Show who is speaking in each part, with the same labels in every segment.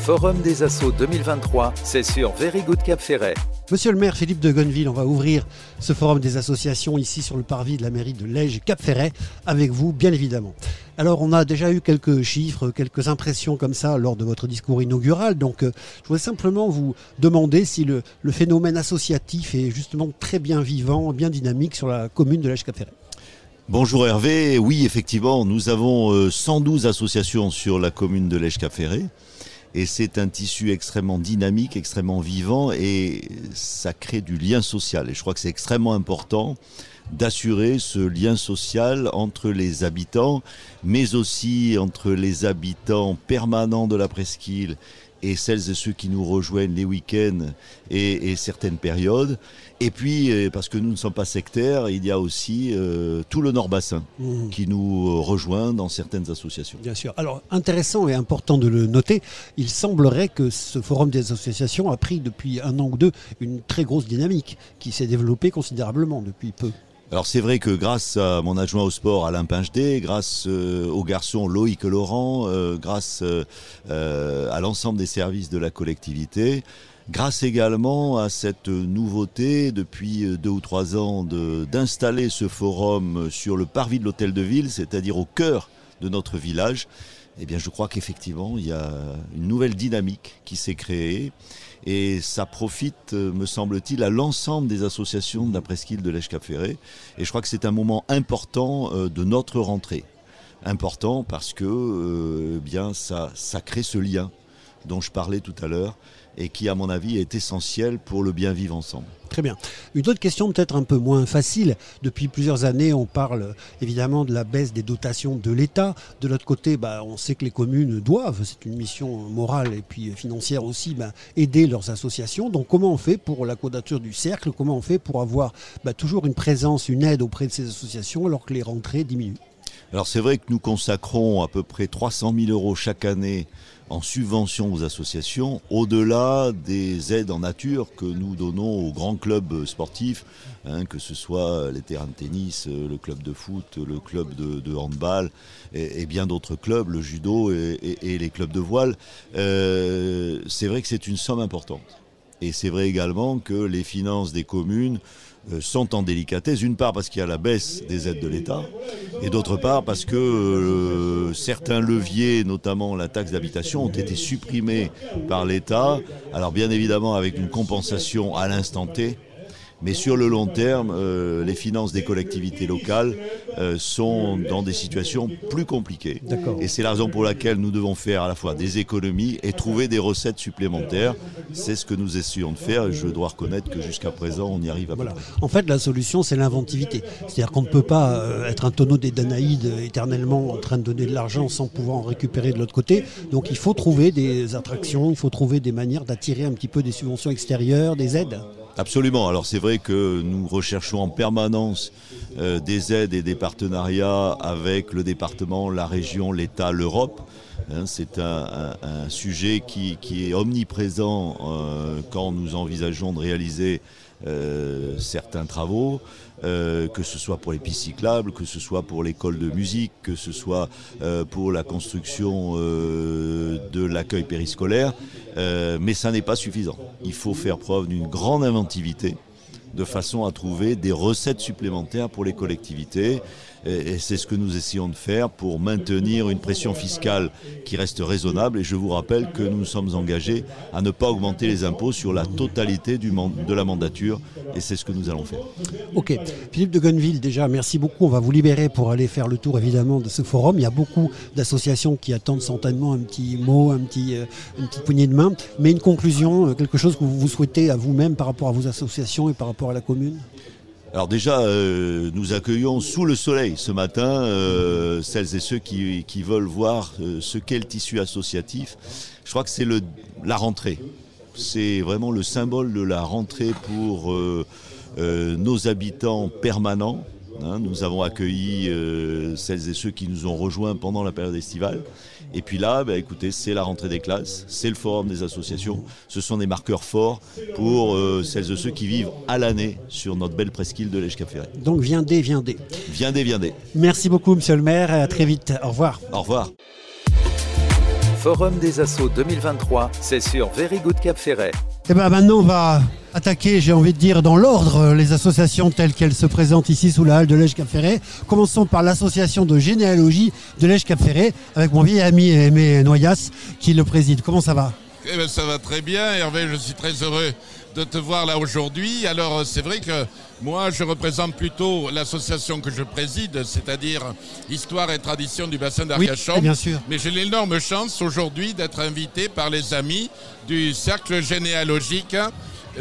Speaker 1: Forum des Assauts 2023, c'est sur Very Good Cap Ferret.
Speaker 2: Monsieur le maire Philippe de Gonneville, on va ouvrir ce forum des associations ici sur le parvis de la mairie de Lège Cap Ferret avec vous bien évidemment. Alors on a déjà eu quelques chiffres, quelques impressions comme ça lors de votre discours inaugural. Donc euh, je voulais simplement vous demander si le, le phénomène associatif est justement très bien vivant, bien dynamique sur la commune de Lège Cap Ferret.
Speaker 3: Bonjour Hervé, oui effectivement, nous avons euh, 112 associations sur la commune de Lèche-Cap-Ferré et c'est un tissu extrêmement dynamique, extrêmement vivant et ça crée du lien social et je crois que c'est extrêmement important d'assurer ce lien social entre les habitants mais aussi entre les habitants permanents de la presqu'île et celles et ceux qui nous rejoignent les week-ends et, et, certaines périodes. Et puis, euh, parce que nous ne sommes pas sectaires, il y a aussi euh, tout le Nord-Bassin mmh. qui nous rejoint dans certaines associations.
Speaker 2: Bien sûr. Alors, intéressant et important de le noter, il semblerait que ce forum des associations a pris depuis un an ou deux une très grosse dynamique qui s'est développée considérablement depuis peu.
Speaker 3: Alors c'est vrai que grâce à mon adjoint au sport Alain Pingedet, grâce euh, aux garçons Loïc Laurent, euh, grâce euh, à l'ensemble des services de la collectivité, grâce également à cette nouveauté depuis euh, deux ou trois ans d'installer ce forum sur le parvis de l'hôtel de ville, c'est-à-dire au cœur de notre village, eh bien, je crois qu'effectivement, il y a une nouvelle dynamique qui s'est créée et ça profite, euh, me semble-t-il, à l'ensemble des associations de la presqu'île de lèche ferré Et je crois que c'est un moment important euh, de notre rentrée. Important parce que euh, bien ça, ça crée ce lien dont je parlais tout à l'heure et qui, à mon avis, est essentiel pour le bien vivre ensemble.
Speaker 2: Très bien. Une autre question peut-être un peu moins facile. Depuis plusieurs années, on parle évidemment de la baisse des dotations de l'État. De l'autre côté, bah, on sait que les communes doivent, c'est une mission morale et puis financière aussi, bah, aider leurs associations. Donc comment on fait pour la quadrature du cercle Comment on fait pour avoir bah, toujours une présence, une aide auprès de ces associations alors que les rentrées diminuent
Speaker 3: alors c'est vrai que nous consacrons à peu près 300 000 euros chaque année en subvention aux associations, au-delà des aides en nature que nous donnons aux grands clubs sportifs, hein, que ce soit les terrains de tennis, le club de foot, le club de, de handball et, et bien d'autres clubs, le judo et, et, et, les clubs de voile. Euh, c'est vrai que c'est une somme importante. Et c'est vrai également que les finances des communes euh, sont en délicatesse, d'une part parce qu'il y a la baisse des aides de l'État, et d'autre part parce que euh, certains leviers, notamment la taxe d'habitation, ont été supprimés par l'État, alors bien évidemment avec une compensation à l'instant T, mais sur le long terme, euh, les finances des collectivités locales euh, sont dans des situations plus compliquées. Et c'est la raison pour laquelle nous devons faire à la fois des économies et trouver des recettes supplémentaires. C'est ce que nous essayons de faire et je dois reconnaître que jusqu'à présent, on y arrive à
Speaker 2: voilà. En fait, la solution, c'est l'inventivité. C'est-à-dire qu'on ne peut pas euh, être un tonneau des Danaïdes éternellement en train de donner de l'argent sans pouvoir en récupérer de l'autre côté. Donc il faut trouver des attractions, il faut trouver des manières d'attirer un petit peu des subventions extérieures, des aides.
Speaker 3: Absolument. Alors c'est vrai que nous recherchons en permanence euh, des aides et des partenariats avec le département, la région, l'État, l'Europe. Hein, c'est un, un, un, sujet qui, qui est omniprésent euh, quand nous envisageons de réaliser euh, certains travaux, euh, que ce soit pour les pistes cyclables, que ce soit pour l'école de musique, que ce soit euh, pour la construction euh, de l'accueil périscolaire. Euh, mais ça n'est pas suffisant. Il faut faire preuve d'une grande inventivité de façon à trouver des recettes supplémentaires pour les collectivités. Et, et c'est ce que nous essayons de faire pour maintenir une pression fiscale qui reste raisonnable. Et je vous rappelle que nous nous sommes engagés à ne pas augmenter les impôts sur la totalité du de la mandature. Et c'est ce que nous allons faire.
Speaker 2: Ok. Philippe de Gonneville, déjà, merci beaucoup. On va vous libérer pour aller faire le tour, évidemment, de ce forum. Il y a beaucoup d'associations qui attendent certainement un petit mot, un petit, euh, une petite poignée de main. Mais une conclusion, euh, quelque chose que vous souhaitez à vous-même par rapport à vos associations et par rapport à la commune
Speaker 3: alors déjà, euh, nous accueillons sous le soleil ce matin euh, celles et ceux qui, qui veulent voir euh, ce qu'est le tissu associatif. Je crois que c'est la rentrée. C'est vraiment le symbole de la rentrée pour euh, nos habitants permanents. Hein, nous avons accueilli euh, celles et ceux qui nous ont rejoints pendant la période estivale. Et puis là, bah, écoutez, c'est la rentrée des classes, c'est le forum des associations. Ce sont des marqueurs forts pour euh, celles et ceux qui vivent à l'année sur notre belle presqu'île de lèche ferret
Speaker 2: Donc viendez, viendez.
Speaker 3: Viendez, viendez.
Speaker 2: Merci beaucoup, monsieur le maire. À très vite. Au revoir.
Speaker 3: Au revoir.
Speaker 1: Forum des Assauts 2023, c'est sur Very Good Cap Ferret.
Speaker 2: Et ben maintenant, on va attaquer, j'ai envie de dire, dans l'ordre, euh, les associations telles qu'elles se présentent ici sous la halle de lège cap ferret Commençons par l'association de généalogie de lège cap ferret avec mon vieil ami Aimé Noyas qui le préside. Comment ça va
Speaker 4: Eh ben, ça va très bien, Hervé. Je suis très heureux de te voir là aujourd'hui. Alors, euh, c'est vrai que moi, je représente plutôt l'association que je préside, c'est-à-dire Histoire et Tradition du Bassin d'Arcachon.
Speaker 2: eh bien sûr.
Speaker 4: Mais j'ai l'énorme chance aujourd'hui d'être invité par les amis du Cercle Généalogique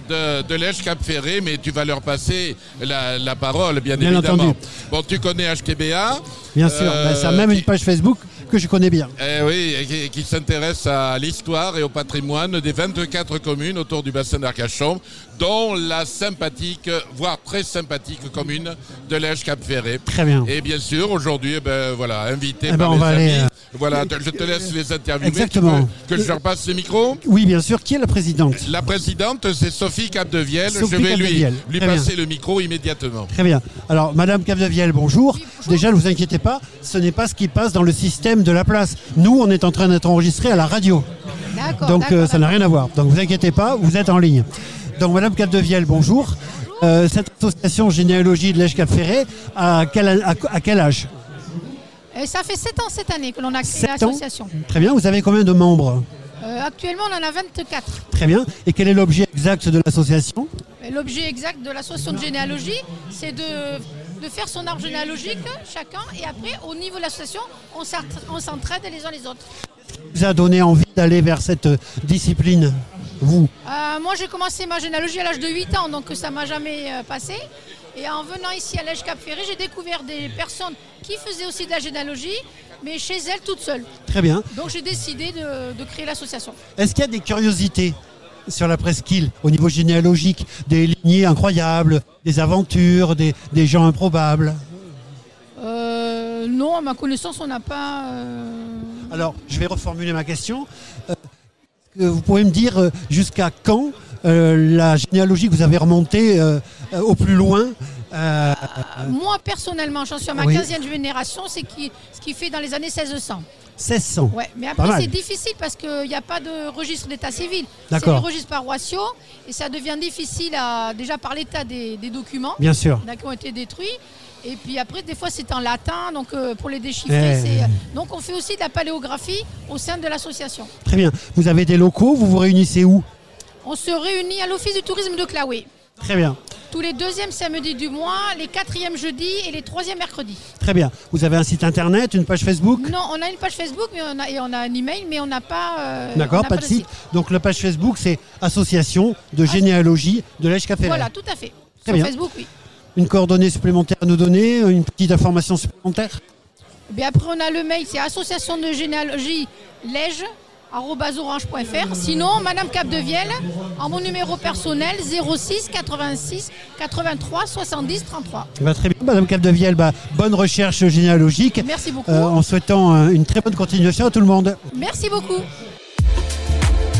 Speaker 4: de, de l'Èche Cap Ferré, mais tu vas leur passer la, la parole, bien,
Speaker 2: Bien
Speaker 4: évidemment.
Speaker 2: entendu.
Speaker 4: Bon, tu connais HKBA.
Speaker 2: Bien sûr,
Speaker 4: Euh,
Speaker 2: ben, ça a même
Speaker 4: qui-
Speaker 2: une page Facebook que je connais bien.
Speaker 4: eh oui, et qui, qui s'intéresse à l'histoire et au patrimoine des 24 communes autour du bassin d'Arcachon, dont la sympathique, voire très sympathique commune de Lège-Cap-Ferré.
Speaker 2: Très bien.
Speaker 4: Et bien sûr, aujourd'hui, eh ben, voilà, invité
Speaker 2: Eh ben,
Speaker 4: par
Speaker 2: on
Speaker 4: les
Speaker 2: va
Speaker 4: amis.
Speaker 2: aller, euh,
Speaker 4: Voilà, te- je te laisse les interviewer.
Speaker 2: Exactement.
Speaker 4: Tu veux Que je leur passe le micro
Speaker 2: Oui, bien sûr. Qui est la présidente
Speaker 4: La présidente, c'est Sophie Capdevielle.
Speaker 2: Sophie
Speaker 4: je vais lui,
Speaker 2: Capdevielle.
Speaker 4: lui
Speaker 2: Très bien.
Speaker 4: passer le micro immédiatement.
Speaker 2: Très bien. Alors, Madame Capdevielle, bonjour. Déjà, ne vous inquiétez pas, ce n'est pas ce qui passe dans le système de la place. Nous, on est en train d'être enregistrés à la radio.
Speaker 5: D'accord.
Speaker 2: Donc,
Speaker 5: d'accord,
Speaker 2: euh, ça n'a rien à voir. Donc, vous inquiétez pas, vous êtes en ligne. Donc, Madame Capdevielle, bonjour. Euh, cette association généalogie de l'Èche Cap Ferré, à quel, à- à quel âge
Speaker 5: d'accord. Euh, ça fait 7 ans cette année que l'on a créé
Speaker 2: Sept ans
Speaker 5: l'association.
Speaker 2: Très bien, vous avez combien de membres
Speaker 5: Euh, actuellement, on en a 24.
Speaker 2: Très bien. Et quel est l'objet exact de l'association
Speaker 5: Et L'objet exact de l'association de généalogie, c'est de, de faire son arbre généalogique, chacun, et après, au niveau de l'association, on s'art- on s'entraide les uns les autres.
Speaker 2: Vous a donné envie d'aller vers cette euh, discipline, vous
Speaker 5: Euh, moi, j'ai commencé ma généalogie à l'âge de 8 ans, donc ça m'a jamais euh, passé. Et en venant ici à l'Ège Cap Ferré, j'ai découvert des personnes qui faisaient aussi de la généalogie, mais chez elles toutes seules.
Speaker 2: Très bien.
Speaker 5: Donc j'ai décidé de- de créer l'association.
Speaker 2: Est-ce qu'il y a des curiosités sur la presqu'île au niveau généalogique Des lignées incroyables, des aventures, des, des gens improbables
Speaker 5: Euh, non, à ma connaissance, on n'a pas. euh,
Speaker 2: Alors, je vais reformuler ma question. Euh, est-ce que vous pouvez me dire euh, jusqu'à quand euh, la généalogie que vous avez remontée euh, euh, au plus loin euh,
Speaker 5: Moi, personnellement, j'en suis à ma
Speaker 2: Oui.
Speaker 5: 15e génération, c'est qui, ce qui fait dans les années 1600.
Speaker 2: 1600
Speaker 5: Ouais. Mais
Speaker 2: mal.
Speaker 5: après, c'est difficile parce qu'il n'y a pas de registre d'état civil. C'est les
Speaker 2: D'accord.
Speaker 5: registres paroissiaux et ça devient difficile à, déjà par l'état des, des documents
Speaker 2: Bien sûr.
Speaker 5: là, qui ont été détruits. Et puis après, des fois, c'est en latin, donc euh, pour les déchiffrer.
Speaker 2: Eh.
Speaker 5: c'est- euh, Donc on fait aussi de la paléographie au sein de l'association.
Speaker 2: Très bien. Vous avez des locaux, vous vous réunissez où
Speaker 5: On se réunit à l'Office du tourisme de Claoué.
Speaker 2: Très bien.
Speaker 5: Tous les deuxièmes samedis du mois, les quatrièmes jeudis et les troisièmes mercredis.
Speaker 2: Très bien. Vous avez un site internet, une page Facebook
Speaker 5: Non, on a une page Facebook mais on a, et on a un email, mais on n'a pas. euh, on
Speaker 2: D'accord,
Speaker 5: n'a
Speaker 2: pas, de site. Donc la page Facebook, c'est Association de généalogie de l'Èche Café.
Speaker 5: Voilà, tout à fait.
Speaker 2: Très
Speaker 5: Sur
Speaker 2: bien.
Speaker 5: Facebook, oui.
Speaker 2: Une coordonnée supplémentaire à nous donner, une petite information supplémentaire
Speaker 5: Et puis après, on a le mail, c'est association de généalogie lège orange.fr. Sinon, Madame Capdevielle, en mon numéro personnel 06 86 83 70 33.
Speaker 2: Bah, Très bien. Madame Capdevielle, bah, bonne recherche généalogique.
Speaker 5: Merci beaucoup.
Speaker 2: Euh, en souhaitant euh, une très bonne continuation à tout le monde.
Speaker 5: Merci beaucoup.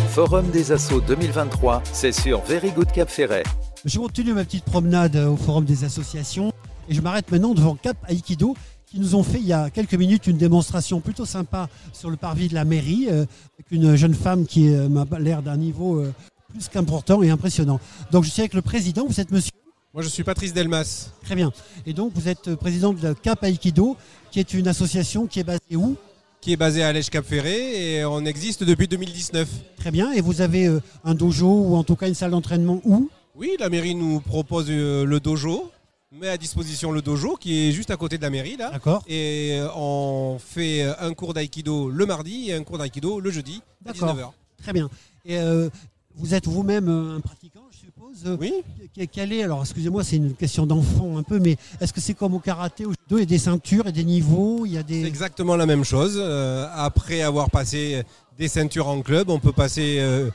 Speaker 1: Forum des Assauts 2023, c'est sur Very Good Cap Ferret.
Speaker 2: Je continue ma petite promenade euh, au Forum des associations et je m'arrête maintenant devant Cap Aikido qui nous ont fait il y a quelques minutes une démonstration plutôt sympa sur le parvis de la mairie euh, avec une jeune femme qui euh, m'a l'air d'un niveau euh, plus qu'important et impressionnant. Donc je suis avec le président, vous êtes monsieur
Speaker 6: Moi, je suis Patrice Delmas,
Speaker 2: Très bien. Et donc vous êtes euh, président de la Cap Aikido qui est une association qui est basée où
Speaker 6: qui est basé à Lèche Cap Ferré et on existe depuis 2019.
Speaker 2: Très bien. Et vous avez euh, un dojo ou en tout cas une salle d'entraînement où
Speaker 6: Oui, la mairie nous propose euh, le dojo, met à disposition le dojo qui est juste à côté de la mairie là.
Speaker 2: D'accord.
Speaker 6: Et euh, on fait euh, un cours d'aïkido le mardi et un cours d'aïkido le jeudi à
Speaker 2: D'accord.
Speaker 6: 19h.
Speaker 2: Très bien. Et euh, vous êtes vous-même euh, un pratiquant, je suppose euh,
Speaker 6: Oui,
Speaker 2: Que- Quel est, alors excusez-moi, c'est une question d'enfant un peu, mais est-ce que c'est comme au karaté, au judo, il y a des ceintures et des niveaux Il y a
Speaker 6: c'est
Speaker 2: des.
Speaker 6: exactement la même chose. Euh, après avoir passé euh, des ceintures en club, on peut passer euh,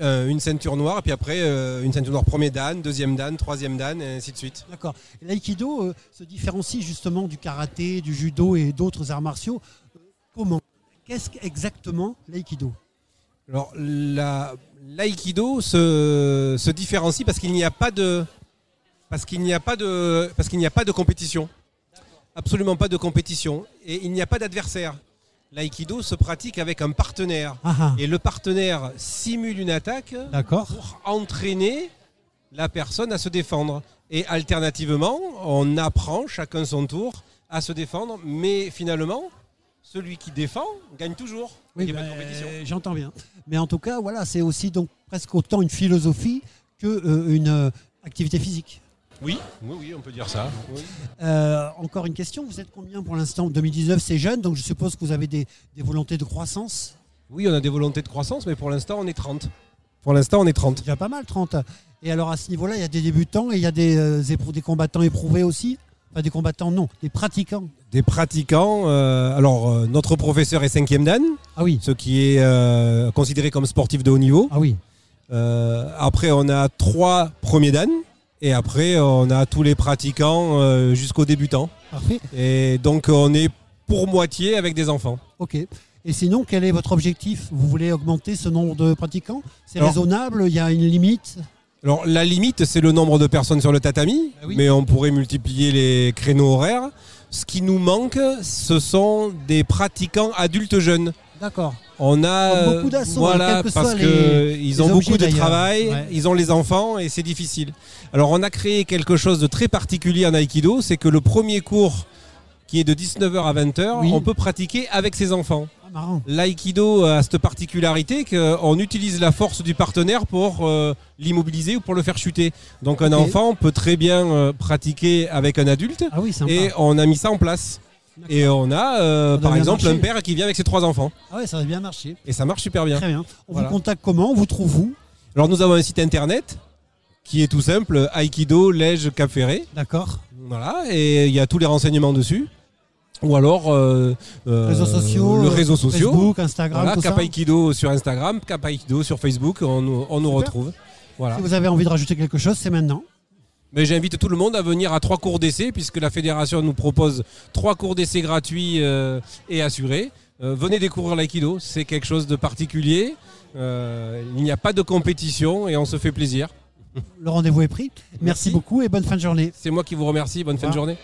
Speaker 6: euh, une ceinture noire, puis après euh, une ceinture noire premier dan, deuxième dan, troisième dan, et ainsi de suite.
Speaker 2: D'accord. Et L'aïkido euh, se différencie justement du karaté, du judo et d'autres arts martiaux. Euh, Comment Qu'est-ce exactement l'aïkido
Speaker 6: Alors, la- l'aïkido se, se différencie parce qu'il n'y a pas de parce qu'il n'y a pas de parce qu'il n'y a pas de compétition. Absolument pas de compétition et il n'y a pas d'adversaire. l'aïkido se pratique avec un partenaire.
Speaker 2: Ah, ah,
Speaker 6: Et le partenaire simule une attaque
Speaker 2: D'accord.
Speaker 6: pour entraîner la personne à se défendre. Et alternativement, on apprend chacun son tour à se défendre, mais finalement, celui qui défend gagne toujours.
Speaker 2: Oui,
Speaker 6: Il y a pas de
Speaker 2: bah,
Speaker 6: compétition.
Speaker 2: j'entends bien. Mais en tout cas, voilà, c'est aussi donc presque autant une philosophie que euh, une euh, activité physique.
Speaker 6: Oui, oui, oui, on peut dire ça. Oui.
Speaker 2: Euh, encore une question, vous êtes combien pour l'instant 2019, c'est jeune, donc je suppose que vous avez des, des volontés de croissance.
Speaker 6: Oui, on a des volontés de croissance, mais pour l'instant, on est 30. Pour l'instant, on est 30.
Speaker 2: C'est déjà pas mal, 30. Et alors à ce niveau-là, il y a des débutants et il y a des, euh, éprou- des combattants éprouvés aussi Enfin, des combattants, non, des pratiquants.
Speaker 6: Des pratiquants. euh, alors, euh, notre professeur est 5e dan,
Speaker 2: Ah oui,
Speaker 6: ce qui est euh, considéré comme sportif de haut niveau.
Speaker 2: ah oui.
Speaker 6: Euh, après, on a trois premiers dan. Et après, on a tous les pratiquants euh, jusqu'aux débutants.
Speaker 2: Parfait.
Speaker 6: Et donc, on est pour moitié avec des enfants.
Speaker 2: Ok. Et sinon, quel est votre objectif Vous voulez augmenter ce nombre de pratiquants C'est
Speaker 6: Alors-
Speaker 2: raisonnable Il y a une limite
Speaker 6: Alors, la limite, c'est le nombre de personnes sur le tatami,
Speaker 2: Ah oui.
Speaker 6: mais on pourrait multiplier les créneaux horaires. Ce qui nous manque, ce sont des pratiquants adultes jeunes.
Speaker 2: D'accord.
Speaker 6: On a euh,
Speaker 2: Beaucoup d'assauts,
Speaker 6: voilà
Speaker 2: quels que
Speaker 6: parce
Speaker 2: soient
Speaker 6: que
Speaker 2: les
Speaker 6: ils ont
Speaker 2: objets,
Speaker 6: beaucoup de
Speaker 2: d'ailleurs.
Speaker 6: travail,
Speaker 2: Ouais.
Speaker 6: ils ont les enfants et c'est difficile. Alors on a créé quelque chose de très particulier en aikido, c'est que le premier cours qui est de 19h à 20h,
Speaker 2: Oui.
Speaker 6: on peut pratiquer avec ses enfants.
Speaker 2: Ah, marrant.
Speaker 6: L'aïkido a cette particularité qu'on utilise la force du partenaire pour euh, l'immobiliser ou pour le faire chuter. Donc un
Speaker 2: Ok.
Speaker 6: enfant peut très bien euh, pratiquer avec un adulte
Speaker 2: Ah oui, sympa.
Speaker 6: et on a mis ça en place.
Speaker 2: D'accord.
Speaker 6: Et on a euh,
Speaker 2: Ça doit
Speaker 6: par
Speaker 2: bien
Speaker 6: exemple
Speaker 2: marcher.
Speaker 6: un père qui vient avec ses trois enfants
Speaker 2: Ah ouais, ça a bien marché.
Speaker 6: et ça marche super bien.
Speaker 2: Très bien. On
Speaker 6: Voilà.
Speaker 2: vous contacte comment On vous trouve vous
Speaker 6: Alors nous avons un site internet qui est tout simple, Aikido Lège Cap Ferré.
Speaker 2: D'accord.
Speaker 6: Voilà, et il y a tous les renseignements dessus. Ou alors euh, euh,
Speaker 2: Réseaux sociaux,
Speaker 6: le
Speaker 2: euh,
Speaker 6: réseau sociaux.
Speaker 2: Facebook, Instagram,
Speaker 6: Voilà,
Speaker 2: tout ça.
Speaker 6: Cap Aikido sur Instagram, Cap Aikido sur Facebook, on, nous- on nous
Speaker 2: Super.
Speaker 6: retrouve. Voilà.
Speaker 2: Si vous avez envie de rajouter quelque chose, c'est maintenant.
Speaker 6: Mais j'invite tout le monde à venir à trois cours d'essai, puisque la fédération nous propose trois cours d'essai gratuits euh, et assurés. Euh, venez découvrir l'aïkido, c'est quelque chose de particulier. Euh, il n'y a pas de compétition et on se fait plaisir.
Speaker 2: Le rendez-vous est pris. Merci
Speaker 6: Merci.
Speaker 2: beaucoup et bonne fin de journée.
Speaker 6: C'est moi qui vous remercie. Bonne fin de
Speaker 2: revoir.
Speaker 6: journée.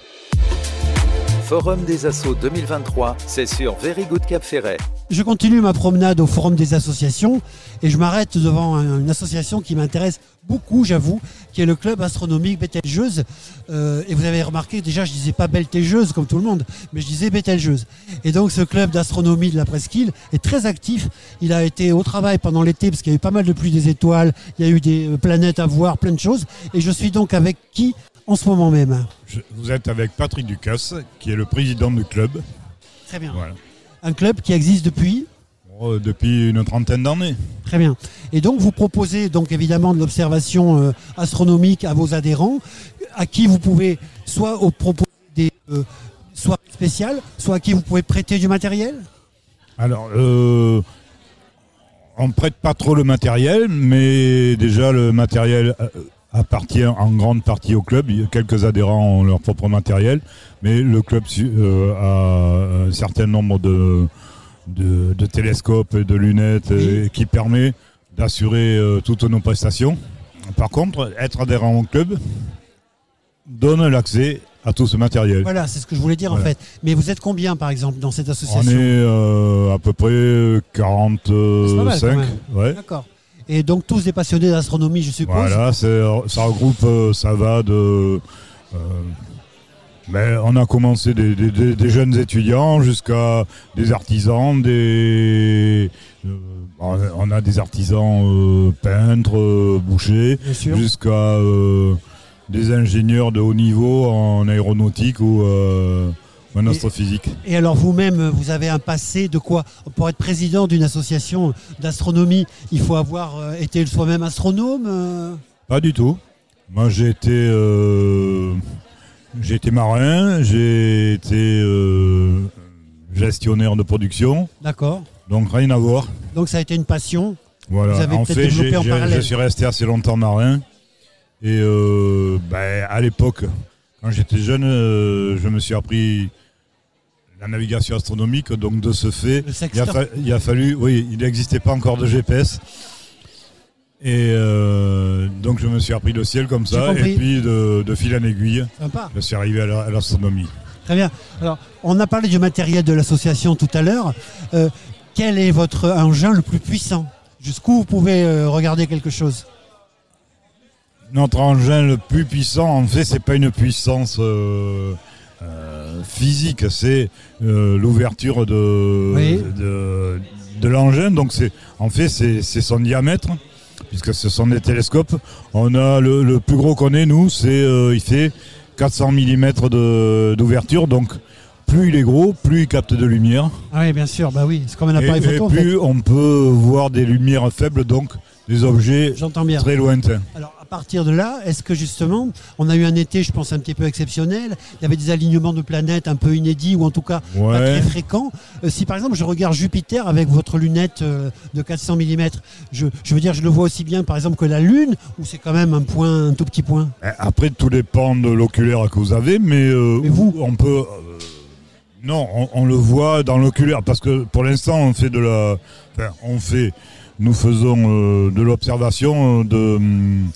Speaker 1: Forum des Assauts 2023, c'est sur Very Good Cap Ferret.
Speaker 2: Je continue ma promenade au Forum des associations et je m'arrête devant un- une association qui m'intéresse beaucoup, j'avoue, qui est le club astronomique Bételgeuse. Euh, et vous avez remarqué, déjà, je disais pas Bételgeuse comme tout le monde, mais je disais Bételgeuse. Et donc, ce club d'astronomie de la Presqu'île est très actif. Il a été au travail pendant l'été parce qu'il y a eu pas mal de pluie des étoiles, il y a eu des euh, planètes à voir, plein de choses. Et je suis donc avec qui en ce moment même
Speaker 7: Je- vous êtes avec Patrick Ducasse, qui est le président du club,
Speaker 2: Très bien.
Speaker 7: voilà.
Speaker 2: Un club qui existe depuis
Speaker 7: Oh, depuis une trentaine d'années.
Speaker 2: Très bien. Et donc vous proposez donc évidemment de l'observation euh, astronomique à vos adhérents, à qui vous pouvez soit au propos des euh, soirées spéciales, soit à qui vous pouvez prêter du matériel.
Speaker 7: Alors, euh, on ne prête pas trop le matériel, mais déjà le matériel euh, appartient en grande partie au club. Il y a Quelques adhérents ont leur propre matériel, mais le club su- euh, a un certain nombre de, de, de télescopes et de lunettes euh, qui permet d'assurer euh, toutes nos prestations. Par contre, être adhérent au club donne l'accès à tout ce matériel.
Speaker 2: Voilà, c'est ce que je voulais dire en
Speaker 7: Voilà.
Speaker 2: fait. Mais vous êtes combien par exemple dans cette
Speaker 7: On est
Speaker 2: association
Speaker 7: euh, à peu près
Speaker 2: C'est pas mal,
Speaker 7: 45.
Speaker 2: quand
Speaker 7: ouais.
Speaker 2: D'accord. Et donc tous des passionnés d'astronomie, je suppose.
Speaker 7: Voilà, c'est- ça regroupe, euh, ça va de. euh, mais on a commencé des, des- des- des jeunes étudiants jusqu'à des artisans, des. euh, on a des artisans euh, peintres, euh, bouchers,
Speaker 2: Bien sûr.
Speaker 7: jusqu'à euh, des ingénieurs de haut niveau en aéronautique ou euh, en astrophysique.
Speaker 2: Et alors vous-même, vous avez un passé de quoi Pour être président d'une association d'astronomie, il faut avoir euh, été soi-même astronome euh
Speaker 7: Pas du tout. Moi, j'ai été, euh, j'ai été marin, j'ai été euh, gestionnaire de production,
Speaker 2: D'accord.
Speaker 7: donc rien à voir.
Speaker 2: Donc ça a été une passion.
Speaker 7: Voilà.
Speaker 2: Vous avez
Speaker 7: en
Speaker 2: peut-être
Speaker 7: fait,
Speaker 2: développé
Speaker 7: j'ai-
Speaker 2: en
Speaker 7: j'ai-
Speaker 2: parallèle.
Speaker 7: je suis resté assez longtemps marin. Et euh, ben, à l'époque, quand j'étais jeune, euh, je me suis appris la navigation astronomique. Donc, de ce fait,
Speaker 2: Le
Speaker 7: il a,
Speaker 2: sexteur.
Speaker 7: fa- il a fallu, oui, il n'existait pas encore de GPS. Et euh, donc je me suis appris le ciel comme
Speaker 2: J'ai
Speaker 7: ça,
Speaker 2: compris.
Speaker 7: et puis de, de fil en aiguille,
Speaker 2: Sympa.
Speaker 7: je suis arrivé à la- à l'astronomie.
Speaker 2: Très bien. Alors, on a parlé du matériel de l'association tout à l'heure. Euh, quel est votre engin le plus puissant Jusqu'où vous pouvez euh, regarder quelque chose
Speaker 7: Notre engin le plus puissant, en fait, c'est pas une puissance euh, euh, physique, c'est euh, l'ouverture de,
Speaker 2: Oui.
Speaker 7: de, de l'engin. Donc, c'est en fait, c'est c'est son diamètre, puisque ce sont des télescopes. On a le, le plus gros qu'on ait, nous, c'est euh, il fait 400 mm d'ouverture. Donc, plus il est gros, plus il capte de lumière.
Speaker 2: Ah oui, bien sûr, bah oui, c'est comme un
Speaker 7: Et,
Speaker 2: appareil
Speaker 7: et
Speaker 2: photo. en fait.
Speaker 7: plus on peut voir des lumières faibles, donc des objets
Speaker 2: J'entends bien.
Speaker 7: très lointains.
Speaker 2: Alors, à partir de là, est-ce que justement, on a eu un été, je pense, un petit peu exceptionnel Il y avait des alignements de planètes un peu inédits ou en tout cas pas
Speaker 7: Ouais.
Speaker 2: très fréquents. Euh, si par exemple, je regarde Jupiter avec votre lunette euh, de 400 mm, je, je veux dire, je le vois aussi bien par exemple que la Lune, où c'est quand même un point, un tout petit point.
Speaker 7: Eh, Après, tout dépend de l'oculaire que vous avez, mais, euh,
Speaker 2: Mais vous
Speaker 7: on peut. euh, non, on, on le voit dans l'oculaire parce que pour l'instant, on fait de la. enfin, on fait. Nous faisons euh, de l'observation, euh, de, hum,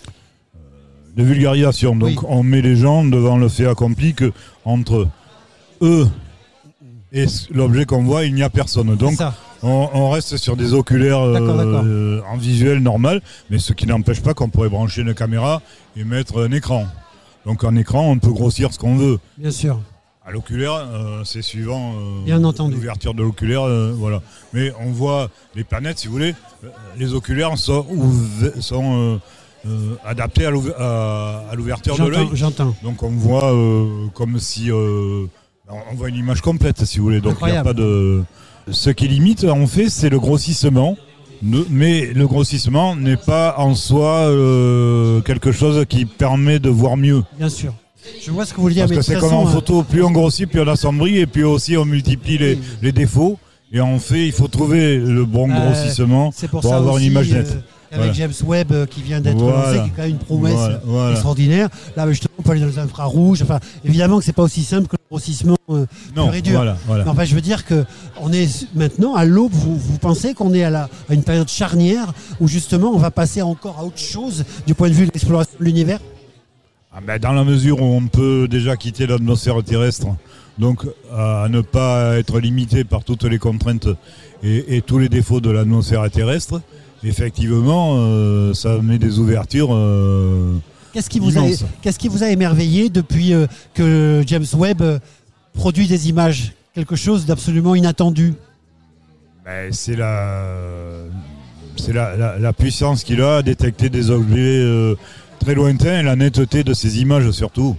Speaker 7: de vulgarisation. Donc,
Speaker 2: Oui.
Speaker 7: on met les gens devant le fait accompli que entre eux et ce- l'objet qu'on voit, il n'y a personne.
Speaker 2: C'est
Speaker 7: Donc,
Speaker 2: ça.
Speaker 7: On, on reste sur des oculaires euh,
Speaker 2: D'accord, d'accord.
Speaker 7: euh, en visuel normal, mais ce qui n'empêche pas qu'on pourrait brancher une caméra et mettre un écran. Donc un écran, on peut grossir ce qu'on veut.
Speaker 2: Bien sûr.
Speaker 7: À l'oculaire, euh, c'est suivant euh,
Speaker 2: Bien entendu.
Speaker 7: l'ouverture de l'oculaire, euh, voilà. Mais on voit les planètes, si vous voulez, euh, les oculaires sont, ouve- sont, euh, euh, adaptés à l'ouve- à- à l'ouverture de l'œil.
Speaker 2: J'entends, j'entends.
Speaker 7: Donc on voit euh, comme si euh, on on voit une image complète si vous voulez. Donc il n'y a
Speaker 2: Incroyable.
Speaker 7: pas de. Ce qui limite en fait c'est le grossissement. Ne- Mais le grossissement n'est pas en soi euh, quelque chose qui permet de voir mieux.
Speaker 2: Bien sûr. Je vois ce que vous voulez dire,
Speaker 7: Parce
Speaker 2: mais
Speaker 7: que
Speaker 2: de
Speaker 7: c'est
Speaker 2: toute
Speaker 7: comme en
Speaker 2: façon, euh,
Speaker 7: photo, plus on grossit, plus on assombrit, et puis aussi on multiplie les, les défauts. Et en fait, il faut trouver le bon
Speaker 2: Euh,
Speaker 7: grossissement
Speaker 2: C'est
Speaker 7: pour,
Speaker 2: pour, ça
Speaker 7: avoir
Speaker 2: aussi,
Speaker 7: une image
Speaker 2: euh,
Speaker 7: nette.
Speaker 2: avec
Speaker 7: Voilà.
Speaker 2: James Webb euh, qui vient d'être
Speaker 7: Voilà.
Speaker 2: lancé, qui est quand même une promesse
Speaker 7: Voilà,
Speaker 2: euh,
Speaker 7: voilà.
Speaker 2: extraordinaire. Là, justement, on peut aller dans les infrarouges. Enfin, évidemment que c'est pas aussi simple que le grossissement. euh,
Speaker 7: Non,
Speaker 2: pur et dur.
Speaker 7: voilà, voilà.
Speaker 2: mais enfin, je veux dire que on est maintenant à l'aube. Vous, vous pensez qu'on est à, la, à une période charnière où justement on va passer encore à autre chose du point de vue de l'exploration de l'univers.
Speaker 7: Ah ben, dans la mesure où on peut déjà quitter l'atmosphère terrestre, donc à ne pas être limité par toutes les contraintes et, et tous les défauts de l'atmosphère terrestre, effectivement, euh, ça met des ouvertures. euh,
Speaker 2: Qu'est-ce qui vous a,
Speaker 7: Immense.
Speaker 2: qu'est-ce qui vous a émerveillé depuis euh, que James Webb euh, produit des images Quelque chose d'absolument inattendu.
Speaker 7: ben, c'est la, c'est la, la- la puissance qu'il a à détecter des objets euh, très lointains et la netteté de ces images surtout.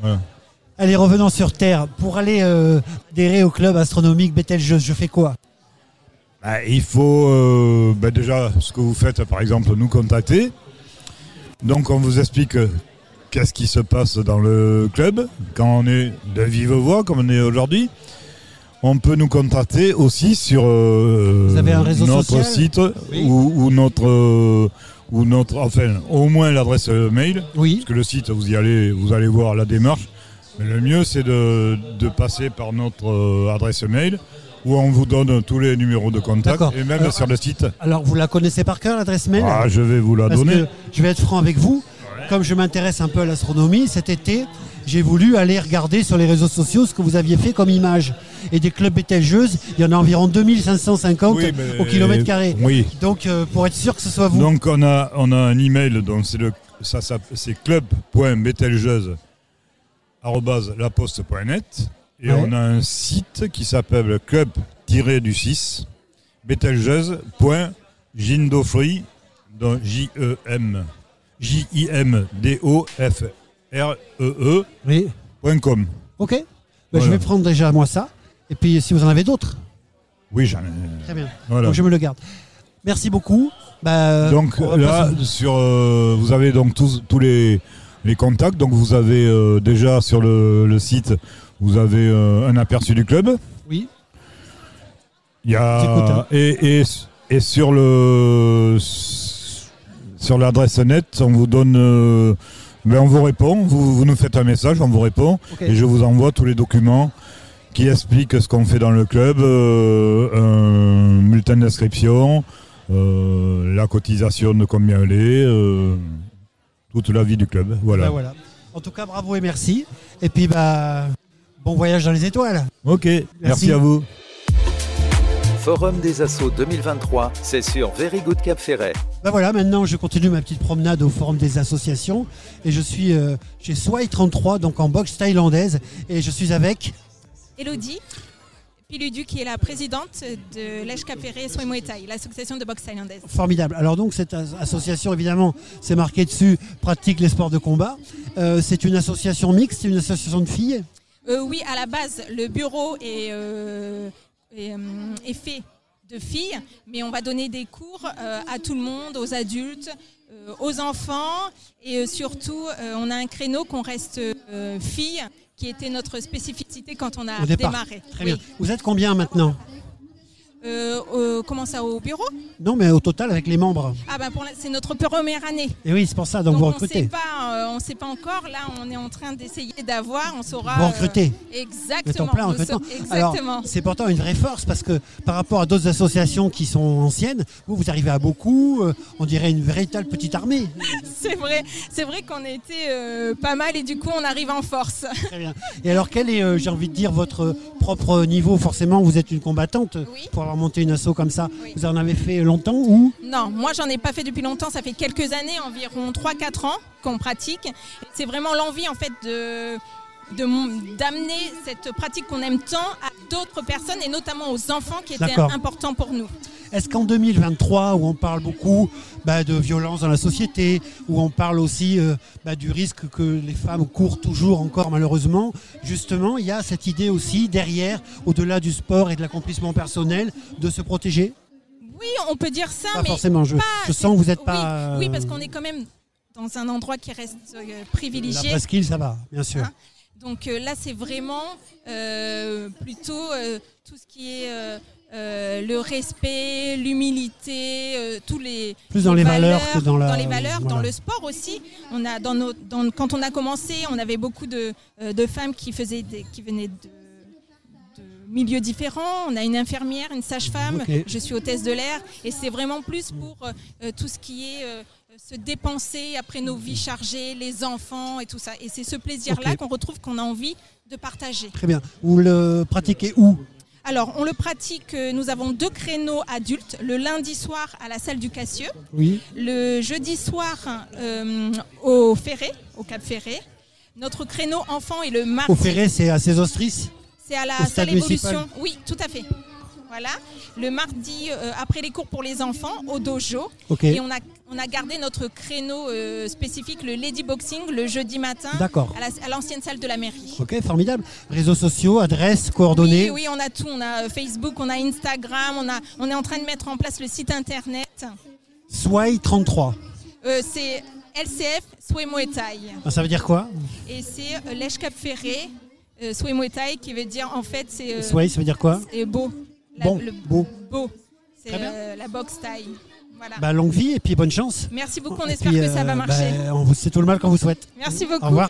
Speaker 7: Voilà.
Speaker 2: Allez, revenons sur Terre. Pour aller euh, adhérer au club astronomique Betelgeuse, je fais quoi
Speaker 7: Bah, il faut euh, bah, déjà ce que vous faites, par exemple, nous contacter. Donc on vous explique euh, qu'est-ce qui se passe dans le club quand on est de vive voix comme on est aujourd'hui. On peut nous contacter aussi sur euh,
Speaker 2: Vous avez un réseau
Speaker 7: notre
Speaker 2: social
Speaker 7: site
Speaker 2: Oui.
Speaker 7: ou, ou notre euh, ou notre enfin au moins l'adresse euh, mail
Speaker 2: Oui.
Speaker 7: parce que le site, vous y allez, vous allez voir la démarche. Mais le mieux, c'est de, de passer par notre euh, adresse mail où on vous donne tous les numéros de contact
Speaker 2: D'accord.
Speaker 7: et même
Speaker 2: Alors-
Speaker 7: sur le site.
Speaker 2: Alors, vous la connaissez par cœur, l'adresse mail
Speaker 7: Ah, je vais vous la
Speaker 2: Parce
Speaker 7: donner.
Speaker 2: que je vais être franc avec vous. Comme je m'intéresse un peu à l'astronomie, cet été, j'ai voulu aller regarder sur les réseaux sociaux ce que vous aviez fait comme image. Et des clubs Betelgeuse, il y en a environ 2550
Speaker 7: Oui, mais-
Speaker 2: au kilomètre carré.
Speaker 7: Euh, Oui.
Speaker 2: Donc, euh, pour être sûr que ce soit vous.
Speaker 7: Donc on a on a un email donc c'est le ça, ça- c'est club.betelgeuse@laposte.net et
Speaker 2: Ouais.
Speaker 7: on a un site qui s'appelle club du 6 betelgeuse.gindofree donc J E M J I M D O F R E E
Speaker 2: Oui.
Speaker 7: point com.
Speaker 2: OK Ben, Je
Speaker 7: Voilà.
Speaker 2: vais prendre déjà, moi, ça. Et puis, si vous en avez d'autres,
Speaker 7: Oui, j'en ai.
Speaker 2: très bien.
Speaker 7: Voilà.
Speaker 2: Donc, je me le garde. Merci beaucoup. Bah,
Speaker 7: Donc
Speaker 2: on va
Speaker 7: là,
Speaker 2: passer-
Speaker 7: sur, euh, vous avez donc tous, tous les, les contacts. Donc vous avez euh, déjà sur le, le site, vous avez euh, un aperçu du club.
Speaker 2: Oui.
Speaker 7: Il y a-
Speaker 2: J'écoute, hein.
Speaker 7: et, et, et sur le sur l'adresse net, on vous donne, euh, ben on vous répond. Vous, vous nous faites un message, on vous répond
Speaker 2: Ok.
Speaker 7: et je vous envoie tous les documents qui expliquent ce qu'on fait dans le club, euh, un bulletin d'inscription, euh, la cotisation de combien elle est, euh, toute la vie du club. Voilà.
Speaker 2: Ah, Ben voilà. En tout cas, bravo et merci. Et puis, bah,
Speaker 8: Bon voyage dans les étoiles.
Speaker 7: Ok, merci à vous.
Speaker 1: Forum des assauts 2023, c'est sur Very Good Cap Ferret.
Speaker 2: Ben voilà, maintenant je continue ma petite promenade au Forum des associations et je suis euh, chez Swai 33, donc en boxe thaïlandaise, et je suis avec.
Speaker 9: Elodie Piludu, qui est la présidente de l'Èche Capéré Soin Muay Thai, l'association de boxe thaïlandaise.
Speaker 2: Formidable. Alors donc cette as- association, évidemment, c'est marqué dessus, pratique les sports de combat. Euh, c'est une association mixte, c'est une association de filles.
Speaker 9: Euh, oui, à la base, le bureau est, euh, est, euh, est fait de filles, mais on va donner des cours euh, à tout le monde, aux adultes, euh, aux enfants, et euh, surtout, euh, on a un créneau qu'on reste euh, filles, qui était notre spécificité quand on a
Speaker 2: Au départ.
Speaker 9: Ah, démarré.
Speaker 2: Très
Speaker 9: Oui.
Speaker 2: bien. Vous êtes combien maintenant
Speaker 9: Euh, euh, comment ça, au bureau
Speaker 2: Non, mais au total avec les membres.
Speaker 9: Ah ben, pour la- c'est notre première année.
Speaker 2: Et oui, c'est pour ça, donc, vous
Speaker 9: on ne sait
Speaker 2: recrutez.
Speaker 9: pas, euh, on sait pas encore. Là, on est en train d'essayer d'avoir, on saura.
Speaker 2: Vous recrutez.
Speaker 9: euh,
Speaker 2: Le
Speaker 9: exactement.
Speaker 2: temps plein en
Speaker 9: Nous
Speaker 2: recrutement.
Speaker 9: sommes-
Speaker 2: Alors,
Speaker 9: Exactement.
Speaker 2: c'est pourtant une vraie force parce que par rapport à d'autres associations qui sont anciennes, vous, vous arrivez à beaucoup, euh, on dirait une véritable petite armée.
Speaker 9: C'est vrai, c'est vrai qu'on était euh, pas mal et du coup on arrive en force.
Speaker 2: Très bien. Et alors, quel est, euh, j'ai envie de dire, votre propre niveau Forcément, vous êtes une combattante
Speaker 9: Oui.
Speaker 2: pour avoir monté une asso comme ça.
Speaker 9: Oui.
Speaker 2: Vous en avez fait longtemps ou
Speaker 9: Non, moi j'en ai pas fait depuis longtemps, ça fait quelques années, environ 3-4 ans qu'on pratique. C'est vraiment l'envie en fait de de mon- d'amener cette pratique qu'on aime tant à d'autres personnes et notamment aux enfants qui étaient
Speaker 2: D'accord.
Speaker 9: importants pour nous.
Speaker 2: Est-ce qu'en 2023, où on parle beaucoup bah, de violence dans la société, où on parle aussi euh, bah, du risque que les femmes courent toujours encore malheureusement, justement, il y a cette idée aussi derrière, au-delà du sport et de l'accomplissement personnel, de se protéger
Speaker 9: Oui, on peut dire ça,
Speaker 2: Pas
Speaker 9: mais
Speaker 2: forcément, je, je sens que vous n'êtes
Speaker 9: oui,
Speaker 2: pas... euh,
Speaker 9: oui, parce qu'on est quand même dans un endroit qui reste euh, privilégié.
Speaker 2: La presqu'île, ça va, bien sûr.
Speaker 9: Hein Donc euh, là, c'est vraiment euh, plutôt euh, tout ce qui est euh, euh, le respect, l'humilité, euh, tous les
Speaker 2: Plus dans les valeurs que dans la-
Speaker 9: les valeurs, dans
Speaker 2: voilà.
Speaker 9: le sport aussi. On a dans nos, dans- quand on a commencé, on avait beaucoup de, euh, de femmes qui faisaient des- qui venaient de de milieux différents, on a une infirmière, une sage-femme,
Speaker 2: Ok.
Speaker 9: je suis hôtesse de l'air et c'est vraiment plus pour euh, euh, tout ce qui est euh, se dépenser après nos vies chargées, les enfants et tout ça. Et c'est ce plaisir-là
Speaker 2: Ok.
Speaker 9: qu'on retrouve, qu'on a envie de partager.
Speaker 2: Très bien. Vous le pratiquez où
Speaker 9: Alors, on le pratique, euh, nous avons deux créneaux adultes, le lundi soir à la salle du Cassieux,
Speaker 2: Oui.
Speaker 9: le jeudi soir euh, au Ferré, au Cap Ferré. Notre créneau enfant est le mardi.
Speaker 2: Au Ferré, c'est à ses ostrices
Speaker 9: C'est à la
Speaker 2: Au stade
Speaker 9: salle évolution.
Speaker 2: municipal.
Speaker 9: Oui, tout à fait. Voilà. Le mardi, euh, après les cours pour les enfants, au dojo.
Speaker 2: Ok.
Speaker 9: Et on a, on a gardé notre créneau euh, spécifique, le lady boxing, le jeudi matin,
Speaker 2: D'accord.
Speaker 9: à la- à l'ancienne salle de la mairie.
Speaker 2: Ok, formidable. Réseaux sociaux, adresses, coordonnées.
Speaker 9: Oui, oui, on a tout. On a euh, Facebook, on a Instagram, on, a, on est en train de mettre en place le site internet.
Speaker 2: Swai 33.
Speaker 9: Euh, c'est LCF Sway Muay Thai.
Speaker 2: Ah, Ça veut dire quoi
Speaker 9: Et c'est euh, Lèche Cap Ferré euh, Sway Muay Thai qui veut dire en fait c'est euh,
Speaker 2: Sway, ça veut dire quoi
Speaker 9: c'est beau. La-
Speaker 2: Bon,
Speaker 9: le-
Speaker 2: beau.
Speaker 9: beau. C'est
Speaker 2: Très bien.
Speaker 9: euh, la boxe Thai. Voilà.
Speaker 2: Bah, longue vie et puis bonne chance.
Speaker 9: Merci beaucoup, on
Speaker 2: Et
Speaker 9: espère
Speaker 2: puis,
Speaker 9: que ça
Speaker 2: euh,
Speaker 9: va marcher.
Speaker 2: bah, on vous- c'est tout le mal qu'on vous souhaite.
Speaker 9: Merci
Speaker 2: Au
Speaker 9: beaucoup.
Speaker 2: revoir.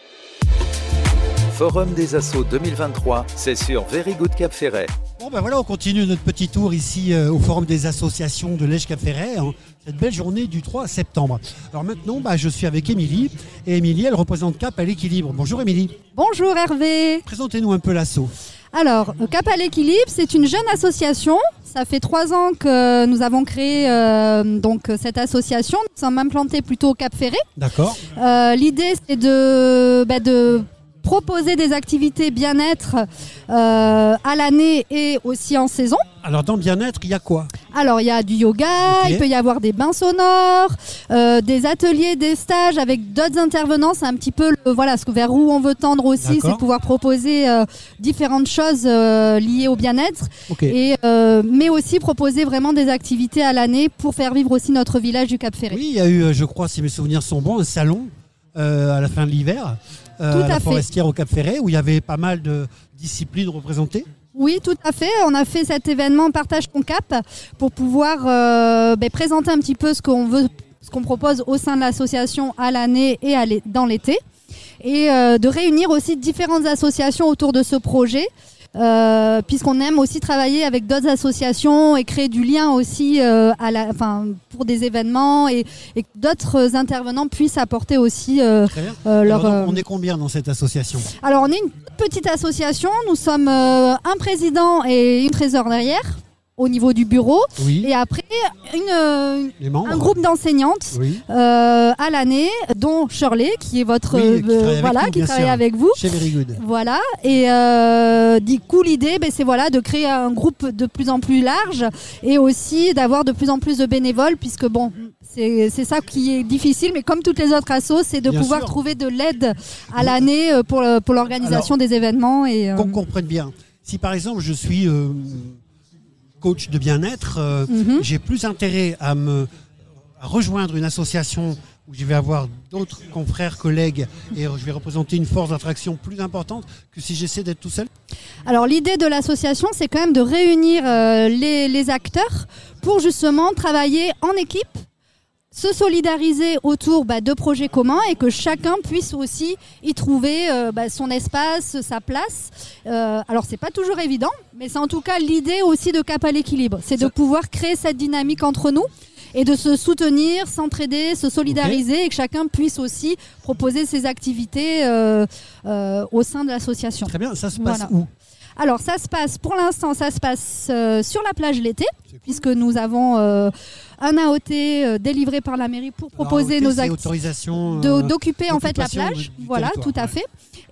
Speaker 1: Forum des assauts 2023, c'est sur Very Good Cap Ferret.
Speaker 2: Bon, ben voilà, on continue notre petit tour ici euh, au Forum des associations de lèche cap ferret hein, cette belle journée du 3 septembre. Alors maintenant, bah, je suis avec Émilie et Émilie, elle représente Cap à l'équilibre. Bonjour Émilie,
Speaker 10: Bonjour Hervé.
Speaker 2: présentez-nous un peu l'assaut.
Speaker 10: Alors, Cap à l'équilibre, c'est une jeune association. Ça fait trois ans que nous avons créé euh, donc cette association. Nous sommes implantés plutôt au Cap Ferré.
Speaker 2: D'accord
Speaker 10: Euh, L'idée, c'est de, bah, de proposer des activités bien-être euh, à l'année et aussi en saison.
Speaker 2: Alors dans le bien-être, il y a quoi
Speaker 10: Alors, il y a du yoga,
Speaker 2: Ok.
Speaker 10: il peut y avoir des bains sonores, euh, des ateliers, des stages avec d'autres intervenants. C'est un petit peu le- voilà, ce que vers où on veut tendre aussi,
Speaker 2: D'accord.
Speaker 10: c'est pouvoir proposer euh, différentes choses euh, liées au bien-être,
Speaker 2: Ok.
Speaker 10: et, euh, mais aussi proposer vraiment des activités à l'année pour faire vivre aussi notre village du Cap Ferré.
Speaker 2: Oui, il y a eu, euh, je crois, si mes souvenirs sont bons, un salon euh, à la fin de l'hiver, euh,
Speaker 10: Tout
Speaker 2: à la
Speaker 10: à fait.
Speaker 2: forestière au Cap Ferret, où il y avait pas mal de disciplines représentées.
Speaker 10: Oui, tout à fait. On a fait cet événement Partage ton cap pour pouvoir euh, ben, présenter un petit peu ce qu'on veut, ce qu'on propose au sein de l'association à l'année et à l'é- dans l'été, et euh, de réunir aussi différentes associations autour de ce projet. euh, puisqu'on aime aussi travailler avec d'autres associations et créer du lien aussi euh, à la, enfin, pour des événements et, et que d'autres intervenants puissent apporter aussi euh,
Speaker 2: Très bien.
Speaker 10: euh, leur...
Speaker 2: Alors,
Speaker 10: euh,
Speaker 2: on est combien dans cette association
Speaker 10: alors, on est une petite association. Nous sommes euh, un président et une trésorière au niveau du bureau.
Speaker 2: Oui.
Speaker 10: Et après, une, euh,
Speaker 2: Les membres
Speaker 10: un groupe d'enseignantes
Speaker 2: Oui.
Speaker 10: euh, à l'année, dont Shirley, qui est votre.
Speaker 2: Oui,
Speaker 10: euh,
Speaker 2: qui travaille avec
Speaker 10: voilà,
Speaker 2: nous,
Speaker 10: qui
Speaker 2: bien
Speaker 10: travaille
Speaker 2: sûr.
Speaker 10: avec vous.
Speaker 2: Chez Very Good.
Speaker 10: Voilà. Et euh, du coup, l'idée, ben, c'est voilà, de créer un groupe de plus en plus large et aussi d'avoir de plus en plus de bénévoles, puisque bon, c'est c'est ça qui est difficile, mais comme toutes les autres assos, c'est de
Speaker 2: Bien
Speaker 10: pouvoir
Speaker 2: sûr.
Speaker 10: trouver de l'aide à l'année euh, pour, le- pour l'organisation des événements. Et, euh,
Speaker 2: Qu'on comprenne bien. Si par exemple je suis euh, coach de bien-être, euh,
Speaker 10: Mhm.
Speaker 2: j'ai plus intérêt à me à rejoindre une association où je vais avoir d'autres confrères, collègues, et je vais représenter une force d'attraction plus importante que si j'essaie d'être tout seul.
Speaker 10: Alors l'idée de l'association, c'est quand même de réunir euh, les, les acteurs pour justement travailler en équipe, se solidariser autour bah, de projets communs et que chacun puisse aussi y trouver euh, bah, son espace, sa place. Euh, alors c'est pas toujours évident, mais c'est en tout cas l'idée aussi de Cap à l'équilibre, c'est de pouvoir créer cette dynamique entre nous. Et de se soutenir, s'entraider, se solidariser et que chacun puisse aussi proposer ses activités euh, euh, au sein de l'association.
Speaker 2: Très bien, ça se passe
Speaker 10: Voilà.
Speaker 2: où
Speaker 10: Alors ça se passe, pour l'instant, ça se passe euh, sur la plage l'été, puisque nous avons euh, un AOT euh, délivré par la mairie pour proposer
Speaker 2: Alors,
Speaker 10: nos
Speaker 2: c'est
Speaker 10: activités
Speaker 2: autorisation euh,
Speaker 10: d'occuper en fait la
Speaker 2: d'occupation
Speaker 10: plage,
Speaker 2: du- du
Speaker 10: voilà, tout
Speaker 2: territoire,
Speaker 10: à
Speaker 2: ouais.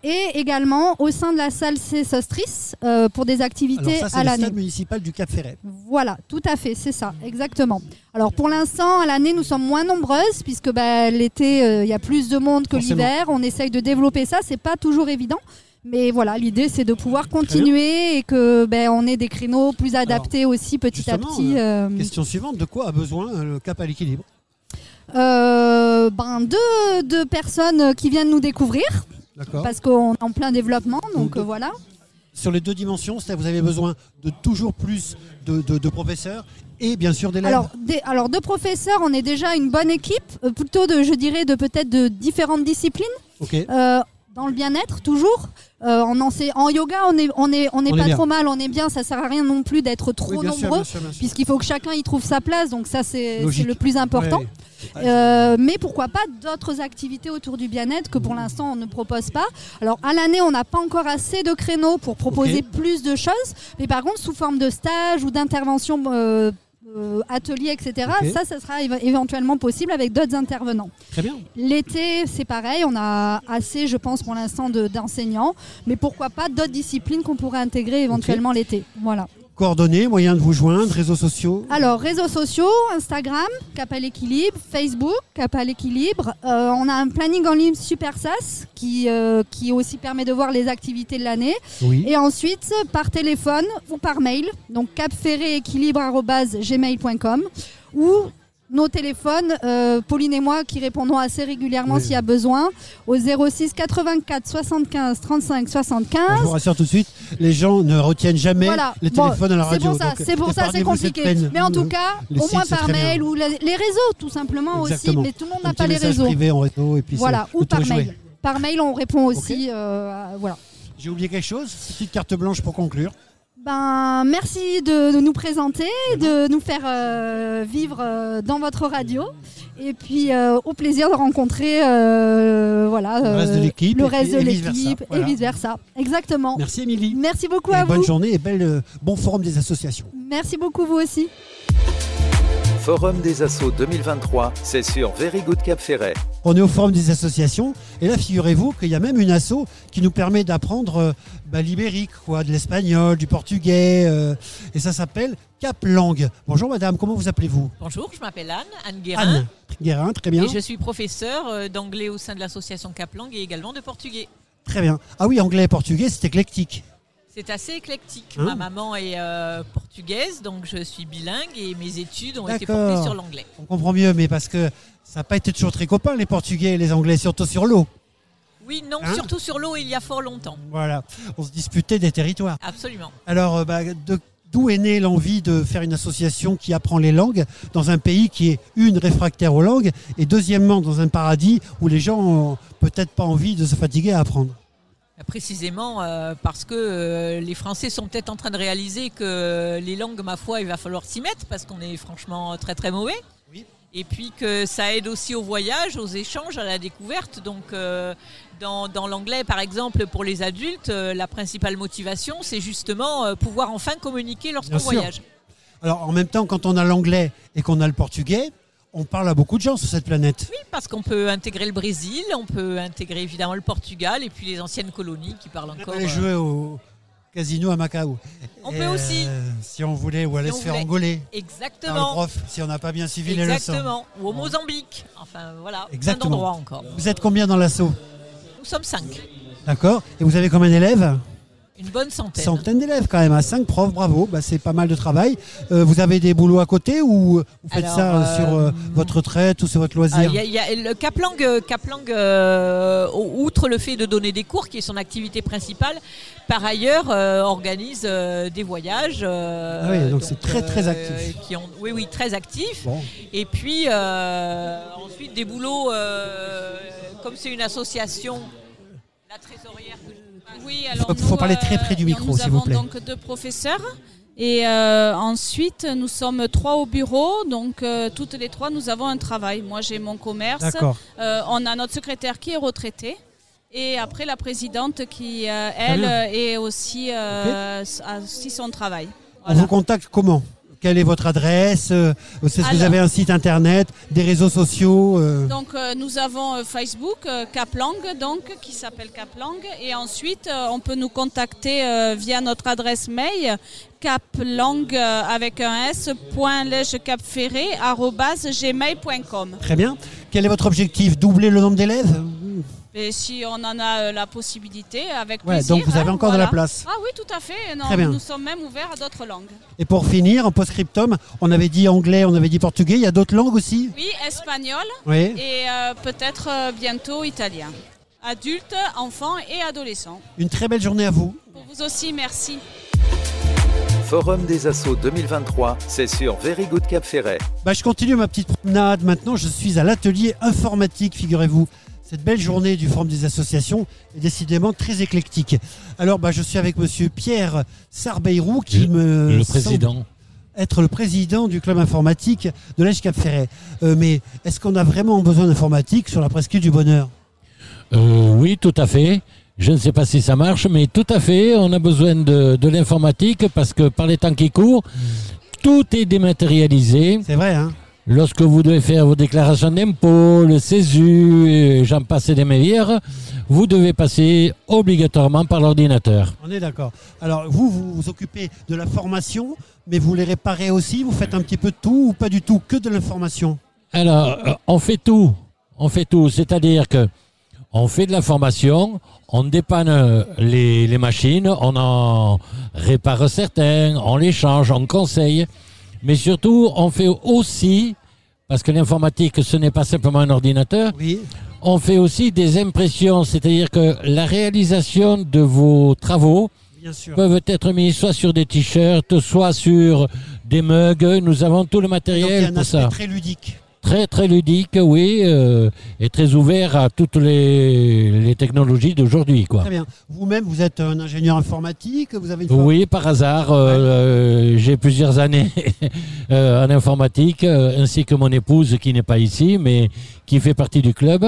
Speaker 10: fait, et également au sein de la salle Sestris euh, pour des
Speaker 2: Alors
Speaker 10: activités
Speaker 2: ça,
Speaker 10: à
Speaker 2: c'est le
Speaker 10: l'année.
Speaker 2: stade municipal du Cap Ferret.
Speaker 10: Voilà, tout à fait, c'est ça, exactement. Alors pour l'instant, à l'année, nous sommes moins nombreuses puisque bah, l'été, euh, il y a plus de monde que
Speaker 2: Forcément.
Speaker 10: l'hiver. On essaye de développer ça, c'est pas toujours évident. Mais voilà, l'idée, c'est de pouvoir continuer et que ben, on ait des créneaux plus adaptés aussi petit à
Speaker 2: justement,
Speaker 10: petit. euh,
Speaker 2: Question suivante, de quoi a besoin euh, le Cap à l'équilibre
Speaker 10: euh, ben, deux, deux personnes qui viennent nous découvrir
Speaker 2: D'accord.
Speaker 10: parce qu'on est en plein développement, donc
Speaker 2: Ou-
Speaker 10: euh, voilà.
Speaker 2: Sur les deux dimensions, c'est-à-dire vous avez besoin de toujours plus de, de- de professeurs et bien sûr d'élèves.
Speaker 10: Alors, des, alors deux professeurs, on est déjà une bonne équipe, euh, plutôt de, je dirais, de peut-être de différentes disciplines.
Speaker 2: Ok.
Speaker 10: Euh, dans le bien-être toujours. Euh, en, ense- en yoga, on est, on est, on est
Speaker 2: On est
Speaker 10: pas
Speaker 2: bien.
Speaker 10: trop mal, on est bien. Ça sert à rien non plus d'être trop
Speaker 2: Oui, bien sûr,
Speaker 10: nombreux,
Speaker 2: bien sûr, bien sûr.
Speaker 10: puisqu'il faut que chacun y trouve sa place. Donc ça, c'est c'est
Speaker 2: Logique.
Speaker 10: le plus important.
Speaker 2: Ouais.
Speaker 10: Euh, mais pourquoi pas d'autres activités autour du bien-être que pour l'instant on ne propose pas. Alors à l'année on n'a pas encore assez de créneaux pour proposer
Speaker 2: Ok.
Speaker 10: plus de choses, mais par contre sous forme de stage ou d'intervention euh, euh, atelier, etc.
Speaker 2: Ok.
Speaker 10: Ça, ça sera éve- éventuellement possible avec d'autres intervenants.
Speaker 2: Très bien.
Speaker 10: L'été, c'est pareil, on a assez, je pense, pour l'instant de- d'enseignants, mais pourquoi pas d'autres disciplines qu'on pourrait intégrer éventuellement l'été. Voilà.
Speaker 2: Coordonnées, moyens de vous joindre, réseaux sociaux.
Speaker 10: Alors, réseaux sociaux, Instagram, Cap à l'équilibre, Facebook, Cap à l'équilibre. Euh, on a un planning en ligne Super SAS qui, euh, qui aussi permet de voir les activités de l'année.
Speaker 2: Oui.
Speaker 10: Et ensuite, par téléphone ou par mail, donc capferrééquilibre.gmail.com ou nos téléphones, euh, Pauline et moi qui répondons assez régulièrement
Speaker 2: Oui.
Speaker 10: s'il y a besoin, au 06 84 75 35 75.
Speaker 2: Je vous rassure tout de suite, les gens ne retiennent jamais
Speaker 10: Voilà.
Speaker 2: les
Speaker 10: Bon,
Speaker 2: téléphones à la
Speaker 10: C'est
Speaker 2: radio.
Speaker 10: pour ça,
Speaker 2: donc
Speaker 10: c'est pour ça, c'est
Speaker 2: épargnez-vous cette
Speaker 10: compliqué.
Speaker 2: peine.
Speaker 10: Mais en tout
Speaker 2: Euh,
Speaker 10: cas,
Speaker 2: les
Speaker 10: au
Speaker 2: sites,
Speaker 10: moins
Speaker 2: c'est
Speaker 10: par
Speaker 2: très bien.
Speaker 10: mail ou la- les réseaux, tout simplement aussi.
Speaker 2: Exactement.
Speaker 10: Mais tout le monde
Speaker 2: un
Speaker 10: n'a
Speaker 2: petit
Speaker 10: pas les
Speaker 2: message
Speaker 10: réseaux.
Speaker 2: privé en réseau et puis
Speaker 10: Voilà,
Speaker 2: c'est-
Speaker 10: ou
Speaker 2: le tour
Speaker 10: par
Speaker 2: est joué.
Speaker 10: mail. Par mail, on répond
Speaker 2: Ok.
Speaker 10: aussi. euh, à- voilà.
Speaker 2: J'ai oublié quelque chose Petite carte blanche pour conclure.
Speaker 10: Ben, merci de, de nous présenter, de nous faire euh, vivre euh, dans votre radio. Et puis, euh, au plaisir de rencontrer euh, voilà,
Speaker 2: Le reste de l'équipe
Speaker 10: le
Speaker 2: et puis-
Speaker 10: reste de
Speaker 2: et vice-versa,
Speaker 10: l'équipe et
Speaker 2: voilà.
Speaker 10: vice-versa. Exactement. Merci,
Speaker 2: Merci Émilie.
Speaker 10: beaucoup
Speaker 2: Et
Speaker 10: à
Speaker 2: bonne
Speaker 10: vous.
Speaker 2: journée et belle, euh, bon forum des associations.
Speaker 10: Merci beaucoup vous aussi.
Speaker 1: Forum des Assauts 2023, c'est sur Very Good Cap Ferret.
Speaker 2: On est au forum des associations et là figurez-vous qu'il y a même une asso qui nous permet d'apprendre euh, bah, l'ibérique, quoi, de l'espagnol, du portugais euh, et ça s'appelle Cap Langue. Bonjour madame, comment vous appelez-vous
Speaker 11: Bonjour, je m'appelle Anne, Anne Guérin,
Speaker 2: Anne Guérin, très bien.
Speaker 11: et je suis professeure euh, d'anglais au sein de l'association Caplang et également de portugais.
Speaker 2: Très bien. Ah oui, anglais et portugais, c'est éclectique.
Speaker 11: C'est assez éclectique.
Speaker 2: Hein
Speaker 11: Ma maman est euh, portugaise, donc je suis bilingue et mes études ont été
Speaker 2: D'accord.
Speaker 11: portées sur l'anglais.
Speaker 2: On comprend mieux, mais parce que ça n'a pas été toujours très copain les portugais et les anglais, surtout sur l'eau.
Speaker 11: Oui, non,
Speaker 2: Hein
Speaker 11: surtout sur l'eau il y a fort longtemps.
Speaker 2: Voilà, on se disputait des territoires.
Speaker 11: Absolument.
Speaker 2: Alors, euh, bah, de- d'où est née l'envie de faire une association qui apprend les langues dans un pays qui est, une, réfractaire aux langues, et deuxièmement, dans un paradis où les gens ont peut-être pas envie de se fatiguer à apprendre
Speaker 11: Ah Précisément euh, parce que euh, les Français sont peut-être en train de réaliser que les langues, ma foi, il va falloir s'y mettre parce qu'on est franchement très très mauvais.
Speaker 2: Oui.
Speaker 11: Et puis que ça aide aussi au voyage, aux échanges, à la découverte. Donc euh, dans, dans l'anglais, par exemple, pour les adultes, euh, la principale motivation, c'est justement euh, pouvoir enfin communiquer
Speaker 2: Bien
Speaker 11: lorsqu'on
Speaker 2: sûr.
Speaker 11: voyage.
Speaker 2: Alors en même temps, quand on a l'anglais et qu'on a le portugais, on parle à beaucoup de gens sur cette planète.
Speaker 11: Oui, parce qu'on peut intégrer le Brésil, on peut intégrer évidemment le Portugal et puis les anciennes colonies qui parlent
Speaker 2: On
Speaker 11: encore.
Speaker 2: peut aller
Speaker 11: euh,
Speaker 2: jouer au casino à Macao.
Speaker 11: On
Speaker 2: Et,
Speaker 11: peut aussi.
Speaker 2: euh, si on voulait, ou aller
Speaker 11: on
Speaker 2: se faire
Speaker 11: voulait.
Speaker 2: engoler par le
Speaker 11: Exactement.
Speaker 2: prof si on n'a pas bien suivi les leçons.
Speaker 11: Exactement. Ou au Mozambique. Enfin voilà,
Speaker 2: Exactement.
Speaker 11: plein d'endroits encore.
Speaker 2: Vous êtes combien dans l'assaut
Speaker 11: Nous sommes cinq.
Speaker 2: D'accord Et vous avez combien d'élèves
Speaker 11: Une bonne centaine. Ah,
Speaker 2: Centaines d'élèves quand même, à 5 profs, bravo, Bah, c'est pas mal de travail. Euh, vous avez des boulots à côté ou vous faites
Speaker 11: Alors,
Speaker 2: ça euh,
Speaker 11: euh,
Speaker 2: sur euh, votre retraite ou sur votre
Speaker 11: Ah,
Speaker 2: loisir
Speaker 11: Il y a, il y a le Caplang, euh, Caplang, euh, au- outre le fait de donner des cours, qui est son activité principale, par ailleurs euh, organise euh, des voyages. euh,
Speaker 2: Ah oui, donc c'est très, très actif.
Speaker 11: qui ont- oui, oui, très actif.
Speaker 2: Bon.
Speaker 11: Et puis euh, ensuite des boulots, euh, comme c'est une association, la trésorière. que je- Ah
Speaker 12: Oui, alors
Speaker 2: Faut- faut
Speaker 12: nous,
Speaker 2: parler très près du
Speaker 12: euh,
Speaker 2: micro,
Speaker 12: nous
Speaker 2: s'il vous plaît.
Speaker 12: avons donc deux professeurs. Et euh, ensuite, nous sommes trois au bureau, donc euh, toutes les trois, nous avons un travail. Moi, j'ai mon commerce.
Speaker 2: D'accord.
Speaker 12: Euh, on a notre secrétaire qui est retraitée. Et après, la présidente qui, euh,
Speaker 2: bien.
Speaker 12: elle, euh, est aussi, euh, a aussi son travail.
Speaker 2: On vous contacte comment Quelle est votre adresse Euh, Est-ce que vous
Speaker 12: Alors-
Speaker 2: avez un site internet, des réseaux sociaux euh,
Speaker 12: Donc euh, nous avons euh, Facebook, euh, Caplang, donc, qui s'appelle Caplang. Et ensuite, euh, on peut nous contacter euh, via notre adresse mail caplang euh, avec un s point legecapferré, arobase, gmail.com.
Speaker 2: Très bien. Quel est votre objectif Doubler le nombre d'élèves
Speaker 12: Et si on en a euh, la possibilité, avec
Speaker 2: Ouais,
Speaker 12: plaisir,
Speaker 2: donc vous avez
Speaker 12: hein,
Speaker 2: encore de la
Speaker 12: voilà.
Speaker 2: place.
Speaker 12: Ah oui, tout à fait. Non,
Speaker 2: Très bien.
Speaker 12: Nous sommes même ouverts à d'autres langues.
Speaker 2: Et pour finir, en post-scriptum, on avait dit anglais, on avait dit portugais, il y a d'autres langues aussi
Speaker 12: Oui, espagnol
Speaker 2: Oui.
Speaker 12: et euh, peut-être euh, bientôt italien. Adultes, enfants et adolescents.
Speaker 2: Une très belle journée à vous.
Speaker 12: Pour vous aussi, merci.
Speaker 1: Forum des Assauts 2023, c'est sur Very Good Cap Ferret.
Speaker 2: Bah, je continue ma petite promenade. Maintenant, je suis à l'atelier informatique, figurez-vous. Cette belle journée du Forum des associations est décidément très éclectique. Alors, bah, je suis avec monsieur Pierre Sarbeyrou qui me.
Speaker 13: le
Speaker 2: semble
Speaker 13: président.
Speaker 2: Être le président du club informatique de l'Èche Cap Ferret. Euh, mais est-ce qu'on a vraiment besoin d'informatique sur la presqu'île du bonheur
Speaker 13: Euh, oui, tout à fait. Je ne sais pas si ça marche, mais tout à fait, on a besoin de, de l'informatique parce que par les temps qui courent, tout est dématérialisé.
Speaker 2: C'est vrai, hein
Speaker 13: Lorsque vous devez faire vos déclarations d'impôts, le CESU, et j'en passe et des meilleurs, vous devez passer obligatoirement par l'ordinateur.
Speaker 2: On est d'accord. Alors, vous, vous vous occupez de la formation, mais vous les réparez aussi Vous faites un petit peu de tout ou pas du tout Que de l'information
Speaker 13: Alors, euh, on fait tout. On fait tout. C'est-à-dire que on fait de la formation, on dépanne euh, les, les machines, on en répare certains, on les change, on conseille. Mais surtout, on fait aussi, parce que l'informatique, ce n'est pas simplement un ordinateur, on fait aussi des impressions. C'est-à-dire que la réalisation de vos travaux,
Speaker 2: Bien sûr.
Speaker 13: peuvent être mis soit sur des t-shirts, soit sur des mugs. Nous avons tout le
Speaker 2: Donc, il y a
Speaker 13: matériel
Speaker 2: un
Speaker 13: pour
Speaker 2: aspect
Speaker 13: ça.
Speaker 2: très ludique.
Speaker 13: Très très ludique, oui, euh, et très ouvert à toutes les, les technologies d'aujourd'hui, quoi.
Speaker 2: Très bien. Vous-même, vous êtes un ingénieur informatique, vous avez une formation-
Speaker 13: Oui, par hasard, euh, euh, j'ai plusieurs années euh, en informatique, euh, ainsi que mon épouse qui n'est pas ici, mais qui fait partie du club.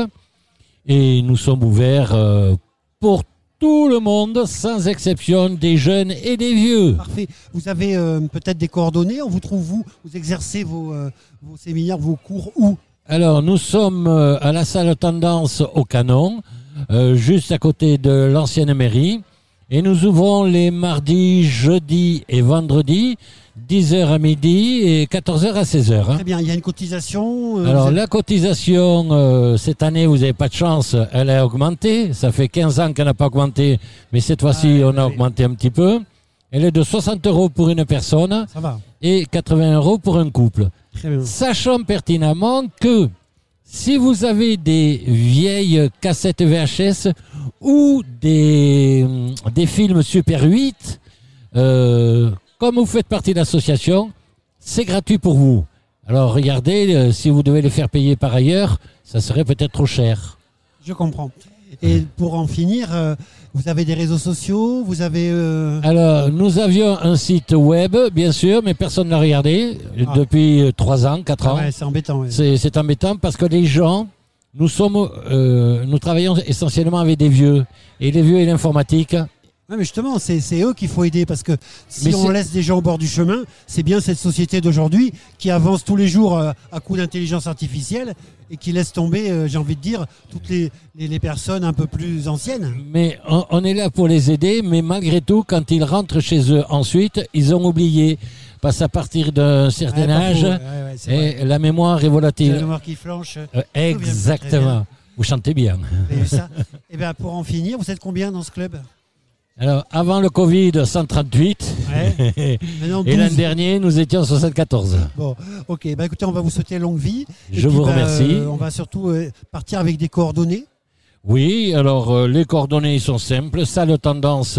Speaker 13: Et nous sommes ouverts euh, pour tout le monde, sans exception, des jeunes et des vieux.
Speaker 2: Parfait. Vous avez euh, peut-être des coordonnées. On vous trouve vous. Vous exercez vos, euh, vos séminaires, vos cours où
Speaker 13: Alors, nous sommes euh, à la salle tendance au canon, euh, juste à côté de l'ancienne mairie. Et nous ouvrons les mardis, jeudis et vendredis, 10h à midi et 14h à 16h. hein.
Speaker 2: Très bien. Il y a une cotisation. euh,
Speaker 13: Alors,
Speaker 2: vous êtes-
Speaker 13: la cotisation, euh, cette année, vous n'avez pas de chance, elle a augmenté. Ça fait 15 ans qu'elle n'a pas augmenté, mais cette fois-ci,
Speaker 2: Ah,
Speaker 13: on a augmenté un petit peu. Elle est de 60 euros pour une personne
Speaker 2: Ça va.
Speaker 13: et 80 euros pour un couple.
Speaker 2: Très bien.
Speaker 13: Sachant pertinemment que si vous avez des vieilles cassettes VHS ou des, des films Super 8, euh, comme vous faites partie de l'association, c'est gratuit pour vous. Alors regardez, euh, si vous devez les faire payer par ailleurs, ça serait peut-être trop cher.
Speaker 2: Je comprends. Et pour en finir, euh, vous avez des réseaux sociaux, vous avez... euh,
Speaker 14: Alors, nous avions un site web, bien sûr, mais personne ne l'a regardé euh,
Speaker 2: Ah.
Speaker 14: depuis euh, trois ans, quatre ans.
Speaker 2: ouais, c'est embêtant. ouais.
Speaker 14: C'est c'est embêtant parce que les gens, nous sommes, euh, nous travaillons essentiellement avec des vieux. Et les vieux et l'informatique,
Speaker 2: Ouais, mais justement, c'est c'est eux qu'il faut aider parce que si
Speaker 14: Mais
Speaker 2: on
Speaker 14: c'est-
Speaker 2: laisse des gens au bord du chemin, c'est bien cette société d'aujourd'hui qui avance tous les jours euh, à coup d'intelligence artificielle et qui laisse tomber, euh, j'ai envie de dire, toutes les, les- les personnes un peu plus anciennes.
Speaker 14: mais on, on est là pour les aider, mais malgré tout, quand ils rentrent chez eux ensuite, ils ont oublié. Parce qu'à partir d'un certain
Speaker 2: Ouais, Ah, pas
Speaker 14: âge,
Speaker 2: faux, ouais, ouais, c'est
Speaker 14: et
Speaker 2: vrai.
Speaker 14: la mémoire est
Speaker 2: C'est la
Speaker 14: volatile.
Speaker 2: mémoire qui flanche.
Speaker 14: Euh, Exactement. Vous chantez bien.
Speaker 2: Vous avez vu ça Et bien, pour en finir, vous êtes combien dans ce club
Speaker 14: Alors, avant le Covid, 138.
Speaker 2: Ouais. Maintenant,
Speaker 14: Et
Speaker 2: 12.
Speaker 14: l'an dernier, nous étions 74.
Speaker 2: Bon, ok. Bah, écoutez, on va vous souhaiter longue vie. Et
Speaker 14: Je
Speaker 2: puis,
Speaker 14: vous
Speaker 2: bah,
Speaker 14: remercie.
Speaker 2: euh, on va surtout euh, partir avec des coordonnées.
Speaker 14: Oui, alors euh, les coordonnées sont simples. Salle tendance,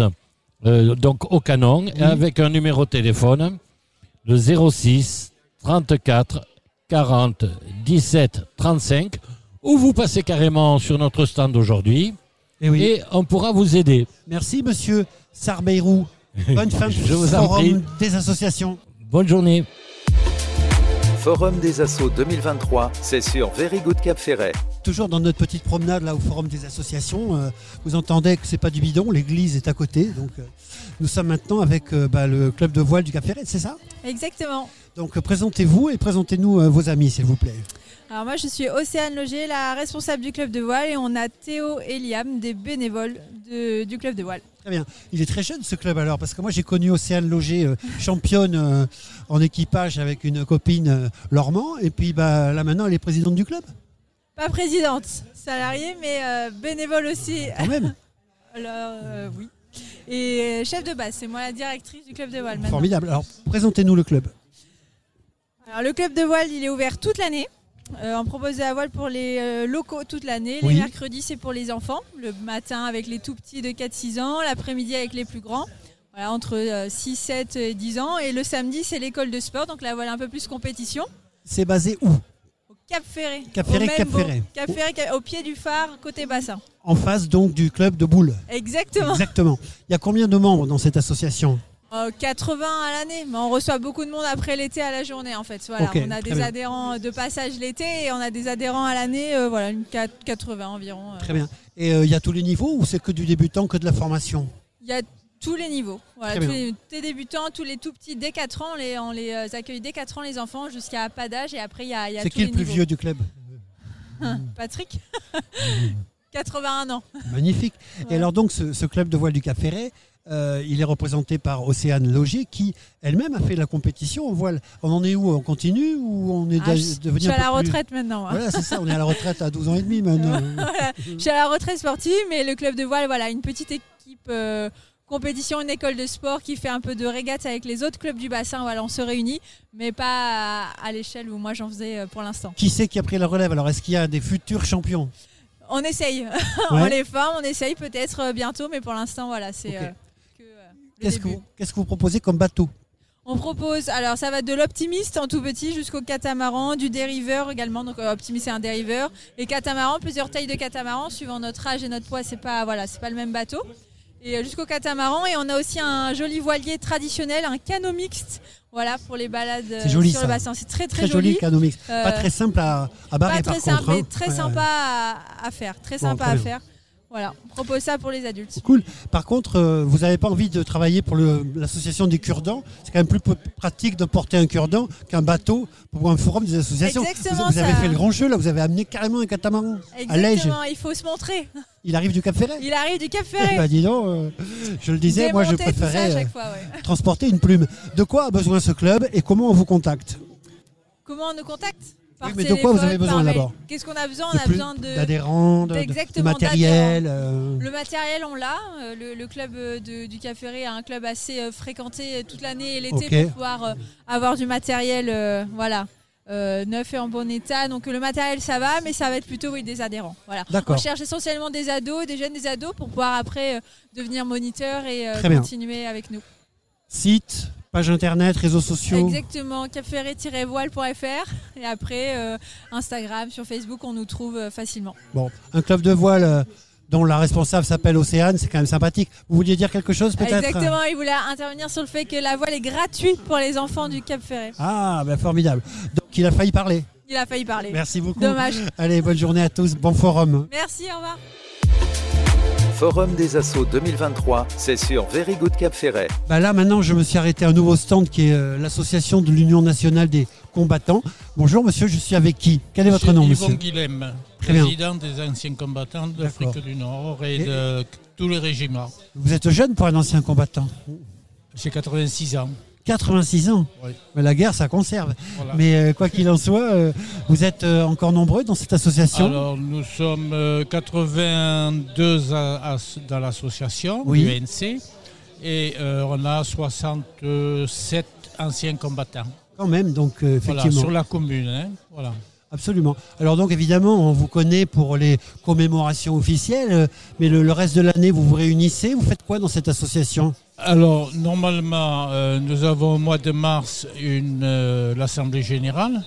Speaker 14: euh, donc au canon, et avec un numéro de téléphone de 06 34 40 17 35, ou vous passez carrément sur notre stand aujourd'hui
Speaker 2: Et oui.
Speaker 14: et on pourra vous aider.
Speaker 2: Merci, monsieur Sarbeirou. Bonne fin de
Speaker 14: Je vous en prie.
Speaker 2: forum des associations.
Speaker 14: Bonne journée.
Speaker 1: Forum des Assauts 2023, c'est sur Very Good Cap Ferret.
Speaker 2: Toujours dans notre petite promenade là au forum des associations, euh, vous entendez que c'est pas du bidon, l'église est à côté. Donc, euh, nous sommes maintenant avec euh, bah, le club de voile du Cap Ferret, c'est ça
Speaker 15: Exactement.
Speaker 2: Donc, euh, présentez-vous et présentez-nous euh, vos amis, s'il vous plaît.
Speaker 15: Alors moi je suis Océane Loger, la responsable du club de voile et on a Théo et Liam, des bénévoles de- du club de voile.
Speaker 2: Très bien. Il est très jeune ce club alors, parce que moi j'ai connu Océane Loger, euh, championne euh, en équipage avec une copine euh, Lormand, et puis bah, là maintenant elle est présidente du club,
Speaker 15: Pas présidente, salariée, mais euh, bénévole aussi.
Speaker 2: Ah, quand même.
Speaker 15: Alors euh, oui. Et euh, chef de base, c'est moi la directrice du club de voile maintenant.
Speaker 2: Formidable. Alors présentez-nous le club.
Speaker 15: Alors le club de voile, il est ouvert toute l'année. Euh, on propose de la voile pour les euh, locaux toute l'année.
Speaker 2: Oui.
Speaker 15: Les mercredis, c'est pour les enfants. Le matin avec les tout petits de 4-6 ans, l'après-midi avec les plus grands. Voilà, entre 6, 7 et 10 ans. Et le samedi, c'est l'école de sport, donc la voile un peu plus compétition.
Speaker 2: C'est basé où
Speaker 15: Cap Ferré.
Speaker 2: Cap
Speaker 15: Au
Speaker 2: Ferré,
Speaker 15: même
Speaker 2: Cap
Speaker 15: beau.
Speaker 2: Ferré.
Speaker 15: Cap Ferré, Cap- au pied du phare, côté bassin.
Speaker 2: En face donc du club de boules.
Speaker 15: Exactement.
Speaker 2: Exactement. Il y a combien de membres dans cette association
Speaker 15: Euh, 80 à l'année, mais on reçoit beaucoup de monde après l'été à la journée en fait. Voilà,
Speaker 2: Ok,
Speaker 15: on a
Speaker 2: très
Speaker 15: des
Speaker 2: bien.
Speaker 15: adhérents euh, de passage l'été et on a des adhérents à l'année, euh, voilà, une quat- 80 environ. euh.
Speaker 2: Très bien. Et euh, il y a tous les niveaux ou c'est que du débutant, que de la formation
Speaker 15: Il y a tous les niveaux. Voilà,
Speaker 2: Très
Speaker 15: tous
Speaker 2: bien.
Speaker 15: les, tous les débutants, tous les tout petits, dès 4 ans, on les, on les euh, accueille dès 4 ans les enfants jusqu'à pas d'âge et après il y a, il y a
Speaker 2: C'est
Speaker 15: tous
Speaker 2: qui
Speaker 15: les
Speaker 2: le plus
Speaker 15: niveaux.
Speaker 2: vieux du club
Speaker 15: Patrick 81 ans.
Speaker 2: Magnifique. Et alors donc ce, ce club de voile du Cap Ferret, euh, il est représenté par Océane Loger qui elle-même a fait la compétition en voile. On en est où On continue ou on est
Speaker 15: Ah,
Speaker 2: de-
Speaker 15: je, je
Speaker 2: devenu
Speaker 15: suis
Speaker 2: un
Speaker 15: à
Speaker 2: peu
Speaker 15: la
Speaker 2: plus-
Speaker 15: retraite maintenant. hein. moi.
Speaker 2: Voilà, c'est ça, on est à la retraite à 12 ans et demi maintenant.
Speaker 15: Voilà, Je suis à la retraite sportive, mais le club de voile, voilà, une petite équipe euh, compétition, une école de sport qui fait un peu de régate avec les autres clubs du bassin. Voilà, on se réunit, mais pas à, à l'échelle où moi j'en faisais euh, pour l'instant.
Speaker 2: Qui c'est qui a pris la relève Alors est-ce qu'il y a des futurs champions
Speaker 15: On essaye, on les forme, on essaye peut-être euh, bientôt, mais pour l'instant, voilà, c'est
Speaker 2: Ok.
Speaker 15: euh, que, euh, le
Speaker 2: Qu'est-ce que,
Speaker 15: début.
Speaker 2: vous- qu'est-ce que vous proposez comme bateau
Speaker 15: On propose, alors ça va de l'optimiste en tout petit jusqu'au catamaran, du dériveur également. Donc euh, optimiste c'est un dériveur. Les catamarans, plusieurs tailles de catamarans suivant notre âge et notre poids, c'est pas voilà, c'est pas le même bateau. Et euh, jusqu'au catamaran et on a aussi un joli voilier traditionnel, un canot mixte. Voilà pour les balades euh,
Speaker 2: C'est joli,
Speaker 15: sur
Speaker 2: ça.
Speaker 15: le bassin. C'est très très,
Speaker 2: Très, joli, le canot mixte.
Speaker 15: Euh,
Speaker 2: pas très simple à, à barrer
Speaker 15: Pas très
Speaker 2: par
Speaker 15: simple,
Speaker 2: contre. hein.
Speaker 15: mais très
Speaker 2: Ouais,
Speaker 15: sympa
Speaker 2: ouais.
Speaker 15: à, à faire, très
Speaker 2: Bon,
Speaker 15: sympa
Speaker 2: très
Speaker 15: à
Speaker 2: bien.
Speaker 15: faire. Voilà, on propose ça pour les adultes.
Speaker 2: Cool. Par contre, euh, vous n'avez pas envie de travailler pour le- l'association des cure-dents C'est quand même plus p- pratique de porter un cure-dent qu'un bateau pour un forum des associations. Vous-
Speaker 15: Exactement
Speaker 2: vous, avez
Speaker 15: ça.
Speaker 2: fait le grand jeu là, vous avez amené carrément un catamaran à l'Ège.
Speaker 15: Exactement, il faut se montrer.
Speaker 2: Il arrive du Cap Ferret
Speaker 15: Il arrive du Cap
Speaker 2: Eh
Speaker 15: Ferré.
Speaker 2: ben, dis donc, euh, je le disais, moi je
Speaker 15: Démonter tout ça à
Speaker 2: préférais
Speaker 15: chaque
Speaker 2: euh,
Speaker 15: fois, ouais.
Speaker 2: transporter une plume. De quoi a besoin ce club et comment on vous contacte
Speaker 15: Comment on nous contacte Par
Speaker 2: Oui, mais de quoi vous avez
Speaker 15: téléphone, par
Speaker 2: besoin
Speaker 15: mail.
Speaker 2: d'abord
Speaker 15: Qu'est-ce qu'on a besoin On
Speaker 2: De
Speaker 15: a
Speaker 2: plus-
Speaker 15: besoin de
Speaker 2: d'adhérents, de- de- de
Speaker 15: Exactement,
Speaker 2: matériel,
Speaker 15: d'adhérents.
Speaker 2: euh.
Speaker 15: Le matériel, on l'a. Euh, Le, le club euh, de- du Café Ré a un club assez euh, fréquenté toute l'année et l'été
Speaker 2: Ok.
Speaker 15: pour pouvoir euh, avoir du matériel euh, voilà, euh, neuf et en bon état. Donc le matériel, ça va, mais ça va être plutôt oui, des adhérents. Voilà.
Speaker 2: D'accord.
Speaker 15: On cherche essentiellement des ados, des jeunes des ados pour pouvoir après euh, devenir moniteur et euh,
Speaker 2: Très bien.
Speaker 15: continuer avec nous.
Speaker 2: Site, page internet, réseaux sociaux
Speaker 15: Exactement, capferré-voile.fr et après euh, Instagram, sur Facebook, on nous trouve euh, facilement.
Speaker 2: Bon, un club de voile euh, dont la responsable s'appelle Océane, c'est quand même sympathique. Vous vouliez dire quelque chose peut-être
Speaker 15: Exactement, il voulait intervenir sur le fait que la voile est gratuite pour les enfants du Cap Ferret.
Speaker 2: Ah, ben formidable. Donc il a failli parler.
Speaker 15: Il a failli parler.
Speaker 2: Merci beaucoup.
Speaker 15: Dommage.
Speaker 2: Allez, bonne journée à tous, bon forum.
Speaker 15: Merci, au revoir.
Speaker 1: Forum des Assauts 2023, c'est sur Very Good Cap Ferret.
Speaker 2: Bah là maintenant, je me suis arrêté à un nouveau stand qui est euh, l'association de l'Union nationale des combattants. Bonjour monsieur, je suis avec qui Quel est votre nom
Speaker 16: Yvon
Speaker 2: monsieur
Speaker 16: Guilhem,
Speaker 2: Très bien.
Speaker 16: président des anciens combattants d'Afrique du Nord et de tous les régiments.
Speaker 2: Vous êtes jeune pour un ancien combattant.
Speaker 16: J'ai 86 ans.
Speaker 2: 86 ans.
Speaker 16: Oui.
Speaker 2: Mais la guerre, ça conserve.
Speaker 16: Voilà.
Speaker 2: Mais euh, quoi qu'il en soit, euh, vous êtes euh, encore nombreux dans cette association.
Speaker 16: Alors nous sommes euh, 82 à- à- dans l'association,
Speaker 2: Oui.
Speaker 16: l'UNC, et euh, on a 67 anciens combattants.
Speaker 2: Quand même, donc euh,
Speaker 16: Voilà,
Speaker 2: effectivement.
Speaker 16: sur la commune. hein, voilà.
Speaker 2: Absolument. Alors donc évidemment, on vous connaît pour les commémorations officielles, euh, mais le, le reste de l'année, vous vous réunissez. Vous faites quoi dans cette association
Speaker 16: Alors, normalement, euh, nous avons au mois de mars une, euh, l'Assemblée générale.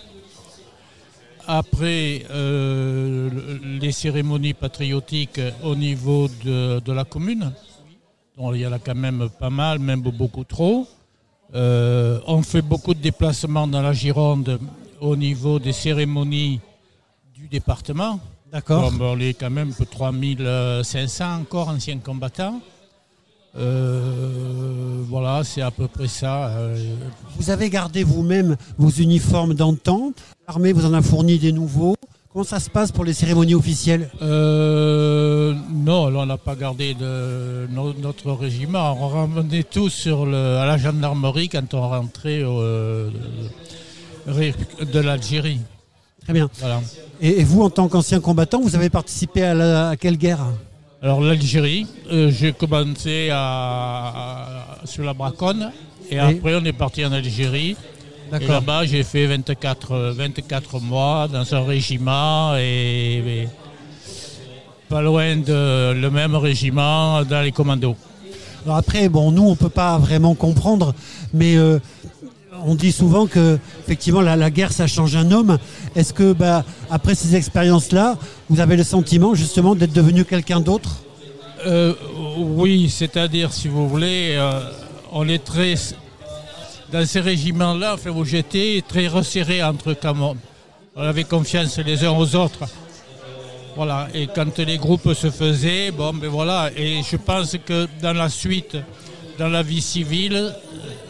Speaker 16: Après euh, le- les cérémonies patriotiques au niveau de, de la commune, dont il y en a quand même pas mal, même beaucoup trop. Euh, on fait beaucoup de déplacements dans la Gironde au niveau des cérémonies du département.
Speaker 2: D'accord.
Speaker 16: Comme on est quand même pour 3500 encore anciens combattants. Euh, voilà, c'est à peu près ça. euh.
Speaker 2: Vous avez gardé vous-même vos uniformes d'antan. L'armée vous en a fourni des nouveaux. Comment ça se passe pour les cérémonies officielles
Speaker 16: Euh, non, là, on n'a pas gardé de, no- notre régiment. On ramenait tout sur le, à la gendarmerie quand on rentrait au- euh, de l'Algérie.
Speaker 2: Très bien.
Speaker 16: Voilà.
Speaker 2: Et, et vous, en tant qu'ancien combattant, vous avez participé à, la- à quelle guerre
Speaker 16: Alors l'Algérie, euh, j'ai commencé à, à- sur la Braconne et
Speaker 2: Oui.
Speaker 16: après on est parti en Algérie. Et
Speaker 2: D'accord.
Speaker 16: là-bas j'ai fait 24, euh, 24 mois dans un régiment et, et pas loin de le même régiment dans les commandos.
Speaker 2: Alors après, bon, nous, on peut pas vraiment comprendre, mais euh, on dit souvent que, effectivement, la, la guerre, ça change un homme. Est-ce que, bah, après ces expériences-là, vous avez le sentiment, justement, d'être devenu quelqu'un d'autre
Speaker 16: Euh, oui, c'est-à-dire, si vous voulez, euh, on est très. Dans ces régiments-là, enfin, où j'étais, très resserré entre camons. On avait confiance les uns aux autres. Voilà, et quand les groupes se faisaient, bon, ben voilà. Et je pense que dans la suite, dans la vie civile, euh,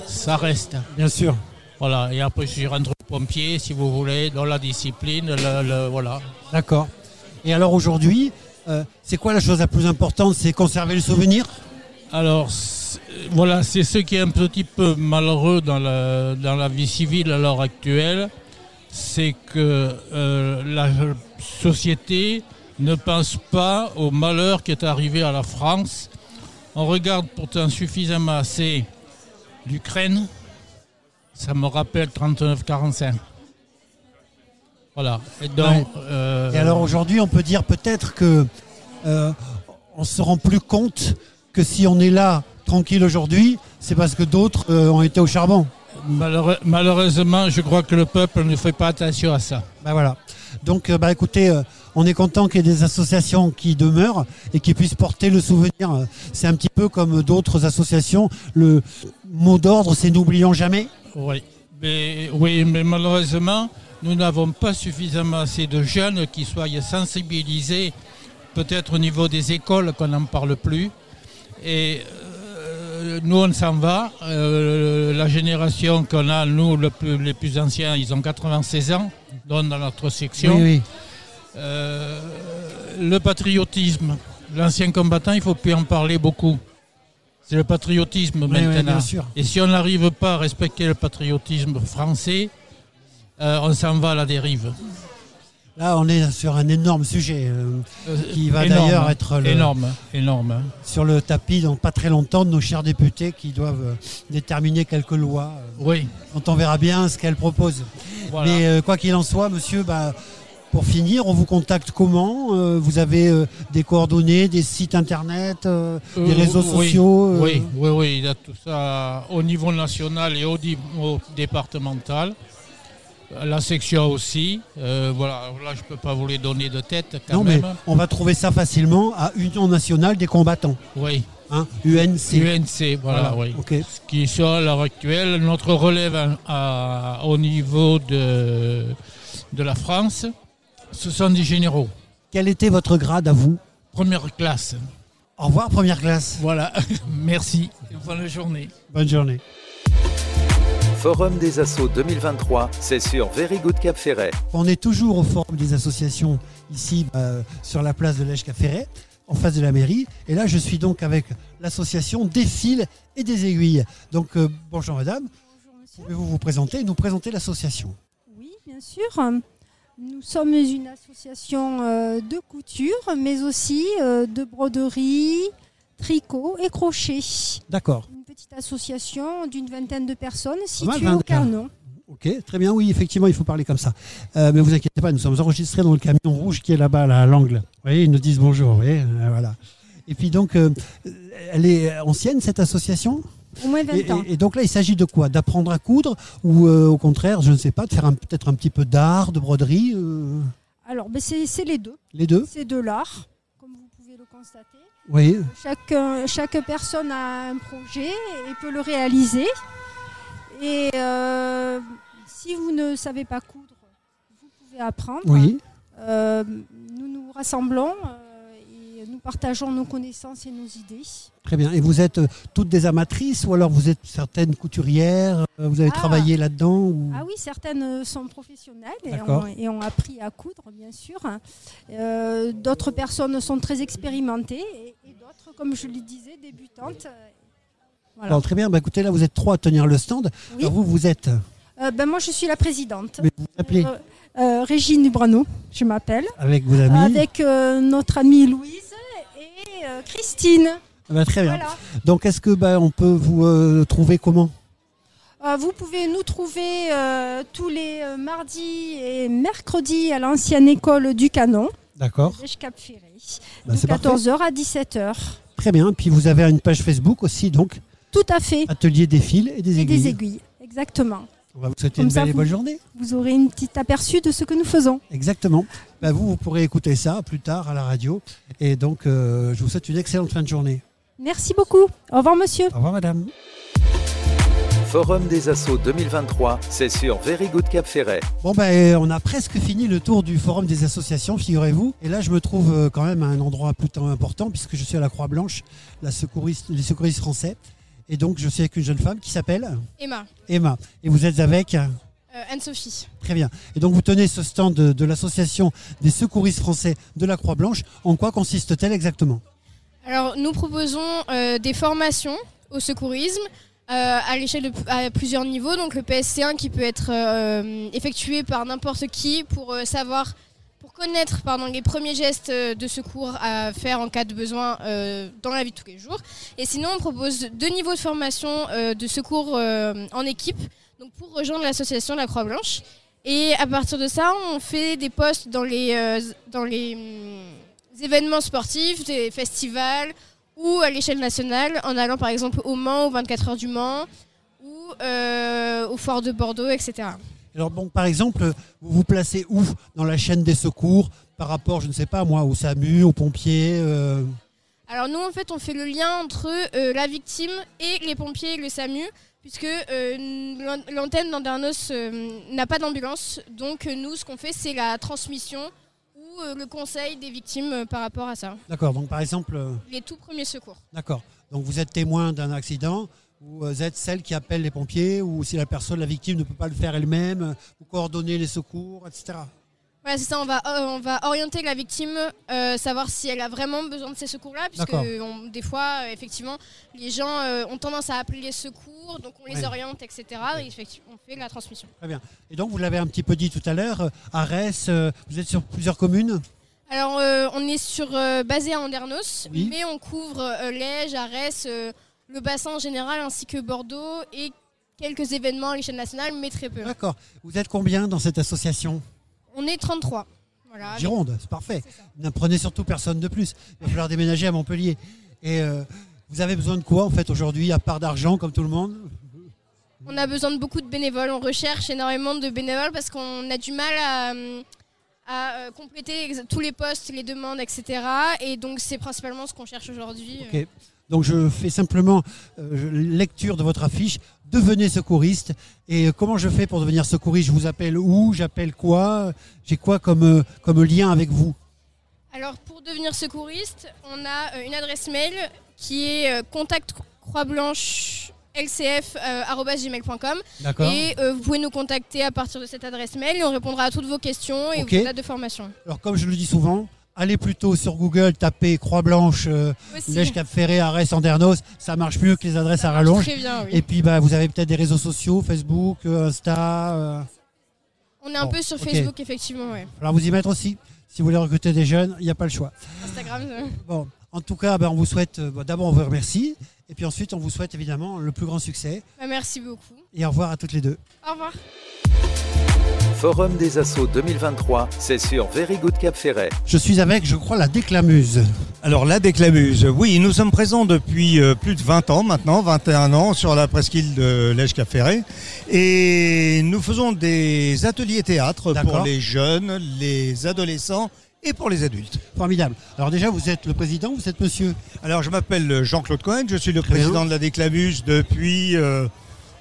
Speaker 16: ça reste.
Speaker 2: Bien sûr.
Speaker 16: Voilà, et après, je suis rentré pompier, si vous voulez, dans la discipline, le- le- voilà.
Speaker 2: D'accord. Et alors aujourd'hui, euh, c'est quoi la chose la plus importante C'est conserver le souvenir
Speaker 16: Alors c'est- voilà, c'est ce qui est un petit peu malheureux dans la, dans la vie civile à l'heure actuelle, c'est que euh, la société ne pense pas au malheur qui est arrivé à la France. On regarde pourtant suffisamment assez l'Ukraine, ça me rappelle 39-45. Voilà. Et donc,
Speaker 2: Ouais.
Speaker 16: euh,
Speaker 2: Et alors aujourd'hui, on peut dire peut-être que euh, on se rend plus compte que si on est là tranquille aujourd'hui, c'est parce que d'autres euh, ont été au charbon.
Speaker 16: malheureux- malheureusement, je crois que le peuple ne fait pas attention à ça.
Speaker 2: Ben voilà. Donc, euh, bah, écoutez, euh, on est content qu'il y ait des associations qui demeurent et qui puissent porter le souvenir. Euh, C'est un petit peu comme d'autres associations. Le mot d'ordre, c'est n'oublions jamais.
Speaker 16: Oui, mais, oui, mais malheureusement, nous n'avons pas suffisamment assez de jeunes qui soient sensibilisés, peut-être au niveau des écoles qu'on n'en parle plus. Et euh, nous, on s'en va. Euh, la génération qu'on a, nous, le plus- les plus anciens, ils ont 96 ans, donc dans notre section.
Speaker 2: Oui, oui.
Speaker 16: Euh, le patriotisme, l'ancien combattant, il faut plus en parler beaucoup. C'est le patriotisme
Speaker 2: oui,
Speaker 16: maintenant.
Speaker 2: bien sûr.
Speaker 16: Et si on n'arrive pas à respecter le patriotisme français, euh, on s'en va à la dérive.
Speaker 2: Là, on est sur un énorme sujet euh, qui va
Speaker 16: Énorme, hein.
Speaker 2: d'ailleurs être le-
Speaker 16: énorme, énorme. hein.
Speaker 2: sur le tapis dans pas très longtemps de nos chers députés qui doivent euh, déterminer quelques lois. euh,
Speaker 16: Oui.
Speaker 2: dont on verra bien ce qu'elles proposent.
Speaker 16: Voilà.
Speaker 2: Mais euh, quoi qu'il en soit, monsieur, bah, pour finir, on vous contacte comment Euh, Vous avez euh, des coordonnées, des sites internet, euh, des
Speaker 16: Euh,
Speaker 2: réseaux
Speaker 16: oui,
Speaker 2: sociaux euh,
Speaker 16: Oui, oui, oui, il y a tout ça au niveau national et au, di- au départemental. La section aussi. Euh, voilà, Alors là, je ne peux pas vous les donner de tête quand
Speaker 2: non,
Speaker 16: même. hein.
Speaker 2: mais on va trouver ça facilement à Union nationale des combattants.
Speaker 16: Oui.
Speaker 2: Hein, UNC.
Speaker 16: UNC, voilà, oui. Ce qui sont à l'heure actuelle. Notre relève à- à- au niveau de, de la France, ce sont des généraux.
Speaker 2: Quel était votre grade à vous
Speaker 16: Première classe.
Speaker 2: Au revoir, première classe.
Speaker 16: Voilà, merci. Bonne journée.
Speaker 2: Bonne journée.
Speaker 1: Forum des assauts 2023, c'est sur Very Good Cap Ferret.
Speaker 2: On est toujours au forum des associations ici euh, sur la place de lèche Ferret, en face de la mairie. Et là, je suis donc avec l'association des fils et des aiguilles. Donc, euh, bonjour madame. Pouvez-vous vous présenter et nous présenter l'association
Speaker 17: Oui, bien sûr. Nous sommes une association euh, de couture, mais aussi euh, de broderie, tricot et crochet.
Speaker 2: D'accord.
Speaker 17: Une petite association d'une vingtaine de personnes
Speaker 2: mal,
Speaker 17: située au
Speaker 2: 24.
Speaker 17: Carnon.
Speaker 2: Ok, très bien, oui, effectivement, il faut parler comme ça. Euh, mais vous inquiétez pas, nous sommes enregistrés dans le camion rouge qui est là-bas, là, à l'angle. Vous voyez, ils nous disent bonjour, vous voyez, euh, voilà. Et puis donc, euh, elle est ancienne, cette association
Speaker 17: Au moins 20
Speaker 2: et,
Speaker 17: ans.
Speaker 2: et- et donc là, il s'agit de quoi D'apprendre à coudre ou euh, au contraire, je ne sais pas, de faire un- peut-être un petit peu d'art, de broderie euh,
Speaker 17: Alors, ben, c'est c'est les deux.
Speaker 2: Les deux
Speaker 17: C'est de l'art, comme vous pouvez le constater.
Speaker 2: Oui.
Speaker 17: Chaque, euh, chaque personne a un projet et peut le réaliser. Et euh, si vous ne savez pas coudre, vous pouvez apprendre.
Speaker 2: Oui.
Speaker 17: Euh, nous nous rassemblons euh, et nous partageons nos connaissances et nos idées.
Speaker 2: Très bien. Et vous êtes euh, toutes des amatrices ou alors vous êtes certaines couturières euh, Vous avez
Speaker 17: Ah.
Speaker 2: travaillé là-dedans ou-
Speaker 17: Ah oui, certaines euh, sont professionnelles et
Speaker 2: D'accord.
Speaker 17: ont, et ont appris à coudre, bien sûr. Euh, d'autres personnes sont très expérimentées et, et d'autres, comme je le disais, débutantes. Euh, Voilà.
Speaker 2: Alors, Très bien. Bah, écoutez, là, vous êtes trois à tenir le stand.
Speaker 17: Oui.
Speaker 2: Alors, vous, vous êtes.
Speaker 17: Euh, ben, moi, je suis la présidente.
Speaker 2: Mais vous vous appelez
Speaker 17: Euh, euh, Régine Brano, je m'appelle.
Speaker 2: Avec vos amis
Speaker 17: Avec euh, notre amie Louise et euh, Christine.
Speaker 2: Ah bah, Très bien.
Speaker 17: Voilà.
Speaker 2: Donc, est-ce que bah, on peut vous euh, trouver comment
Speaker 17: Euh, vous pouvez nous trouver euh, tous les euh, mardis et mercredis à l'ancienne école du Canon.
Speaker 2: D'accord.
Speaker 17: Lèche Cap Ferré.
Speaker 2: Bah,
Speaker 17: de
Speaker 2: c'est parfait.
Speaker 17: 14h à 17h.
Speaker 2: Très bien. Puis vous avez une page Facebook aussi, donc
Speaker 17: Tout à fait.
Speaker 2: Atelier des fils et des
Speaker 17: Et
Speaker 2: aiguilles.
Speaker 17: des aiguilles, exactement.
Speaker 2: On va vous souhaiter
Speaker 17: Comme
Speaker 2: une
Speaker 17: ça,
Speaker 2: belle et
Speaker 17: vous-
Speaker 2: bonne journée.
Speaker 17: Vous aurez une petite aperçu de ce que nous faisons.
Speaker 2: Exactement. Bah, vous, vous pourrez écouter ça plus tard à la radio. Et donc, euh, je vous souhaite une excellente fin de journée.
Speaker 17: Merci beaucoup. Au revoir, monsieur.
Speaker 2: Au revoir, madame.
Speaker 1: Forum des assauts 2023, c'est sur Very Good Cap Ferret.
Speaker 2: Bon, ben, on a presque fini le tour du forum des associations, figurez-vous. Et là, je me trouve euh, quand même à un endroit plutôt important, puisque je suis à la Croix-Blanche, la secouriste, les secouristes français. Et donc, je suis avec une jeune femme qui s'appelle
Speaker 18: Emma,
Speaker 2: Emma. Et vous êtes avec hein.
Speaker 18: euh, Anne-Sophie.
Speaker 2: Très bien. Et donc, vous tenez ce stand de, de l'association des secouristes français de la Croix-Blanche. En quoi consiste-t-elle exactement
Speaker 18: Alors, nous proposons euh, des formations au secourisme euh, à l'échelle de à plusieurs niveaux. Donc, le PSC1 qui peut être euh, effectué par n'importe qui pour euh, savoir, pour connaître pardon, les premiers gestes euh, de secours à faire en cas de besoin euh, dans la vie de tous les jours. Et sinon, on propose deux niveaux de formation euh, de secours euh, en équipe donc pour rejoindre l'association de la Croix-Blanche. Et à partir de ça, on fait des postes dans les, euh, dans les hum, événements sportifs, des festivals ou à l'échelle nationale, en allant par exemple au Mans, aux 24 heures du Mans ou euh, au Fort de Bordeaux, etc.
Speaker 2: Alors bon, par exemple, vous vous placez où dans la chaîne des secours par rapport, je ne sais pas moi, au SAMU, aux pompiers euh,
Speaker 18: Alors nous, en fait, on fait le lien entre euh, la victime et les pompiers et le SAMU, puisque euh, l'an- l'antenne d'Andernos euh, n'a pas d'ambulance. Donc euh, nous, ce qu'on fait, c'est la transmission ou euh, le conseil des victimes euh, par rapport à ça.
Speaker 2: D'accord. Donc par exemple, euh,
Speaker 18: Les tout premiers secours.
Speaker 2: d'accord. Donc vous êtes témoin d'un accident, vous euh, êtes celle qui appelle les pompiers, ou si la personne, la victime, ne peut pas le faire elle-même, euh, vous coordonnez les secours, etc.
Speaker 18: Voilà, c'est ça, on va, euh, on va orienter la victime, euh, savoir si elle a vraiment besoin de ces secours-là, puisque
Speaker 2: D'accord.
Speaker 18: euh, on- des fois, euh, effectivement, les gens euh, ont tendance à appeler les secours, donc on les
Speaker 2: Ouais.
Speaker 18: oriente, etc. Et effectivement, on fait la transmission.
Speaker 2: Très bien. Et donc vous l'avez un petit peu dit tout à l'heure, euh, à Arès, euh, vous êtes sur plusieurs communes.
Speaker 18: Alors, euh, on est sur euh, basé à Andernos,
Speaker 2: Oui.
Speaker 18: mais on couvre euh, Liège, Arès, euh, le bassin en général, ainsi que Bordeaux et quelques événements à l'échelle nationale, mais très peu.
Speaker 2: D'accord. Vous êtes combien dans cette association
Speaker 18: On est 33. Voilà, avec-
Speaker 2: Gironde, c'est parfait. N'apprenez surtout personne de plus. Il va falloir déménager à Montpellier. Et euh, vous avez besoin de quoi en fait aujourd'hui, à part d'argent comme tout le monde
Speaker 18: On a besoin de beaucoup de bénévoles. On recherche énormément de bénévoles parce qu'on a du mal à, euh, à, euh, compléter ex- tous les postes, les demandes, etc. Et donc, c'est principalement ce qu'on cherche aujourd'hui.
Speaker 2: Ok. Donc je fais simplement euh, je- lecture de votre affiche. Devenez secouriste. Et euh, comment je fais pour devenir secouriste Je vous appelle où J'appelle quoi J'ai quoi comme, euh, comme lien avec vous
Speaker 18: Alors pour devenir secouriste, on a euh, une adresse mail qui est euh, contact croix blanche euh,
Speaker 2: D'accord.
Speaker 18: et euh, vous pouvez nous contacter à partir de cette adresse mail et on répondra à toutes vos questions et
Speaker 2: Ok.
Speaker 18: vos dates de formation.
Speaker 2: Alors comme je le dis souvent, allez plutôt sur Google, tapez Croix Blanche, euh,
Speaker 18: Aussi.
Speaker 2: Lèche Cap Ferré, Arès, Andernos. Ça marche mieux que les adresses à rallonge.
Speaker 18: très bien, oui.
Speaker 2: Et puis bah, vous avez peut-être des réseaux sociaux, Facebook, euh, Insta. euh,
Speaker 18: On est un
Speaker 2: Bon,
Speaker 18: peu sur
Speaker 2: ok.
Speaker 18: Facebook effectivement, ouais.
Speaker 2: Alors vous y mettre aussi. Si vous voulez recruter des jeunes, il n'y a pas le choix.
Speaker 18: Instagram. euh.
Speaker 2: Bon, en tout cas, ben, on vous souhaite, euh, bon, d'abord on vous remercie, et puis ensuite on vous souhaite évidemment le plus grand succès.
Speaker 18: Bah, merci beaucoup.
Speaker 2: Et au revoir à toutes les deux.
Speaker 18: Au revoir.
Speaker 1: Forum des assauts 2023, c'est sur Very Good Cap Ferret.
Speaker 2: Je suis avec, je crois, la déclamuse.
Speaker 19: Alors la déclamuse, oui, nous sommes présents depuis euh, plus de 20 ans maintenant, 21 ans, sur la presqu'île de lèche cap ferré Et nous faisons des ateliers théâtre pour
Speaker 2: D'accord.
Speaker 19: les jeunes, les adolescents et pour les adultes.
Speaker 2: Formidable. Alors déjà, vous êtes le président, vous êtes monsieur
Speaker 19: Alors je m'appelle euh, Jean-Claude Cohen, je suis le
Speaker 2: bien.
Speaker 19: président de la déclamuse depuis euh,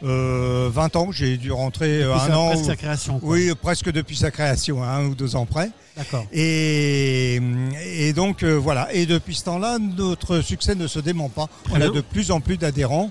Speaker 19: euh, 20 ans. J'ai dû rentrer euh,
Speaker 2: Depuis
Speaker 19: un
Speaker 2: sa-
Speaker 19: an.
Speaker 2: presque sa création, quoi.
Speaker 19: Oui, presque depuis sa création, à un ou deux ans près.
Speaker 2: D'accord.
Speaker 19: Et, et donc euh, voilà. Et depuis ce temps-là, notre succès ne se dément pas. on a
Speaker 2: bien.
Speaker 19: de plus en plus d'adhérents.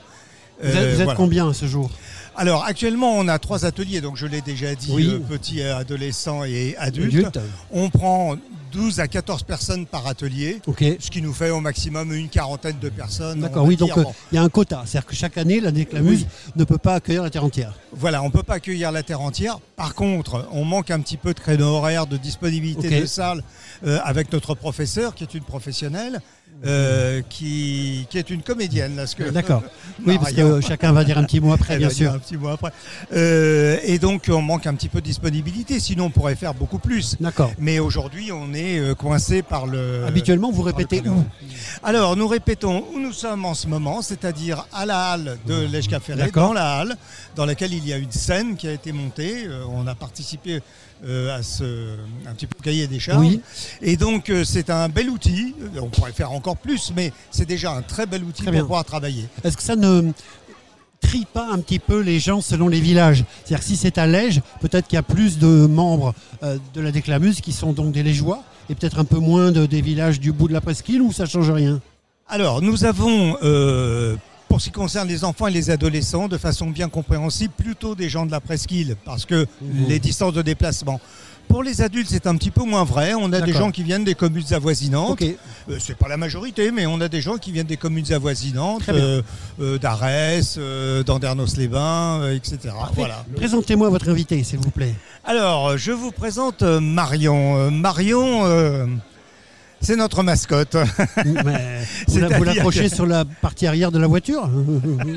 Speaker 2: Vous êtes,
Speaker 19: Euh,
Speaker 2: vous êtes
Speaker 19: voilà.
Speaker 2: combien ce jour
Speaker 19: Alors actuellement, on a trois ateliers, donc je l'ai déjà dit,
Speaker 2: Oui.
Speaker 19: euh, petits, euh, adolescents et adultes.
Speaker 2: Adultes.
Speaker 19: On prend 12 à 14 personnes par atelier, ce qui nous fait au maximum une quarantaine de personnes.
Speaker 2: D'accord,
Speaker 19: on va
Speaker 2: oui, donc
Speaker 19: dire.
Speaker 2: euh,
Speaker 19: Bon,
Speaker 2: il y a un quota. C'est-à-dire que chaque année, la déclamuse ne peut pas accueillir la terre entière.
Speaker 19: Voilà, on ne peut pas accueillir la terre entière. Par contre, on manque un petit peu de créneau horaire, de disponibilité
Speaker 2: Ok.
Speaker 19: de salle euh, avec notre professeur, qui est une professionnelle, euh, qui, qui est une comédienne. là, ce que-
Speaker 2: D'accord. Oui,
Speaker 19: Non,
Speaker 2: parce que
Speaker 19: rien.
Speaker 2: euh, chacun va dire un petit mot après,
Speaker 19: Elle
Speaker 2: bien
Speaker 19: va dire
Speaker 2: sûr.
Speaker 19: un petit mot après. Euh, et donc, on manque un petit peu de disponibilité. Sinon, on pourrait faire beaucoup plus.
Speaker 2: D'accord.
Speaker 19: Mais aujourd'hui, on est euh, coincé par le.
Speaker 2: Habituellement, vous
Speaker 19: par le
Speaker 2: répétez
Speaker 19: créneau. Alors, nous répétons où nous sommes en ce moment, c'est-à-dire à la halle de Lèche Ferré,
Speaker 2: D'accord.
Speaker 19: dans la halle, dans laquelle il y a une scène qui a été montée. Euh, on a participé euh, à ce un petit peu au cahier des charges.
Speaker 2: Oui.
Speaker 19: Et donc, euh, c'est un bel outil. On pourrait faire encore plus, mais c'est déjà un très bel outil
Speaker 2: Très
Speaker 19: pour
Speaker 2: bien.
Speaker 19: pouvoir travailler.
Speaker 2: Est-ce que ça ne trie pas un petit peu les gens selon les villages C'est-à-dire que si c'est à Lège, peut-être qu'il y a plus de membres euh, de la déclamuse qui sont donc des Légeois et peut-être un peu moins de- des villages du bout de la presqu'île ou ça change rien
Speaker 19: Alors, nous avons, euh, pour ce qui concerne les enfants et les adolescents, de façon bien compréhensible, plutôt des gens de la presqu'île, parce que
Speaker 2: Mmh.
Speaker 19: les distances de déplacement. Pour les adultes, c'est un petit peu moins vrai. On a des
Speaker 2: D'accord.
Speaker 19: gens qui viennent des communes avoisinantes.
Speaker 2: Ok.
Speaker 19: Euh, c'est pas la majorité, mais on a des gens qui viennent des communes avoisinantes,
Speaker 2: Très bien.
Speaker 19: euh, euh, d'Arès, euh, d'Andernos-les-Bains, euh, etc. Voilà.
Speaker 2: Présentez-moi votre invité, s'il vous plaît.
Speaker 19: Alors, je vous présente euh, Marion. Euh, Marion, euh, c'est notre mascotte.
Speaker 2: Mais Vous la- vous l'accrochez sur la partie arrière de la voiture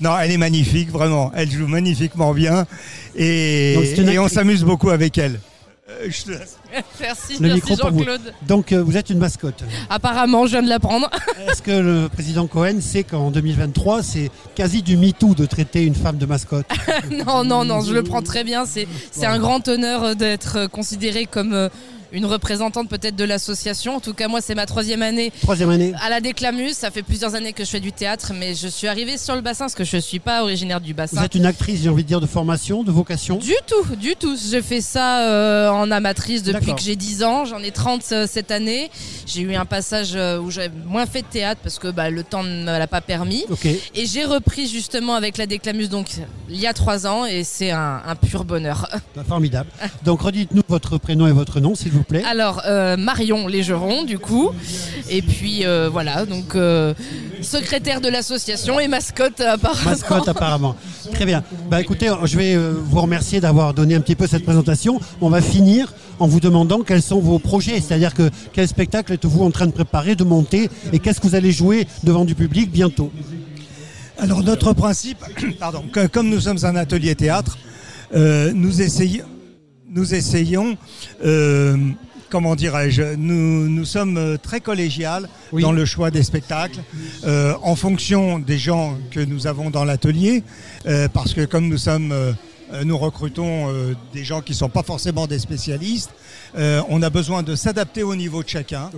Speaker 19: Non, elle est magnifique, vraiment. Elle joue magnifiquement bien et,
Speaker 2: Donc, c'est une
Speaker 19: et on
Speaker 2: actrice.
Speaker 19: s'amuse beaucoup avec elle. Euh, je te laisse.
Speaker 20: Merci,
Speaker 2: Le
Speaker 20: merci
Speaker 2: micro pour vous.
Speaker 20: Jean-Claude.
Speaker 2: Donc euh, vous êtes une mascotte.
Speaker 20: Apparemment, je viens de l'apprendre.
Speaker 2: Est-ce que le président Cohen sait qu'en 2023, c'est quasi du MeToo de traiter une femme de mascotte
Speaker 20: non, non, non, je le prends très bien. C'est c'est un grand honneur euh, d'être euh, considérée comme euh, une représentante peut-être de l'association. En tout cas, moi, c'est ma troisième année
Speaker 2: Troisième année.
Speaker 20: à la Déclamus. Ça fait plusieurs années que je fais du théâtre, mais je suis arrivée sur le bassin parce que je ne suis pas originaire du
Speaker 2: Vous
Speaker 20: bassin.
Speaker 2: êtes une actrice, j'ai envie de dire, de formation, de vocation
Speaker 20: Du tout, du tout. J'ai fait ça euh, en amatrice depuis
Speaker 2: D'accord.
Speaker 20: que j'ai 10 ans. J'en ai 30 euh, cette année. J'ai eu un passage euh, où j'avais moins fait de théâtre parce que bah, le temps ne me l'a pas permis.
Speaker 2: Ok.
Speaker 20: Et j'ai repris justement avec la Déclamus donc il y a 3 ans et c'est un, un pur bonheur.
Speaker 2: Bah, Formidable. Donc redites-nous votre prénom et votre nom, s'il vous plaît.
Speaker 20: Alors euh, Marion Légeron du coup et puis euh, voilà donc euh, secrétaire de l'association et mascotte apparemment.
Speaker 2: Mascotte apparemment. Très bien. Bah écoutez, je vais euh, vous remercier d'avoir donné un petit peu cette présentation. On va finir en vous demandant quels sont vos projets, c'est-à-dire que quel spectacle êtes-vous en train de préparer, de monter, et qu'est-ce que vous allez jouer devant du public bientôt
Speaker 19: Alors notre principe, pardon, que- comme nous sommes un atelier théâtre, euh, nous essayons, nous essayons euh, comment dirais-je, nous, nous sommes très collégiales
Speaker 21: Oui.
Speaker 19: dans le choix des spectacles, euh, en fonction des gens que nous avons dans l'atelier, euh, parce que comme nous sommes... euh, euh, nous recrutons euh, des gens qui ne sont pas forcément des spécialistes. Euh, on a besoin de s'adapter au niveau de chacun,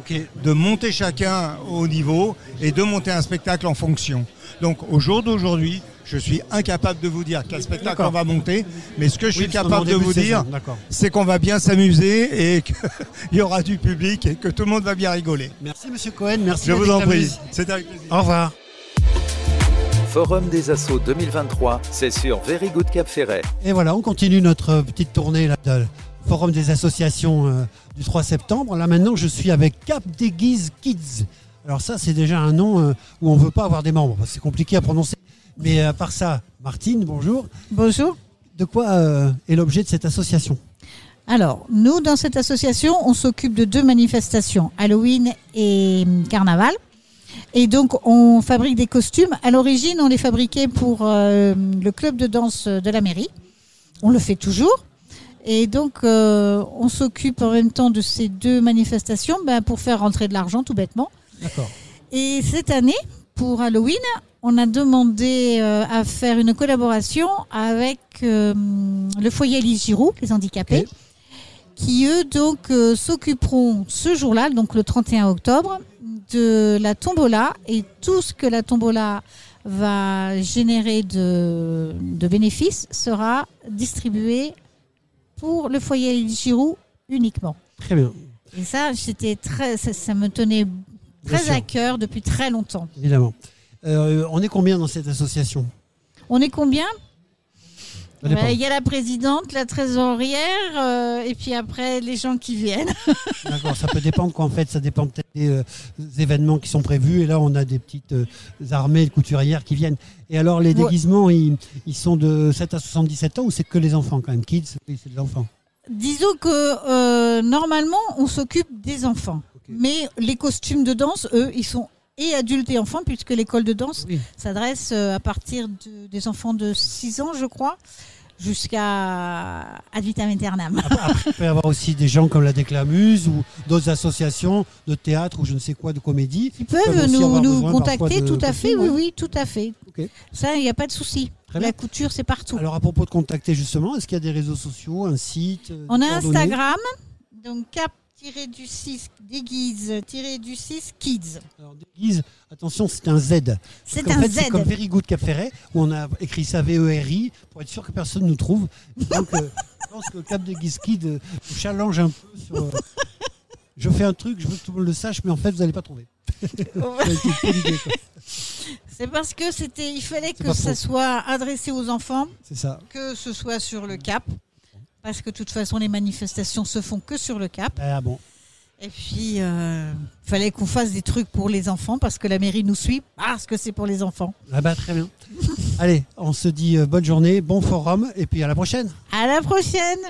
Speaker 19: de monter chacun au niveau et de monter un spectacle en fonction. Donc au jour d'aujourd'hui, je suis incapable de vous dire quel spectacle
Speaker 2: D'accord.
Speaker 19: on va monter, mais ce que je
Speaker 2: Oui,
Speaker 19: suis
Speaker 2: parce qu'on est en
Speaker 19: capable de
Speaker 2: début
Speaker 19: vous
Speaker 2: de saison,
Speaker 19: dire,
Speaker 2: d'accord.
Speaker 19: c'est qu'on va bien s'amuser et qu'il y aura du public et que tout le monde va bien rigoler.
Speaker 2: Merci Monsieur Cohen, merci.
Speaker 19: Je vous
Speaker 2: d'être
Speaker 19: en
Speaker 2: venu.
Speaker 19: prie. C'était avec plaisir.
Speaker 2: Au revoir.
Speaker 1: Forum des assauts 2023, c'est sur Very Good Cap Ferret.
Speaker 2: Et voilà, on continue notre petite tournée là, de Forum des associations euh, du 3 septembre. Là maintenant, je suis avec Cap des Guises Kids. Alors ça, c'est déjà un nom euh, où on ne veut pas avoir des membres, parce que c'est compliqué à prononcer. Mais euh, à part ça, Martine, bonjour.
Speaker 22: Bonjour.
Speaker 2: De quoi euh, est l'objet de cette association
Speaker 22: Alors, nous, dans cette association, on s'occupe de deux manifestations, Halloween et hum, Carnaval. Et donc, on fabrique des costumes. À l'origine, on les fabriquait pour euh, le club de danse de la mairie. On le fait toujours. Et donc, euh, on s'occupe en même temps de ces deux manifestations ben, pour faire rentrer de l'argent, tout bêtement.
Speaker 2: D'accord.
Speaker 22: Et cette année, pour Halloween, on a demandé euh, à faire une collaboration avec euh, le foyer Alice Giroux, les handicapés, qui eux donc euh, s'occuperont ce jour-là, donc le 31 octobre, de la tombola et tout ce que la tombola va générer de, de bénéfices sera distribué pour le foyer Alice Giroux uniquement.
Speaker 2: Très bien.
Speaker 22: Et ça, j'étais très, ça, ça me tenait
Speaker 2: Bien
Speaker 22: très
Speaker 2: sûr.
Speaker 22: à cœur depuis très longtemps.
Speaker 2: Évidemment. Euh, on est combien dans cette association
Speaker 22: On est combien
Speaker 2: Ça dépend.
Speaker 22: Bah, Il y a la présidente, la trésorière, euh, et puis après les gens qui viennent.
Speaker 2: D'accord, ça peut dépendre quoi en fait, ça dépend peut-être des, euh, des événements qui sont prévus. Et là, on a des petites euh, armées de couturières qui viennent. Et alors, les
Speaker 22: Ouais.
Speaker 2: déguisements, ils, ils sont de 7 à 77 ans ou c'est que les enfants quand même Kids, oui, c'est des enfants.
Speaker 22: Disons que euh, normalement, on s'occupe des enfants. Mais les costumes de danse, eux, ils sont et adultes et enfants, puisque l'école de danse s'adresse euh, à partir de- des enfants de 6 ans, je crois, jusqu'à ad vitam aeternam.
Speaker 2: Il peut y avoir aussi des gens comme la Déclamuse ou d'autres associations de théâtre ou je ne sais quoi, de comédie. Ils
Speaker 22: Ils peuvent nous, nous contacter, tout à fait, oui, oui, tout à fait. Ça, il n'y a pas de souci.
Speaker 2: La
Speaker 22: couture, c'est partout.
Speaker 2: Alors, à propos de contacter justement, est-ce qu'il y a des réseaux sociaux, un site euh,
Speaker 22: On
Speaker 2: des
Speaker 22: a
Speaker 2: coordonnées
Speaker 22: Instagram, donc cap-du-6 déguise-du-6 kids.
Speaker 2: Guise, attention, c'est un Z. Parce
Speaker 22: C'est
Speaker 2: qu'en
Speaker 22: un
Speaker 2: fait,
Speaker 22: Z.
Speaker 2: C'est comme Very Good Cap Ferret, où on a écrit ça V-E-R-I, pour être sûr que personne ne nous trouve. Donc, euh, je pense que Cap de Guise Kid euh, vous challenge un peu sur. euh, je fais un truc, je veux que tout le monde le sache, mais en fait, vous n'allez pas trouver. Ça a été une bonne idée, quoi.
Speaker 22: C'est parce que c'était, il fallait que
Speaker 2: pas
Speaker 22: ça
Speaker 2: faux.
Speaker 22: soit adressé aux enfants,
Speaker 2: C'est ça.
Speaker 22: que ce soit sur le cap, parce que de toute façon les manifestations se font que sur le cap.
Speaker 2: Ah bon.
Speaker 22: Et puis euh, il fallait qu'on fasse des trucs pour les enfants parce que la mairie nous suit parce que c'est pour les enfants.
Speaker 2: Ah bah, très bien. Allez, on se dit euh, bonne journée, bon forum, et puis à la prochaine.
Speaker 22: À la prochaine.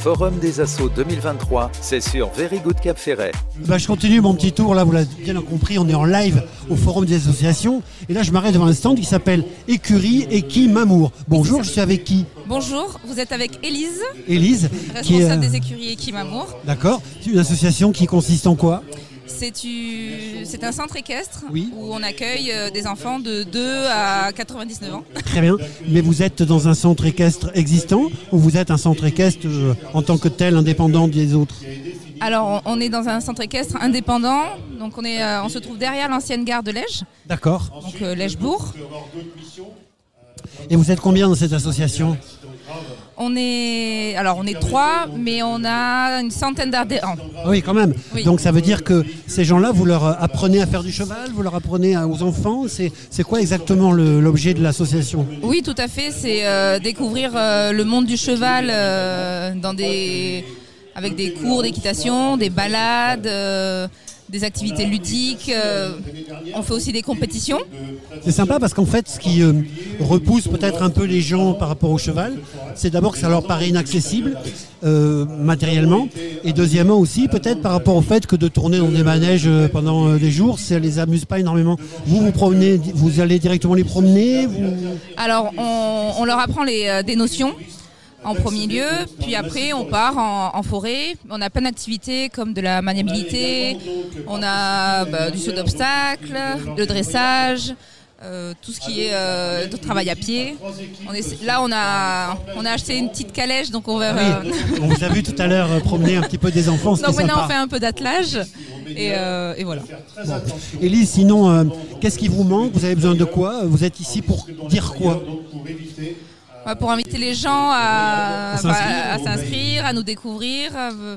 Speaker 1: Forum des assauts 2023, c'est sur Very Good Cap Ferret.
Speaker 2: Bah, je continue mon petit tour, là vous l'avez bien compris, on est en live au Forum des associations. Et là je m'arrête devant un stand qui s'appelle Écurie et qui m'amour. Bonjour, je suis avec qui
Speaker 23: Bonjour, vous êtes avec Élise,
Speaker 2: Élise, qui est, euh,
Speaker 23: responsable des écuries Equimamour.
Speaker 2: d'accord, C'est une association qui consiste en quoi
Speaker 23: C'est u- c'est un centre équestre
Speaker 2: Oui.
Speaker 23: où on accueille euh, des enfants de 2 à 99 ans.
Speaker 2: Très bien, mais vous êtes dans un centre équestre existant ou vous êtes un centre équestre euh, en tant que tel indépendant des autres
Speaker 23: Alors on on est dans un centre équestre indépendant, donc on, est, euh, on se trouve derrière l'ancienne gare de Lège,
Speaker 2: D'accord.
Speaker 23: donc euh, Lège-Bourg.
Speaker 2: Et vous êtes combien dans cette association
Speaker 23: On est, alors on est trois, mais on a une centaine d'adhérents.
Speaker 2: Ah Oui, quand même.
Speaker 23: Oui.
Speaker 2: Donc ça veut dire que ces gens-là, vous leur euh, apprenez à faire du cheval, vous leur apprenez à- aux enfants. C'est c'est quoi exactement le- l'objet de l'association
Speaker 23: Oui, tout à fait. C'est euh, découvrir euh, le monde du cheval euh, dans des, avec des cours d'équitation, des balades, euh, des activités ludiques. euh, on fait aussi des compétitions.
Speaker 2: C'est sympa parce qu'en fait, ce qui euh, repousse peut-être un peu les gens par rapport au cheval, c'est d'abord que ça leur paraît inaccessible euh, matériellement, et deuxièmement aussi peut-être par rapport au fait que de tourner dans des manèges euh, pendant euh, des jours, ça les amuse pas énormément. Vous vous promenez, vous allez directement les promener, vous
Speaker 23: Alors, on, on leur apprend les, euh, des notions. en premier lieu, puis après on part en, en forêt. On a plein d'activités comme de la maniabilité, on a bah, du saut d'obstacle, le dressage, euh, tout ce qui est euh, de travail à pied. On est- là on a, on a acheté une petite calèche, donc on va...
Speaker 2: Oui, on vous a vu tout à l'heure euh, promener un petit peu des enfants, c'était
Speaker 23: donc maintenant on
Speaker 2: sympa.
Speaker 23: fait un peu d'attelage et, euh, et voilà.
Speaker 2: Élise, sinon, euh, qu'est-ce qui vous manque Vous avez besoin de quoi Vous êtes ici pour dire quoi
Speaker 23: Ouais, pour inviter les gens à
Speaker 2: À s'inscrire.
Speaker 23: bah, à s'inscrire, à, nous découvrir euh,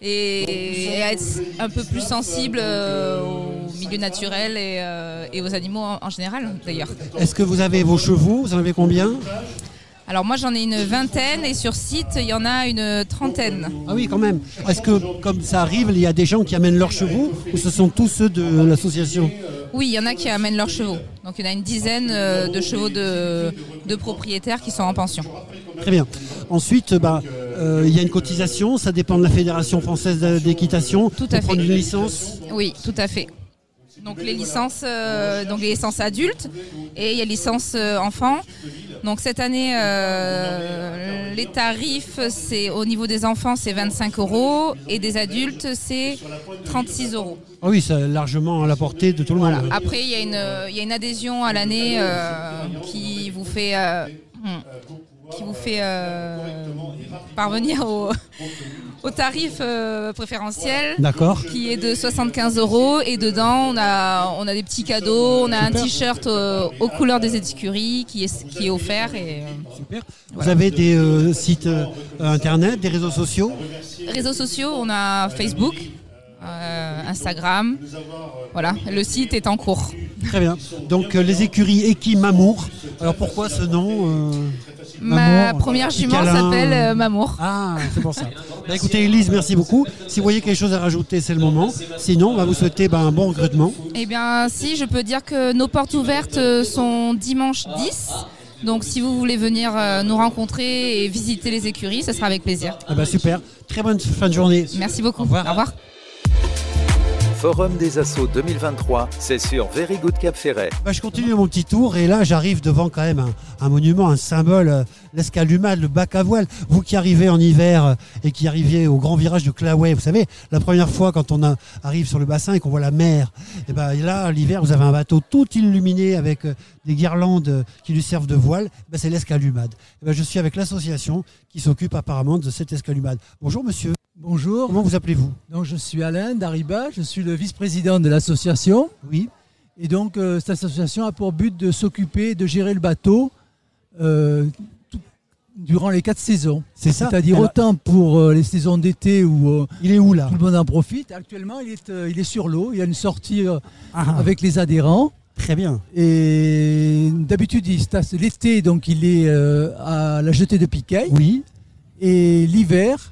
Speaker 23: et, et à être un peu plus sensible euh, au milieu naturel et, euh, et aux animaux en, en général d'ailleurs.
Speaker 2: Est-ce que vous avez vos chevaux Vous en avez combien
Speaker 23: Alors moi j'en ai une vingtaine et sur site il y en a une trentaine.
Speaker 2: Ah oui, quand même. Est-ce que, comme ça arrive, il y a des gens qui amènent leurs chevaux ou ce sont tous ceux de l'association
Speaker 23: Oui, il y en a qui amènent leurs chevaux. Donc il y en a une dizaine euh, de chevaux de, de propriétaires qui sont en pension.
Speaker 2: Très bien. Ensuite, bah, euh, il y a une cotisation, ça dépend de la Fédération française d'équitation. Tout
Speaker 23: à fait.
Speaker 2: prendre une licence.
Speaker 23: Oui, tout à fait. Donc les licences, euh, donc les licences adultes et il y a licence euh, enfants. Donc cette année, euh, les tarifs, c'est au niveau des enfants, c'est 25 euros et des adultes, c'est 36 euros.
Speaker 2: Ah oui, c'est largement à la portée de tout le monde.
Speaker 23: Après, il y, a une- euh, il y a une adhésion à l'année euh, qui vous fait, euh, hmm, qui vous fait euh, parvenir au, au tarif euh, préférentiel.
Speaker 2: D'accord.
Speaker 23: Qui est de 75 euros. Et dedans, on a, on a des petits cadeaux. On a un t-shirt euh, aux couleurs des écuries qui est, qui est offert. Et, euh,
Speaker 2: Vous avez des euh, sites euh, internet, des réseaux sociaux
Speaker 23: Réseaux sociaux, on a Facebook, euh, Instagram. Voilà, le site est en cours.
Speaker 2: Très bien. Donc euh, les écuries Equi Mamour. Alors pourquoi ce nom euh,
Speaker 23: Ma
Speaker 2: Mamour,
Speaker 23: première
Speaker 2: petit
Speaker 23: jument
Speaker 2: câlin
Speaker 23: s'appelle euh, Mamour.
Speaker 2: Ah, c'est pour ça. Bah, écoutez Elise, merci beaucoup. Si vous voyez quelque chose à rajouter, c'est le moment. Sinon, on va vous souhaiter bah, un bon recrutement.
Speaker 23: Eh bien, si, je peux dire que nos portes ouvertes euh, sont dimanche 10. Donc, si vous voulez venir euh, nous rencontrer et visiter les écuries, ça sera avec plaisir.
Speaker 2: Ah bah, super. Très bonne fin de journée.
Speaker 23: Merci beaucoup. Au revoir.
Speaker 1: Forum des assauts 2023, c'est sur Very Good Cap Ferret.
Speaker 2: Bah, je continue mon petit tour et là j'arrive devant quand même un, un monument, un symbole, euh, l'escalumade, le bac à voile. Vous qui arrivez en hiver euh, et qui arriviez au grand virage de Claouet, vous savez, la première fois quand on a- arrive sur le bassin et qu'on voit la mer, et ben là l'hiver vous avez un bateau tout illuminé avec euh, des guirlandes euh, qui lui servent de voile, Bah, c'est l'escalumade. Eh ben, je suis avec l'association qui s'occupe apparemment de cette escalumade. Bonjour monsieur.
Speaker 24: Bonjour.
Speaker 2: Comment vous appelez-vous
Speaker 24: Donc, je suis Alain Dariba, je suis le vice-président de l'association.
Speaker 2: Oui.
Speaker 24: Et donc, euh, cette association a pour but de s'occuper, de gérer le bateau euh, tout- durant les quatre saisons.
Speaker 2: C'est ça.
Speaker 24: C'est-à-dire
Speaker 2: Alors-
Speaker 24: autant pour euh, les saisons d'été où euh,
Speaker 2: il est où là
Speaker 24: tout le monde en profite. Actuellement, il est, euh, il est sur l'eau. Il y a une sortie euh, avec les adhérents.
Speaker 2: Ah, Très bien.
Speaker 24: Et d'habitude, il se tasse l'été, donc il est euh, à la jetée de Piquet.
Speaker 2: Oui.
Speaker 24: Et l'hiver,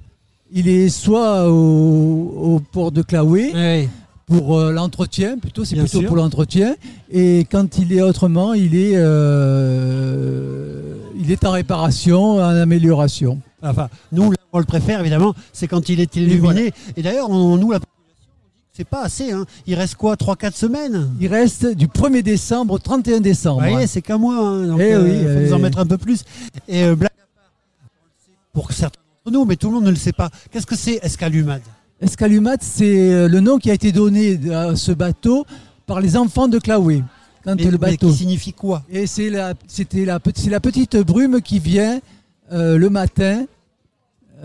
Speaker 24: il est soit au, au port de Claoué pour euh, l'entretien, plutôt, c'est
Speaker 2: Bien
Speaker 24: plutôt
Speaker 2: sûr.
Speaker 24: pour l'entretien. Et quand il est autrement, il est, euh, il est en réparation, en amélioration.
Speaker 2: Enfin, nous, là, on le préfère évidemment, c'est quand il est illuminé. Et, d'ailleurs, on, nous, la population, on dit que c'est pas assez. hein. Il reste quoi 3-4 semaines
Speaker 24: Il reste du 1er décembre au 31 décembre.
Speaker 2: Vous voyez,
Speaker 24: hein.
Speaker 2: c'est qu'un mois. hein. Donc,
Speaker 24: Eh
Speaker 2: euh,
Speaker 24: oui,
Speaker 2: faut nous en
Speaker 24: eh.
Speaker 2: mettre un peu plus. Et euh, blague à part, pour certains d'entre nous, mais tout le monde ne le sait pas. Qu'est-ce que c'est Escalumade
Speaker 24: Escalumate, c'est euh, le nom qui a été donné à ce bateau par les enfants de Claoué. Quand
Speaker 2: Mais-
Speaker 24: le
Speaker 2: mais
Speaker 24: bateau.
Speaker 2: qui signifie quoi
Speaker 24: Et c'est la, c'était la, pe- c'est la petite brume qui vient euh, le matin,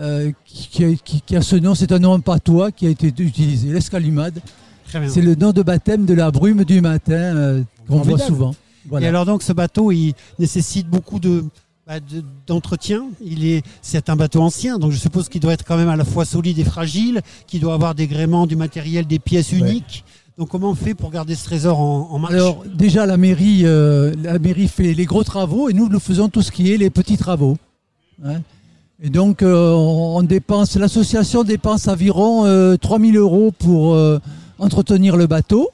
Speaker 24: euh, qui, qui a- qui- qui a ce nom. C'est un nom en patois qui a été utilisé. L'escalumade,
Speaker 2: Très bien.
Speaker 24: c'est le nom de baptême de la brume du matin euh, qu'on voit
Speaker 2: Formidable.
Speaker 24: souvent. Voilà.
Speaker 2: Et alors donc, ce bateau, il nécessite beaucoup de bah, de- d'entretien. Il est, c'est un bateau ancien, donc je suppose qu'il doit être quand même à la fois solide et fragile, qu'il doit avoir des gréements, du matériel, des pièces uniques. Donc comment on fait pour garder ce trésor en, en marche
Speaker 24: Alors déjà la mairie, euh, la mairie fait les gros travaux et nous nous faisons tout ce qui est les petits travaux. hein. Et donc euh, on on dépense, l'association dépense environ 3000 euros pour euh, entretenir le bateau,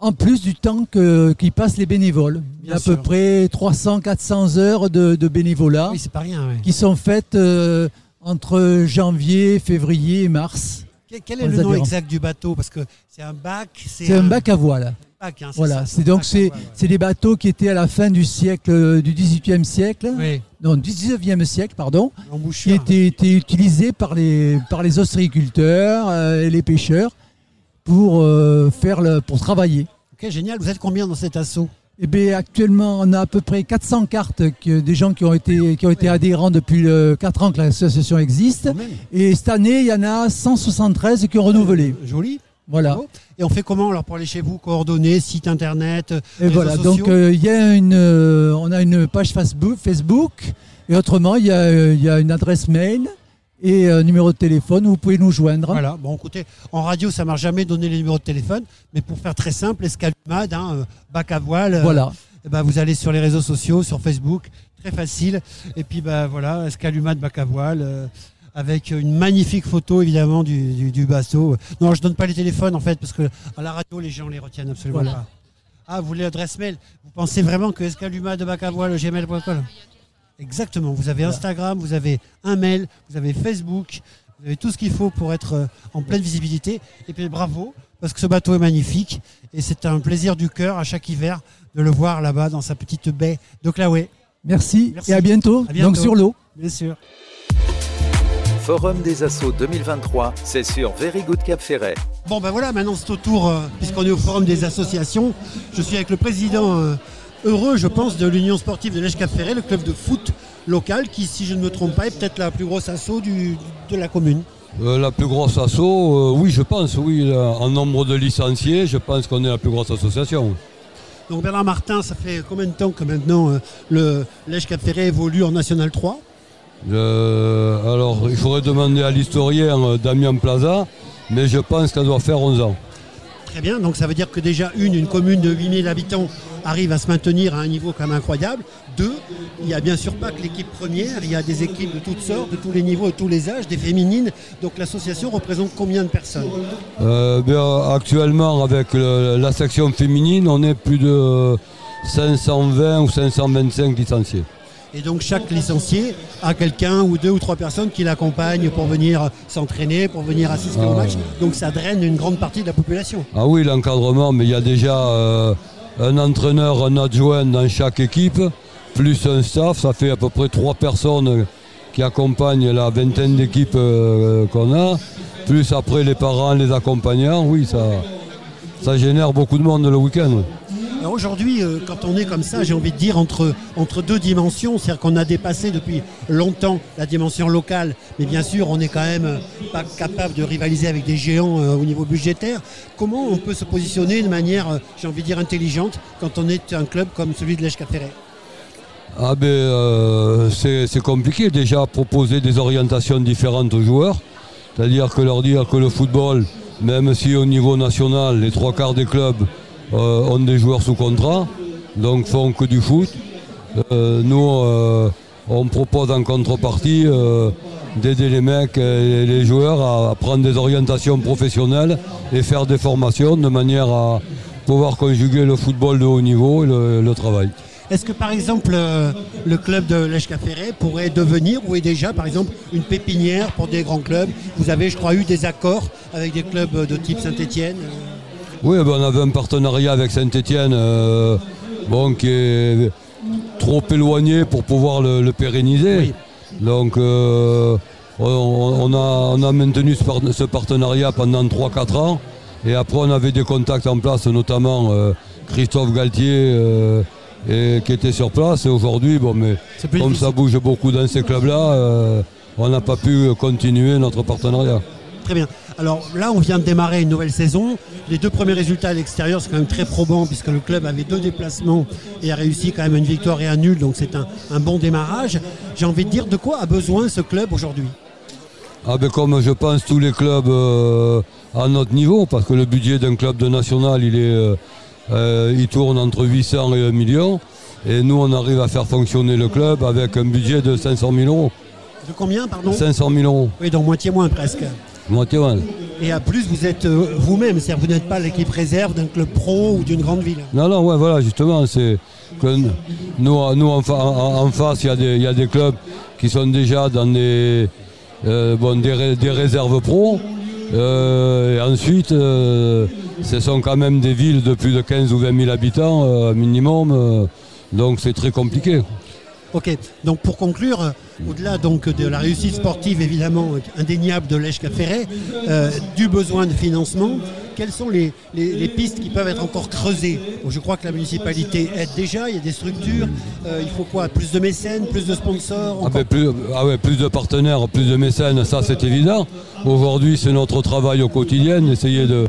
Speaker 24: en plus du temps que- qu'y passent les bénévoles. Il y a à
Speaker 2: Bien sûr.
Speaker 24: peu près 300-400 heures de, de bénévolat
Speaker 2: Oui, c'est pas rien. ouais.
Speaker 24: qui sont faites euh, entre janvier, février et mars.
Speaker 2: Quel, quel
Speaker 24: pour
Speaker 2: est
Speaker 24: les
Speaker 2: le nom
Speaker 24: adhérents.
Speaker 2: exact du bateau Parce que c'est un bac.
Speaker 24: C'est un bac à voile.
Speaker 2: Bac, hein, c'est ça,
Speaker 24: voilà, c'est donc c'est c'est des bateaux qui étaient à la fin du siècle euh, du 18e siècle,
Speaker 2: Oui.
Speaker 24: non 19e siècle pardon,
Speaker 2: qui
Speaker 24: étaient, étaient utilisés par les par les ostréiculteurs euh, et les pêcheurs pour euh, faire le, pour travailler.
Speaker 2: Ok, génial. Vous êtes combien dans cet assaut
Speaker 24: Eh bien, actuellement, on a à peu près 400 cartes que des gens qui ont été, qui ont été adhérents depuis 4 ans que l'association existe. Et cette année, il y en a 173 qui ont renouvelé.
Speaker 2: Joli.
Speaker 24: Voilà.
Speaker 2: Et on fait comment alors pour aller chez vous Coordonnées, site internet,
Speaker 24: Et voilà, donc euh, il y a une, euh, on a une page Facebook, Facebook et autrement, il y, a, euh, il y a une adresse mail et un numéro de téléphone où vous pouvez nous joindre.
Speaker 2: Voilà, bon écoutez, en radio ça marche jamais donner les numéros de téléphone, mais pour faire très simple, escalmade, hein, euh, bac à voile, euh,
Speaker 24: Voilà.
Speaker 2: eh ben, vous allez sur les réseaux sociaux, sur Facebook, très facile, et puis bah voilà, escalmade, bac à voile, euh, avec une magnifique photo évidemment du, du, du bateau. Non, je donne pas les téléphones en fait, parce que à la radio les gens les retiennent absolument
Speaker 24: Voilà.
Speaker 2: pas. Ah, vous voulez l'adresse mail Vous pensez vraiment que escalumade bac à voile, gmail.com Exactement, vous avez Instagram, vous avez un mail, vous avez Facebook, vous avez tout ce qu'il faut pour être euh, en pleine visibilité. Et puis bravo, parce que ce bateau est magnifique et c'est un plaisir du cœur à chaque hiver de le voir là-bas dans sa petite baie de Claouet.
Speaker 24: Merci, et à bientôt. Donc sur l'eau.
Speaker 2: Bien sûr.
Speaker 1: Forum des assauts 2023, c'est sur Very Good Cap Ferret.
Speaker 2: Bon ben voilà, maintenant c'est au tour, euh, puisqu'on est au forum des associations. Je suis avec le président euh, heureux, je pense, de l'Union sportive de l'Èche Cap Ferret, le club de foot local qui, si je ne me trompe pas, est peut-être la plus grosse asso du- de la commune.
Speaker 25: Euh, la plus grosse asso, euh, oui, je pense, oui. là, en nombre de licenciés, je pense qu'on est la plus grosse association.
Speaker 2: Donc Bernard Martin, ça fait combien de temps que maintenant euh, le l'Èche Cap Ferret évolue en National 3
Speaker 25: Euh, alors, il faudrait demander à l'historien euh, Damien Plaza, mais je pense qu'elle doit faire 11 ans.
Speaker 2: Très bien, donc ça veut dire que déjà une, une commune de 8000 habitants arrive à se maintenir à un niveau quand même incroyable. Deux, il n'y a bien sûr pas que l'équipe première, il y a des équipes de toutes sortes, de tous les niveaux et tous les âges, des féminines. Donc l'association représente combien de personnes
Speaker 25: Euh, bien, actuellement, avec le- la section féminine, on est plus de 520 ou 525 licenciés.
Speaker 2: Et donc chaque licencié a quelqu'un ou deux ou trois personnes qui l'accompagnent pour venir s'entraîner, pour venir assister au
Speaker 25: Ah.
Speaker 2: match. Donc ça draine une grande partie de la population.
Speaker 25: Ah oui, l'encadrement, mais il y a déjà euh, un entraîneur, un adjoint dans chaque équipe, plus un staff, ça fait à peu près trois personnes qui accompagnent la vingtaine d'équipes euh, qu'on a, plus après les parents, les accompagnants, oui, ça, ça génère beaucoup de monde le week-end. oui.
Speaker 2: Alors aujourd'hui, euh, quand on est comme ça, j'ai envie de dire entre, entre deux dimensions, c'est-à-dire qu'on a dépassé depuis longtemps la dimension locale, mais bien sûr, on n'est quand même euh, pas capable de rivaliser avec des géants euh, au niveau budgétaire. Comment on peut se positionner de manière, euh, j'ai envie de dire, intelligente quand on est un club comme celui de l'Èche Ferret
Speaker 25: Ah ben, euh, c'est c'est compliqué déjà proposer des orientations différentes aux joueurs, c'est-à-dire que leur dire que le football, même si au niveau national, les trois quarts des clubs euh, ont des joueurs sous contrat, donc font que du foot, euh, nous euh, on propose en contrepartie euh, d'aider les mecs et les joueurs à, à prendre des orientations professionnelles et faire des formations de manière à pouvoir conjuguer le football de haut niveau et le- le travail.
Speaker 2: Est-ce que par exemple euh, le club de l'Èche Ferret pourrait devenir ou est déjà par exemple une pépinière pour des grands clubs Vous avez, je crois, eu des accords avec des clubs de type Saint-Étienne.
Speaker 25: Oui, ben, on avait un partenariat avec Saint-Étienne euh, bon, qui est trop éloigné pour pouvoir le, le pérenniser. Donc euh, on, on a, on a maintenu ce, par- ce partenariat pendant 3-4 ans. Et après on avait des contacts en place, notamment euh, Christophe Galtier euh, et- qui était sur place. Et aujourd'hui, bon, mais comme ça bouge beaucoup dans ces clubs-là, euh, on n'a pas pu continuer notre partenariat.
Speaker 2: Très bien. Alors là, on vient de démarrer une nouvelle saison. Les deux premiers résultats à l'extérieur, c'est quand même très probant puisque le club avait deux déplacements et a réussi quand même une victoire et un nul. Donc c'est un, un bon démarrage. J'ai envie de dire de quoi a besoin ce club aujourd'hui
Speaker 25: Ah ben comme je pense tous les clubs euh, à notre niveau, parce que le budget d'un club de national, il, est, euh, euh, il tourne entre 800 et 1 million. Et nous, on arrive à faire fonctionner le club avec un budget de 500 000 euros.
Speaker 2: De combien, pardon
Speaker 25: 500 000 euros.
Speaker 2: Oui, donc moitié moins presque.
Speaker 25: Moitié mal.
Speaker 2: Et à plus, vous êtes euh, vous-même, c'est-à-dire vous n'êtes pas l'équipe réserve d'un club pro ou d'une grande ville.
Speaker 25: Non, non, ouais, voilà, justement, c'est que n- nous, nous en, fa- en- en face, il y, a des- il y a des clubs qui sont déjà dans des, euh, bon, des, ré- des réserves pro. Euh, et ensuite, euh, ce sont quand même des villes de plus de 15 000 ou 20 000 habitants euh, minimum, euh, donc c'est très compliqué.
Speaker 2: Ok, donc pour conclure, euh, au-delà donc de la réussite sportive évidemment euh, indéniable de l'Èche Ferret, euh, du besoin de financement, quelles sont les, les- les pistes qui peuvent être encore creusées Bon, Je crois que la municipalité aide déjà, il y a des structures, euh, il faut quoi Plus de mécènes, plus de sponsors
Speaker 25: Ah, ben, plus, ah ouais, plus de partenaires, plus de mécènes, ça c'est évident. Aujourd'hui, c'est notre travail au quotidien, d'essayer de,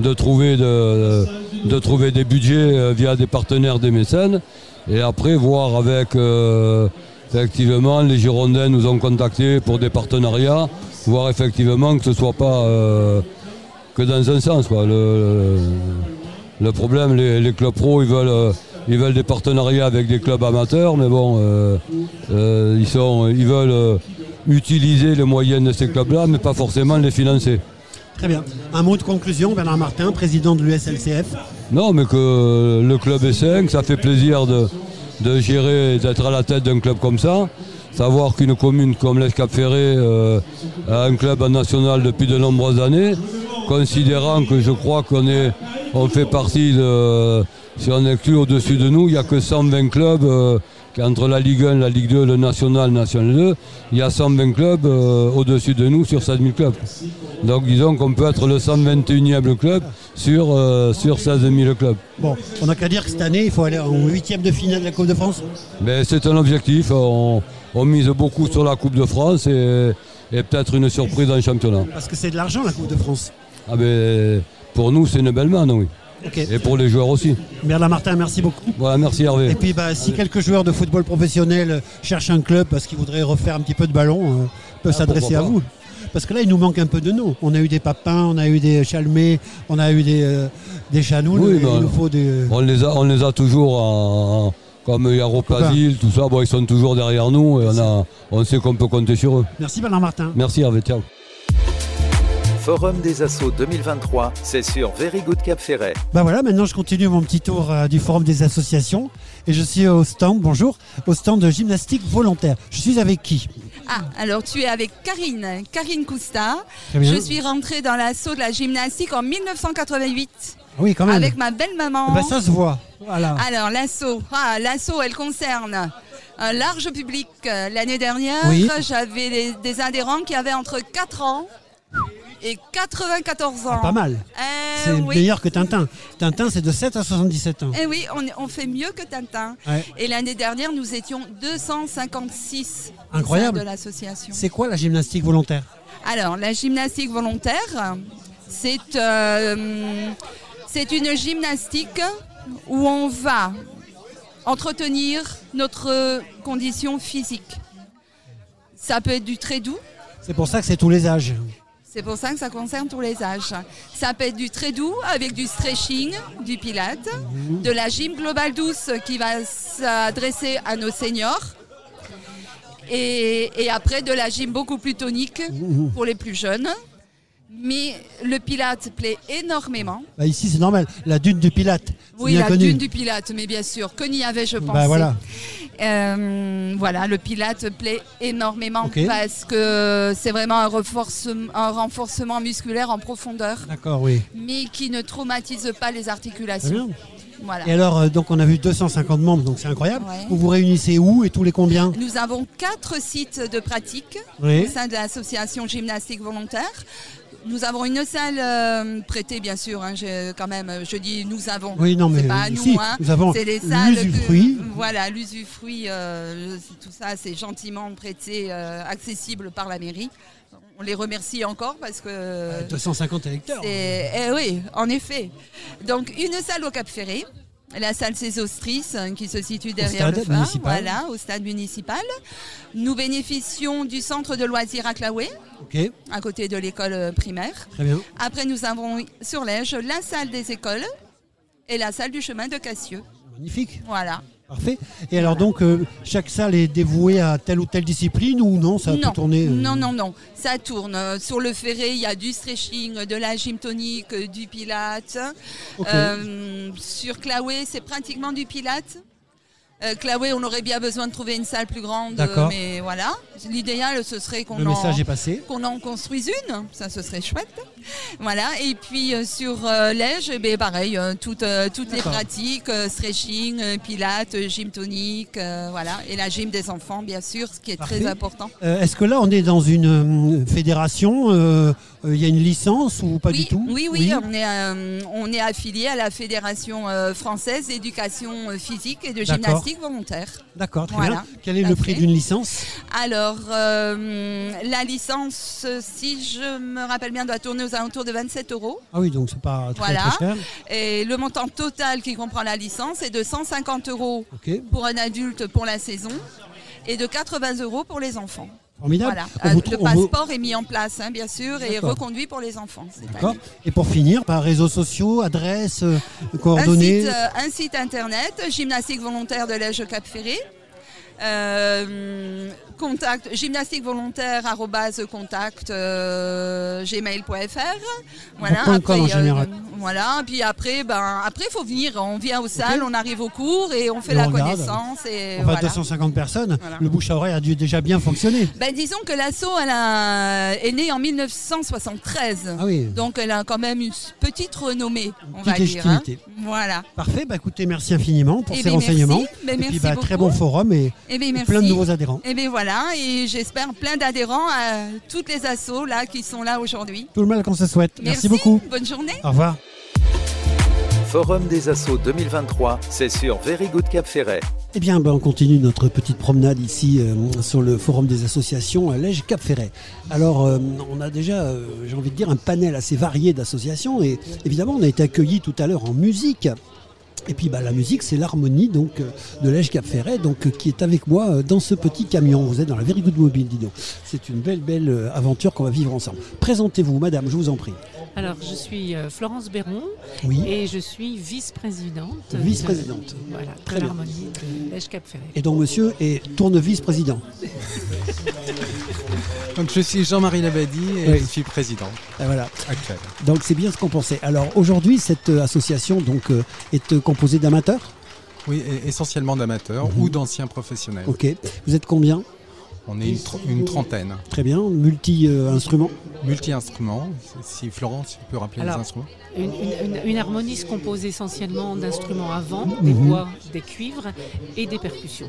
Speaker 25: de trouver, de, de trouver des budgets euh, via des partenaires, des mécènes. Et après, voir avec, euh, effectivement, les Girondins nous ont contactés pour des partenariats, voir effectivement que ce ne soit pas euh, que dans un sens. Quoi. Le, le problème, les, les clubs pro, ils veulent, euh, ils veulent des partenariats avec des clubs amateurs, mais bon, euh, euh, ils, sont, ils veulent euh, utiliser les moyens de ces clubs-là, mais pas forcément les financer.
Speaker 2: Très bien. Un mot de conclusion, Bernard Martin, président de l'USLCF.
Speaker 25: Non, mais que le club est 5, ça fait plaisir de, de gérer, et d'être à la tête d'un club comme ça. Savoir qu'une commune comme l'Escap-Ferré euh, a un club en national depuis de nombreuses années, considérant que je crois qu'on est, on fait partie de. Si on inclut au-dessus de nous, il n'y a que 120 clubs. euh, entre la Ligue 1, la Ligue 2, le National, le National 2, il y a 120 clubs euh, au-dessus de nous sur 7000 clubs. Donc disons qu'on peut être le 121e club sur, euh, sur 16 000 clubs.
Speaker 2: Bon, on n'a qu'à dire que cette année, il faut aller en huitième de finale de la Coupe de France.
Speaker 25: Mais c'est un objectif, on, on mise beaucoup sur la Coupe de France et, et peut-être une surprise dans le championnat.
Speaker 2: Parce que c'est de l'argent la Coupe de France.
Speaker 25: Ah ben, pour nous c'est une belle manne, oui.
Speaker 2: Ok.
Speaker 25: Et pour les joueurs aussi.
Speaker 2: Bernard Martin, merci beaucoup.
Speaker 25: Voilà, merci Hervé.
Speaker 2: Et puis bah, si quelques joueurs de football professionnel cherchent un club parce qu'ils voudraient refaire un petit peu de ballon, euh, ils peuvent
Speaker 25: Ah,
Speaker 2: s'adresser
Speaker 25: pourquoi
Speaker 2: à
Speaker 25: pas.
Speaker 2: vous. Parce que là, il nous manque un peu de noms. On a eu des papins, on a eu des chalmés, on a eu des, euh, des chanounes.
Speaker 25: Oui,
Speaker 2: et
Speaker 25: ben,
Speaker 2: il nous faut des... euh,
Speaker 25: On les a, on les a toujours en- en- comme Yaropazil, tout ça, bon, ils sont toujours derrière nous et on, a, on sait qu'on peut compter sur eux.
Speaker 2: Merci Bernard Martin.
Speaker 25: Merci Hervé, ciao.
Speaker 1: Forum des assauts 2023, c'est sur Very Good Cap Ferret.
Speaker 2: Ben voilà, maintenant je continue mon petit tour euh, du forum des associations et je suis au stand, bonjour, au stand de gymnastique volontaire. Je suis avec qui
Speaker 26: Ah, alors tu es avec Karine, Karine Cousta.
Speaker 2: Très bien.
Speaker 26: Je suis rentrée dans l'assaut de la gymnastique en 1988.
Speaker 2: Oui, quand même.
Speaker 26: Avec ma belle-maman.
Speaker 2: Ben, ça se voit. Voilà.
Speaker 26: Alors l'assaut, ah, l'assaut, elle concerne un large public. Euh, L'année dernière,
Speaker 2: Oui.
Speaker 26: j'avais des, des adhérents qui avaient entre 4 ans et 94 ans.
Speaker 2: Ah, Pas mal. c'est
Speaker 26: euh, oui.
Speaker 2: meilleur que Tintin. Tintin, c'est de 7 à 77 ans.
Speaker 26: Eh oui, on, on fait mieux que Tintin.
Speaker 2: Ouais.
Speaker 26: Et l'année dernière, nous étions 256 au
Speaker 2: Incroyable.
Speaker 26: sein de l'association.
Speaker 2: C'est quoi la gymnastique volontaire
Speaker 26: Alors, la gymnastique volontaire, c'est euh, c'est une gymnastique où on va entretenir notre condition physique. Ça peut être du très doux,
Speaker 2: C'est pour ça que c'est tous les âges.
Speaker 26: c'est pour ça que ça concerne tous les âges. Ça peut être du très doux avec du stretching, du pilate,
Speaker 2: Mhm.
Speaker 26: de la gym globale douce qui va s'adresser à nos seniors. Et, et après de la gym beaucoup plus tonique
Speaker 2: Mhm.
Speaker 26: pour les plus jeunes. Mais le pilate plaît énormément.
Speaker 2: Bah, ici, c'est normal. La dune du Pilate. c'est
Speaker 26: Oui,
Speaker 2: bien
Speaker 26: la
Speaker 2: connu.
Speaker 26: dune du pilate, mais bien sûr, que n'y avait je pense.
Speaker 2: Bah, voilà.
Speaker 26: Euh, voilà, le pilate plaît énormément
Speaker 2: Ok.
Speaker 26: parce que c'est vraiment un, renforcem- un renforcement musculaire en profondeur,
Speaker 2: D'accord, oui.
Speaker 26: mais qui ne traumatise pas les articulations.
Speaker 2: Très bien.
Speaker 26: Voilà.
Speaker 2: Et alors, euh, donc, on a vu 250 membres, donc c'est incroyable.
Speaker 26: Ouais. Euh,
Speaker 2: Vous vous réunissez où et tous les combien
Speaker 26: Nous avons quatre sites de pratique
Speaker 2: Oui.
Speaker 26: au sein de l'association gymnastique volontaire. Nous avons une salle euh, prêtée, bien sûr, hein, je- quand même, je dis nous avons.
Speaker 2: Oui, non,
Speaker 26: C'est
Speaker 2: mais euh,
Speaker 26: pas à nous,
Speaker 2: si,
Speaker 26: hein.
Speaker 2: nous avons
Speaker 26: C'est les salles que-
Speaker 2: l'usufruit.
Speaker 26: voilà, l'usufruit, euh, c'est- tout ça, c'est gentiment prêté, euh, accessible par la mairie. On les remercie encore parce que.
Speaker 2: Euh, 250 électeurs.
Speaker 26: C'est- eh oui, en effet. Donc une salle au Cap Ferré, la salle Césostrice hein, qui se situe derrière
Speaker 2: stade
Speaker 26: le phare,
Speaker 2: municipal.
Speaker 26: voilà, au stade municipal. Nous bénéficions du centre de loisirs à Claoué,
Speaker 2: Ok,
Speaker 26: à côté de l'école euh, primaire.
Speaker 2: très bien.
Speaker 26: Après, nous avons sur l'Ège la salle des écoles et la salle du chemin de Cassieux.
Speaker 2: Magnifique.
Speaker 26: Voilà.
Speaker 2: Parfait. Et alors, donc, euh, chaque salle est dévouée à telle ou telle discipline ou non Ça a
Speaker 26: non.
Speaker 2: tout tourné euh,
Speaker 26: non, non, non. Ça tourne. Euh, Sur le ferré, il y a du stretching, de la gym tonique, euh, du pilate.
Speaker 2: Ok.
Speaker 26: Euh, sur Claoué, c'est pratiquement du pilate. Euh, Claouet, on aurait bien besoin de trouver une salle plus grande,
Speaker 2: D'accord.
Speaker 26: euh, mais voilà. L'idéal, ce serait qu'on
Speaker 2: Le
Speaker 26: en,
Speaker 2: message est passé.
Speaker 26: qu'on en construise une. Ça, ce serait chouette. Voilà. Et puis euh, sur euh, Lège, eh ben, pareil, euh, toutes, euh, toutes les
Speaker 2: D'accord.
Speaker 26: pratiques, euh, stretching, euh, pilates, euh, gym tonique, euh, voilà. Et la gym des enfants, bien sûr, ce qui est très
Speaker 2: Parfait.
Speaker 26: important.
Speaker 2: Euh, Est-ce que là, on est dans une euh, fédération euh, euh, Il y a une licence ou pas du tout
Speaker 26: Oui, oui, on est, euh, on est affilié à la Fédération euh, française d'éducation euh, physique et de
Speaker 2: D'accord.
Speaker 26: gymnastique volontaire.
Speaker 2: D'accord, très
Speaker 26: Voilà.
Speaker 2: bien. Quel est le prix d'une licence
Speaker 26: Alors, euh, la licence, si je me rappelle bien, doit tourner aux alentours de 27 euros.
Speaker 2: Ah oui, donc c'est pas très,
Speaker 26: Voilà.
Speaker 2: très cher.
Speaker 26: Et le montant total qui comprend la licence est de 150 euros
Speaker 2: Ok.
Speaker 26: pour un adulte pour la saison et de 80 euros pour les enfants.
Speaker 2: Formidable.
Speaker 26: Voilà.
Speaker 2: On
Speaker 26: Euh,
Speaker 2: vous
Speaker 26: le
Speaker 2: trou- on vous-
Speaker 26: passeport est mis en place, hein, bien sûr, et
Speaker 2: D'accord.
Speaker 26: reconduit pour les enfants. cette
Speaker 2: D'accord.
Speaker 26: année.
Speaker 2: Et pour finir, par réseaux sociaux, adresses, euh,
Speaker 26: Un
Speaker 2: coordonnées.
Speaker 26: site, euh, un site internet, gymnastique volontaire de l'Ège Cap Ferré. Euh, contact gymnastique volontaire contact euh, gmail.fr voilà euh,
Speaker 2: Point com en général.
Speaker 26: voilà puis après ben après faut venir on vient aux salles on arrive au cours et on fait
Speaker 2: Et
Speaker 26: la
Speaker 2: on regarde.
Speaker 26: connaissance et
Speaker 2: Enfin,
Speaker 26: voilà.
Speaker 2: 250 personnes,
Speaker 26: Voilà.
Speaker 2: le bouche à oreille a dû déjà bien fonctionner.
Speaker 26: Ben, disons que l'asso elle a- est née en 1973
Speaker 2: Ah oui.
Speaker 26: donc elle a quand même une petite renommée on
Speaker 2: Petite
Speaker 26: va dire hein.
Speaker 2: légitimité.
Speaker 26: voilà
Speaker 2: Parfait, bah écoutez, merci infiniment pour
Speaker 26: Eh
Speaker 2: ces
Speaker 26: ben, merci.
Speaker 2: renseignements.
Speaker 26: Ben,
Speaker 2: et
Speaker 26: merci
Speaker 2: puis bah, très
Speaker 26: beaucoup.
Speaker 2: bon forum et,
Speaker 26: Eh ben,
Speaker 2: et
Speaker 26: merci.
Speaker 2: plein de nouveaux adhérents.
Speaker 26: Et bien voilà, et j'espère plein d'adhérents à toutes les assos là qui sont là aujourd'hui.
Speaker 2: Tout le mal qu'on se souhaite.
Speaker 1: Merci beaucoup.
Speaker 26: Bonne journée.
Speaker 2: Au revoir.
Speaker 1: Forum des assauts 2023, c'est sur Very Good Cap Ferret.
Speaker 2: Eh bien, ben, on continue notre petite promenade ici euh, sur le forum des associations à Lège Cap Ferret. Alors, euh, on a déjà, euh, j'ai envie de dire, un panel assez varié d'associations et évidemment, on a été accueillis tout à l'heure en musique. Et puis bah, la musique, c'est l'harmonie donc euh, de Lège Cap Ferret, donc euh, qui est avec moi euh, dans ce petit camion. Vous êtes dans la Very Good Mobile, dis donc. C'est une belle belle euh, aventure qu'on va vivre ensemble. Présentez-vous, Madame, je vous en prie.
Speaker 27: Alors, je suis euh, Florence Béron
Speaker 2: Oui.
Speaker 27: et je suis vice-présidente. de-
Speaker 2: Vice-présidente.
Speaker 27: Voilà,
Speaker 2: Très
Speaker 27: de
Speaker 2: bien.
Speaker 27: l'harmonie de Lège Cap Ferret.
Speaker 2: Et donc Monsieur est tournevis président.
Speaker 28: Donc je suis Jean-Marie Labadie et
Speaker 2: Oui.
Speaker 28: je suis président.
Speaker 2: Et voilà.
Speaker 28: Actuel.
Speaker 2: Donc c'est bien ce qu'on pensait. Alors aujourd'hui, cette euh, association donc euh, est euh, composée d'amateurs.
Speaker 28: Oui, et essentiellement d'amateurs ou d'anciens professionnels.
Speaker 2: Mhm. Ok. Vous êtes combien
Speaker 28: On est une, tr- une trentaine.
Speaker 2: Très bien. Multi euh, instruments.
Speaker 28: Multi-instruments. Si Florence peut rappeler les
Speaker 27: Alors,
Speaker 28: instruments.
Speaker 27: une, une- une- une harmonie se compose essentiellement d'instruments à vent, des
Speaker 28: Mhm.
Speaker 27: bois, des cuivres et des percussions.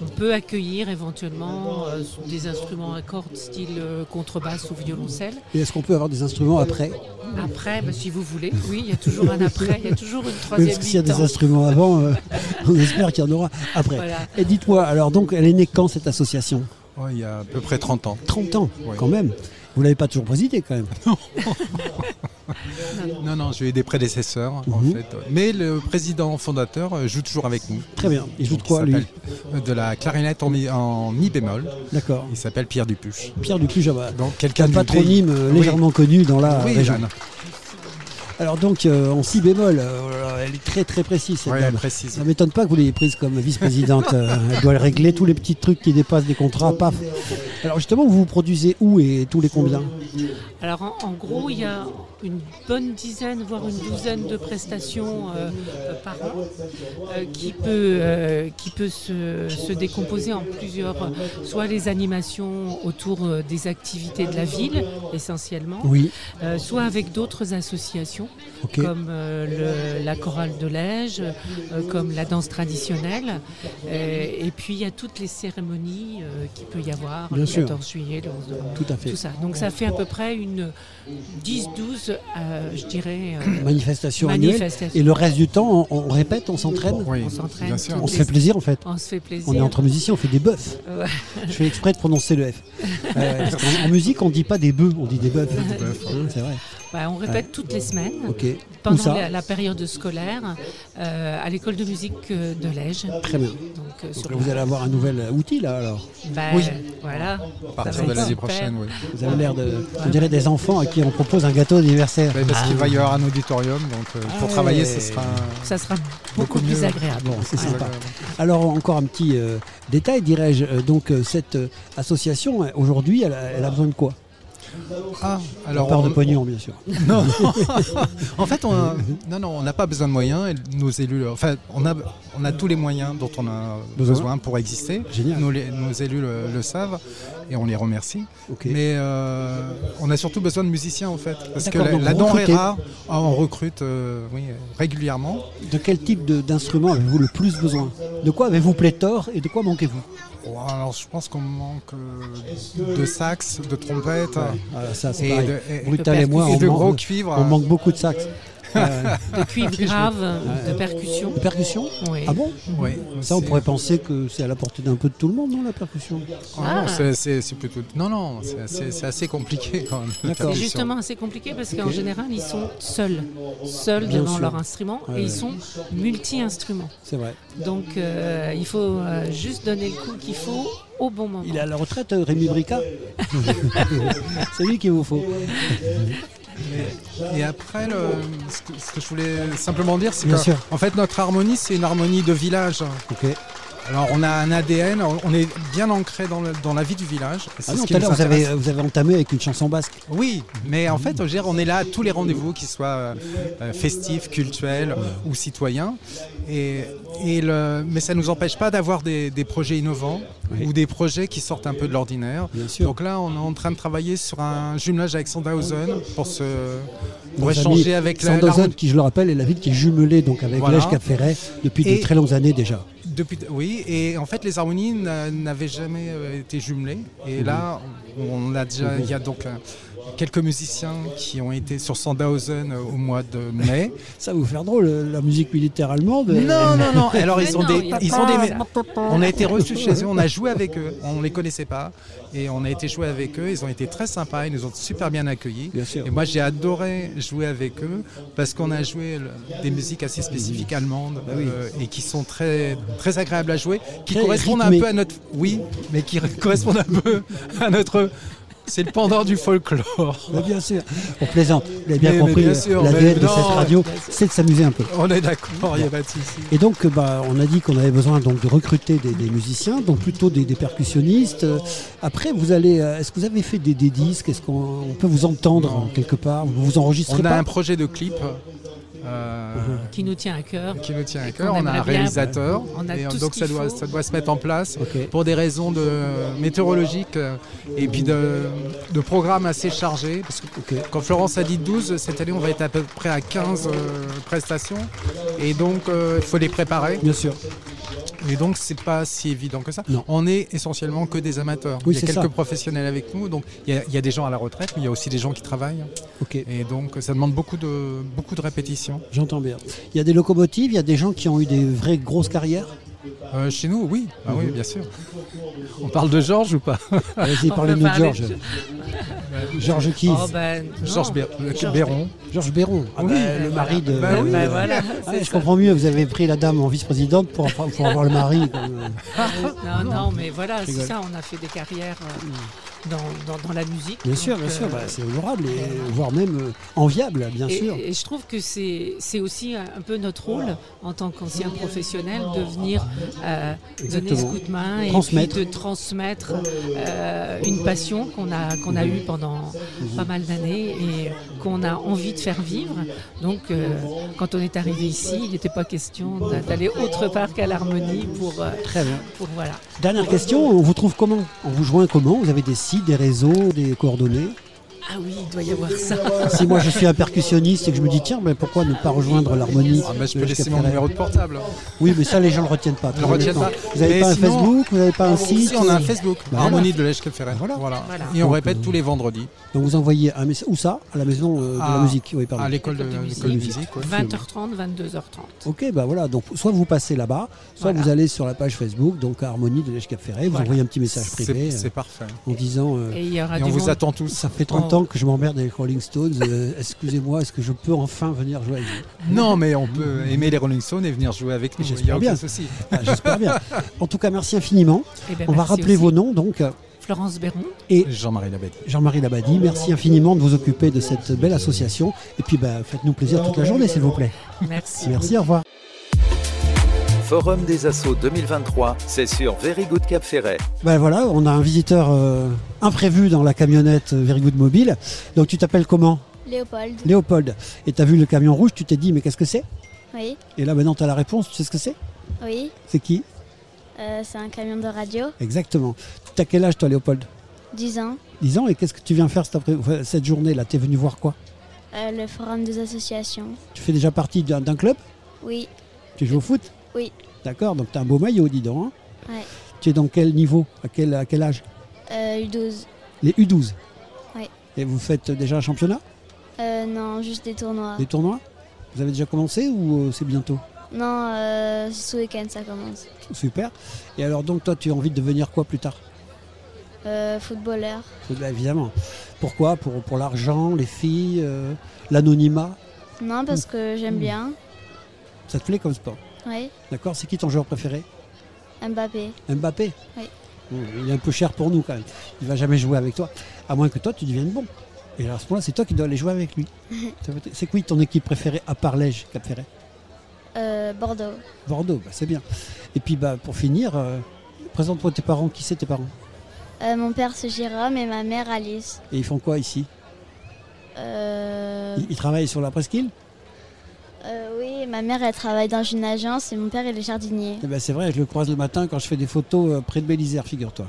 Speaker 27: On peut accueillir éventuellement euh, des instruments à cordes style euh, contrebasse ou violoncelle.
Speaker 2: Et est-ce qu'on peut avoir des instruments après
Speaker 27: Après, bah, si vous voulez, oui, il y a toujours un après, il y a toujours une
Speaker 2: Oui,
Speaker 27: troisième
Speaker 2: Parce que s'il y a des
Speaker 27: mi-temps.
Speaker 2: instruments avant, euh, on espère qu'il y en aura après.
Speaker 27: Voilà.
Speaker 2: Et dites-moi, alors donc, elle est née quand cette association
Speaker 28: Ouais, il y a à peu près 30 ans.
Speaker 2: 30 ans,
Speaker 28: Ouais.
Speaker 2: quand même. Vous l'avez pas toujours présidée, quand même.
Speaker 28: Non, non, j'ai eu des prédécesseurs en
Speaker 2: Mhm.
Speaker 28: fait. Mais le président fondateur euh, joue toujours avec nous.
Speaker 2: Très bien. Il joue de
Speaker 28: Donc,
Speaker 2: quoi, lui
Speaker 28: s'appelle, euh, De la clarinette en mi, en mi bémol.
Speaker 2: D'accord.
Speaker 28: Il s'appelle Pierre Dupuche.
Speaker 2: Pierre Dupuche,
Speaker 28: Donc quelqu'un
Speaker 2: un
Speaker 28: du
Speaker 2: patronyme euh,
Speaker 28: pays.
Speaker 2: légèrement connu dans la
Speaker 28: Oui,
Speaker 2: région.
Speaker 28: Jeanne.
Speaker 2: Alors donc, euh, en si bémol, euh, oh là là, elle est très très précise cette
Speaker 28: Ouais,
Speaker 2: dame.
Speaker 28: elle est précise.
Speaker 2: Ça m'étonne pas que vous l'ayez prise comme vice-présidente. Euh, elle doit régler tous les petits trucs qui dépassent des contrats. Paf. Alors justement, vous vous produisez où et tous les combien
Speaker 27: Alors en, en gros, il y a une bonne dizaine, voire une douzaine de prestations euh, euh, par an euh, qui peut, euh, qui peut se, se décomposer en plusieurs, euh, soit les animations autour euh, des activités de la ville essentiellement,
Speaker 2: Oui.
Speaker 27: euh, soit avec d'autres associations
Speaker 2: Ok.
Speaker 27: comme euh, le- la chorale de Lège, euh, comme la danse traditionnelle, euh, et puis il y a toutes les cérémonies euh, qu'il peut y avoir
Speaker 2: Bien
Speaker 27: le
Speaker 2: sûr.
Speaker 27: 14 juillet, le 11 novembre,
Speaker 2: Tout à fait.
Speaker 27: tout ça. Donc ça fait à peu près une 10-12, euh, je dirais, euh,
Speaker 2: Manifestation annuelle.
Speaker 27: manifestations.
Speaker 2: Et le reste du temps, on, on répète, on s'entraîne
Speaker 27: on s'entraîne.
Speaker 2: On
Speaker 27: toutes
Speaker 2: se
Speaker 27: les-
Speaker 2: fait plaisir en fait.
Speaker 27: On se fait plaisir.
Speaker 2: On est entre musiciens, on fait des bœufs.
Speaker 27: Ouais.
Speaker 2: Je fais exprès de prononcer le F. Euh, parce qu'en- en musique, on dit pas des bœufs, on dit des bœufs.
Speaker 27: Des bœufs,
Speaker 2: Hein, c'est vrai.
Speaker 27: Bah, on répète toutes les semaines
Speaker 2: Ok. Où
Speaker 27: pendant
Speaker 2: ça
Speaker 27: la, la période scolaire euh, à l'école de musique euh, de Lège.
Speaker 2: Très bien.
Speaker 27: Donc, euh,
Speaker 2: Donc
Speaker 27: sur
Speaker 2: là, vous
Speaker 27: la-
Speaker 2: allez avoir un nouvel outil là alors.
Speaker 27: Bah,
Speaker 28: Oui.
Speaker 27: Voilà.
Speaker 28: À partir
Speaker 27: Ça va
Speaker 28: de
Speaker 27: être
Speaker 28: l'année
Speaker 27: super.
Speaker 28: prochaine, oui.
Speaker 2: Vous avez l'air de, on dirait des enfants à qui on propose un gâteau d'anniversaire.
Speaker 28: Ouais, parce qu'il
Speaker 2: Ah.
Speaker 28: va y avoir un auditorium, donc euh,
Speaker 2: Ah
Speaker 28: pour travailler, ce
Speaker 2: ouais.
Speaker 28: sera.
Speaker 27: Ça sera beaucoup
Speaker 28: mieux.
Speaker 27: plus agréable.
Speaker 2: Bon, c'est
Speaker 27: Ouais.
Speaker 2: sympa. Alors encore un petit euh, détail, dirais-je. Euh, Donc euh, cette euh, association euh, aujourd'hui, elle, a- elle a besoin de quoi
Speaker 28: Ah, alors
Speaker 2: on parle de
Speaker 28: on-
Speaker 2: pognon, bien sûr.
Speaker 28: Non. en fait, on a- non, non, on n'a pas besoin de moyens. et Nos élus, euh, enfin, on a, on a tous les moyens dont on a
Speaker 2: Besoin.
Speaker 28: besoin, pour exister.
Speaker 2: Génial.
Speaker 28: Nos, les- nos élus le, le savent et on les remercie. Mais euh, on a surtout besoin de musiciens, en fait, parce que
Speaker 2: D'accord, donc
Speaker 28: la, la
Speaker 2: vous
Speaker 28: denrée
Speaker 2: recrutez.
Speaker 28: rare, ah, on recrute euh, oui, régulièrement.
Speaker 2: De quel type de- d'instrument avez-vous le plus besoin De quoi avez-vous pléthore et de quoi manquez-vous
Speaker 28: Oh, alors, je pense qu'on manque euh, de sax, de trompettes.
Speaker 2: Voilà, ça, c'est
Speaker 28: et
Speaker 2: pareil.
Speaker 28: de- et-
Speaker 2: Brutal et moi,
Speaker 28: et
Speaker 2: on
Speaker 28: de
Speaker 2: manque-
Speaker 28: gros cuivres.
Speaker 2: On manque beaucoup de Euh, sax.
Speaker 27: De cuivre grave, de percussion.
Speaker 2: De percussion
Speaker 27: Oui.
Speaker 2: Ah bon
Speaker 28: Oui.
Speaker 2: Ça, on
Speaker 28: C'est-
Speaker 2: pourrait penser que c'est à la portée d'un peu de tout le monde, non, la percussion
Speaker 28: Oh non, c'est- c'est c'est plutôt. Non, non, c'est assez, c'est assez compliqué quand même.
Speaker 27: C'est justement assez compliqué parce qu'en
Speaker 28: Ok.
Speaker 27: général, ils sont seuls, seuls
Speaker 28: Bien
Speaker 27: devant
Speaker 28: sûr.
Speaker 27: leur instrument
Speaker 28: Ouais,
Speaker 27: et
Speaker 28: ouais.
Speaker 27: ils sont multi-instruments.
Speaker 2: C'est vrai.
Speaker 27: Donc euh, il faut euh, juste donner le coup qu'il faut au bon moment.
Speaker 2: Il est à la retraite, euh, Rémi Brica C'est lui qu'il vous faut.
Speaker 28: Et après, le- ce, que, ce que je voulais simplement dire, c'est
Speaker 2: Bien
Speaker 28: que,
Speaker 2: sûr.
Speaker 28: en fait, notre harmonie, c'est une harmonie de village. Alors, on a un ADN, on- on est bien ancré dans, le- dans la vie du village. et c'est
Speaker 2: Ah non,
Speaker 28: ce qui
Speaker 2: tout à l'heure,
Speaker 28: nous
Speaker 2: vous avez,
Speaker 28: intéresse.
Speaker 2: vous avez entamé avec une chanson basque.
Speaker 28: Oui, mais en fait, je veux dire, on est là à tous les rendez-vous, qu'ils soient euh, euh, festifs, cultuels ou citoyens. Et, et le, mais ça ne nous empêche pas d'avoir des, des projets innovants ou des projets qui sortent un peu de l'ordinaire. Donc là, on est en train de travailler sur un jumelage avec Sandhausen pour, se, pour
Speaker 2: Nos amis
Speaker 28: échanger avec la,
Speaker 2: Sandhausen,
Speaker 28: l'harmonie-
Speaker 2: qui, je le rappelle, est la ville qui est jumelée donc, avec
Speaker 28: Voilà.
Speaker 2: Lège Cap Ferret depuis
Speaker 28: Et-
Speaker 2: de très longues années déjà.
Speaker 28: Depuis, oui, et en fait, les harmonies n'a- n'avaient jamais euh, été jumelées. Et
Speaker 2: Mhm.
Speaker 28: là, on a déjà,
Speaker 2: Mhm.
Speaker 28: il y a donc euh, quelques musiciens qui ont été sur Sandhausen euh, au mois de mai.
Speaker 2: Ça va vous faire drôle, euh, la musique militaire allemande. euh,
Speaker 28: Non, non, non. Alors, ils ont des, ils ont des. On a été reçus
Speaker 2: reçu
Speaker 28: chez eux, on a joué avec eux, on les connaissait pas, et on a été joué avec eux. Ils ont été très sympas, ils nous ont super bien accueillis. Et moi, j'ai adoré jouer avec eux parce qu'on a joué le- des musiques assez
Speaker 2: Mmh.
Speaker 28: spécifiques allemandes euh, et qui sont très très agréables à jouer, qui
Speaker 2: Bah Très
Speaker 28: correspondent un
Speaker 2: rythmées.
Speaker 28: peu à notre, oui, mais qui correspondent un peu à notre. C'est le pendant du folklore.
Speaker 2: Mais bien sûr. On plaisante. Vous l'avez bien
Speaker 28: Mais- mais
Speaker 2: compris,
Speaker 28: bien
Speaker 2: euh,
Speaker 28: sûr, mais
Speaker 2: l'ADN de
Speaker 28: non,
Speaker 2: cette radio,
Speaker 28: bien sûr.
Speaker 2: c'est de s'amuser un peu.
Speaker 28: On est d'accord, il n'y a pas de souci.
Speaker 2: Et donc, euh, bah, on a dit qu'on avait besoin donc, de recruter des, des musiciens, donc plutôt des, des percussionnistes. Euh, Après, vous allez, euh, est-ce que vous avez fait des, des disques Est-ce qu'on on peut vous entendre euh, quelque part Vous vous enregistrez
Speaker 28: On a
Speaker 2: pas
Speaker 28: un projet de clip. euh,
Speaker 27: Qui nous tient à cœur.
Speaker 28: qui nous tient à
Speaker 27: Et
Speaker 28: cœur.
Speaker 27: qu'on
Speaker 28: On a un
Speaker 27: aimerait bien.
Speaker 28: réalisateur.
Speaker 27: On a
Speaker 28: Et, euh,
Speaker 27: tout ce
Speaker 28: donc
Speaker 27: qu'il
Speaker 28: ça doit,
Speaker 27: faut.
Speaker 28: ça doit se mettre en place pour des raisons de, météorologiques euh, et puis de, de programmes assez chargés. Parce que quand Florence a dit 12, cette année on va être à peu près à 15 euh, prestations. Et donc euh, il faut les préparer.
Speaker 2: Bien sûr.
Speaker 28: Et donc c'est pas si évident que ça. On est essentiellement que des amateurs.
Speaker 2: Oui,
Speaker 28: il y a
Speaker 2: c'est
Speaker 28: quelques
Speaker 2: ça.
Speaker 28: professionnels avec nous. Donc il y, a, il y a des gens à la retraite, mais il y a aussi des gens qui travaillent. Et donc ça demande beaucoup de, beaucoup de répétitions.
Speaker 2: J'entends bien. Il y a des locomotives, il y a des gens qui ont eu des vraies grosses carrières.
Speaker 28: Euh, chez nous, oui. Ah
Speaker 2: Mhm.
Speaker 28: oui, bien sûr. On parle de Georges ou pas
Speaker 2: Vas-y,
Speaker 28: On
Speaker 2: parlez-nous de
Speaker 28: peut parler
Speaker 2: Georges.
Speaker 28: de-
Speaker 2: Georges qui
Speaker 28: Oh, ben, non. Georges Bé- euh, Georges Béron.
Speaker 2: Georges Béron. Ah
Speaker 28: Ouais,
Speaker 2: oui,
Speaker 28: ben
Speaker 2: le
Speaker 28: voilà.
Speaker 2: mari de.
Speaker 28: Ben oui. Ben voilà,
Speaker 2: Ah,
Speaker 28: c'est
Speaker 2: je
Speaker 28: ça.
Speaker 2: comprends mieux, vous avez pris la dame en vice-présidente pour, avoir- pour avoir le mari. comme, euh,
Speaker 27: non, non, mais voilà,
Speaker 2: Je
Speaker 27: c'est
Speaker 2: rigole. Mm.
Speaker 27: ça, on a fait des carrières euh, dans, dans- dans la musique.
Speaker 2: Bien sûr,
Speaker 27: Donc,
Speaker 2: bien sûr,
Speaker 27: euh,
Speaker 2: bah, c'est honorable, et, voire même euh, enviable, bien
Speaker 27: et,
Speaker 2: sûr.
Speaker 27: et je trouve que c'est c'est aussi un un peu notre rôle en tant qu'ancien professionnel de venir euh, donner ce
Speaker 2: Exactement.
Speaker 27: coup de main et
Speaker 2: Transmettre.
Speaker 27: puis de transmettre euh, une passion qu'on a, qu'on a eue pendant
Speaker 2: Mhm.
Speaker 27: pas mal d'années et qu'on a envie de faire vivre. Donc euh, quand on est arrivé ici, il n'était pas question d'a- d'aller autre part qu'à l'harmonie pour, euh,
Speaker 2: Très bien.
Speaker 27: pour voilà.
Speaker 2: Dernière question, on vous trouve comment On vous joint comment Vous avez des sites, des réseaux, des coordonnées
Speaker 27: Ah oui, il doit y avoir ça.
Speaker 2: Si moi je suis un percussionniste et que je me dis tiens, mais pourquoi ne pas rejoindre l'harmonie Euh,
Speaker 28: Ah, ben, je
Speaker 2: de
Speaker 28: peux
Speaker 2: Jacques
Speaker 28: laisser mon
Speaker 2: Ferret
Speaker 28: numéro de portable.
Speaker 2: Oui, mais ça les gens ne le retiennent pas.
Speaker 28: Je ne retiens pas.
Speaker 2: Ah, Vous n'avez
Speaker 28: Mais
Speaker 2: pas un
Speaker 28: sinon-
Speaker 2: Facebook Vous n'avez pas un site
Speaker 28: Si, on a un Facebook.
Speaker 2: Bah,
Speaker 28: Harmonie
Speaker 2: voilà.
Speaker 28: de l'Èche Ferret. Voilà. Et
Speaker 2: Voilà.
Speaker 28: on
Speaker 2: Donc,
Speaker 28: répète
Speaker 2: euh,
Speaker 28: tous les vendredis.
Speaker 2: Donc vous envoyez un message. Où ça À la maison euh, de
Speaker 28: À-
Speaker 2: la musique. Oui, pardon.
Speaker 28: Ah, à l'école de- L'école de l'école de musique, musique, ouais.
Speaker 27: 20h30, 22h30.
Speaker 2: Ok, bah voilà. Donc soit vous passez là-bas, soit
Speaker 27: Voilà.
Speaker 2: vous allez sur la page Facebook, donc Harmonie de l'Èche Cap Ferret, vous
Speaker 27: Voilà.
Speaker 2: envoyez un petit message
Speaker 28: C'est-
Speaker 2: privé.
Speaker 28: c'est
Speaker 2: euh,
Speaker 28: parfait.
Speaker 2: En disant. euh,
Speaker 27: Et il y aura Et du on vous monde. attend tous.
Speaker 2: Ça fait 30
Speaker 27: Oh.
Speaker 2: ans que je m'emmerde avec Rolling Stones. euh, Excusez-moi, est-ce que je peux enfin venir jouer avec vous
Speaker 28: Non, mais on peut aimer les Rolling Stones et venir jouer avec nous. Il n'y a
Speaker 2: J'espère bien.
Speaker 28: aucun souci.
Speaker 2: Ah, J'espère bien. En tout cas, merci infiniment.
Speaker 27: Eh ben,
Speaker 2: on va
Speaker 27: merci
Speaker 2: rappeler
Speaker 27: aussi.
Speaker 2: vos noms donc. euh,
Speaker 27: Florence Béron.
Speaker 2: Et
Speaker 28: Jean-Marie Labadie.
Speaker 2: Jean-Marie Labadie, merci infiniment de vous occuper de cette belle association. Et puis, bah, faites-nous plaisir toute la journée, s'il vous plaît.
Speaker 27: Merci.
Speaker 2: Merci, au revoir.
Speaker 1: Forum des Assauts 2023, c'est sur Very Good Cap Ferret.
Speaker 2: Ben voilà, on a un visiteur euh, imprévu dans la camionnette euh, Very Good Mobile. Donc tu t'appelles comment
Speaker 29: Léopold.
Speaker 2: Léopold. Et tu as vu le camion rouge, tu t'es dit mais qu'est-ce que c'est
Speaker 29: Oui,
Speaker 2: Et là maintenant tu as la réponse, tu sais ce que c'est
Speaker 29: oui.
Speaker 2: C'est qui
Speaker 29: Euh, c'est un camion de radio.
Speaker 2: Exactement. T'as quel âge toi Léopold
Speaker 29: 10 ans.
Speaker 2: 10 ans et qu'est-ce que tu viens faire cet après- enfin, cette journée là T'es venu voir quoi
Speaker 29: Euh, le forum des associations.
Speaker 2: Tu fais déjà partie d'un d'un club
Speaker 29: Oui,
Speaker 2: Tu joues au foot
Speaker 29: oui.
Speaker 2: D'accord, donc t'as un beau maillot dis donc. hein.
Speaker 29: Ouais.
Speaker 2: Tu es dans quel niveau à quel, à quel âge
Speaker 29: Euh, U12.
Speaker 2: Les U12.
Speaker 29: Ouais.
Speaker 2: Et vous faites déjà un championnat
Speaker 29: Euh, non, juste des tournois.
Speaker 2: Des tournois Vous avez déjà commencé ou euh, c'est bientôt
Speaker 29: Non, euh, ce week-end ça commence.
Speaker 2: Super. Et alors donc toi tu as envie de devenir quoi plus tard
Speaker 29: Euh, footballeur.
Speaker 2: Bah, Évidemment. Pourquoi Pour, pour l'argent, les filles, euh, l'anonymat
Speaker 29: Non, parce que j'aime bien.
Speaker 2: Ça te plaît comme sport
Speaker 29: Oui.
Speaker 2: D'accord C'est qui ton joueur préféré
Speaker 29: Mbappé.
Speaker 2: Mbappé
Speaker 29: Oui.
Speaker 2: Bon, Il est un peu cher pour nous quand même. Il va jamais jouer avec toi. À moins que toi tu deviennes bon. Et à ce moment-là, c'est toi qui dois aller jouer avec lui. Ça veut dire- C'est qui ton équipe préférée à part Lège, Cap Ferret
Speaker 29: Euh, Bordeaux.
Speaker 2: Bordeaux, bah, c'est bien. Et puis bah, pour finir, euh, présente-moi tes parents. Qui c'est tes parents
Speaker 29: Euh, mon père c'est Jérôme et ma mère Alice.
Speaker 2: Et ils font quoi ici
Speaker 29: Euh,
Speaker 2: ils, ils travaillent sur la presqu'île
Speaker 29: euh, oui, ma mère elle travaille dans une agence et mon père il est jardinier.
Speaker 2: Eh ben, c'est vrai, je le croise le matin quand je fais des photos euh, près de Bélisère, figure-toi.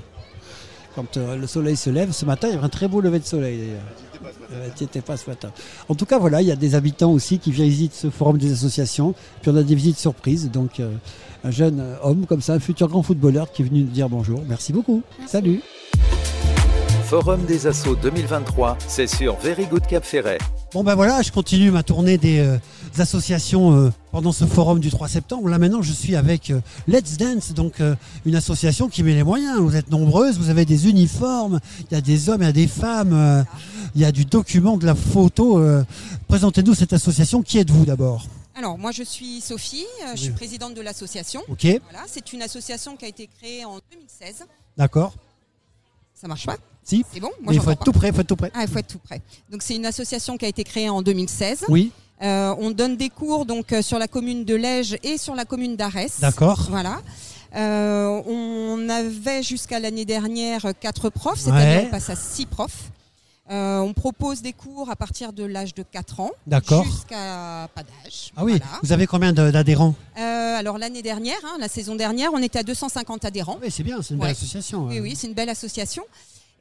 Speaker 2: Quand euh, le soleil se lève, ce matin, il y avait un très beau lever de soleil d'ailleurs. Euh, t'y étais pas ce matin. En tout cas, voilà, il y a des habitants aussi qui visitent ce forum des associations. Puis on a des visites surprises. Donc, euh, un jeune euh, homme comme ça, un futur grand footballeur qui est venu nous dire bonjour. Merci beaucoup. Salut.
Speaker 1: Forum des Assauts 2023, c'est sur Very Good Cap Ferret.
Speaker 2: Bon ben voilà, je continue ma tournée des euh, associations euh, pendant ce forum du 3 septembre. Là maintenant, je suis avec euh, Let's Dance, donc euh, une association qui met les moyens. Vous êtes nombreuses, vous avez des uniformes, il y a des hommes, il y a des femmes, euh, il y a du document, de la photo. euh. Présentez-nous cette association. Qui êtes-vous d'abord
Speaker 30: Alors, moi, je suis Sophie, euh, je suis
Speaker 2: Oui.
Speaker 30: présidente de l'association.
Speaker 2: Ok.
Speaker 30: Voilà, c'est une association qui a été créée en 2016.
Speaker 2: D'accord.
Speaker 30: Ça marche pas
Speaker 2: Si.
Speaker 30: C'est bon
Speaker 2: Mais il
Speaker 30: j'entends
Speaker 2: faut être
Speaker 30: pas.
Speaker 2: tout prêt, faut être tout prêt.
Speaker 30: Ah, il faut être tout prêt. Donc, c'est une association qui a été créée en 2016.
Speaker 2: Oui.
Speaker 30: Euh, on donne des cours donc euh, sur la commune de Lège et sur la commune d'Arès.
Speaker 2: D'accord.
Speaker 30: Voilà. Euh, on avait jusqu'à l'année dernière euh, quatre profs,
Speaker 2: Ouais.
Speaker 30: c'est-à-dire on passe à six profs. Euh, on propose des cours à partir de l'âge de 4 ans
Speaker 2: D'accord.
Speaker 30: jusqu'à pas d'âge.
Speaker 2: Ah oui,
Speaker 30: Voilà.
Speaker 2: vous avez combien de- d'adhérents
Speaker 30: Euh, alors l'année dernière, hein, la saison dernière, on était à 250 adhérents.
Speaker 2: Oui, c'est bien, c'est une belle association, hein.
Speaker 30: Oui,
Speaker 2: ouais.
Speaker 30: oui, c'est une belle association.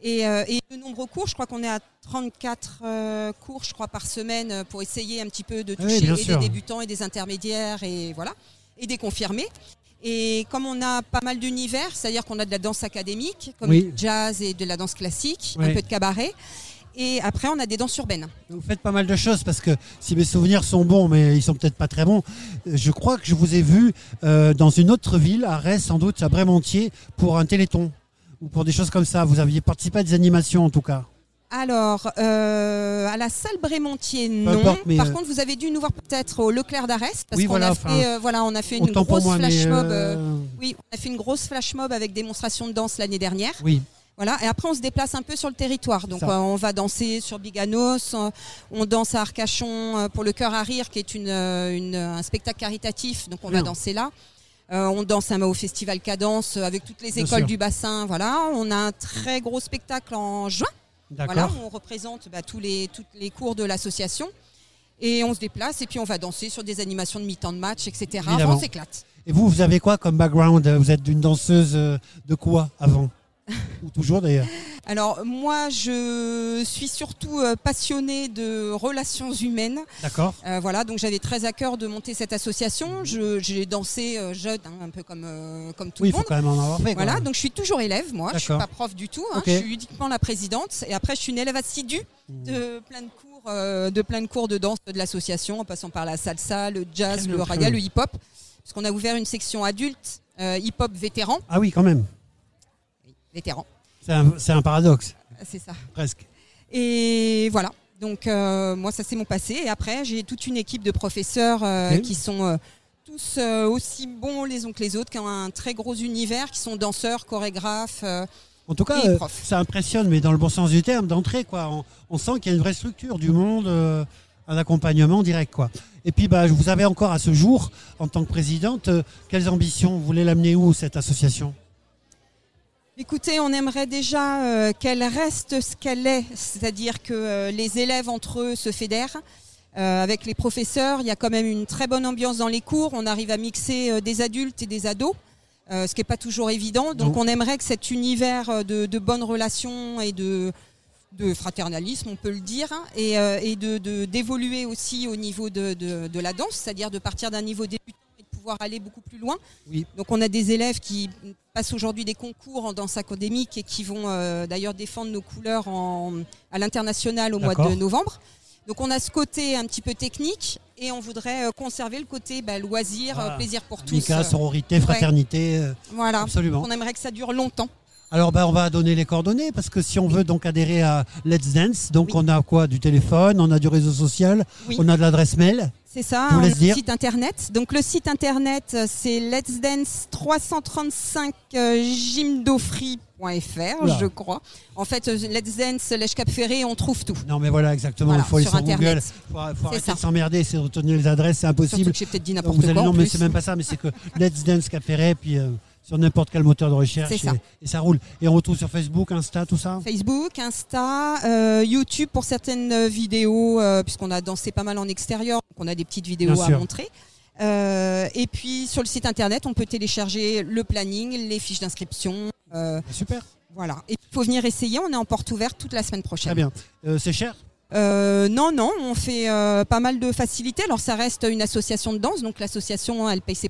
Speaker 30: Et, euh, et de nombreux cours, je crois qu'on est à 34 euh, cours, je crois, par semaine euh, pour essayer un petit peu de
Speaker 2: Ah oui,
Speaker 30: toucher
Speaker 2: bien
Speaker 30: et des
Speaker 2: sûr.
Speaker 30: débutants et des intermédiaires et voilà, et des confirmés. Et comme on a pas mal d'univers, c'est-à-dire qu'on a de la danse académique, comme
Speaker 2: Oui.
Speaker 30: du jazz et de la danse classique,
Speaker 2: Oui.
Speaker 30: un peu de cabaret. Et après, on a des danses urbaines.
Speaker 2: Vous faites pas mal de choses parce que si mes souvenirs sont bons, mais ils sont peut-être pas très bons, euh, je crois que je vous ai vu euh, dans une autre ville, à Rennes sans doute, à Brémentier, pour un téléthon ou pour des choses comme ça. Vous aviez participé à des animations en tout cas.
Speaker 30: Alors, euh, à la salle Brémontier, non.
Speaker 2: importe, mais,
Speaker 30: Par
Speaker 2: euh,
Speaker 30: contre, vous avez dû nous voir peut-être au Leclerc d'Arès, parce
Speaker 2: Oui,
Speaker 30: qu'on
Speaker 2: voilà,
Speaker 30: a
Speaker 2: enfin,
Speaker 30: fait, euh, voilà, on a fait une
Speaker 2: autant pour
Speaker 30: grosse
Speaker 2: moi, mais,
Speaker 30: flash mob.
Speaker 2: euh,
Speaker 30: oui, on a fait une grosse flash mob avec démonstration de danse l'année dernière.
Speaker 2: Oui.
Speaker 30: Voilà, et après on se déplace un peu sur le territoire. Donc
Speaker 2: Ça.
Speaker 30: euh, on va danser sur Biganos, euh, on danse à Arcachon euh, pour le cœur à rire, qui est une, euh, une, euh, un spectacle caritatif. Donc on
Speaker 2: Bien.
Speaker 30: va danser là. Euh, on danse à- au festival Cadence euh, avec toutes les
Speaker 2: Bien
Speaker 30: écoles
Speaker 2: sûr.
Speaker 30: du bassin. Voilà, on a un très gros spectacle en juin.
Speaker 2: D'accord.
Speaker 30: Voilà, on représente bah, tous les toutes les cours de l'association et on se déplace et puis on va danser sur des animations de mi-temps de match, etc. Enfin,
Speaker 2: Évidemment.
Speaker 30: on s'éclate.
Speaker 2: Et vous, vous avez quoi comme background Vous êtes une danseuse euh, de quoi avant Ou toujours d'ailleurs
Speaker 30: Alors moi, je suis surtout euh, passionnée de relations humaines.
Speaker 2: D'accord. Mhm.
Speaker 30: Euh, voilà, donc j'avais très à cœur de monter cette association. Je- J'ai dansé euh, jeune, hein, un peu comme, euh, comme tout
Speaker 2: Oui,
Speaker 30: le
Speaker 2: faut
Speaker 30: monde.
Speaker 2: quand même en avoir fait, quand
Speaker 30: Voilà,
Speaker 2: même.
Speaker 30: donc je suis toujours élève, moi. Je suis
Speaker 2: D'accord.
Speaker 30: pas prof du tout. hein.
Speaker 2: Ok. Mhm.
Speaker 30: Je suis uniquement la présidente. Et après, je suis une élève assidue de plein de cours, euh, de plein de cours de danse de l'association, en passant par la salsa, le jazz,
Speaker 2: Quel
Speaker 30: le
Speaker 2: autre
Speaker 30: raga,
Speaker 2: jeu.
Speaker 30: le hip-hop, parce qu'on a ouvert une section adulte euh, hip-hop vétéran,
Speaker 2: Ah oui, quand même.
Speaker 30: vétéran.
Speaker 2: C'est un, c'est un paradoxe.
Speaker 30: C'est ça.
Speaker 2: Presque.
Speaker 30: Et voilà. Donc euh, moi, ça c'est mon passé. Et après, j'ai toute une équipe de professeurs euh,
Speaker 2: Ok.
Speaker 30: qui sont euh, tous euh, aussi bons les uns que les autres, qui ont un très gros univers, qui sont danseurs, chorégraphes. euh,
Speaker 2: En tout cas,
Speaker 30: et
Speaker 2: euh,
Speaker 30: profs.
Speaker 2: ça impressionne, mais dans le bon sens du terme, d'entrée, quoi. On, on sent qu'il y a une vraie structure du monde euh, un accompagnement direct. Quoi. Et puis, bah, vous avez encore à ce jour, en tant que présidente, euh, quelles ambitions Vous voulez l'amener où, cette association
Speaker 30: Écoutez, on aimerait déjà euh, qu'elle reste ce qu'elle est, c'est-à-dire que euh, les élèves entre eux se fédèrent. Euh, avec les professeurs, il y a quand même une très bonne ambiance dans les cours. On arrive à mixer euh, des adultes et des ados, euh, ce qui n'est pas toujours évident. Donc
Speaker 2: Non.
Speaker 30: on aimerait que cet univers euh, de, de bonnes relations et de, de fraternalisme, on peut le dire, hein, et, euh, et de- de- d'évoluer aussi au niveau de, de- de la danse, c'est-à-dire de partir d'un niveau débutant et de pouvoir aller beaucoup plus loin.
Speaker 2: Oui.
Speaker 30: Donc on a des élèves qui passent aujourd'hui des concours en danse académique et qui vont euh, d'ailleurs défendre nos couleurs en- à l'international au mois de
Speaker 2: D'accord.
Speaker 30: novembre. Donc on a ce côté un petit peu technique et on voudrait euh, conserver le côté bah, loisir,
Speaker 2: Ah.
Speaker 30: euh, plaisir pour tous.
Speaker 2: Mika,
Speaker 30: euh,
Speaker 2: sororité,
Speaker 30: ouais.
Speaker 2: fraternité. euh,
Speaker 30: Voilà,
Speaker 2: Absolument.
Speaker 30: on aimerait que ça dure longtemps.
Speaker 2: Alors ben, on va donner les coordonnées parce que si on veut donc adhérer à Let's Dance, donc on a quoi Du téléphone, on a du réseau social,
Speaker 30: Oui.
Speaker 2: on a de l'adresse mail.
Speaker 30: C'est ça,
Speaker 2: Je vous
Speaker 30: on a
Speaker 2: laisse
Speaker 30: un
Speaker 2: dire.
Speaker 30: site internet. Donc le site internet, euh, c'est Let's Dance 335
Speaker 2: Oula.
Speaker 30: gymdofree.fr, je crois. En fait, euh, Let's Dance, Lèche Cap Ferré, on trouve tout.
Speaker 2: Non mais voilà exactement,
Speaker 30: Voilà,
Speaker 2: il faut aller
Speaker 30: sur
Speaker 2: sur, Google,
Speaker 30: Internet.
Speaker 2: il faut, faut
Speaker 30: C'est
Speaker 2: arrêter
Speaker 30: ça.
Speaker 2: de s'emmerder, c'est retenir les adresses, c'est impossible.
Speaker 30: Surtout que j'ai peut-être dit
Speaker 2: Donc,
Speaker 30: n'importe
Speaker 2: vous
Speaker 30: quoi,
Speaker 2: allez- Non
Speaker 30: en
Speaker 2: mais
Speaker 30: plus.
Speaker 2: c'est même pas ça, mais c'est que Let's Dance Capéret, puis euh, sur n'importe quel moteur de recherche
Speaker 30: C'est ça.
Speaker 2: Et, et ça roule. Et on retrouve sur Facebook, Insta, tout ça.
Speaker 30: Facebook, Insta, euh, YouTube pour certaines euh, vidéos, euh, puisqu'on a dansé pas mal en extérieur, donc on a des petites vidéos
Speaker 2: Bien
Speaker 30: à
Speaker 2: sûr.
Speaker 30: montrer. Euh, et puis sur le site internet, on peut télécharger le planning, les fiches d'inscription. euh,
Speaker 2: Super.
Speaker 30: Voilà. Et il faut venir essayer, on est en porte ouverte toute la semaine prochaine.
Speaker 2: Très bien. Euh, c'est cher
Speaker 30: Euh, non, non, on fait euh, pas mal de facilités. Alors ça reste une association de danse, donc l'association hein, elle paye ses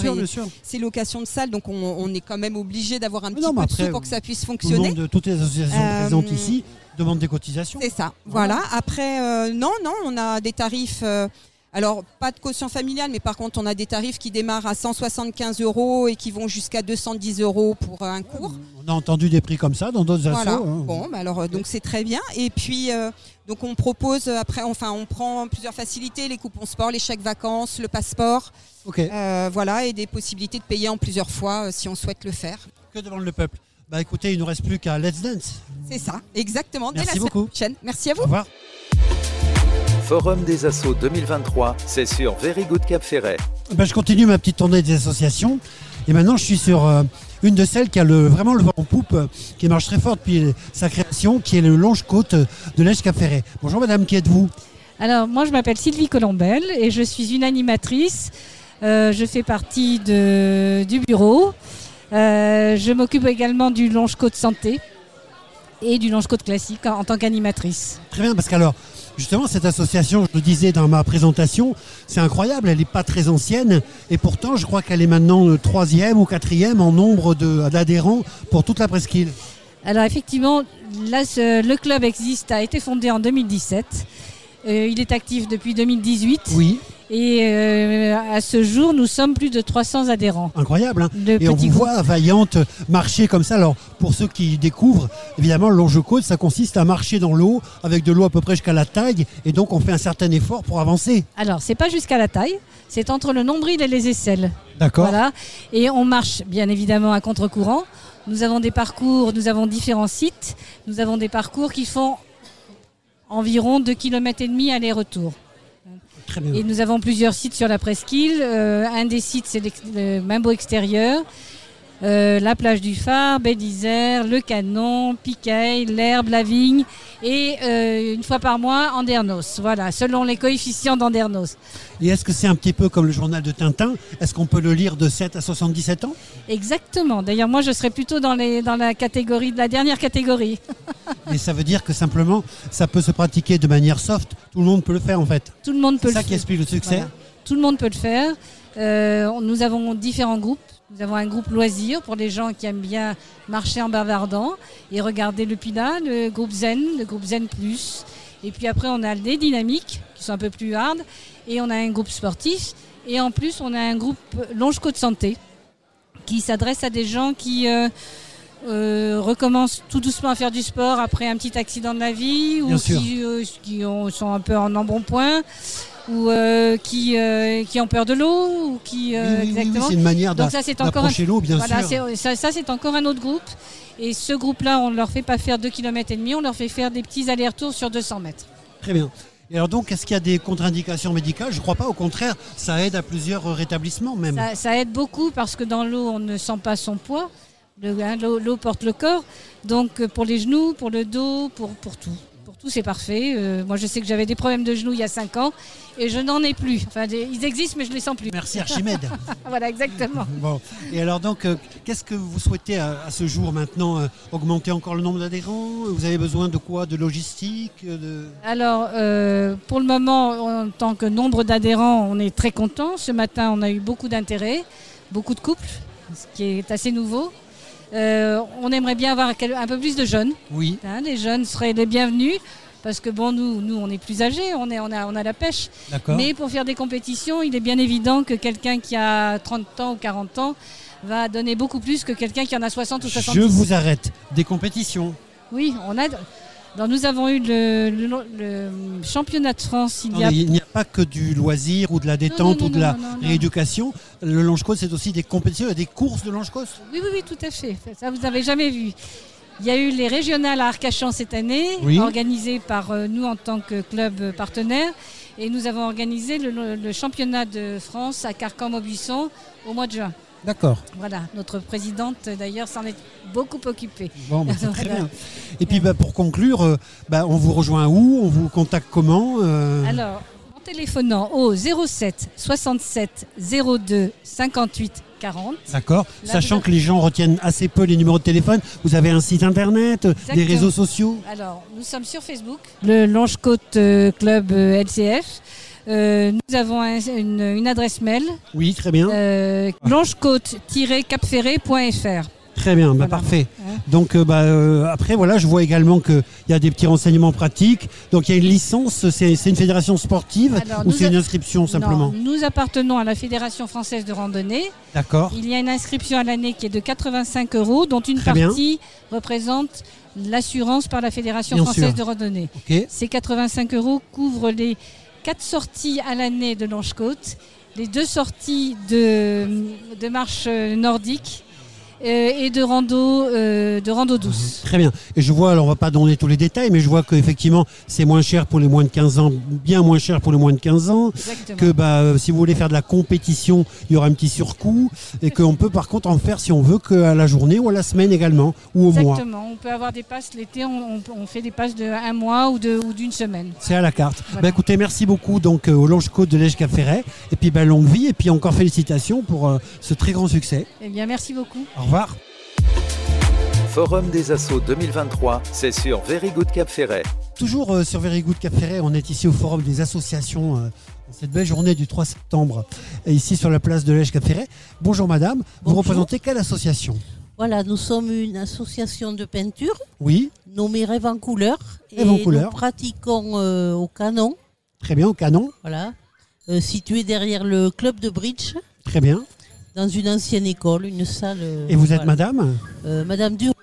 Speaker 2: Bien sûr,
Speaker 30: et
Speaker 2: bien sûr.
Speaker 30: ses locations de salle, donc on, on est quand même obligé d'avoir un petit
Speaker 2: Non, mais
Speaker 30: peu de
Speaker 2: après, euh,
Speaker 30: sous pour que ça puisse
Speaker 2: Tout le
Speaker 30: fonctionner.
Speaker 2: monde, de- toutes les associations
Speaker 30: Euh,
Speaker 2: présentes ici demandent des cotisations.
Speaker 30: C'est ça. Voilà. Après, euh, non, non, on a des tarifs. euh, alors, pas de caution familiale, mais par contre, on a des tarifs qui démarrent à 175 euros et qui vont jusqu'à 210 euros pour euh, un cours.
Speaker 2: On a entendu des prix comme ça dans d'autres
Speaker 30: Voilà.
Speaker 2: assos. hein.
Speaker 30: Bon, bah alors euh, donc c'est très bien. Et puis euh, donc on propose euh, après, enfin on prend plusieurs facilités, les coupons sport, les chèques vacances, le passeport.
Speaker 2: Ok.
Speaker 30: Euh, voilà et des possibilités de payer en plusieurs fois euh, si on souhaite le faire.
Speaker 2: Que demande le peuple Bah écoutez, il nous reste plus qu'à Let's Dance.
Speaker 30: C'est ça, exactement. Dès
Speaker 2: Merci
Speaker 30: la semaine
Speaker 2: beaucoup.
Speaker 30: prochaine. Merci à vous.
Speaker 1: Forum des assauts 2023, c'est sur Very Good Cap Ferret.
Speaker 2: Ben, je continue ma petite tournée des associations. Et maintenant, je suis sur euh, une de celles qui a le, vraiment le vent en poupe, euh, qui marche très fort depuis sa création, qui est le Longe-Côte de l'Èche Cap Ferret. Bonjour madame, qui êtes-vous
Speaker 31: Alors, moi, je m'appelle Sylvie Colombel et je suis une animatrice. Euh, je fais partie de- du bureau. Euh, je m'occupe également du Longe-Côte Santé et du Longe-Côte Classique en, en tant qu'animatrice.
Speaker 2: Très bien, parce qu'alors, justement, cette association, je le disais dans ma présentation, c'est incroyable, elle n'est pas très ancienne, et pourtant, je crois qu'elle est maintenant euh, troisième ou quatrième en nombre de- d'adhérents pour toute la presqu'île.
Speaker 31: Alors, effectivement, là, ce- le club existe, a été fondé en 2017. Euh, il est actif depuis 2018.
Speaker 2: Oui.
Speaker 31: Et euh, à ce jour, nous sommes plus de 300 adhérents.
Speaker 2: Incroyable. hein.
Speaker 31: Le
Speaker 2: et on
Speaker 31: petit
Speaker 2: vous voit vaillante marcher comme ça. Alors, pour ceux qui découvrent, évidemment, l'onge-côte, ça consiste à marcher dans l'eau avec de l'eau à peu près jusqu'à la taille. Et donc, on fait un certain effort pour avancer.
Speaker 31: Alors, c'est pas jusqu'à la taille, c'est entre le nombril et les aisselles.
Speaker 2: D'accord.
Speaker 31: Voilà. Et on marche bien évidemment à contre-courant. Nous avons des parcours, nous avons différents sites. Nous avons des parcours qui font environ 2,5 km et demi aller-retour. Et nous avons plusieurs sites sur la presqu'île. Euh, un des sites, c'est l'ex- le Mambo extérieur, euh, la plage du phare, Baie d'Isère, le canon, Piquet, l'herbe, la vigne, et euh, une fois par mois, Andernos. Voilà, selon les coefficients d'Andernos.
Speaker 2: Et est-ce que c'est un petit peu comme le journal de Tintin Est-ce qu'on peut le lire de 7 à 77 ans
Speaker 31: Exactement. D'ailleurs, moi, je serais plutôt dans, les, dans la catégorie, de la dernière catégorie.
Speaker 2: Mais ça veut dire que simplement, ça peut se pratiquer de manière soft. Tout le monde peut le faire, en fait.
Speaker 31: Tout le monde
Speaker 2: C'est
Speaker 31: peut le
Speaker 2: ça
Speaker 31: faire.
Speaker 2: qui explique le succès.
Speaker 31: Voilà. Tout le monde peut le faire. Euh, on- nous avons différents groupes. Nous avons un groupe loisirs pour les gens qui aiment bien marcher en bavardant et regarder le PIDA, le groupe Zen, le groupe Zen Plus. Et puis après, on a les dynamiques qui sont un peu plus hard. Et on a un groupe sportif. Et en plus, on a un groupe Longe-Côte Santé qui s'adresse à des gens qui euh, euh, recommencent tout doucement à faire du sport après un petit accident de la vie ou
Speaker 2: Bien sûr.
Speaker 31: qui, euh, qui ont- sont un peu en embonpoint ou euh, qui, euh, qui ont peur de l'eau ou qui euh,
Speaker 2: Oui, oui, oui, oui,
Speaker 31: exactement.
Speaker 2: c'est une manière d'a-
Speaker 31: Donc ça c'est encore
Speaker 2: d'approcher l'eau, bien
Speaker 31: voilà,
Speaker 2: sûr.
Speaker 31: c'est- ça, ça, c'est encore un autre groupe et ce groupe là on leur fait pas faire 2 km et demi, on leur fait faire des petits allers-retours sur 200 mètres.
Speaker 2: Très bien. Et alors donc, est-ce qu'il y a des contre-indications médicales Je ne crois pas. Au contraire, ça aide à plusieurs euh, rétablissements même.
Speaker 31: Ça, ça aide beaucoup parce que dans l'eau, on ne sent pas son poids. Le- hein, L'eau l'eau porte le corps. Donc euh, pour les genoux, pour le dos, pour, pour tout. Pour tout, c'est parfait. Euh, moi, je sais que j'avais des problèmes de genoux il y a 5 ans et je n'en ai plus. Enfin, des- ils existent, mais je ne les sens plus.
Speaker 2: Merci Archimède.
Speaker 31: voilà, exactement.
Speaker 2: Bon. Et alors donc, euh, qu'est-ce que vous souhaitez à, à ce jour maintenant euh, Augmenter encore le nombre d'adhérents Vous avez besoin de quoi De logistique euh, de...
Speaker 31: Alors, euh, pour le moment, en tant que nombre d'adhérents, on est très content. Ce matin, on a eu beaucoup d'intérêt, beaucoup de couples, ce qui est assez nouveau. Euh, on aimerait bien avoir quel- un peu plus de jeunes.
Speaker 2: Oui.
Speaker 31: Hein, les jeunes seraient les bienvenus. Parce que bon, nous, nous, on est plus âgés, on, est, on, a, on a la pêche.
Speaker 2: D'accord.
Speaker 31: Mais pour faire des compétitions, il est bien évident que quelqu'un qui a 30 ans ou 40 ans va donner beaucoup plus que quelqu'un qui en a 60 ou 70.
Speaker 2: Je vous arrête. Des compétitions.
Speaker 31: Oui, on a. dans- nous avons eu le, le- le championnat de France il y a.
Speaker 2: Attendez, Il n'y a... pas que du loisir ou de la détente
Speaker 31: non,
Speaker 2: ou de
Speaker 31: non,
Speaker 2: la
Speaker 31: non, non, non.
Speaker 2: rééducation. Le Longe-Côte, c'est aussi des compétitions et des courses de Longe-Côte.
Speaker 31: Oui, oui, oui, tout à fait. Ça, vous n'avez jamais vu. Il y a eu les régionales à Arcachon cette année,
Speaker 2: Oui.
Speaker 31: organisées par euh, nous en tant que club euh, partenaire. Et nous avons organisé le, le championnat de France à Carcan-Maubuisson au mois de juin.
Speaker 2: D'accord.
Speaker 31: Voilà, notre présidente d'ailleurs s'en est beaucoup occupée.
Speaker 2: Bon, bah, c'est très
Speaker 31: Voilà.
Speaker 2: bien. Et puis bah, pour conclure, euh, bah, on vous rejoint où On vous contacte comment Euh,
Speaker 31: Alors, en téléphonant au 07 67 02 58 40.
Speaker 2: D'accord.
Speaker 31: Là,
Speaker 2: Sachant
Speaker 31: vous-
Speaker 2: que les gens retiennent assez peu les numéros de téléphone. Vous avez un site internet, euh, des
Speaker 31: Exactement.
Speaker 2: réseaux sociaux.
Speaker 31: Alors, nous sommes sur Facebook, le Lange-Côte euh, Club euh, LCF. Euh, nous avons un- une, une adresse mail
Speaker 2: Oui, très bien.
Speaker 31: euh, langecote-capferré.fr.
Speaker 2: Très bien, bah, parfait. Donc euh, bah, euh, après, voilà, je vois également qu'il y a des petits renseignements pratiques. Donc il y a une licence, c'est c'est une fédération sportive
Speaker 31: Alors,
Speaker 2: ou
Speaker 31: nous
Speaker 2: c'est
Speaker 31: a-
Speaker 2: une inscription simplement
Speaker 31: Non, nous appartenons à la Fédération française de randonnée.
Speaker 2: D'accord.
Speaker 31: Il y a une inscription à l'année qui est de 85 euros, dont une
Speaker 2: Très bien.
Speaker 31: partie représente l'assurance par la Fédération
Speaker 2: Bien
Speaker 31: française
Speaker 2: sûr.
Speaker 31: de randonnée.
Speaker 2: Ok.
Speaker 31: Ces 85 euros couvrent les 4 sorties à l'année de Longe-Côte, les deux sorties de, de marche euh, nordique euh, et de rando, euh, de rando douce.
Speaker 2: Très bien. Et je vois, alors on va pas donner tous les détails, mais je vois qu'effectivement, c'est moins cher pour les moins de 15 ans, bien moins cher pour les moins de 15 ans.
Speaker 31: Exactement.
Speaker 2: Que bah, euh, si vous voulez faire de la compétition, il y aura un petit surcoût. Et qu'on peut par contre en faire, si on veut, qu'à la journée ou à la semaine également, ou au mois.
Speaker 31: Exactement, on peut avoir des passes l'été, on, on- on fait des passes de un mois ou de- ou d'une semaine.
Speaker 2: C'est à la carte.
Speaker 31: Voilà.
Speaker 2: Bah, écoutez, merci beaucoup donc euh, au Longe Côte de Lège Ferret. Et puis bah, longue vie. Et puis encore félicitations pour euh, ce très grand succès.
Speaker 31: Eh bien, merci beaucoup.
Speaker 2: Au revoir.
Speaker 1: Forum des Assauts 2023, c'est sur Very Good Cap Ferret.
Speaker 2: Toujours euh, sur Very Good Cap Ferret, on est ici au Forum des associations euh, en cette belle journée du 3 septembre, et ici sur la place de Lège Cap Ferret. Bonjour madame, vous représentez quelle association
Speaker 32: Voilà, nous sommes une association de peinture
Speaker 2: Oui,
Speaker 32: nommée Rêve en couleur.
Speaker 2: Rêve en
Speaker 32: et
Speaker 2: couleur.
Speaker 32: Nous pratiquons euh, au canon,
Speaker 2: très bien, au canon,
Speaker 32: voilà, euh, situé derrière le club de bridge,
Speaker 2: très bien.
Speaker 32: dans une ancienne école, une salle. euh,
Speaker 2: Et vous êtes
Speaker 32: voilà.
Speaker 2: madame
Speaker 32: Euh, Madame Duro,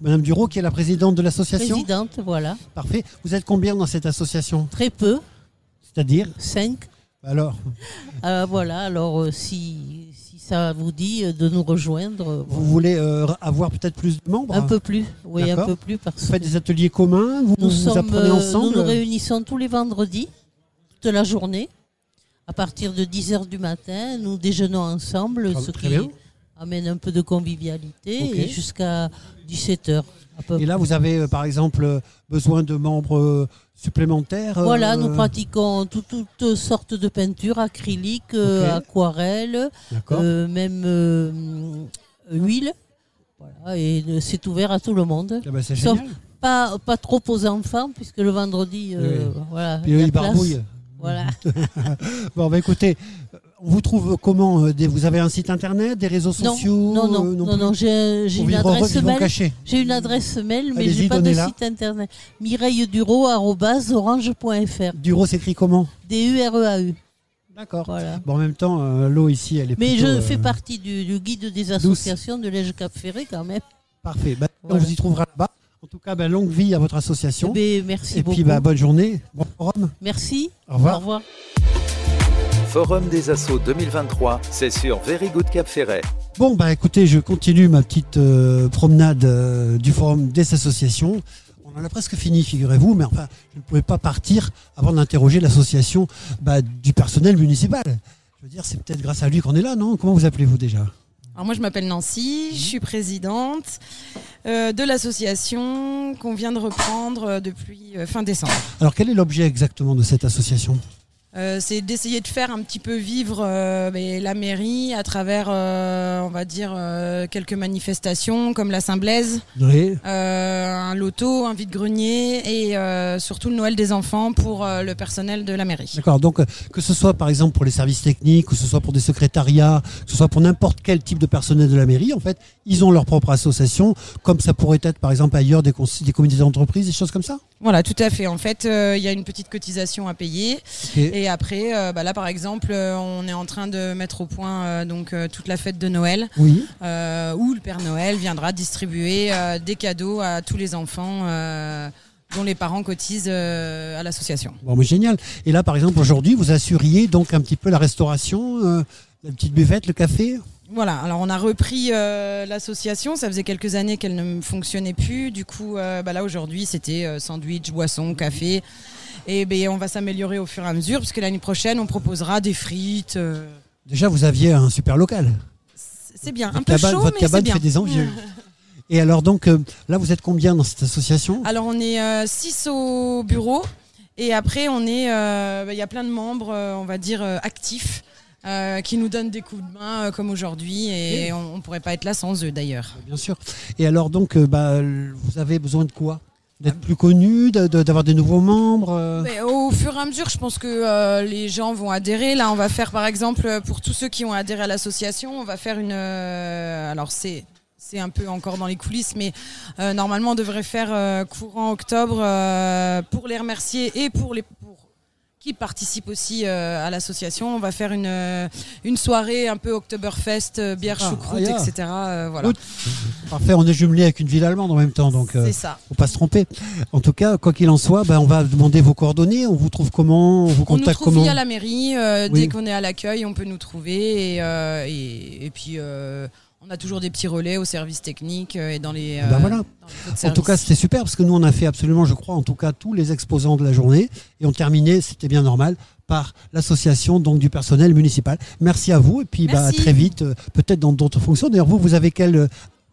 Speaker 2: Madame Duro qui est la présidente de l'association
Speaker 32: présidente, voilà.
Speaker 2: Parfait. Vous êtes combien dans cette association
Speaker 32: Très peu.
Speaker 2: C'est-à-dire
Speaker 32: Cinq.
Speaker 2: Alors,
Speaker 32: Euh, voilà, alors euh, si, si ça vous dit euh, de nous rejoindre. euh,
Speaker 2: vous voulez euh, avoir peut-être plus de membres
Speaker 32: Un peu plus, oui, un
Speaker 2: D'accord.
Speaker 32: peu plus, parce
Speaker 2: Vous faites des ateliers communs, vous
Speaker 32: Nous,
Speaker 2: vous
Speaker 32: sommes,
Speaker 2: apprenez
Speaker 32: euh,
Speaker 2: ensemble
Speaker 32: nous nous réunissons tous les vendredis, toute la journée, à partir de 10h du matin. Nous déjeunons ensemble,
Speaker 2: Ah,
Speaker 32: ce
Speaker 2: très
Speaker 32: qui
Speaker 2: bien.
Speaker 32: amène un peu de convivialité,
Speaker 2: Ok.
Speaker 32: et jusqu'à 17h.
Speaker 2: Et là, vous avez euh, par exemple euh, besoin de membres euh, supplémentaires euh,
Speaker 32: Voilà, nous pratiquons tout- toutes sortes de peintures, acrylique, euh,
Speaker 2: Ok.
Speaker 32: aquarelle,
Speaker 2: D'accord.
Speaker 32: euh, même euh, hum, huile. Voilà, et euh, c'est ouvert à tout le monde.
Speaker 2: Ah bah, c'est
Speaker 32: Sauf
Speaker 2: génial.
Speaker 32: pas, pas trop aux enfants, puisque le vendredi, euh,
Speaker 2: Oui.
Speaker 32: voilà.
Speaker 2: Puis
Speaker 32: il y
Speaker 2: eux,
Speaker 32: a
Speaker 2: ils
Speaker 32: place.
Speaker 2: barbouillent.
Speaker 32: Voilà.
Speaker 2: bon, bah écoutez, on vous trouve comment euh, des- Vous avez un site internet, des réseaux
Speaker 32: Non,
Speaker 2: sociaux
Speaker 32: non, non,
Speaker 2: euh,
Speaker 32: non,
Speaker 2: plus
Speaker 32: non, j'ai j'ai
Speaker 2: Pour
Speaker 32: une
Speaker 2: vivre heureux,
Speaker 32: adresse
Speaker 2: vivons
Speaker 32: mail.
Speaker 2: cachés.
Speaker 32: J'ai une adresse mail, mais
Speaker 2: Allez-y,
Speaker 32: j'ai pas de
Speaker 2: donnez-la.
Speaker 32: site internet. mireilleeduro@orange.fr.
Speaker 2: Duro s'écrit comment
Speaker 32: D-U-R-E-A-U.
Speaker 2: D'accord.
Speaker 32: E Voilà.
Speaker 2: Bon, en même temps, euh, l'eau ici, elle est
Speaker 32: Mais
Speaker 2: plutôt,
Speaker 32: je
Speaker 2: euh,
Speaker 32: fais partie du, du guide des associations de Lège Cap Ferré quand même.
Speaker 2: Parfait. Bah,
Speaker 32: Voilà.
Speaker 2: On vous y trouvera là-bas. En tout cas, bah, longue vie à votre association.
Speaker 32: Eh ben, merci
Speaker 2: Et puis,
Speaker 32: beaucoup.
Speaker 2: bah, bonne journée. Bon forum.
Speaker 32: Merci.
Speaker 2: Au revoir.
Speaker 32: Au revoir.
Speaker 1: Forum des Assauts 2023, c'est sur Very Good Cap Ferret.
Speaker 2: Bon, bah écoutez, je continue ma petite euh, promenade euh, du forum des associations. On en a presque fini, figurez-vous, mais enfin, je ne pouvais pas partir avant d'interroger l'association bah, du personnel municipal. Je veux dire, c'est peut-être grâce à lui qu'on est là, non Comment vous appelez-vous déjà
Speaker 33: Alors moi je m'appelle Nancy, je suis présidente euh, de l'association qu'on vient de reprendre euh, depuis euh, fin décembre.
Speaker 2: Alors, quel est l'objet exactement de cette association
Speaker 33: Euh, c'est d'essayer de faire un petit peu vivre euh, mais la mairie à travers, euh, on va dire, euh, quelques manifestations comme la Saint-Blaise,
Speaker 2: Oui.
Speaker 33: euh, un loto, un vide-grenier et euh, surtout le Noël des enfants pour euh, le personnel de la mairie.
Speaker 2: D'accord, donc euh, que ce soit par exemple pour les services techniques, que ce soit pour des secrétariats, que ce soit pour n'importe quel type de personnel de la mairie, en fait, ils ont leur propre association, comme ça pourrait être par exemple ailleurs des, consi- des comités d'entreprise, des choses comme ça
Speaker 33: Voilà, tout à fait. En fait, euh, il y a une petite cotisation à payer.
Speaker 2: Ok.
Speaker 33: Et après, euh, bah là, par exemple, euh, on est en train de mettre au point euh, donc euh, toute la fête de Noël,
Speaker 2: Oui.
Speaker 33: euh, où le Père Noël viendra distribuer euh, des cadeaux à tous les enfants euh, dont les parents cotisent euh, à l'association.
Speaker 2: Bon, mais génial. Et là, par exemple, aujourd'hui, vous assuriez donc un petit peu la restauration, euh, la petite buvette, le café
Speaker 33: Voilà, alors on a repris euh, l'association, ça faisait quelques années qu'elle ne fonctionnait plus, du coup euh, bah là aujourd'hui c'était euh, sandwich, boisson, café, et ben, on va s'améliorer au fur et à mesure, parce que l'année prochaine on proposera des frites, euh,
Speaker 2: Déjà, vous aviez un super local.
Speaker 33: c'est bien, un
Speaker 2: Votre
Speaker 33: peu
Speaker 2: cabane,
Speaker 33: chaud
Speaker 2: votre
Speaker 33: mais c'est
Speaker 2: cabane
Speaker 33: bien.
Speaker 2: fait des envieux. Et alors, donc, euh, là, vous êtes combien dans cette association
Speaker 33: Alors on est 6 au bureau, et après on est, euh, bah, il y a plein de membres, euh, on va dire, euh, actifs, euh, qui nous donnent des coups de main euh, comme aujourd'hui, et on ne pourrait pas être là sans eux d'ailleurs.
Speaker 2: Bien sûr. Et alors, donc, euh, bah, l- vous avez besoin de quoi
Speaker 33: Ah.
Speaker 2: D'être plus connu, de- de- d'avoir des nouveaux membres euh
Speaker 33: Mais au fur et à mesure, je pense que euh, les gens vont adhérer. Là, on va faire, par exemple, euh, pour tous ceux qui ont adhéré à l'association, on va faire une. euh, alors, c'est. C'est un peu encore dans les coulisses, mais euh, normalement on devrait faire euh, courant octobre euh, pour les remercier et pour les pour qui participent aussi euh, à l'association. On va faire une euh, une soirée un peu Oktoberfest, euh, bière
Speaker 2: Sympa.
Speaker 33: choucroute,
Speaker 2: Ah, yeah.
Speaker 33: etc. euh, voilà.
Speaker 2: Good. Parfait, on est jumelé avec une ville allemande en même temps, donc euh,
Speaker 33: C'est ça.
Speaker 2: faut pas se tromper. En tout cas, quoi qu'il en soit, bah, on va demander vos coordonnées, on vous trouve comment, on vous
Speaker 33: On nous
Speaker 2: contacte
Speaker 33: trouve
Speaker 2: comment
Speaker 33: via la mairie. euh,
Speaker 2: Oui.
Speaker 33: Dès qu'on est à l'accueil, on peut nous trouver. Et, euh, et, et puis, euh, on a toujours des petits relais au service technique euh, et dans les.
Speaker 2: Ben
Speaker 33: euh,
Speaker 2: voilà.
Speaker 33: dans les autres
Speaker 2: En tout
Speaker 33: services.
Speaker 2: cas, c'était super parce que nous, on a fait absolument, je crois, en tout cas, tous les exposants de la journée et on terminait, c'était bien normal, par l'association donc du personnel municipal. Merci à vous et puis bah, à
Speaker 33: Merci.
Speaker 2: très vite, euh, peut-être dans d'autres fonctions. D'ailleurs, vous, vous avez quel euh,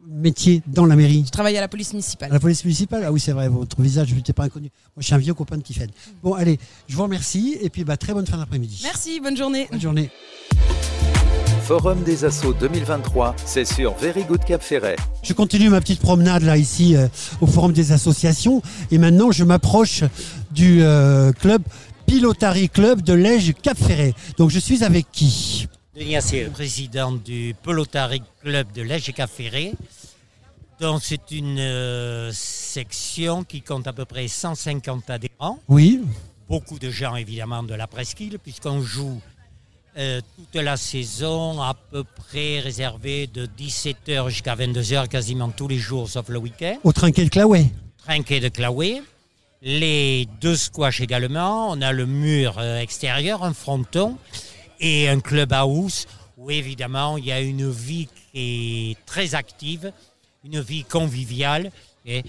Speaker 2: métier dans la mairie
Speaker 33: je travaille à la police municipale.
Speaker 2: À la police municipale Ah oui, c'est vrai, votre visage, je ne t'ai pas inconnu. Moi, je suis un vieux copain de Tiffen.
Speaker 33: Mm.
Speaker 2: Bon, allez, je vous remercie et puis bah, très bonne fin d'après-midi.
Speaker 33: Merci, bonne journée.
Speaker 2: Bonne journée.
Speaker 1: Forum des Assauts 2023, c'est sur Very Good Cap Ferret.
Speaker 2: Je continue ma petite promenade là ici euh, au Forum des associations et maintenant je m'approche du euh, club Pilotari Club de Lège Cap Ferret. Donc je suis avec qui
Speaker 34: Denis Assir, président du Pelotari Club de l'Ège Caféré. Donc, c'est une euh, section qui compte à peu près 150 adhérents.
Speaker 2: Oui.
Speaker 34: Beaucoup de gens, évidemment, de la presqu'île, puisqu'on joue euh, toute la saison, à peu près réservé de 17h jusqu'à 22h, quasiment tous les jours, sauf le week-end.
Speaker 2: au Trinquet de Claouet.
Speaker 34: Trinquet de Claouet. Les deux squash également. On a le mur euh, extérieur, un fronton et un clubhouse où évidemment il y a une vie qui est très active, une vie conviviale. Et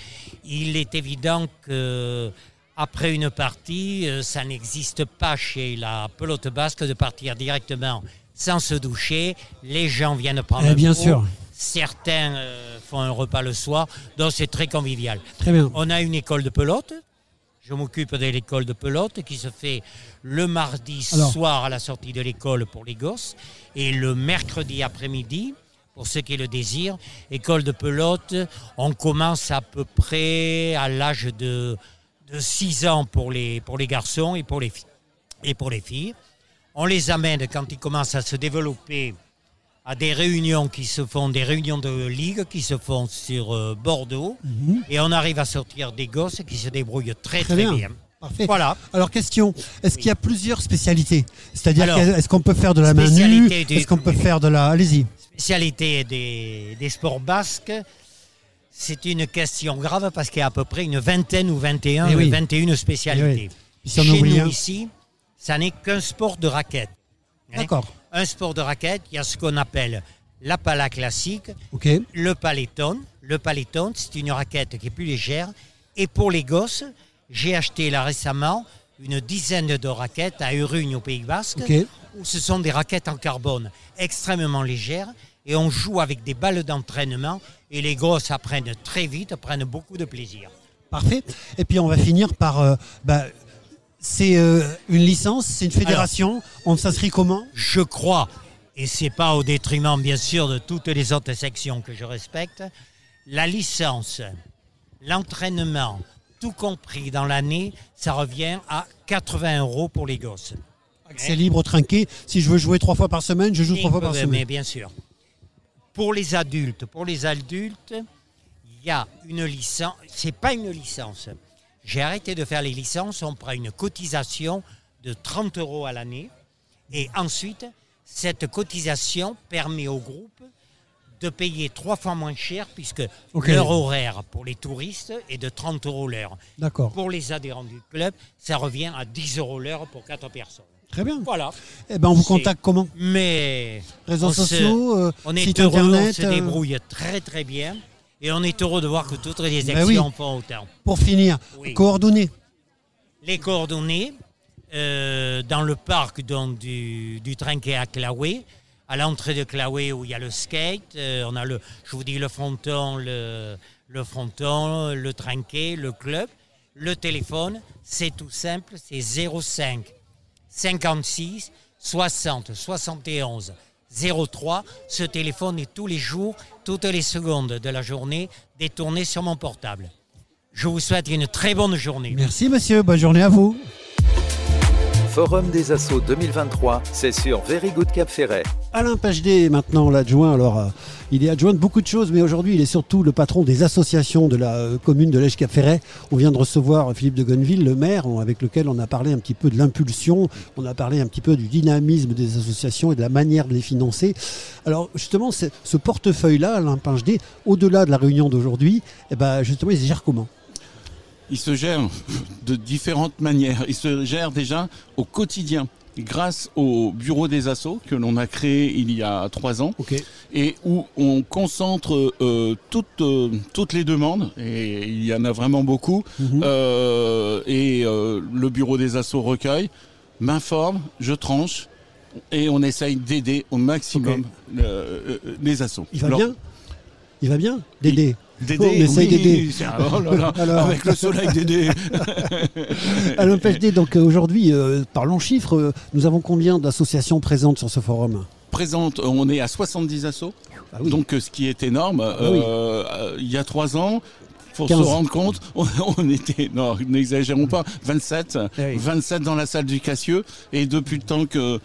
Speaker 34: il est évident que après une partie, euh, ça n'existe pas chez la pelote basque de partir directement sans se doucher. Les gens viennent prendre
Speaker 2: Eh
Speaker 34: un
Speaker 2: bien
Speaker 34: pot.
Speaker 2: sûr.
Speaker 34: Certains euh, font un repas le soir, donc c'est très convivial.
Speaker 2: Très bien.
Speaker 34: On a une école de pelote. Je m'occupe de l'école de pelote qui se fait le mardi
Speaker 2: Alors.
Speaker 34: soir à la sortie de l'école pour les gosses et le mercredi après-midi pour ceux qui le désirent. École de pelote, on commence à peu près à l'âge de, de 6 ans pour les, pour les garçons et pour les, filles. et pour les filles. On les amène quand ils commencent à se développer à des réunions qui se font, des réunions de ligue qui se font sur euh, Bordeaux.
Speaker 2: Mhm.
Speaker 34: Et on arrive à sortir des gosses qui se débrouillent très
Speaker 2: Très
Speaker 34: très,
Speaker 2: bien.
Speaker 34: bien.
Speaker 2: Parfait.
Speaker 34: Voilà.
Speaker 2: Alors question, est-ce qu'il y a plusieurs spécialités C'est-à-dire
Speaker 34: Alors,
Speaker 2: qu'est- est-ce qu'on peut faire de la main nue
Speaker 34: spécialité du-
Speaker 2: Est-ce qu'on peut faire de la... Allez-y.
Speaker 34: Spécialité des, des sports basques, c'est une question grave parce qu'il y a à peu près une vingtaine ou 21,
Speaker 2: Eh oui.
Speaker 34: 21
Speaker 2: Eh oui.
Speaker 34: spécialités.
Speaker 2: Puis si on
Speaker 34: Chez
Speaker 2: oublie
Speaker 34: nous
Speaker 2: un-
Speaker 34: ici, ça n'est qu'un sport de raquette. Hein.
Speaker 2: D'accord.
Speaker 34: Un sport de raquette, il y a ce qu'on appelle la pala classique,
Speaker 2: Ok.
Speaker 34: le paléton. Le paléton, c'est une raquette qui est plus légère Et pour les gosses, j'ai acheté là récemment une dizaine de raquettes à Urugne au Pays Basque,
Speaker 2: Ok.
Speaker 34: où ce sont des raquettes en carbone extrêmement légères et on joue avec des balles d'entraînement et les gosses apprennent très vite, prennent beaucoup de plaisir.
Speaker 2: Parfait. Et puis on va finir par. euh, bah, c'est euh, une licence, c'est une fédération. on s'inscrit comment
Speaker 34: Je crois, et c'est pas au détriment bien sûr de toutes les autres sections que je respecte, la licence, l'entraînement, tout compris dans l'année, ça revient à 80 euros pour les gosses.
Speaker 2: Accès libre, trinqué. Si je veux jouer trois fois par semaine, je joue trois fois par
Speaker 34: Mais
Speaker 2: semaine.
Speaker 34: bien sûr. Pour les adultes, pour les adultes, il y a une licence. C'est pas une licence. J'ai arrêté de faire les licences. On prend une cotisation de 30 euros à l'année. Et ensuite, cette cotisation permet au groupe de payer trois fois moins cher puisque
Speaker 2: Ok.
Speaker 34: leur horaire pour les touristes est de 30 euros l'heure.
Speaker 2: D'accord.
Speaker 34: Pour les adhérents du club, ça revient à 10 euros l'heure pour quatre personnes.
Speaker 2: Très bien.
Speaker 34: Voilà.
Speaker 2: Eh ben, on vous
Speaker 34: C'est-
Speaker 2: contacte comment
Speaker 34: Mais
Speaker 2: Réseaux
Speaker 34: on se-
Speaker 2: sociaux, euh,
Speaker 34: on est
Speaker 2: site
Speaker 34: heureux,
Speaker 2: internet,
Speaker 34: on se
Speaker 2: euh,
Speaker 34: débrouille très très bien, et on est heureux de voir que toutes les
Speaker 2: Ben
Speaker 34: actions
Speaker 2: oui.
Speaker 34: font autant.
Speaker 2: Pour finir,
Speaker 34: Oui.
Speaker 2: coordonnées.
Speaker 34: Les coordonnées euh, dans le parc donc, du, du Trinquet à Claoué, à l'entrée de Claoué où il y a le skate, euh, on a le, je vous dis le fronton, le, le fronton, le Trinquet, le club, le téléphone, c'est tout simple, c'est 05 56 60 71 03. Ce téléphone est tous les jours, toutes les secondes de la journée détourné sur mon portable. Je vous souhaite une très bonne journée.
Speaker 2: Merci monsieur, bonne journée à vous.
Speaker 1: Forum des assauts 2023, c'est sur Very Good Cap Ferret.
Speaker 2: Alain Pagedé est maintenant l'adjoint. Alors, euh, il est adjoint de beaucoup de choses, mais aujourd'hui, il est surtout le patron des associations de la euh, commune de Lège-Cap-Ferret. On vient de recevoir Philippe de Gonneville, le maire, on- avec lequel on a parlé un petit peu de l'impulsion, on a parlé un petit peu du dynamisme des associations et de la manière de les financer. Alors, justement, c'est- ce portefeuille-là, Alain Pagedé, au-delà de la réunion d'aujourd'hui, eh ben, justement, il se gère comment
Speaker 14: Il se gère de différentes manières. Il se gère déjà au quotidien grâce au bureau des assos que l'on a créé il y a trois ans et où on concentre euh, toutes, euh, toutes les demandes et il y en a vraiment beaucoup
Speaker 2: Mhm.
Speaker 14: Euh, et euh, le bureau des assos recueille, m'informe, je tranche et on essaye d'aider au maximum euh, euh, les assos.
Speaker 2: Il va
Speaker 14: Leur-
Speaker 2: bien Il va bien Dédé
Speaker 14: Dédé,
Speaker 2: On essaye
Speaker 14: oui,
Speaker 2: d'aider.
Speaker 14: c'est- oh là là,
Speaker 2: Alors-
Speaker 14: avec le soleil Dédé.
Speaker 2: Alain Pagedé, donc euh, aujourd'hui, euh, parlons chiffres, euh, nous avons combien d'associations présentes sur ce forum
Speaker 14: présente, euh, on est à 70 assos, donc euh, ce qui est énorme.
Speaker 2: oui.
Speaker 14: Euh, euh, il y a trois ans, pour
Speaker 2: 15.
Speaker 14: se rendre compte, on, on était, non, n'exagérons pas, 27, 27 dans la salle du Cassieux, et depuis le temps que, que-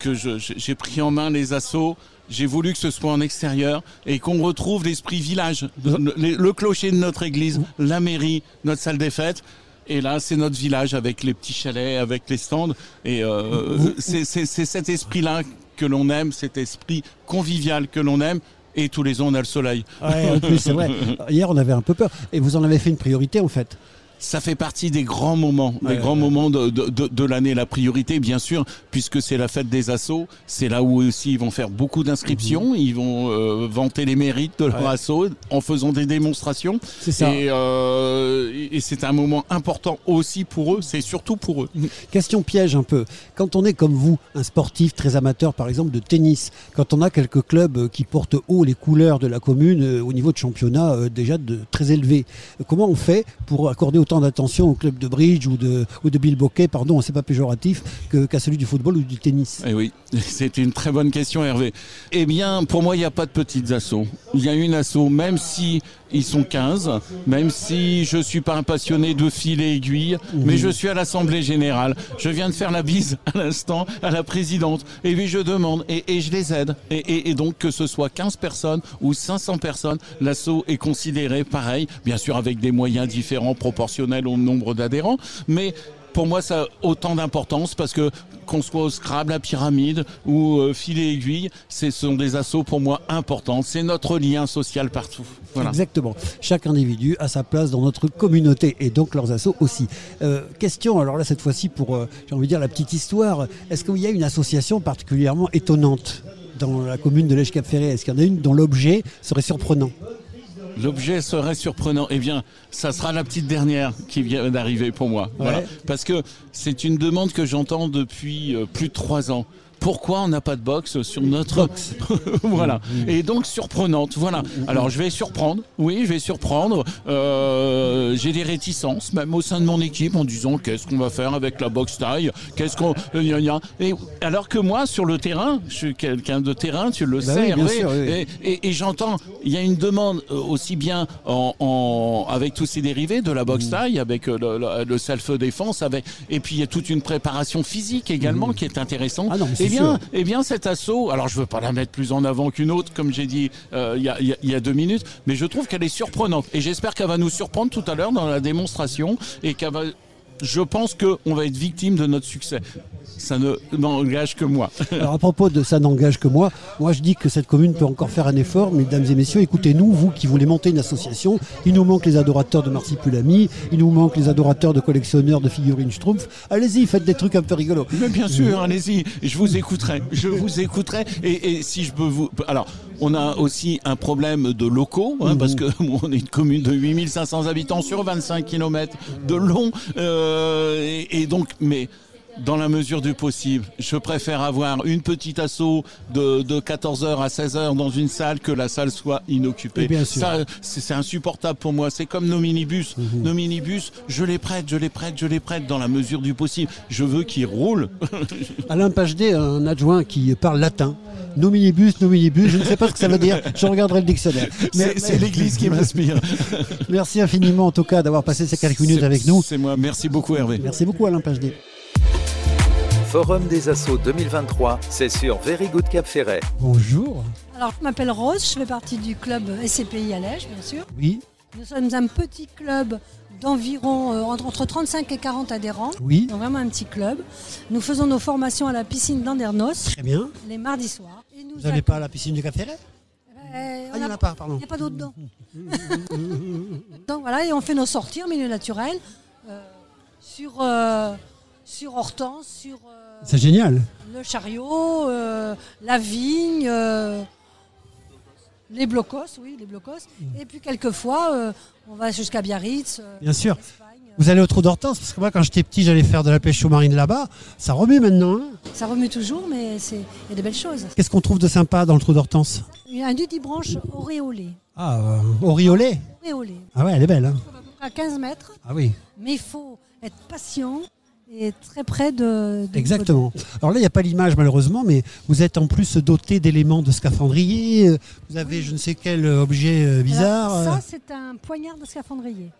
Speaker 14: que je- je- j'ai pris en main les assos, j'ai voulu que ce soit en extérieur et qu'on retrouve l'esprit village, le, le- le clocher de notre église, la mairie, notre salle des fêtes. Et là, c'est notre village avec les petits chalets, avec les stands. Et euh, c'est c'est- c'est cet esprit-là que l'on aime, cet esprit convivial que l'on aime. Et tous les ans, on a le soleil.
Speaker 2: Ouais, en plus, c'est vrai. Hier, on avait un peu peur. Et vous en avez fait une priorité, en fait.
Speaker 14: Ça fait partie des grands moments, des grands moments de, de- de- de l'année. La priorité, bien sûr, puisque c'est la fête des assos, c'est là où aussi ils vont faire beaucoup d'inscriptions, ils vont euh, vanter les mérites de leur
Speaker 2: Mhm. Ouais.
Speaker 14: assaut en faisant des démonstrations.
Speaker 2: C'est ça.
Speaker 14: Et, euh, et- et c'est un moment important aussi pour eux, c'est surtout pour eux.
Speaker 2: Question piège un peu. Quand on est comme vous, un sportif très amateur, par exemple, de tennis, quand on a quelques clubs euh, qui portent haut les couleurs de la commune euh, au niveau de championnat euh, déjà de, très élevé, euh, comment on fait pour accorder autant d'attention au club de bridge ou de, ou de bill Bokeh, pardon, c'est pas péjoratif, que- qu'à celui du football ou du tennis
Speaker 14: Eh oui, c'est une très bonne question, Hervé. Eh bien, pour moi, il n'y a pas de petites assauts. Il y a une assaut, même si ils sont 15, même si je suis pas un passionné de fil et aiguille,
Speaker 2: Mhm.
Speaker 14: mais je suis à l'Assemblée Générale. Je viens de faire la bise à l'instant à la présidente. Et puis, je demande, et, et je les aide. Et, et- et donc, que ce soit 15 personnes ou 500 personnes, l'assaut est considéré pareil, bien sûr avec des moyens différents proportionnels au nombre d'adhérents, mais pour moi, ça a autant d'importance parce que qu'on soit au Scrabble, à Pyramide ou euh, Filet Aiguille, ce sont des assauts pour moi importants. C'est notre lien social partout. Voilà.
Speaker 2: Exactement. Chaque individu a sa place dans notre communauté et donc leurs assos aussi. Euh, question, alors là cette fois-ci pour, euh, j'ai envie de dire, la petite histoire, est-ce qu'il y a une association particulièrement étonnante dans la commune de Lège-Cap-Ferré Est-ce qu'il y en a une dont l'objet serait surprenant
Speaker 14: L'objet serait surprenant. Eh bien, ça sera la petite dernière qui vient d'arriver pour moi. Voilà.
Speaker 2: Ouais.
Speaker 14: Parce que c'est une demande que j'entends depuis euh, plus de trois ans. Pourquoi on n'a pas de box sur notre voilà
Speaker 2: Mm-hmm.
Speaker 14: et donc surprenante voilà alors je vais surprendre oui je vais surprendre Euh, j'ai des réticences même au sein de mon équipe en disant qu'est-ce qu'on va faire avec la box taille qu'est-ce qu'on gna gna. et alors que moi sur le terrain je suis quelqu'un de terrain tu le
Speaker 2: Bah
Speaker 14: sais
Speaker 2: oui, bien
Speaker 14: Hervé.
Speaker 2: sûr, oui.
Speaker 14: Et- et, et j'entends, il y a une demande euh, aussi bien en, en- avec tous ces dérivés de la
Speaker 2: Mm.
Speaker 14: boxe taille, avec euh, le, le- le self-défense, avec, et puis il y a toute une préparation physique également
Speaker 2: Mm.
Speaker 14: qui est intéressante.
Speaker 2: Ah c'est
Speaker 14: eh bien,
Speaker 2: sûr.
Speaker 14: eh bien, cet assaut, alors je veux pas la mettre plus en avant qu'une autre, comme j'ai dit euh, il y, a- il y a- il y a deux minutes, mais je trouve qu'elle est surprenante. Et j'espère qu'elle va nous surprendre tout à l'heure dans la démonstration et qu'elle va. Je pense qu'on va être victime de notre succès. Ça ne n'engage que moi.
Speaker 2: Alors à propos de ça n'engage que moi, moi je dis que cette commune peut encore faire un effort, mesdames et messieurs, écoutez-nous, vous qui voulez monter une association, il nous manque les adorateurs de Marsipulami, il nous manque les adorateurs de collectionneurs de figurines Schtroumpf, allez-y, faites des trucs un peu rigolos. Euh,
Speaker 14: Mais bien sûr, hein, allez-y, je vous écouterai. Je vous écouterai. Et, et si je peux vous. Alors, on a aussi un problème de locaux, hein, parce que bon, on est une commune de 8500 habitants sur 25 km de long. euh, et, et donc, mais. Dans la mesure du possible, je préfère avoir une petite assaut de, de 14h à 16h dans une salle que la salle soit inoccupée.
Speaker 2: Et bien sûr. Mhm.
Speaker 14: Ça, c'est c'est insupportable pour moi. C'est comme nos minibus. Nos minibus, je les prête, je les prête, je les prête dans la mesure du possible. Je veux qu'ils roulent.
Speaker 2: Alain Pagedé, un adjoint qui parle latin, nos minibus, nos minibus, je ne sais pas ce que ça veut dire, je regarderai le dictionnaire. Mais-
Speaker 14: C'est- C'est l'église qui m'inspire.
Speaker 2: Merci infiniment en tout cas d'avoir passé ces quelques minutes
Speaker 14: C'est-
Speaker 2: avec nous.
Speaker 14: C'est moi. Merci beaucoup, Hervé.
Speaker 2: Merci beaucoup Alain Pagedé.
Speaker 1: Forum des assauts 2023, c'est sur Very Good Cap Ferret.
Speaker 2: Bonjour.
Speaker 35: Alors, je m'appelle Rose, je fais partie du club SCPI Allège, bien sûr.
Speaker 2: Oui,
Speaker 35: Nous sommes un petit club d'environ euh, entre, entre 35 et 40 adhérents.
Speaker 2: Oui.
Speaker 35: Donc vraiment un petit club. Nous faisons nos formations à la piscine d'Andernos.
Speaker 2: Très Eh bien.
Speaker 35: Les mardis soirs. Et nous
Speaker 2: vous n'allez pas à la piscine du Cap Ferret
Speaker 35: Euh,
Speaker 2: Ah, il
Speaker 35: on
Speaker 2: n'y en
Speaker 35: a-
Speaker 2: a pas, pardon.
Speaker 35: Il n'y a pas d'eau dedans.
Speaker 2: Mm-hmm. Euh,
Speaker 35: Donc voilà, et on fait nos sorties en milieu naturel euh, sur, euh, sur Hortense, sur euh,
Speaker 2: C'est génial.
Speaker 35: le chariot, euh, la vigne, euh, les blocos, oui, les blocos.
Speaker 2: Mm.
Speaker 35: Et puis quelquefois, euh, on va jusqu'à Biarritz. euh,
Speaker 2: Bien sûr. Vous allez au trou d'Hortense, parce que moi, quand j'étais petit, j'allais faire de la pêche sous-marine là-bas. Ça remue maintenant. hein.
Speaker 35: ça remue toujours, mais c'est- il y a des belles choses.
Speaker 2: Qu'est-ce qu'on trouve de sympa dans le trou d'Hortense
Speaker 35: Il y a un nudibranche auréolé.
Speaker 2: Ah, euh, au riolet.
Speaker 35: Auréolé.
Speaker 2: Ah ouais, elle est belle. hein.
Speaker 35: À 15 mètres.
Speaker 2: Ah oui,
Speaker 35: Mais il faut être patient et très près de. de-
Speaker 2: exactement. Alors là, il n'y a pas l'image, malheureusement, mais vous êtes en plus doté d'éléments de scaphandrier. euh, Vous avez je ne sais quel euh, objet euh, bizarre.
Speaker 35: Alors,
Speaker 2: euh,
Speaker 35: ça, c'est un poignard de scaphandrier.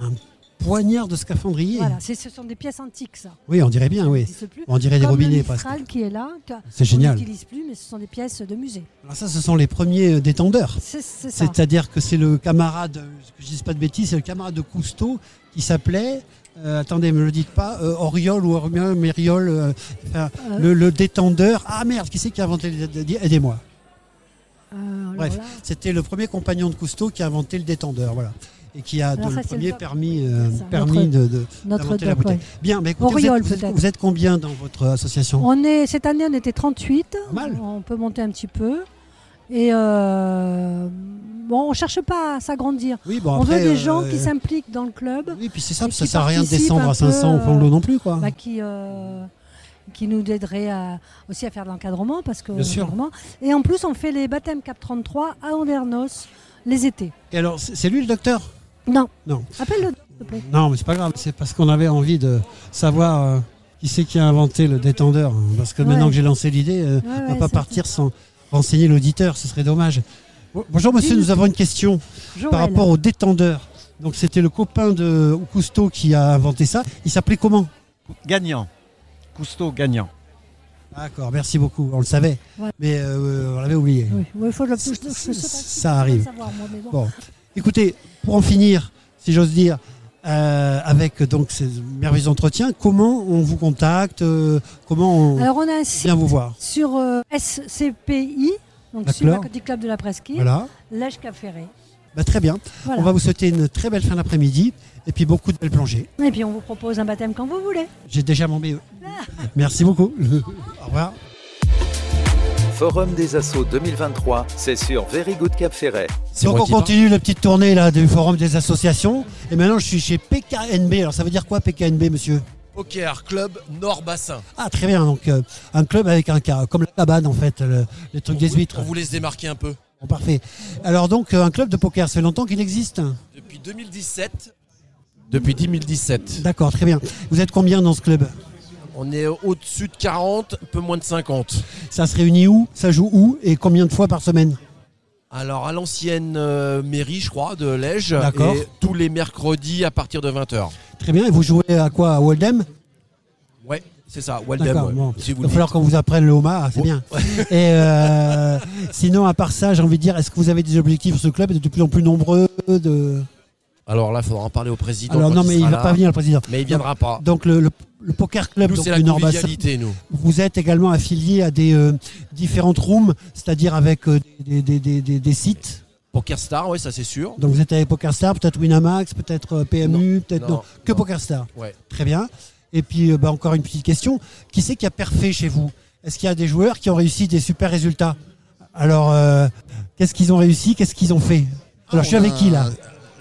Speaker 2: Un poignard de scaphandrier.
Speaker 35: Voilà, c'est- ce sont des pièces antiques, ça.
Speaker 2: Oui, on dirait bien, oui.
Speaker 35: Ça n'existe plus.
Speaker 2: On dirait des
Speaker 35: Comme
Speaker 2: robinets,
Speaker 35: Le
Speaker 2: presque.
Speaker 35: Mistral qui est là. que-
Speaker 2: C'est génial.
Speaker 35: On n'utilise plus, mais ce sont des pièces de musée.
Speaker 2: Alors ça, ce sont les premiers euh, détendeurs.
Speaker 35: C'est- c'est ça.
Speaker 2: C'est-à-dire que c'est le camarade, euh, que je ne dise pas de bêtises, c'est le camarade de Cousteau qui s'appelait, euh, attendez, ne me le dites pas, euh, Oriol ou Ormien, Mériol, euh, enfin,
Speaker 35: Euh.
Speaker 2: le, le détendeur. Ah merde, qui c'est qui a inventé le détendeur Aidez-moi.
Speaker 35: Euh,
Speaker 2: Bref,
Speaker 35: alors là,
Speaker 2: c'était le premier compagnon de Cousteau qui a inventé le détendeur, voilà. Et qui a de-
Speaker 35: Alors ça,
Speaker 2: le
Speaker 35: c'est le
Speaker 2: premier
Speaker 35: doc.
Speaker 2: permis, euh,
Speaker 35: C'est ça.
Speaker 2: permis
Speaker 35: Notre-
Speaker 2: de, de-
Speaker 35: notre
Speaker 2: d'inventer la
Speaker 35: doc,
Speaker 2: bouteille.
Speaker 35: ouais.
Speaker 2: Bien, mais écoutez, vous êtes-
Speaker 35: Oriol,
Speaker 2: vous, êtes,
Speaker 35: peut-être.
Speaker 2: vous êtes combien dans votre association
Speaker 35: on est, cette année, on était 38. On peut monter un petit peu. Et euh, bon, on ne cherche pas à s'agrandir.
Speaker 2: Oui, bon,
Speaker 35: on
Speaker 2: après,
Speaker 35: veut
Speaker 2: euh,
Speaker 35: des gens
Speaker 2: euh,
Speaker 35: qui s'impliquent dans le club.
Speaker 2: Oui, puis c'est simple,
Speaker 35: et
Speaker 2: ça
Speaker 35: qui
Speaker 2: sert à rien de
Speaker 35: participent
Speaker 2: descendre
Speaker 35: un
Speaker 2: à 500 au
Speaker 35: peu,
Speaker 2: plan de l'eau non plus, quoi.
Speaker 35: bah, qui, euh, qui nous aiderait à- aussi à faire de l'encadrement. parce que
Speaker 2: Bien sûr.
Speaker 35: l'encadrement- Et en plus, on fait les baptêmes Cap 33 à Andernos les étés.
Speaker 2: Et alors, c'est c'est lui le docteur
Speaker 35: Non.
Speaker 2: Non.
Speaker 35: Appelle-le, s'il te plaît.
Speaker 2: Non, mais c'est pas grave, c'est parce qu'on avait envie de savoir euh, qui c'est qui a inventé le détendeur. hein, Parce que maintenant
Speaker 35: Ouais.
Speaker 2: que j'ai lancé l'idée, euh,
Speaker 35: Ouais,
Speaker 2: on va
Speaker 35: ouais,
Speaker 2: pas
Speaker 35: c'est
Speaker 2: partir sans renseigner l'auditeur, ce serait dommage. Bon- Bonjour monsieur,
Speaker 35: Dis-nous
Speaker 2: nous
Speaker 35: tout.
Speaker 2: avons une question
Speaker 35: Joël.
Speaker 2: par rapport au détendeur. Donc c'était le copain de Cousteau qui a inventé ça. Il s'appelait comment
Speaker 19: Gagnant. Cousteau gagnant.
Speaker 2: D'accord, merci beaucoup, on le savait,
Speaker 35: Voilà.
Speaker 2: mais euh, on l'avait oublié.
Speaker 35: Oui, faut que je, je- je sais pas si je
Speaker 2: Ça
Speaker 35: peux
Speaker 2: arrive.
Speaker 35: le savoir, moi, mais bon.
Speaker 2: Bon, écoutez, pour en finir, si j'ose dire, euh, avec donc ces merveilleux entretiens, comment on vous contacte euh, Comment on
Speaker 35: Alors, on a un
Speaker 2: vient
Speaker 35: site
Speaker 2: vous voir
Speaker 35: sur euh, SCPI, donc sur la
Speaker 2: D'accord.
Speaker 35: du club de la Presqu'île,
Speaker 2: Voilà.
Speaker 35: Lèche Cap Ferré.
Speaker 2: Bah, Très bien.
Speaker 35: Voilà.
Speaker 2: On va vous souhaiter une très belle fin d'après-midi et puis beaucoup de belles plongées.
Speaker 35: Et puis, on vous propose un baptême quand vous voulez.
Speaker 2: E. J'ai déjà mon BE. Merci beaucoup. Au revoir.
Speaker 1: Forum des Assauts 2023, c'est sur Very Good Cap Ferret.
Speaker 2: Donc on continue la petite tournée là du forum des associations. Et maintenant je suis chez PKNB. Alors ça veut dire quoi PKNB monsieur
Speaker 36: Poker Club Nord-Bassin.
Speaker 2: Ah très bien, donc euh, un club avec un cas, comme la cabane en fait, le, le truc des huîtres.
Speaker 36: On vous laisse démarquer un peu.
Speaker 2: Bon, parfait. Alors donc euh, un club de poker, ça fait longtemps qu'il existe
Speaker 36: Depuis 2017,
Speaker 2: Depuis 2017. D'accord, très bien. Vous êtes combien dans ce club
Speaker 36: on est au-dessus de 40, un peu moins de 50.
Speaker 2: Ça se réunit où Ça joue où Et combien de fois par semaine
Speaker 36: Alors à l'ancienne euh, mairie, je crois, de Lège.
Speaker 2: D'accord.
Speaker 36: et Tous les mercredis à partir de 20h.
Speaker 2: Très bien, et vous jouez à quoi À Waldem
Speaker 36: Ouais, c'est ça, Waldem.
Speaker 2: D'accord,
Speaker 36: ouais,
Speaker 2: bon.
Speaker 36: si vous
Speaker 2: Il
Speaker 36: le
Speaker 2: va falloir
Speaker 36: dites.
Speaker 2: qu'on vous apprenne le homard, c'est bien. Et euh, sinon, à part ça, j'ai envie de dire, est-ce que vous avez des objectifs pour ce club Vous êtes de plus en plus nombreux de...
Speaker 36: Alors là, il faudra en parler au président.
Speaker 2: Alors
Speaker 36: quand
Speaker 2: non, mais il
Speaker 36: sera
Speaker 2: va
Speaker 36: là.
Speaker 2: pas venir, le président.
Speaker 36: Mais il viendra
Speaker 2: Donc-
Speaker 36: pas.
Speaker 2: Donc le, le- le poker club
Speaker 36: Nous,
Speaker 2: donc,
Speaker 36: c'est la
Speaker 2: du Nord-Bassin,
Speaker 36: convivialité, nous.
Speaker 2: Vous êtes également affilié à des euh, différentes rooms, c'est-à-dire avec euh, des, des- des- des- des sites.
Speaker 36: Poker Star, ouais, ça c'est sûr.
Speaker 2: Donc vous êtes avec PokerStar, peut-être Winamax, peut-être euh, PMU, peut-être non,
Speaker 36: non,
Speaker 2: que PokerStar.
Speaker 36: Ouais.
Speaker 2: Très bien. Et puis euh, bah, encore une petite question. Qui c'est qui a perfait chez vous Est-ce qu'il y a des joueurs qui ont réussi des super résultats Alors euh, qu'est-ce qu'ils ont réussi Qu'est-ce qu'ils ont fait
Speaker 36: Ah,
Speaker 2: Alors je suis
Speaker 37: On
Speaker 2: avec
Speaker 37: a-
Speaker 2: qui là
Speaker 37: Euh,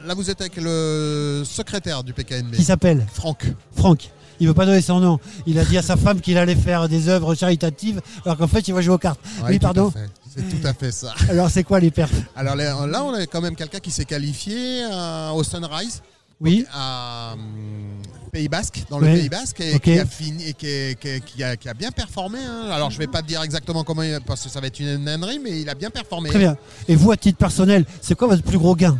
Speaker 37: Là, vous êtes avec le secrétaire du PKNB.
Speaker 2: Qui s'appelle
Speaker 37: Franck.
Speaker 2: Franck. Il veut pas donner son nom. Il a dit à sa femme qu'il allait faire des œuvres caritatives, alors qu'en fait il va jouer aux cartes.
Speaker 37: Ouais,
Speaker 2: oui,
Speaker 37: tout à
Speaker 2: pardon.
Speaker 37: fait. C'est tout à fait ça. Ah,
Speaker 2: Alors c'est quoi les perfs
Speaker 37: Alors là, là, on a quand même quelqu'un qui s'est qualifié euh, au Sunrise.
Speaker 2: Oui.
Speaker 37: donc, à, hum, Pays Basque, dans le
Speaker 2: Ouais.
Speaker 37: Pays Basque, et
Speaker 2: Ok.
Speaker 37: qui a fini et qui, est- qui est- qui a, qui a bien performé. hein. Alors je vais pas te dire exactement comment, il- parce que ça va être une nannerie, mais il a bien performé.
Speaker 2: Très bien. Et vous, à titre personnel, c'est quoi votre plus gros gain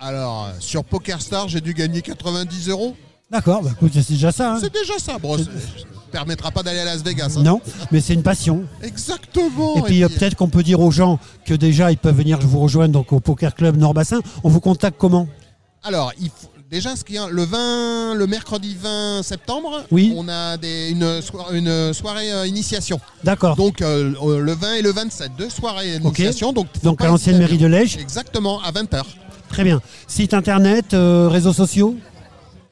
Speaker 37: Alors euh, sur PokerStar, j'ai dû gagner 90 euros.
Speaker 2: D'accord, bah, écoute, c'est déjà ça. hein.
Speaker 37: C'est déjà ça, bro. Ça ne permettra pas d'aller à Las Vegas. hein.
Speaker 2: Non, mais c'est une passion.
Speaker 37: Exactement.
Speaker 2: Et puis euh, peut-être qu'on peut dire aux gens que déjà ils peuvent venir vous rejoindre donc au Poker Club Nord-Bassin. On vous contacte comment
Speaker 37: Alors, il faut- déjà, ce qui est- le 20, le mercredi 20 septembre,
Speaker 2: Oui.
Speaker 37: on a des- une, soir- une soirée euh, initiation.
Speaker 2: D'accord.
Speaker 37: Donc euh, euh, le 20 et le 27, deux soirées
Speaker 2: Ok.
Speaker 37: initiation. Donc, faut
Speaker 2: Donc, à
Speaker 37: pas
Speaker 2: l'ancienne
Speaker 37: hésiter
Speaker 2: mairie de
Speaker 37: venir.
Speaker 2: Lège.
Speaker 37: Exactement, à 20h.
Speaker 2: Très bien. Site internet, euh, réseaux sociaux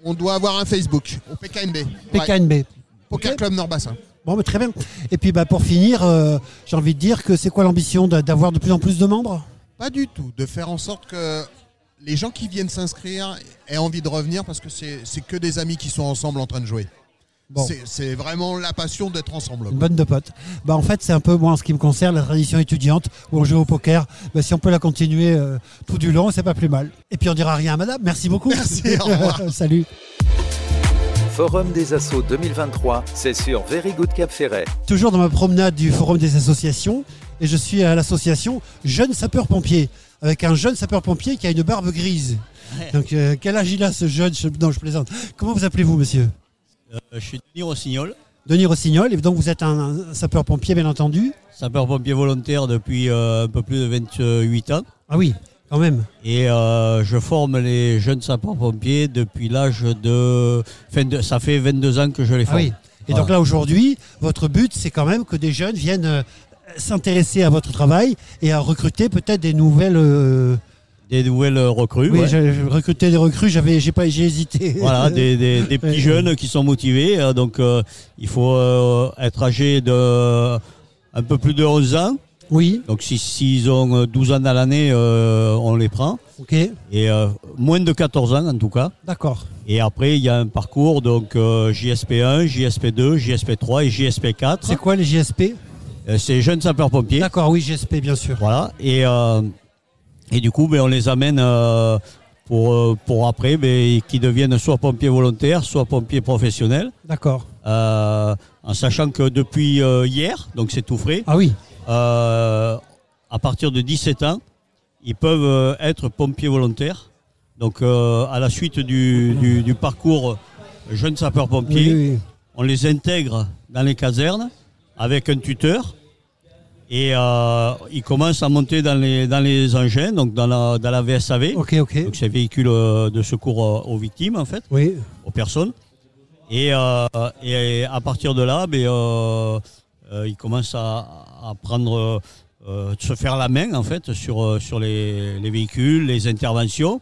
Speaker 37: On doit avoir un Facebook au PKNB. Ouais.
Speaker 2: PKNB.
Speaker 37: Poker Club Nord-Bassin.
Speaker 2: Bon, bah, très bien. Et puis bah, pour finir, euh, j'ai envie de dire que c'est quoi l'ambition d'a- d'avoir de plus en plus de membres
Speaker 37: Pas du tout. De faire en sorte que les gens qui viennent s'inscrire aient envie de revenir parce que c'est c'est que des amis qui sont ensemble en train de jouer.
Speaker 2: Bon.
Speaker 37: C'est- C'est vraiment la passion d'être ensemble.
Speaker 2: Une bonne de potes. Bah, en fait, c'est un peu, moi, en ce qui me concerne, la tradition étudiante où on joue au poker. Bah, si on peut la continuer euh, tout du long, c'est pas plus mal. Et puis, on dira rien à madame. Merci beaucoup.
Speaker 37: Merci, au revoir.
Speaker 2: Salut.
Speaker 1: Forum des Assauts 2023, c'est sur Very Good Cap Ferret.
Speaker 2: Toujours dans ma promenade du Forum des associations, et je suis à l'association Jeunes Sapeurs-Pompiers, avec un jeune sapeur-pompier qui a une barbe grise. Donc, euh, quel âge il a ce jeune Je- Non, je plaisante. Comment vous appelez-vous, monsieur
Speaker 38: Euh, je suis Denis Rossignol,
Speaker 2: Denis Rossignol, et donc vous êtes un, un sapeur-pompier, bien entendu.
Speaker 38: sapeur-pompier volontaire depuis euh, un peu plus de 28 ans.
Speaker 2: Ah oui, quand même.
Speaker 38: Et euh, je forme les jeunes sapeurs-pompiers depuis l'âge de... Fin de- Ça fait 22 ans que je les
Speaker 2: Ah
Speaker 38: forme.
Speaker 2: oui. Et donc là, aujourd'hui, votre but, c'est quand même que des jeunes viennent euh, s'intéresser à votre travail et à recruter peut-être des nouvelles. euh,
Speaker 38: Des nouvelles recrues.
Speaker 2: Oui,
Speaker 38: ouais.
Speaker 2: j'ai- j'ai recruté des recrues, j'avais, j'ai pas, j'ai hésité.
Speaker 38: Voilà, des, des- des petits jeunes qui sont motivés. euh, Donc, euh, il faut euh, être âgé de un peu plus de 11 ans.
Speaker 2: Oui.
Speaker 38: Donc, si- s'ils ont euh, 12 ans à l'année, euh, on les prend.
Speaker 2: Ok.
Speaker 38: Et euh, moins de 14 ans, en tout cas.
Speaker 2: D'accord.
Speaker 38: Et après, il y a un parcours, donc euh, JSP1, JSP2, JSP3 et JSP4. C'est
Speaker 2: quoi les JSP
Speaker 38: Euh, C'est jeunes sapeurs-pompiers.
Speaker 2: D'accord, oui, JSP, bien sûr.
Speaker 38: Voilà. Et, euh, et du coup, ben, on les amène euh, pour, euh, pour après, ben, qu'ils deviennent soit pompiers volontaires, soit pompiers professionnels.
Speaker 2: D'accord.
Speaker 38: Euh, en sachant que depuis euh, hier, donc c'est tout frais. euh,
Speaker 2: Ah oui.
Speaker 38: à partir de 17 ans, ils peuvent euh, être pompiers volontaires. Donc euh, à la suite du, du- du parcours jeune sapeur-pompier,
Speaker 2: Oui, oui.
Speaker 38: on les intègre dans les casernes avec un tuteur. Et euh, ils commencent à monter dans les, dans les engins, donc dans la, dans la VSAV. Donc c'est véhicule euh, de secours euh, aux victimes, en fait,
Speaker 2: Oui.
Speaker 38: aux personnes. Et, euh, et à partir de là, ben, euh, euh, ils commencent à, à prendre, euh, de se faire la main, en fait, sur, euh, sur les, les véhicules, les interventions.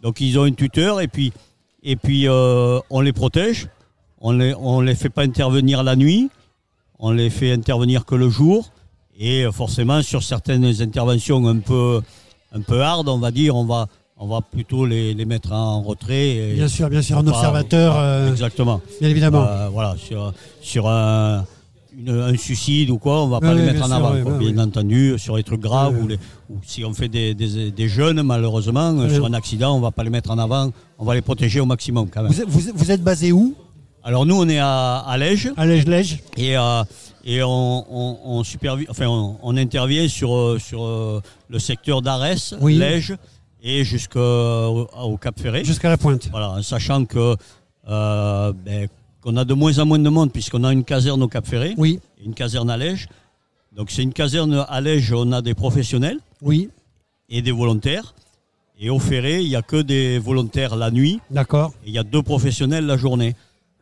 Speaker 38: Donc ils ont une tuteur et puis, et puis euh, on les protège. On les, on les fait pas intervenir la nuit. on les fait intervenir que le jour. Et euh, forcément, sur certaines interventions un peu, un peu hard, on va dire, on va, on va plutôt les, les mettre en retrait. et-
Speaker 2: Bien sûr, bien sûr, en
Speaker 38: pas-
Speaker 2: observateur,
Speaker 38: pas-
Speaker 2: euh,
Speaker 38: exactement.
Speaker 2: bien évidemment.
Speaker 38: Euh, voilà, sur, sur un, une- un suicide ou quoi, on va pas
Speaker 2: Ouais,
Speaker 38: les
Speaker 2: ouais,
Speaker 38: mettre
Speaker 2: bien
Speaker 38: en
Speaker 2: sûr,
Speaker 38: avant.
Speaker 2: ouais,
Speaker 38: quoi.
Speaker 2: ouais,
Speaker 38: bien
Speaker 2: ouais.
Speaker 38: entendu, sur les trucs graves ou, les- ou si on fait des, des- des jeunes, malheureusement, euh,
Speaker 2: Ouais.
Speaker 38: sur un accident, on va pas les mettre en avant. On va les protéger au maximum quand même.
Speaker 2: Vous, êtes- vous êtes- vous êtes basé où
Speaker 38: Alors nous, on est à, à Lège.
Speaker 2: À Lège-Lège.
Speaker 38: Et, euh, et on, on, on supervi- enfin, on, on intervient sur, euh, sur euh, le secteur d'Arès,
Speaker 2: Oui.
Speaker 38: Lège, et jusqu'au au Cap Ferré.
Speaker 2: Jusqu'à la pointe.
Speaker 38: Voilà, en sachant que euh, ben, qu'on a de moins en moins de monde, puisqu'on a une caserne au Cap Ferré,
Speaker 2: oui.
Speaker 38: une caserne à Lège. Donc c'est une caserne à Lège, on a des professionnels
Speaker 2: Oui.
Speaker 38: et des volontaires. Et au Ferré, il n'y a que des volontaires la nuit.
Speaker 2: D'accord.
Speaker 38: Et Il y a deux professionnels la journée.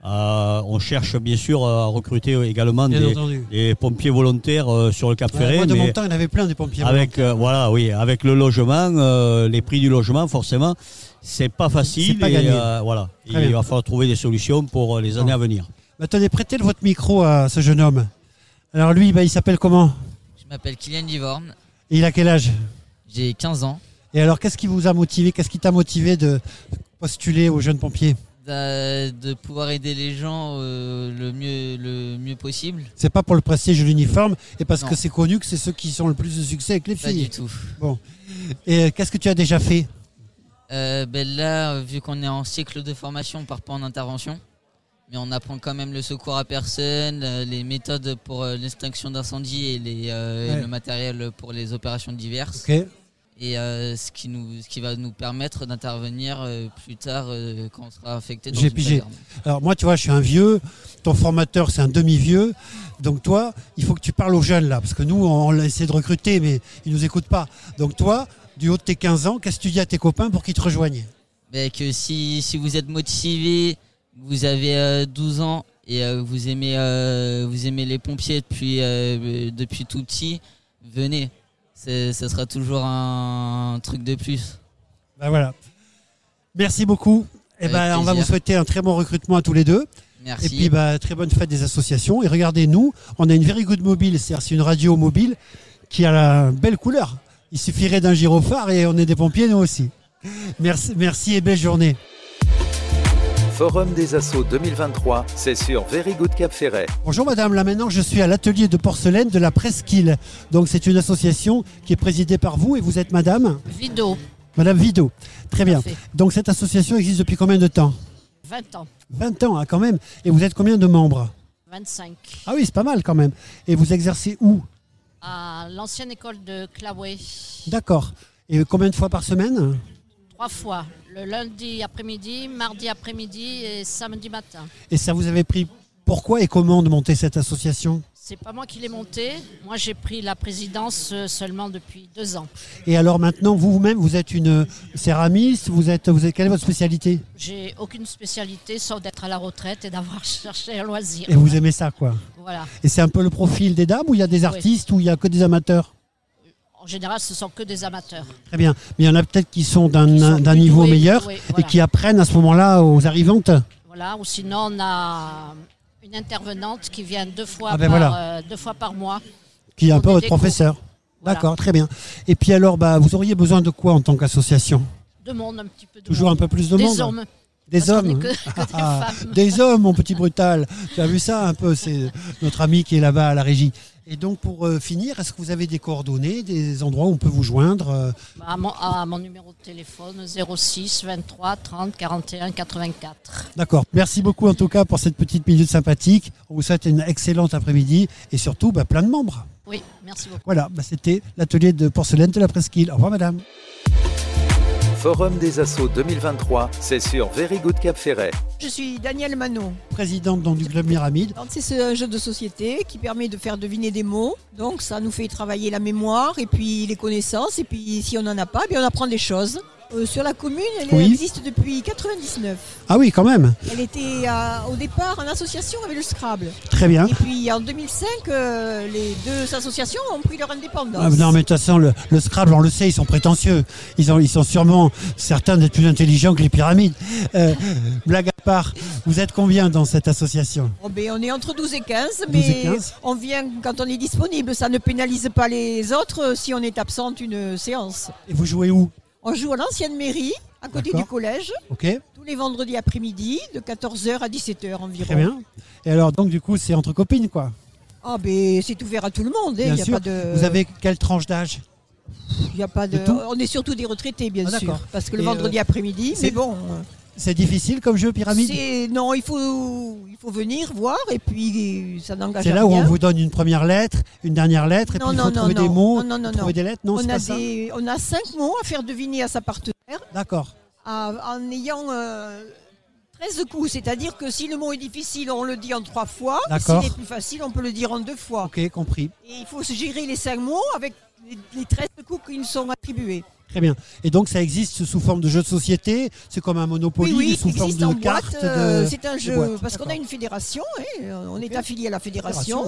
Speaker 38: Euh, on cherche bien sûr à recruter également
Speaker 2: Bien
Speaker 38: des,
Speaker 2: entendu.
Speaker 38: des pompiers volontaires euh, sur le Cap
Speaker 2: Ouais,
Speaker 38: Ferré.
Speaker 2: moi, de
Speaker 38: mais
Speaker 2: mon temps, il y en avait plein des pompiers.
Speaker 38: avec euh, voilà, oui, avec le logement, euh, les prix du logement, forcément, c'est pas facile.
Speaker 2: C'est pas
Speaker 38: et, euh,
Speaker 2: gagné.
Speaker 38: voilà,
Speaker 2: Très
Speaker 38: il
Speaker 2: bien.
Speaker 38: va falloir trouver des solutions pour euh, les années à venir.
Speaker 2: Bah, Tenez, prêtez le- votre micro à ce jeune homme. Alors lui, bah, il s'appelle comment
Speaker 39: Je m'appelle Kylian Divorne,
Speaker 2: Et il a quel âge
Speaker 39: j'ai 15 ans.
Speaker 2: Et alors, qu'est-ce qui vous a motivé Qu'est-ce qui t'a motivé de postuler aux jeunes pompiers
Speaker 39: d'a- Bah, De pouvoir aider les gens euh, le, mieux, le mieux possible.
Speaker 2: C'est pas pour le prestige de l'uniforme et parce
Speaker 39: Non.
Speaker 2: que c'est connu que c'est ceux qui ont le plus de succès avec les
Speaker 39: Pas
Speaker 2: filles.
Speaker 39: du tout.
Speaker 2: Bon. Et euh, qu'est-ce que tu as déjà fait
Speaker 39: Euh, ben là, euh, vu qu'on est en cycle de formation, on part pas en intervention. Mais on apprend quand même le secours à personne, euh, les méthodes pour euh, l'extinction d'incendie et, les, euh, et
Speaker 2: Ouais.
Speaker 39: le matériel pour les opérations diverses.
Speaker 2: Ok.
Speaker 39: Et euh, ce, qui nous, ce qui va nous permettre d'intervenir euh, plus tard euh, quand on sera affecté dans
Speaker 2: J'ai
Speaker 39: une
Speaker 2: pigé.
Speaker 39: caserne.
Speaker 2: Alors moi, tu vois, je suis un vieux. Ton formateur, c'est un demi-vieux. Donc toi, il faut que tu parles aux jeunes là, parce que nous, on l'a essayé de recruter, mais ils nous écoutent pas. Donc toi, du haut de tes 15 ans, qu'est-ce que tu dis à tes copains pour qu'ils te rejoignent
Speaker 39: Ben, que si, si vous êtes motivé, vous avez euh, 12 ans et euh, vous, aimez, euh, vous aimez les pompiers depuis, euh, depuis tout petit, venez. C'est- Ça sera toujours un truc de plus.
Speaker 2: Ben voilà. Merci beaucoup. Et
Speaker 39: Avec
Speaker 2: ben, on va
Speaker 39: plaisir.
Speaker 2: vous souhaiter un très bon recrutement à tous les deux.
Speaker 39: Merci.
Speaker 2: Et puis, bah, très bonne fête des associations. Et regardez, nous, on a une very good mobile, c'est-à-dire c'est une radio mobile qui a la belle couleur. Il suffirait d'un gyrophare et on est des pompiers, nous aussi. Merci, merci et belle journée.
Speaker 1: Forum des assauts 2023, c'est sur Very Good Cap Ferret.
Speaker 2: Bonjour madame, là maintenant je suis à l'atelier de porcelaine de la Presqu'île. Donc c'est une association qui est présidée par vous et vous êtes madame
Speaker 40: Vidéo,
Speaker 2: Madame Vido. Très bien.
Speaker 40: Parfait.
Speaker 2: Donc cette association existe depuis combien de temps
Speaker 40: 20 ans,
Speaker 2: 20 ans hein, quand même. Et vous êtes combien de membres
Speaker 40: 25,
Speaker 2: Ah oui, c'est pas mal quand même. Et vous exercez où
Speaker 40: à l'ancienne école de Claouet,
Speaker 2: D'accord. Et combien de fois par semaine
Speaker 40: trois fois, le lundi après-midi, mardi après-midi et samedi matin.
Speaker 2: Et ça vous avait pris pourquoi et comment de monter cette association
Speaker 40: C'est pas moi qui l'ai monté, moi j'ai pris la présidence euh, seulement depuis deux ans.
Speaker 2: Et alors maintenant, vous-même, vous êtes une céramiste, vous êtes, vous êtes, quelle est votre spécialité
Speaker 40: J'ai aucune spécialité sauf d'être à la retraite et d'avoir cherché un loisir.
Speaker 2: Et vous aimez ça, quoi
Speaker 40: Voilà.
Speaker 2: Et c'est un peu le profil des dames, où il y a des
Speaker 40: Oui.
Speaker 2: artistes, où il y a que des amateurs
Speaker 40: En général, ce sont que des amateurs.
Speaker 2: Très bien. Mais il y en a peut-être qui sont d'un d'un
Speaker 40: plus
Speaker 2: niveau
Speaker 40: doués,
Speaker 2: meilleur
Speaker 40: oui, voilà.
Speaker 2: et qui apprennent à ce moment-là aux arrivantes.
Speaker 40: Voilà, ou sinon on a une intervenante qui vient deux fois,
Speaker 2: Ah ben
Speaker 40: par,
Speaker 2: voilà.
Speaker 40: euh, deux fois par mois.
Speaker 2: qui est un
Speaker 40: pour
Speaker 2: peu
Speaker 40: des
Speaker 2: votre
Speaker 40: cours.
Speaker 2: professeur.
Speaker 40: Voilà.
Speaker 2: D'accord, très bien. Et puis alors, bah, vous auriez besoin de quoi en tant qu'association
Speaker 40: De monde, un petit peu de
Speaker 2: Toujours
Speaker 40: monde.
Speaker 2: un peu plus de
Speaker 40: des
Speaker 2: monde.
Speaker 40: hommes.
Speaker 2: Des
Speaker 40: Parce qu'on
Speaker 2: hommes
Speaker 40: est que- que des
Speaker 2: Ah,
Speaker 40: femmes.
Speaker 2: Des hommes, mon petit brutal. Tu as vu ça un peu C'est notre ami qui est là-bas à la régie. Et donc, pour euh, finir, est-ce que vous avez des coordonnées, des endroits où on peut vous joindre euh,
Speaker 40: À mon, à mon numéro de téléphone 06 23 30 41 84.
Speaker 2: D'accord. Merci beaucoup en tout cas pour cette petite minute sympathique. On vous souhaite une excellente après-midi et surtout bah, plein de membres.
Speaker 40: Oui, merci beaucoup.
Speaker 2: Voilà, bah, c'était l'atelier de porcelaine de la Presqu'île. Au revoir, madame.
Speaker 1: Forum des assauts 2023, c'est sur Very Good Cap Ferret.
Speaker 41: Je suis Daniel Manon.
Speaker 2: Présidente donc, du Club Pyramide.
Speaker 41: Alors, C'est ce jeu de société qui permet de faire deviner des mots. Donc ça nous fait travailler la mémoire et puis les connaissances. Et puis si on n'en a pas, eh bien, on apprend des choses. euh, sur la commune, elle
Speaker 2: Oui.
Speaker 41: existe depuis 99.
Speaker 2: Ah oui, quand même.
Speaker 41: Elle était euh, au départ en association avec le Scrabble.
Speaker 2: Très bien.
Speaker 41: Et puis en 2005, euh, les deux associations ont pris leur indépendance.
Speaker 2: Ah, non, mais de toute façon, le, le Scrabble, on le sait, ils sont prétentieux. Ils, ont, ils sont sûrement certains d'être plus intelligents que les pyramides. Euh, blague à part, vous êtes combien dans cette association
Speaker 41: Oh, ben, on est entre 12 et 15,
Speaker 2: 12
Speaker 41: mais
Speaker 2: et 15.
Speaker 41: on vient quand on est disponible. Ça ne pénalise pas les autres euh, si on est absente une séance.
Speaker 2: Et vous jouez où
Speaker 41: On joue à l'ancienne mairie, à côté
Speaker 2: D'accord.
Speaker 41: du collège,
Speaker 2: Ok,
Speaker 41: tous les vendredis après-midi, de 14h à 17h environ.
Speaker 2: très bien. Et alors, donc, du coup, c'est entre copines, quoi
Speaker 41: Ah ben c'est ouvert à tout le monde,
Speaker 2: Bien
Speaker 41: hein, il n'y a
Speaker 2: sûr.
Speaker 41: pas de.
Speaker 2: Vous avez quelle tranche d'âge
Speaker 41: il y a pas de...
Speaker 2: de tout
Speaker 41: On est surtout des retraités bien
Speaker 2: Ah,
Speaker 41: sûr.
Speaker 2: d'accord.
Speaker 41: Parce que le
Speaker 2: Et,
Speaker 41: vendredi
Speaker 2: euh,
Speaker 41: après-midi,
Speaker 2: c'est-
Speaker 41: mais bon. euh,
Speaker 2: C'est difficile comme jeu pyramide
Speaker 41: c'est- Non, il faut, il faut venir voir et puis ça n'engage
Speaker 2: C'est
Speaker 41: à
Speaker 2: là où
Speaker 41: rien.
Speaker 2: on vous donne une première lettre, une dernière lettre, et
Speaker 41: Non,
Speaker 2: puis il
Speaker 41: non,
Speaker 2: faut
Speaker 41: non,
Speaker 2: trouver
Speaker 41: non.
Speaker 2: des mots,
Speaker 41: Non, non, non,
Speaker 2: trouver
Speaker 41: non.
Speaker 2: des lettres. Non,
Speaker 41: on,
Speaker 2: c'est
Speaker 41: a
Speaker 2: pas ça.
Speaker 41: des- on a cinq mots à faire deviner à sa partenaire
Speaker 2: D'accord.
Speaker 41: à- en ayant euh, 13 coups. C'est-à-dire que si le mot est difficile, on le dit en trois fois. et
Speaker 2: D'accord.
Speaker 41: S'il est plus facile, on peut le dire en deux fois.
Speaker 2: Ok, compris.
Speaker 41: Et il faut se gérer les cinq mots avec les, les 13 coups qui nous sont attribués.
Speaker 2: Très bien. Et donc ça existe sous forme de jeu de société, c'est comme un Monopoly, mais sous
Speaker 41: il
Speaker 2: forme
Speaker 41: existe
Speaker 2: de
Speaker 41: en boîte.
Speaker 2: cartes.
Speaker 41: euh,
Speaker 2: de-
Speaker 41: c'est un
Speaker 2: de
Speaker 41: jeu
Speaker 2: boîte.
Speaker 41: parce qu'on a une fédération. hein, on est affilié à la fédération,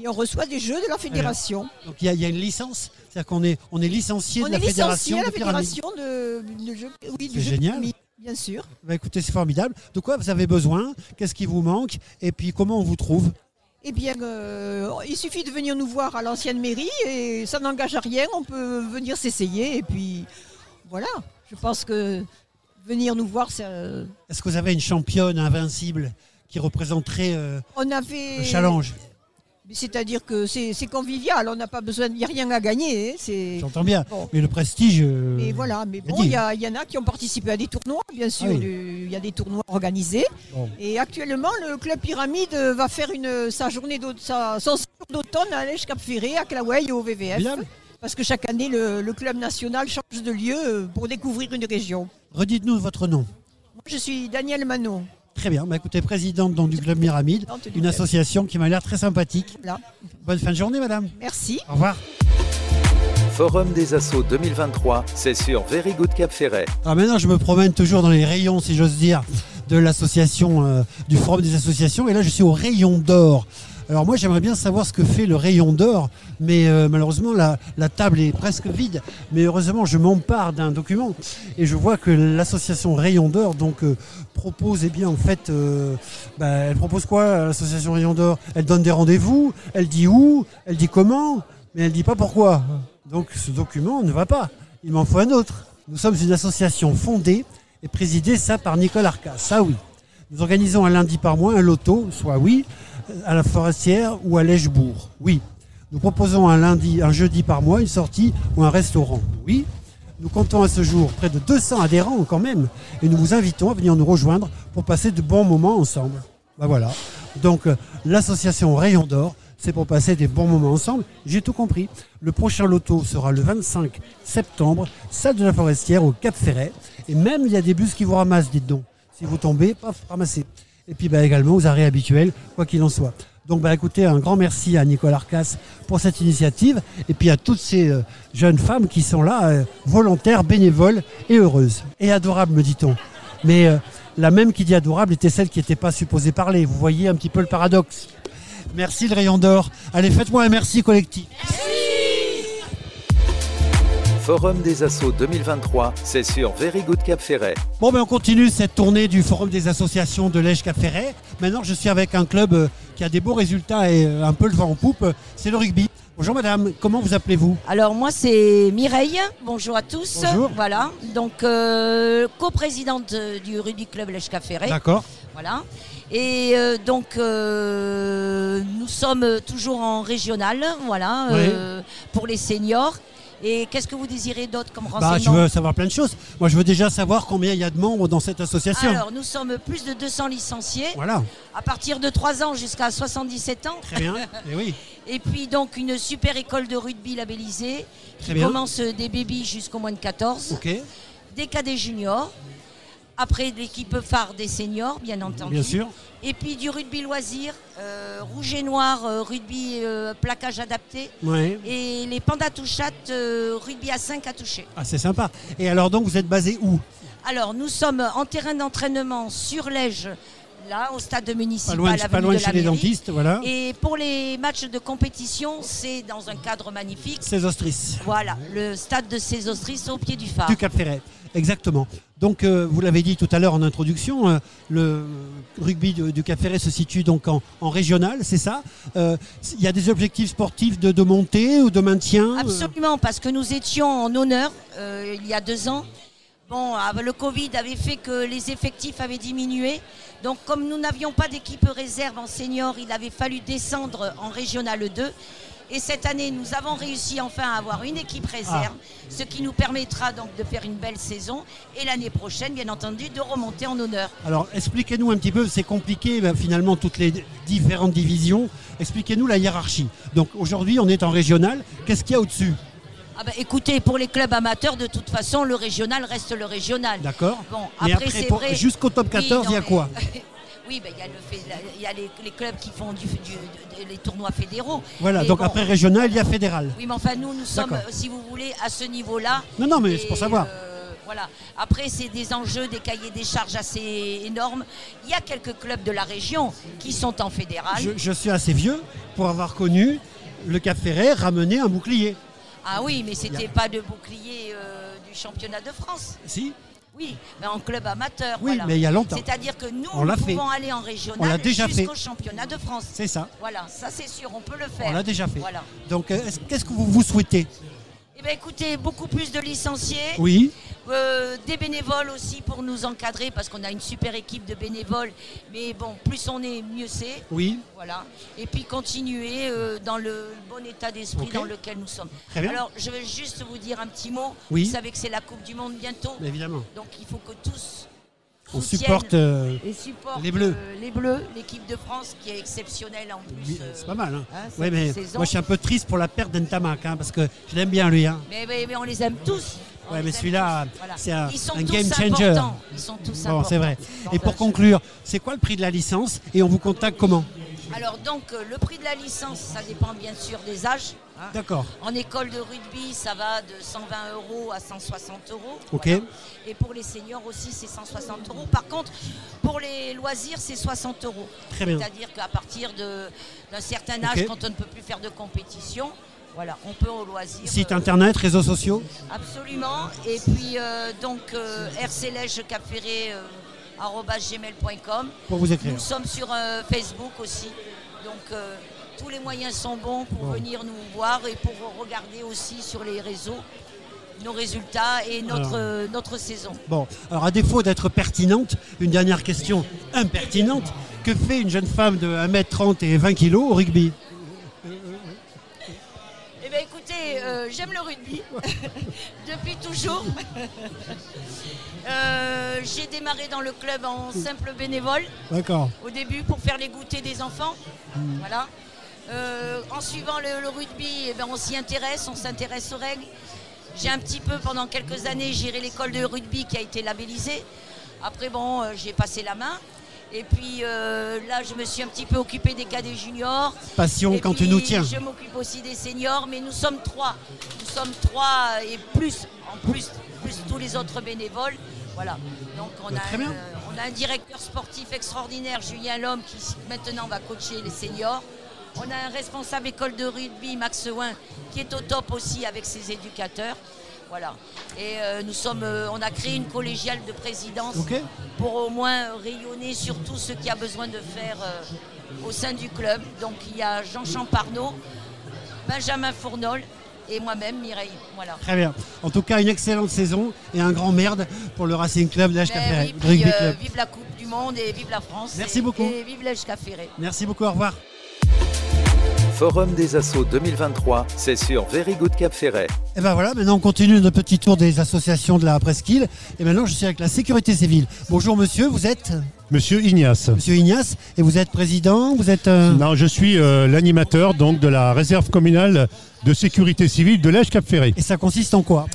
Speaker 41: et on reçoit des jeux de la fédération.
Speaker 2: Donc il y, a- il y a une licence, c'est-à-dire qu'on est, on est licencié
Speaker 41: on
Speaker 2: de la
Speaker 41: est licencié
Speaker 2: fédération.
Speaker 41: à la
Speaker 2: de Pyramide.
Speaker 41: fédération de, de jeux. Oui,
Speaker 2: C'est
Speaker 41: du jeu de
Speaker 2: génial.
Speaker 41: pyramide, bien sûr.
Speaker 2: Bah, écoutez, c'est formidable. De quoi vous avez besoin Qu'est-ce qui vous manque Et puis comment on vous trouve
Speaker 41: Eh bien, euh, il suffit de venir nous voir à l'ancienne mairie et ça n'engage à rien. On peut venir s'essayer et puis voilà. Je pense que venir nous voir, euh, ça,
Speaker 2: Est-ce que vous avez une championne invincible qui représenterait euh,
Speaker 41: on
Speaker 2: le
Speaker 41: avait.
Speaker 2: challenge
Speaker 41: Mais C'est-à-dire que c'est c'est convivial, on n'a pas besoin, il n'y a rien à gagner. hein, c'est-
Speaker 2: J'entends bien.
Speaker 41: Bon.
Speaker 2: Mais le prestige. euh,
Speaker 41: Mais voilà, mais
Speaker 2: il y a
Speaker 41: bon, il y,
Speaker 2: dit.
Speaker 41: a- il y en a qui ont participé à des tournois, bien sûr,
Speaker 2: Ah oui.
Speaker 41: du- il y a des tournois organisés.
Speaker 2: Bon.
Speaker 41: Et actuellement, le Club Pyramide euh, va faire une, sa journée d'aut- sa- son séjour d'automne à Lèche Cap Ferré, à Claouet et au VVF.
Speaker 2: Bien.
Speaker 41: Parce que chaque année, le, le club national change de lieu euh, pour découvrir une région.
Speaker 2: Redites-nous votre nom.
Speaker 41: Moi, je suis Daniel Manon.
Speaker 2: Très bien. Bah, écoutez, présidente donc, du Club Pyramide,
Speaker 41: Présidente du
Speaker 2: une
Speaker 41: club.
Speaker 2: association qui m'a l'air très sympathique.
Speaker 41: Voilà.
Speaker 2: Bonne fin de journée, madame.
Speaker 41: Merci.
Speaker 2: Au revoir.
Speaker 1: Forum des Assauts 2023, c'est sur Very Good Cap Ferret.
Speaker 2: Alors maintenant, Ah, je me promène toujours dans les rayons, si j'ose dire, de l'association, euh, du forum des associations. Et là, je suis au rayon d'or. Alors moi, j'aimerais bien savoir ce que fait le rayon d'or, mais euh, malheureusement, la, la table est presque vide. Mais heureusement, je m'empare d'un document et je vois que l'association Rayon d'or donc euh, propose, eh bien, en fait, euh, bah, elle propose quoi L'association Rayon d'or Elle donne des rendez-vous, elle dit où, elle dit comment, mais elle dit pas pourquoi. Donc ce document ne va pas. Il m'en faut un autre. Nous sommes une association fondée et présidée ça par Nicole Arcas. Ça oui. Nous organisons un lundi par mois un loto, soit oui, à la Forestière ou à Lèchebourg. Oui. Nous proposons un lundi, un jeudi par mois une sortie ou un restaurant. Oui. Nous comptons à ce jour près de 200 adhérents quand même et nous vous invitons à venir nous rejoindre pour passer de bons moments ensemble. Ben voilà. Donc euh, l'association Rayon d'Or, c'est pour passer des bons moments ensemble. J'ai tout compris. Le prochain loto sera le 25 septembre, salle de la Forestière au Cap Ferret. Et même il y a des bus qui vous ramassent, dites donc. Si vous tombez, paf, ramassez. Et puis bah, également aux arrêts habituels, quoi qu'il en soit. Donc bah, écoutez, un grand merci à Nicolas Arcas pour cette initiative et puis à toutes ces euh, jeunes femmes qui sont là, euh, volontaires, bénévoles et heureuses. Et adorables, me dit-on. Mais euh, la même qui dit adorable était celle qui n'était pas supposée parler. Vous voyez un petit peu le paradoxe. Merci le rayon d'or. Allez, faites-moi un merci collectif.
Speaker 1: Forum des Assauts 2023, c'est sur Very Good Cap Ferret.
Speaker 2: Bon, ben on continue cette tournée du Forum des associations de Lège Cap Ferret. Maintenant, je suis avec un club euh, qui a des beaux résultats et euh, un peu le vent en poupe. C'est le rugby. Bonjour madame, comment vous appelez-vous
Speaker 42: Alors moi c'est Mireille, bonjour à tous.
Speaker 2: Bonjour.
Speaker 42: Voilà, donc euh, coprésidente euh, du Rugby Club Lèche Ferré.
Speaker 2: D'accord.
Speaker 42: Voilà. Et euh, donc euh, nous sommes toujours en régional, voilà,
Speaker 2: Oui.
Speaker 42: euh, pour les seniors. Et qu'est-ce que vous désirez d'autre comme
Speaker 2: Bah, je
Speaker 42: renseignement
Speaker 2: veux savoir plein de choses. Moi, je veux déjà savoir combien il y a de membres dans cette association.
Speaker 42: Alors nous sommes plus de 200 licenciés.
Speaker 2: Voilà.
Speaker 42: À partir de 3 ans jusqu'à 77 ans. Très
Speaker 2: bien. Et oui.
Speaker 42: Et puis donc une super école de rugby labellisée
Speaker 2: Très
Speaker 42: qui
Speaker 2: bien.
Speaker 42: commence des bébés jusqu'au moins de 14.
Speaker 2: Ok.
Speaker 42: Des cadets juniors. Après, l'équipe phare des seniors, bien entendu.
Speaker 2: Bien sûr.
Speaker 42: Et puis du rugby loisir, euh, rouge et noir, euh, rugby euh, plaquage adapté.
Speaker 2: Ouais.
Speaker 42: Et les pandas touchat, euh, rugby à 5 à toucher.
Speaker 2: Ah, c'est sympa. Et alors, donc, vous êtes basé où
Speaker 42: Alors, nous sommes en terrain d'entraînement sur l'Ège, là, au stade municipal.
Speaker 2: Pas loin de-
Speaker 42: à l'avenue
Speaker 2: pas loin de
Speaker 42: la
Speaker 2: chez les
Speaker 42: mairie.
Speaker 2: dentistes, voilà.
Speaker 42: Et pour les matchs de compétition, c'est dans un cadre magnifique.
Speaker 2: Ces Ostris.
Speaker 42: Voilà, le stade de ces Ostris au pied du phare.
Speaker 2: Du Cap Ferret, exactement. Donc, euh, vous l'avez dit tout à l'heure en introduction, euh, le rugby du, du Cap Ferret se situe donc en, en régional, c'est ça Euh, Il y a des objectifs sportifs de, de montée ou de maintien euh,
Speaker 42: Absolument, parce que nous étions en honneur euh, il y a deux ans. Bon, ah, le Covid avait fait que les effectifs avaient diminué. Donc, comme nous n'avions pas d'équipe réserve en senior, il avait fallu descendre en régional 2. Et cette année, nous avons réussi enfin à avoir une équipe réserve, ce qui nous permettra donc de faire une belle saison. Et l'année prochaine, bien entendu, de remonter en honneur.
Speaker 2: Alors, expliquez-nous un petit peu, c'est compliqué ben, finalement toutes les différentes divisions. Expliquez-nous la hiérarchie. Donc, aujourd'hui, on est en régional. Qu'est-ce qu'il y a au-dessus
Speaker 42: Ah bah, écoutez, pour les clubs amateurs, de toute façon, le régional reste le régional.
Speaker 2: D'accord.
Speaker 42: Bon,
Speaker 2: Mais
Speaker 42: après,
Speaker 2: après,
Speaker 42: c'est
Speaker 2: pour-
Speaker 42: vrai-
Speaker 2: jusqu'au top
Speaker 42: Oui,
Speaker 2: 14, il y a
Speaker 42: non,
Speaker 2: quoi
Speaker 42: mais- Oui, bah, il y a, le fait- la- il y a les, les clubs qui font du, du- de- les tournois fédéraux.
Speaker 2: Voilà,
Speaker 42: Mais
Speaker 2: donc
Speaker 42: bon.
Speaker 2: après régional, il y a fédéral.
Speaker 42: Oui, mais enfin, nous, nous sommes,
Speaker 2: D'accord.
Speaker 42: si vous voulez, à ce niveau-là.
Speaker 2: Non, non, mais c'est
Speaker 42: Et,
Speaker 2: pour savoir.
Speaker 42: euh, voilà. Après, c'est des enjeux, des cahiers des charges assez énormes. Il y a quelques clubs de la région qui sont en fédéral.
Speaker 2: Je, je suis assez vieux pour avoir connu le Cap Ferret ramener un bouclier.
Speaker 42: Ah oui, mais c'était pas de bouclier euh, du championnat de France.
Speaker 2: Si.
Speaker 42: Oui, mais en club amateur.
Speaker 2: Oui,
Speaker 42: voilà.
Speaker 2: mais il y a longtemps.
Speaker 42: C'est-à-dire que nous,
Speaker 2: On
Speaker 42: nous
Speaker 2: l'a fait.
Speaker 42: pouvons aller en
Speaker 2: On l'a
Speaker 42: régional
Speaker 2: déjà fait.
Speaker 42: jusqu'au championnat de France.
Speaker 2: C'est ça.
Speaker 42: Voilà, ça c'est sûr, on peut le faire.
Speaker 2: On l'a déjà fait.
Speaker 42: Voilà.
Speaker 2: Donc, euh, est-ce- qu'est-ce que vous vous souhaitez
Speaker 42: Eh bien, écoutez, beaucoup plus de licenciés.
Speaker 2: Oui.
Speaker 42: Euh, des bénévoles aussi pour nous encadrer parce qu'on a une super équipe de bénévoles. Mais bon, plus on est, mieux c'est.
Speaker 2: Oui.
Speaker 42: Voilà. Et puis continuer euh, dans le bon état d'esprit dans lequel nous sommes.
Speaker 2: Très bien.
Speaker 42: Alors, je vais juste vous dire un petit mot.
Speaker 2: Oui.
Speaker 42: Vous savez que c'est la Coupe du Monde bientôt.
Speaker 2: Mais évidemment.
Speaker 42: Donc, il faut que tous.
Speaker 2: On
Speaker 42: soutiennent
Speaker 2: supporte, euh,
Speaker 42: et supportent,
Speaker 2: les Bleus.
Speaker 42: euh, les Bleus, l'équipe de France qui est exceptionnelle en plus.
Speaker 2: Oui, C'est pas mal. hein.
Speaker 42: hein,
Speaker 2: Ouais,
Speaker 42: cette
Speaker 2: mais
Speaker 42: saison.
Speaker 2: moi, je suis un peu triste pour la perte d'Entamac, hein, parce que je l'aime bien, lui. hein.
Speaker 42: Mais, mais- mais on les aime tous. On
Speaker 2: Ouais,
Speaker 42: les
Speaker 2: mais
Speaker 42: aime
Speaker 2: celui-là,
Speaker 42: Oh, tous. Voilà.
Speaker 2: c'est un,
Speaker 42: Ils sont
Speaker 2: un
Speaker 42: tous
Speaker 2: game changer.
Speaker 42: importants. Ils sont tous
Speaker 2: bon, c'est
Speaker 42: importants.
Speaker 2: vrai.
Speaker 42: Dans
Speaker 2: Et pour
Speaker 42: un-
Speaker 2: conclure, c'est quoi le prix de la licence Et on vous contacte comment
Speaker 42: Alors donc, euh, le prix de la licence, ça dépend bien sûr des âges. hein.
Speaker 2: D'accord.
Speaker 42: En école de rugby, ça va de 120 euros à 160 euros.
Speaker 2: Ok.
Speaker 42: Voilà. Et pour les seniors aussi, c'est 160 euros. Par contre, pour les loisirs, c'est 60 euros.
Speaker 2: Très bien.
Speaker 42: C'est-à-dire qu'à partir de- d'un certain âge,
Speaker 2: Ok.
Speaker 42: quand on ne peut plus faire de compétition, voilà, on peut au loisir.
Speaker 2: Site
Speaker 42: euh,
Speaker 2: internet, réseaux sociaux
Speaker 42: Absolument. Et puis euh, donc euh, gmail.com
Speaker 2: Pour vous écrire.
Speaker 42: Nous sommes sur euh, Facebook aussi. Donc euh, tous les moyens sont bons pour
Speaker 2: Bon.
Speaker 42: venir nous voir et pour regarder aussi sur les réseaux nos résultats et notre,
Speaker 2: Alors.
Speaker 42: euh, notre saison.
Speaker 2: Bon, alors à défaut d'être pertinente, une dernière question impertinente. Que fait une jeune femme de 1m30 et 20 kg au rugby
Speaker 42: Eh bien écoutez, euh, j'aime le rugby depuis toujours. Euh, J'ai démarré dans le club en simple bénévole.
Speaker 2: D'accord. Hmm.
Speaker 42: au début pour faire les goûters des enfants. Voilà. Euh, en suivant le, le rugby, eh ben, on s'y intéresse, on s'intéresse aux règles. J'ai un petit peu, pendant quelques années, géré l'école de rugby qui a été labellisée. Après, bon, euh, j'ai passé la main. Et puis euh, là, je me suis un petit peu occupée des cadets juniors.
Speaker 2: Passion
Speaker 42: Et
Speaker 2: quand tu
Speaker 42: puis,
Speaker 2: nous tiens.
Speaker 42: Je m'occupe aussi des seniors, mais nous sommes trois. Nous sommes trois et plus, en plus, plus tous les autres bénévoles. Voilà. Donc on
Speaker 2: Bah,
Speaker 42: a,
Speaker 2: très
Speaker 42: un,
Speaker 2: bien.
Speaker 42: euh, on a un directeur sportif extraordinaire, Julien Lhomme, qui maintenant va coacher les seniors. On a un responsable école de rugby, Max Houin, qui est au top aussi avec ses éducateurs. Voilà. Et euh, nous sommes, euh, on a créé une collégiale de présidence
Speaker 2: Ok.
Speaker 42: pour au moins rayonner sur tout ce qu'il y a besoin de faire euh, au sein du club. Donc il y a Jean Champarneau, Benjamin Fournol et moi-même Mireille. Voilà.
Speaker 2: Très bien. En tout cas, une excellente saison et un grand merde pour le Racing Club de
Speaker 42: Ben
Speaker 2: l'HKFR.
Speaker 42: oui, puis,
Speaker 2: Rugby
Speaker 42: euh,
Speaker 2: Club.
Speaker 42: vive la Coupe du Monde et vive la France.
Speaker 2: Merci
Speaker 42: et-
Speaker 2: beaucoup.
Speaker 42: Et vive l'HK Ferré.
Speaker 2: Merci beaucoup, au revoir.
Speaker 1: Forum des assauts 2023, c'est sur Very Good Cap Ferret.
Speaker 2: Et ben voilà, maintenant on continue notre petit tour des associations de la presqu'île. Et maintenant je suis avec la sécurité civile. Bonjour monsieur, vous êtes
Speaker 43: Monsieur Ignace.
Speaker 2: Monsieur Ignace et vous êtes président, vous êtes... euh,
Speaker 43: Non, je suis euh, l'animateur donc de la réserve communale de sécurité civile de lèche cap ferré
Speaker 2: Et ça consiste en quoi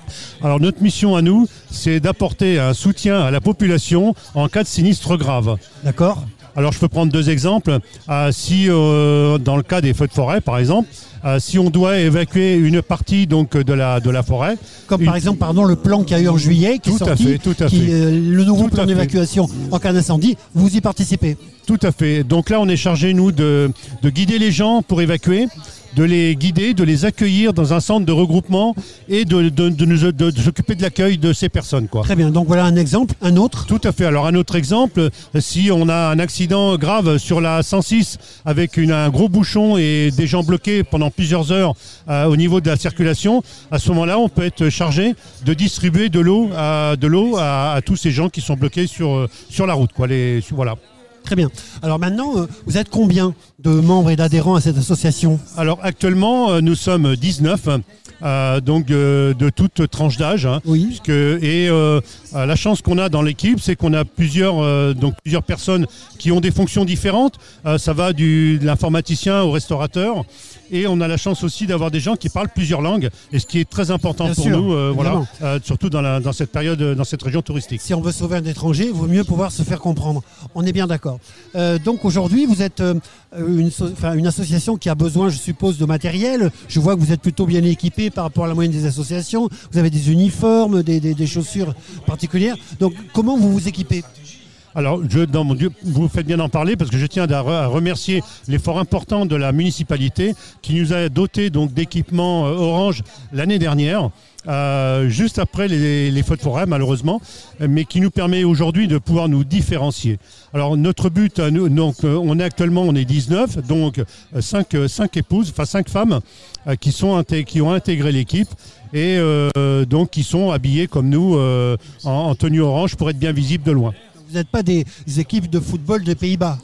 Speaker 43: Alors notre mission à nous, c'est d'apporter un soutien à la population en cas de sinistre grave.
Speaker 2: D'accord.
Speaker 43: Alors je peux prendre deux exemples. Ah, si euh, dans le cas des feux de forêt, par exemple, ah, si on doit évacuer une partie donc de la de la forêt,
Speaker 2: Comme par exemple, pardon, le plan qu'il y a eu en juillet, qui est
Speaker 43: Tout à
Speaker 2: sorti,
Speaker 43: fait, tout à
Speaker 2: qui,
Speaker 43: fait.
Speaker 2: euh, le nouveau
Speaker 43: Tout
Speaker 2: plan
Speaker 43: à fait.
Speaker 2: d'évacuation en cas d'incendie, vous y participez.
Speaker 43: Tout à fait. Donc là, on est chargé, nous, de, de guider les gens pour évacuer, de les guider, de les accueillir dans un centre de regroupement et de, de- de nous de- de s'occuper de l'accueil de ces personnes. Quoi.
Speaker 2: Très bien, donc voilà un exemple, un autre.
Speaker 43: Tout à fait. Alors un autre exemple, si on a un accident grave sur la 106 avec une- un gros bouchon et des gens bloqués pendant plusieurs heures euh, au niveau de la circulation, à ce moment-là, on peut être chargé de distribuer de l'eau à, de l'eau à, à tous ces gens qui sont bloqués sur, euh, sur la route. Quoi, les, voilà.
Speaker 2: Très bien. Alors maintenant, euh, vous êtes combien de membres et d'adhérents à cette association
Speaker 43: Alors actuellement, euh, nous sommes 19. euh, donc euh, de toute tranche d'âge, hein, puisque- et euh, euh, la chance qu'on a dans l'équipe, c'est qu'on a plusieurs euh, donc plusieurs personnes qui ont des fonctions différentes. Euh, ça va du de l'informaticien au restaurateur, et on a la chance aussi d'avoir des gens qui parlent plusieurs langues, et ce qui est très important
Speaker 2: Bien
Speaker 43: pour
Speaker 2: sûr,
Speaker 43: nous, euh, voilà,
Speaker 2: évidemment.
Speaker 43: euh, surtout dans, la- dans cette période, euh, dans cette région touristique.
Speaker 2: Si on veut sauver un étranger, il vaut mieux pouvoir se faire comprendre. On est bien d'accord. Euh, donc aujourd'hui, vous êtes euh, une, so- enfin, une association qui a besoin, je suppose, de matériel. Je vois que vous êtes plutôt bien équipé par rapport à la moyenne des associations. Vous avez des uniformes, des, des- des chaussures particulières. Donc comment vous vous équipez
Speaker 43: Alors, je, dans mon Dieu, vous faites bien d'en parler parce que je tiens à re- à remercier l'effort important de la municipalité qui nous a doté donc d'équipements euh, orange l'année dernière. euh, juste après les, les feux de forêt malheureusement, mais qui nous permet aujourd'hui de pouvoir nous différencier. Alors notre but, à nous, donc, euh, on est actuellement on est 19, donc euh, 5, épouses, enfin 5 femmes euh, qui, sont inté- qui ont intégré l'équipe et euh, donc qui sont habillées comme nous euh, en- en tenue orange pour être bien visibles de loin.
Speaker 2: Vous n'êtes pas des équipes de football des Pays-Bas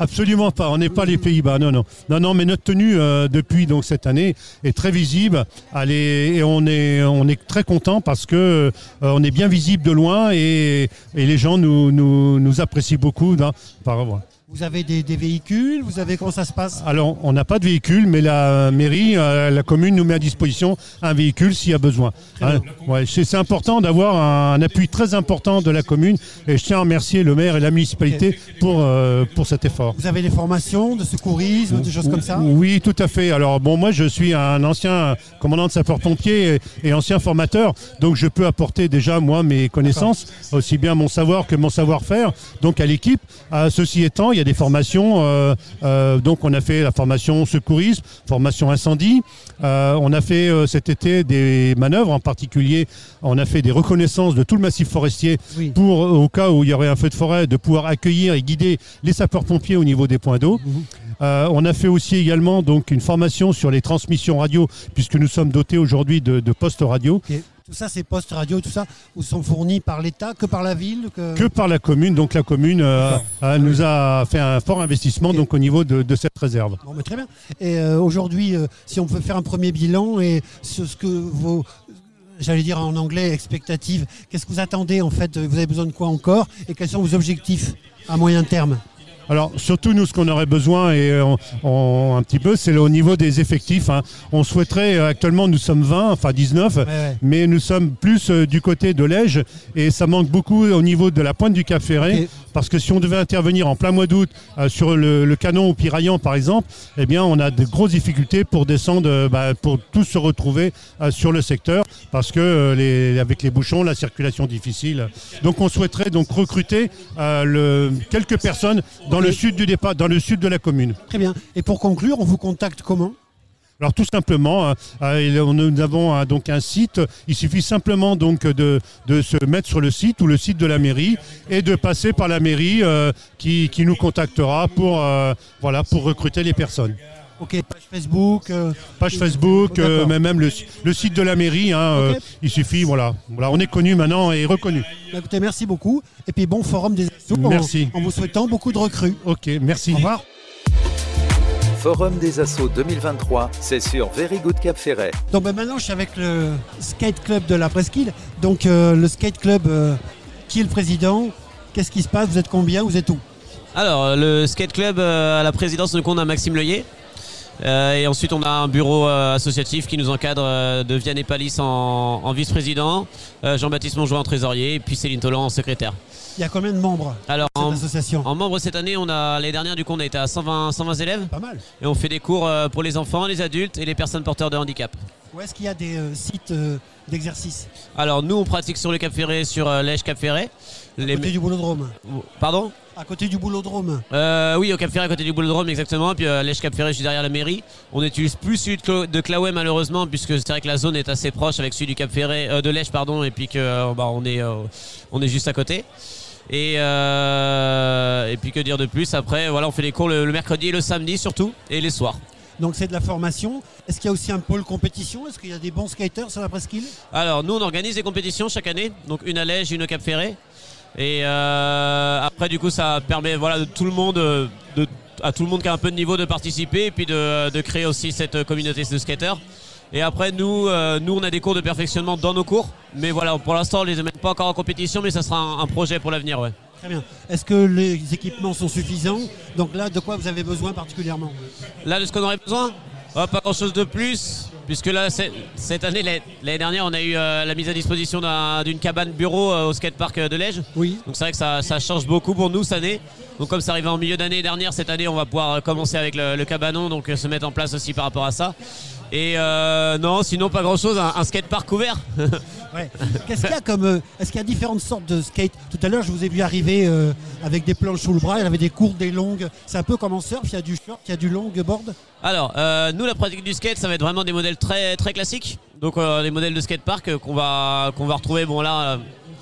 Speaker 43: Absolument pas, on n'est pas les Pays-Bas, non, non. Non, non, mais notre tenue euh, depuis donc cette année est très visible. Elle est- et on est, on est très content parce que euh, on est bien visible de loin et, et les gens nous, nous, nous apprécient beaucoup. hein, par, voilà.
Speaker 2: Vous avez des, des véhicules Vous avez comment ça se passe
Speaker 43: Alors, on n'a pas de véhicule, mais la mairie, euh, la commune nous met à disposition un véhicule s'il y a besoin. Hein, ouais, c'est c'est important d'avoir un, un appui très important de la commune et je tiens à remercier le maire et la municipalité pour, euh, pour cet effort.
Speaker 2: Vous avez des formations de secourisme, des choses comme ça
Speaker 43: Oui, tout à fait. Alors bon, moi je suis un ancien commandant de sapeurs-pompiers et, et ancien formateur, donc je peux apporter déjà moi mes connaissances, aussi bien mon savoir que mon savoir-faire, donc à l'équipe. Ah, ceci étant, il y a des formations, euh, euh, donc on a fait la formation secourisme, formation incendie, Euh, on a fait euh, cet été des manœuvres, en particulier on a fait des reconnaissances de tout le massif forestier pour, euh, au cas où il y aurait un feu de forêt, de pouvoir accueillir et guider les sapeurs-pompiers au niveau des points d'eau. Euh, on a fait aussi également donc une formation sur les transmissions radio, puisque nous sommes dotés aujourd'hui de, de postes radio.
Speaker 2: Ok. Tout ça, ces postes radio, tout ça, vous sont fournis par l'État, que par la ville que...
Speaker 43: Que par la commune, donc la commune euh, euh, nous a fait un fort investissement donc au niveau de, de cette réserve.
Speaker 2: Bon, mais très bien. Et euh, aujourd'hui, euh, si on peut faire un premier bilan et ce, ce que vos, j'allais dire en anglais, expectatives, qu'est-ce que vous attendez en fait Vous avez besoin de quoi encore Et quels sont vos objectifs à moyen terme
Speaker 43: Alors surtout nous ce qu'on aurait besoin et euh, on- on- un petit peu c'est le- au niveau des effectifs. hein. On souhaiterait euh, actuellement nous sommes 20, enfin 19,
Speaker 2: ouais.
Speaker 43: mais nous sommes plus euh, du côté de l'Ège et ça manque beaucoup au niveau de la pointe du Cap Ferré parce que si on devait intervenir en plein mois d'août euh, sur le, le canon au Piraillan par exemple, eh bien on a de grosses difficultés pour descendre, euh, bah, pour tous se retrouver euh, sur le secteur parce que euh, les- avec les bouchons, la circulation difficile. Donc on souhaiterait donc recruter euh, le- quelques personnes dans le sud du départ, dans le sud de la commune.
Speaker 2: Très bien. Et pour conclure, on vous contacte comment
Speaker 43: alors tout simplement, euh, euh, il- on- nous avons euh, donc un site. Il suffit simplement donc de, de se mettre sur le site ou le site de la mairie et de passer par la mairie euh, qui, qui nous contactera pour euh, voilà pour recruter les personnes.
Speaker 2: Ok, page Facebook. euh,
Speaker 43: Page Facebook, euh,
Speaker 2: D'accord.
Speaker 43: mais même le, si- le site de la mairie. hein, euh, il suffit, voilà. voilà. On est connu maintenant et reconnu.
Speaker 2: Bah, écoutez, merci beaucoup. Et puis bon forum des assos. en-
Speaker 43: Merci.
Speaker 2: En, vous souhaitant beaucoup de recrues.
Speaker 43: Ok, merci.
Speaker 2: Au revoir.
Speaker 1: Forum des Assauts 2023, c'est sur Very Good Cap Ferret.
Speaker 2: Donc ben, maintenant, je suis avec le skate club de la Presqu'île. Donc euh, le skate club, euh, qui est le président Qu'est-ce qui se passe Vous êtes combien Vous êtes où
Speaker 44: Alors, le skate club euh, à la présidence, donc on a Maxime Leuillet. Euh, et ensuite, on a un bureau euh, associatif qui nous encadre euh, de Vianney Palis en, en vice-président, euh, Jean-Baptiste Monjoie en trésorier, et puis Céline Tolan en secrétaire.
Speaker 2: Il y a combien de membres
Speaker 44: Alors,
Speaker 2: cette
Speaker 44: en,
Speaker 2: association
Speaker 44: en membres cette année, on a les dernières du coup, on a été à 120, 120 élèves.
Speaker 2: Pas mal.
Speaker 44: Et on fait des cours euh, pour les enfants, les adultes et les personnes porteurs de handicap.
Speaker 2: Où est-ce qu'il y a des euh, sites euh, d'exercice
Speaker 44: Alors, nous, on pratique sur le Cap Ferré, sur euh, l'Èche Cap Ferré. Les...
Speaker 2: côté du boulodrome.
Speaker 44: Pardon
Speaker 2: À côté du boulodrome.
Speaker 44: Euh, oui, au Cap Ferré à côté du Boulodrome, exactement. Puis euh, l'Èche Cap Ferré, je suis derrière la mairie. On utilise plus celui de, Clo- de Claouet, malheureusement, puisque c'est vrai que la zone est assez proche avec celui du Cap Ferré, euh, de l'Èche, pardon, et puis que euh, bah, on, est, euh, on est juste à côté. Et, euh, et puis que dire de plus Après, voilà, on fait les cours le, le mercredi et le samedi surtout, et les soirs.
Speaker 2: Donc c'est de la formation. Est-ce qu'il y a aussi un pôle compétition Est-ce qu'il y a des bons skaters sur la presqu'île
Speaker 44: Alors, nous, on organise des compétitions chaque année, donc une à Lège, une au Cap Ferré. Et euh, après, du coup, ça permet voilà, de tout le monde, euh, de, à tout le monde qui a un peu de niveau de participer et puis de, de créer aussi cette communauté de skateurs. Et après, nous, euh, nous, on a des cours de perfectionnement dans nos cours. Mais voilà, pour l'instant, on les amène pas encore en compétition, mais ça sera un, un projet pour l'avenir, ouais.
Speaker 2: Très bien. Est-ce que les équipements sont suffisants Donc là, de quoi vous avez besoin particulièrement
Speaker 44: Là, de ce qu'on aurait besoin Oh, Pas grand-chose de plus, puisque là, c'est- cette année, l'année- l'année dernière, on a eu euh, la mise à disposition d'un- d'une cabane bureau euh, au skatepark euh, de Lège.
Speaker 2: Oui.
Speaker 44: Donc c'est vrai que ça, ça change beaucoup pour nous cette année. Donc comme ça arrivait en milieu d'année dernière, cette année, on va pouvoir euh, commencer avec le, le cabanon, donc euh, se mettre en place aussi par rapport à ça. Et euh, non, sinon pas grand-chose, un, un skatepark ouvert.
Speaker 2: Ouais. Qu'est-ce qu'il y a comme euh, Est-ce qu'il y a différentes sortes de skate Tout à l'heure, je vous ai vu arriver euh, avec des planches sous le bras. Il y avait des courtes, des longues. C'est un peu comme en surf. Il y a du short, il y a du long board.
Speaker 44: Alors, euh, nous, la pratique du skate, ça va être vraiment des modèles très, très classiques. Donc, euh, les modèles de skatepark euh, qu'on va, qu'on va retrouver. Bon, là, euh,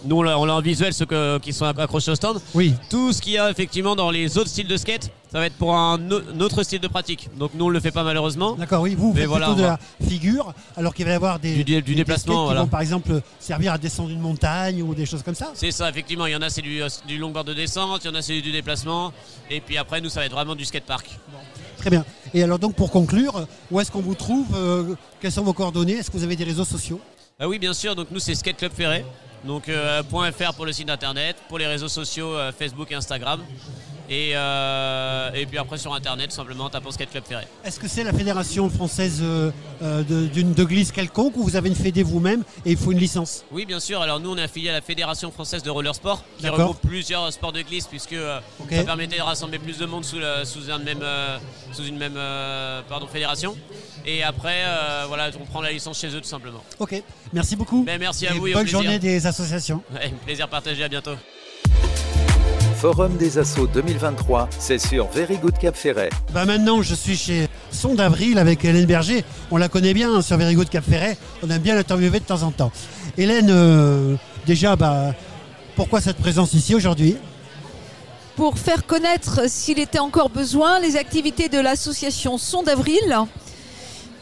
Speaker 44: nous, on l'a on l'a en visuel, ceux que- qui sont accrochés au stand.
Speaker 2: Oui.
Speaker 44: Tout ce qu'il y a, effectivement, dans les autres styles de skate, ça va être pour un, au- un autre style de pratique. Donc, nous, on le fait pas malheureusement.
Speaker 2: D'accord, Ah oui, vous, vous
Speaker 44: Mais
Speaker 2: faites
Speaker 44: voilà,
Speaker 2: plutôt de
Speaker 44: on va-
Speaker 2: la figure, alors qu'il va y avoir des,
Speaker 44: Du dé- du
Speaker 2: des- des
Speaker 44: déplacement,
Speaker 2: skates qui
Speaker 44: voilà.
Speaker 2: vont par exemple servir à descendre une montagne ou des choses comme ça.
Speaker 44: C'est ça, effectivement. Il y en a, c'est du, euh, du longboard de descente, il y en a, c'est du déplacement. Et puis après, nous, ça va être vraiment du skatepark.
Speaker 2: Très bien. Et alors donc pour conclure, où est-ce qu'on vous trouve euh, Quelles sont vos coordonnées Est-ce que vous avez des réseaux sociaux
Speaker 44: Ah oui, bien sûr. Donc nous, c'est Skate Club Ferré. Donc euh, .fr pour le site internet, pour les réseaux sociaux euh, Facebook et Instagram. Et, euh, et puis après sur internet, simplement tapant Skate Club Ferré.
Speaker 2: Est-ce que c'est la fédération française euh, euh, de- d'une de glisse quelconque ou vous avez une fédé vous-même et il faut une licence
Speaker 44: Oui, bien sûr. Alors nous, on est affilié à la Fédération française de roller sport, qui
Speaker 2: D'accord.
Speaker 44: regroupe plusieurs euh, sports de glisse, puisque euh, ça permettait de rassembler plus de monde sous, le- sous un même, euh, sous une même euh, pardon, fédération. Et après, euh, voilà, on prend la licence chez eux tout simplement.
Speaker 2: Ok. Merci beaucoup.
Speaker 44: Ben, merci à
Speaker 2: Et
Speaker 44: vous. et au
Speaker 2: bonne
Speaker 44: plaisir.
Speaker 2: journée des associations.
Speaker 44: Ouais, plaisir partagé. À bientôt.
Speaker 1: Forum des Assauts 2023, c'est sur Very Good Cap Ferret.
Speaker 2: Bah maintenant, je suis chez Son d'Avril avec Hélène Berger. On la connaît bien hein, sur Very Good Cap Ferret. On aime bien l'interviewer de temps en temps. Hélène, euh, déjà, bah, pourquoi cette présence ici aujourd'hui
Speaker 45: pour faire connaître, s'il était encore besoin, les activités de l'association Son d'Avril,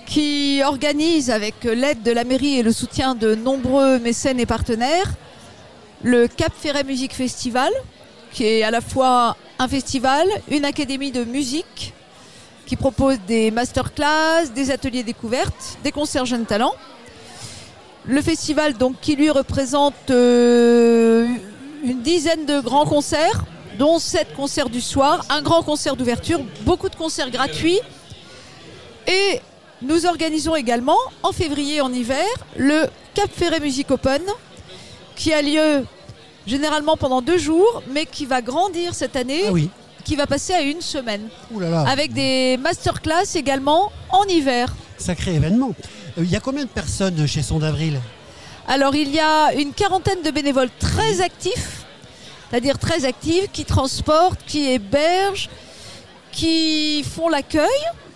Speaker 45: qui organise, avec l'aide de la mairie et le soutien de nombreux mécènes et partenaires, le Cap Ferret Music Festival, qui est à la fois un festival, une académie de musique, qui propose des masterclass, des ateliers découvertes, des concerts jeunes talents. Le festival donc qui lui représente euh, une dizaine de grands concerts, dont sept concerts du soir, un grand concert d'ouverture, beaucoup de concerts gratuits. Et nous organisons également en février et en hiver le Cap Ferret Music Open qui a lieu généralement pendant deux jours, mais qui va grandir cette année, qui va passer à une semaine.
Speaker 2: Ah Ouh là là.
Speaker 45: Avec des masterclass également en hiver.
Speaker 2: Sacré événement. Euh, Il y a combien de personnes chez Son d'Avril
Speaker 45: Alors il y a une quarantaine de bénévoles très actifs, c'est-à-dire très actifs, qui transportent, qui hébergent, qui font l'accueil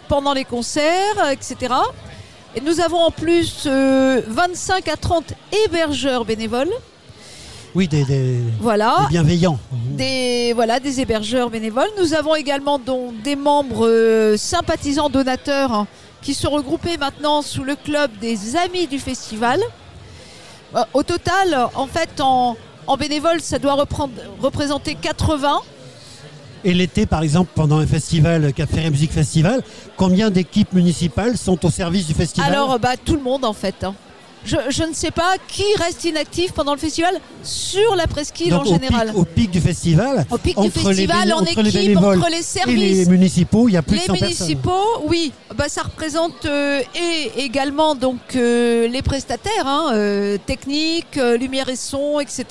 Speaker 45: pendant les concerts, euh, etc. Et nous avons en plus euh, 25 à 30 hébergeurs bénévoles,
Speaker 2: Oui, des, des-
Speaker 45: Voilà.
Speaker 2: des bienveillants.
Speaker 45: des, voilà, des hébergeurs bénévoles. Nous avons également donc des membres euh, sympathisants donateurs hein, qui sont regroupés maintenant sous le club des amis du festival. Euh, Au total, en fait, en, en bénévoles, ça doit reprendre- représenter 80.
Speaker 2: Et l'été, par exemple, pendant un festival, euh, Cap Ferret Musique Festival, combien d'équipes municipales sont au service du festival
Speaker 45: Alors, bah, tout le monde en fait. hein. Je, je ne sais pas qui reste inactif pendant le festival sur la presqu'île
Speaker 2: Donc,
Speaker 45: en
Speaker 2: au
Speaker 45: général.
Speaker 2: pic- Au pic, du festival,
Speaker 45: Au pic du
Speaker 2: entre les
Speaker 45: festival,
Speaker 2: béné-
Speaker 45: en
Speaker 2: entre les
Speaker 45: équipe,
Speaker 2: bénévoles
Speaker 45: entre les
Speaker 2: Et les
Speaker 45: services.
Speaker 2: municipaux, il y a plus de
Speaker 45: les
Speaker 2: 100 personnes.
Speaker 45: municipaux, oui, bah, ça représente euh, et également donc euh, les prestataires, hein, euh, techniques, euh, lumière et son, etc.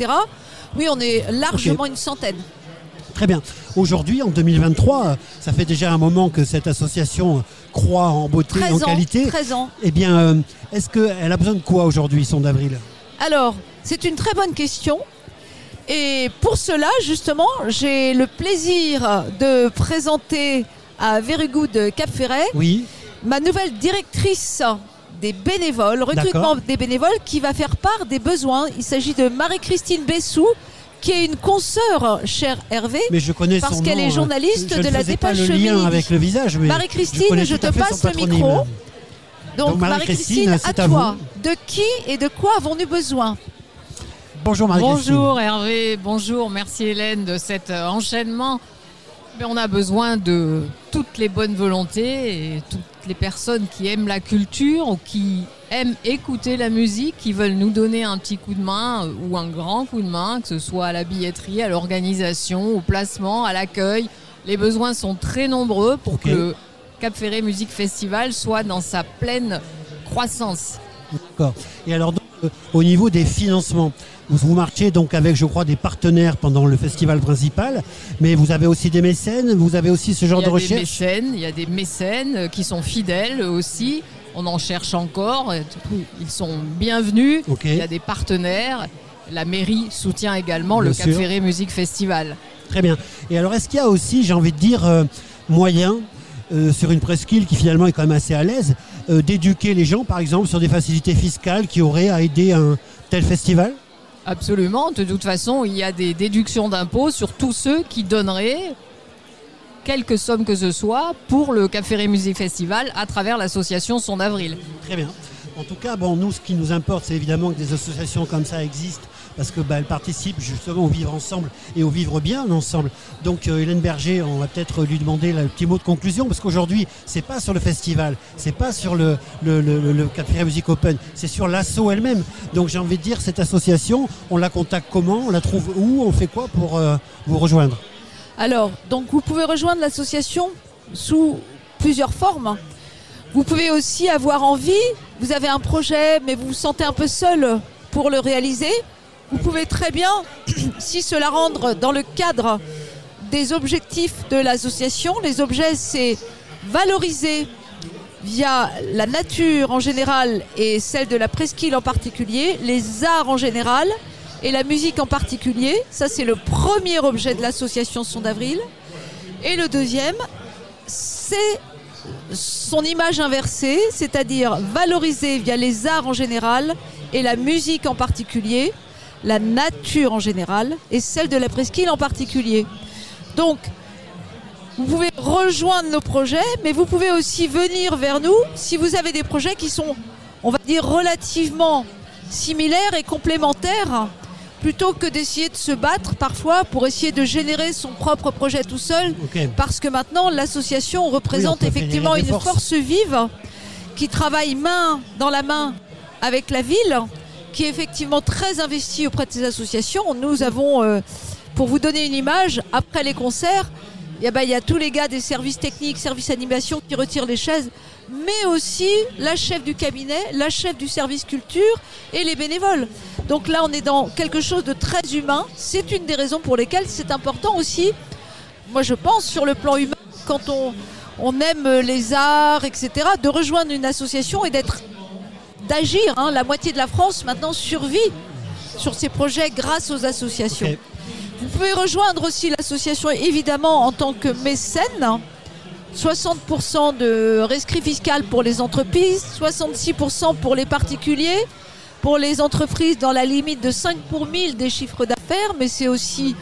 Speaker 45: Oui, on est largement
Speaker 2: Ok.
Speaker 45: une centaine.
Speaker 2: Très bien. Aujourd'hui, en 2023, euh, ça fait déjà un moment que cette association croît en beauté et en
Speaker 45: 13 ans,
Speaker 2: qualité.
Speaker 45: 13 ans.
Speaker 2: Eh bien, euh, est-ce qu'elle a besoin de quoi aujourd'hui, son d'avril
Speaker 45: Alors, c'est une très bonne question. Et pour cela, justement, j'ai le plaisir de présenter à Very Good Cap Ferret
Speaker 2: Oui.
Speaker 45: ma nouvelle directrice des bénévoles, recrutement
Speaker 2: D'accord.
Speaker 45: des bénévoles, qui va faire part des besoins. Il s'agit de Marie-Christine Bessou, qui est une consoeur, cher Hervé,
Speaker 2: Mais je connais
Speaker 45: parce
Speaker 2: son
Speaker 45: qu'elle
Speaker 2: nom,
Speaker 45: est
Speaker 2: euh,
Speaker 45: journaliste
Speaker 2: je ne
Speaker 45: de la
Speaker 2: faisais pas
Speaker 45: dépêche
Speaker 2: le lien
Speaker 45: Midi.
Speaker 2: avec le visage, mais je
Speaker 45: Marie-Christine,
Speaker 2: connais
Speaker 45: je,
Speaker 2: tout à
Speaker 45: te
Speaker 2: fait son
Speaker 45: passe le
Speaker 2: patronyme.
Speaker 45: micro. Donc,
Speaker 2: Donc, Marie-Christine,
Speaker 45: Marie-Christine, à
Speaker 2: c'est à
Speaker 45: toi. De qui et de quoi avons-nous besoin
Speaker 2: Bonjour Marie-Christine.
Speaker 27: Bonjour Hervé, bonjour, merci Hélène de cet euh, enchaînement. Mais on a besoin de toutes les bonnes volontés et toutes les personnes qui aiment la culture ou qui aiment écouter la musique, qui veulent nous donner un petit coup de main euh, ou un grand coup de main, que ce soit à la billetterie, à l'organisation, au placement, à l'accueil. Les besoins sont très nombreux pour que le Cap Ferré Musique Festival soit dans sa pleine croissance.
Speaker 2: D'accord. Et alors, donc, euh, au niveau des financements, vous, vous marchez donc avec, je crois, des partenaires pendant le festival principal, mais vous avez aussi des mécènes, vous avez aussi ce genre
Speaker 27: il
Speaker 2: de
Speaker 27: y a des
Speaker 2: recherche.
Speaker 27: mécènes, il y a des mécènes euh, qui sont fidèles euh, aussi. On en cherche encore. euh, tout- Ils sont bienvenus.
Speaker 2: Ok.
Speaker 27: Il y a des partenaires. La mairie soutient également
Speaker 2: Bien
Speaker 27: le Cap
Speaker 2: sûr.
Speaker 27: Ferré Musique Festival.
Speaker 2: Très bien. Et alors, est-ce qu'il y a aussi, j'ai envie de dire, euh, moyen euh, sur une presqu'île qui finalement est quand même assez à l'aise, euh, d'éduquer les gens, par exemple, sur des facilités fiscales qui auraient à aider un tel festival
Speaker 27: Absolument. De toute façon, il y a des déductions d'impôts sur tous ceux qui donneraient quelque somme que ce soit pour le Cap Ferré Musique Festival à travers l'association Son Avril.
Speaker 2: Très bien. En tout cas, bon, nous, ce qui nous importe, c'est évidemment que des associations comme ça existent parce que bah, elles participent justement au vivre ensemble et au vivre bien ensemble. Donc, euh, Hélène Berger, on va peut-être lui demander là, le petit mot de conclusion parce qu'aujourd'hui, c'est pas sur le festival, c'est pas sur le, le, le, le- le Cap Ferret Music Open, c'est sur l'asso elle-même. Donc, j'ai envie de dire, cette association, on la contacte comment On la trouve où On fait quoi pour euh, vous rejoindre
Speaker 45: Alors, donc vous pouvez rejoindre l'association sous plusieurs formes. Vous pouvez aussi avoir envie, vous avez un projet mais vous vous sentez un peu seul pour le réaliser. Vous pouvez très bien, si cela rendre dans le cadre des objectifs de l'association, les objets c'est valoriser via la nature en général et celle de la presqu'île en particulier, les arts en général et la musique en particulier. Ça, c'est le premier objet de l'association Son d'Avril. Et le deuxième, c'est son image inversée, c'est-à-dire valoriser via les arts en général et la musique en particulier, la nature en général et celle de la presqu'île en particulier. Donc, vous pouvez rejoindre nos projets, mais vous pouvez aussi venir vers nous si vous avez des projets qui sont, on va dire, relativement similaires et complémentaires, plutôt que d'essayer de se battre parfois pour essayer de générer son propre projet tout seul,
Speaker 2: Ok.
Speaker 45: parce que maintenant l'association représente
Speaker 2: peut
Speaker 45: effectivement
Speaker 2: fédérer
Speaker 45: une
Speaker 2: des forces.
Speaker 45: force vive qui travaille main dans la main avec la ville, qui est effectivement très investie auprès de ces associations. Nous avons, euh, pour vous donner une image, après les concerts, il y, a, bah, il y a tous les gars des services techniques, services animation qui retirent les chaises, mais aussi la chef du cabinet, la chef du service culture et les bénévoles. Donc là, on est dans quelque chose de très humain. C'est une des raisons pour lesquelles c'est important aussi moi je pense sur le plan humain, quand on, on aime les arts, etc., de rejoindre une association et d'être d'agir. hein. La moitié de la France maintenant survit sur ces projets grâce aux associations. Vous pouvez rejoindre aussi l'association évidemment en tant que mécène. hein. 60% de rescrit fiscal pour les entreprises, 66% pour les particuliers, pour les entreprises dans la limite de 5 pour 1000 des chiffres d'affaires, mais c'est aussi,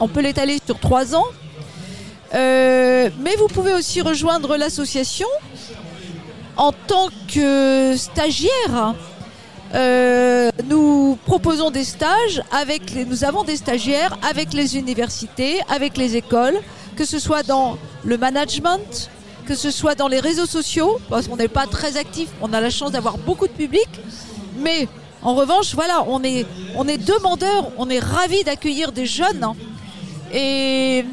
Speaker 45: on peut l'étaler sur 3 ans. Euh, mais vous pouvez aussi rejoindre l'association en tant que stagiaire. euh, nous proposons des stages avec les, nous avons des stagiaires avec les universités, avec les écoles. que ce soit dans le management, que ce soit dans les réseaux sociaux, parce qu'on n'est pas très actif, on a la chance d'avoir beaucoup de public, mais en revanche, voilà, on est, on est demandeur, on est ravis d'accueillir des jeunes. hein. Et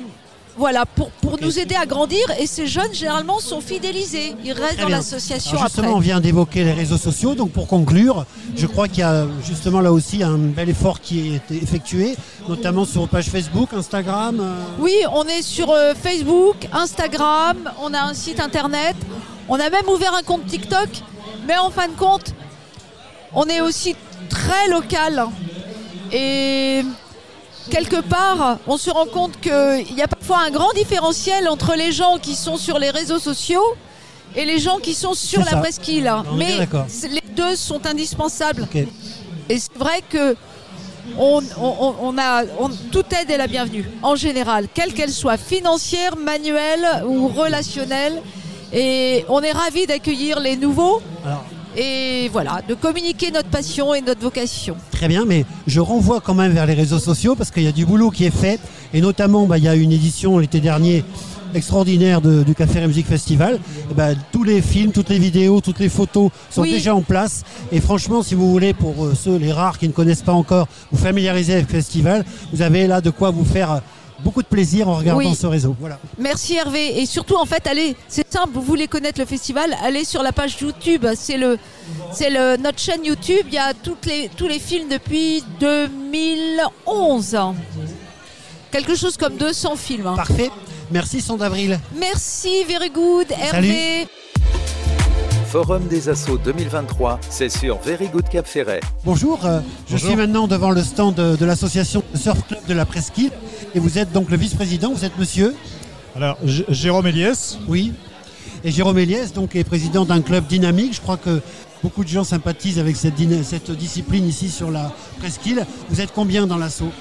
Speaker 45: voilà, pour, pour nous aider à grandir, et ces jeunes généralement sont fidélisés, ils restent
Speaker 2: Très
Speaker 45: dans
Speaker 2: bien.
Speaker 45: l'association
Speaker 2: Alors
Speaker 45: après.
Speaker 2: Justement, on vient d'évoquer les réseaux sociaux. Donc, pour conclure, je crois qu'il y a justement là aussi un bel effort qui est effectué, notamment sur vos pages Facebook, Instagram. euh,
Speaker 45: Oui, on est sur euh, Facebook, Instagram, on a un site internet, on a même ouvert un compte TikTok, mais en fin de compte, on est aussi très local. Et quelque part, on se rend compte qu'il y a parfois un grand différentiel entre les gens qui sont sur les réseaux sociaux et les gens qui sont sur
Speaker 2: C'est
Speaker 45: la
Speaker 2: ça.
Speaker 45: presqu'île.
Speaker 2: On est bien
Speaker 45: Mais
Speaker 2: d'accord.
Speaker 45: c'est- les deux sont indispensables.
Speaker 2: Ok.
Speaker 45: Et c'est vrai que on, on- on a, on- toute aide est la bienvenue, en général, quelle qu'elle soit, financière, manuelle ou relationnelle. Et on est ravis d'accueillir les nouveaux
Speaker 2: Alors,
Speaker 45: et voilà, de communiquer notre passion et notre vocation.
Speaker 2: Très bien, mais je renvoie quand même vers les réseaux sociaux parce qu'il y a du boulot qui est fait. Et notamment, bah, il y a une édition l'été dernier extraordinaire de- du Café Music Festival. Et bah, tous les films, toutes les vidéos, toutes les photos sont
Speaker 45: Oui.
Speaker 2: déjà en place. Et franchement, si vous voulez, pour euh, ceux, les rares qui ne connaissent pas encore, vous familiariser avec le festival, vous avez là de quoi vous faire euh, beaucoup de plaisir en regardant
Speaker 45: Oui.
Speaker 2: ce réseau. Voilà.
Speaker 45: Merci Hervé. Et surtout, en fait, allez, c'est simple, vous voulez connaître le festival, allez sur la page YouTube. C'est le, c'est le, notre chaîne YouTube. Il y a toutes les, tous les films depuis 2011. Quelque chose comme 200 films. hein.
Speaker 2: Parfait. Merci, Sandra Avril.
Speaker 45: Merci, very good, Hervé.
Speaker 1: Forum des Assauts 2023, c'est sur Very Good Cap Ferret.
Speaker 2: Bonjour, euh, je suis maintenant devant le stand euh, de l'association Surf Club de la Presqu'île et vous êtes donc le vice-président, vous êtes monsieur Alors, Jérôme Eliès. Oui, et Jérôme Eliès donc, est président d'un club dynamique. Je crois que beaucoup de gens sympathisent avec cette, dyna- cette discipline ici sur la Presqu'île. Vous êtes combien dans l'assaut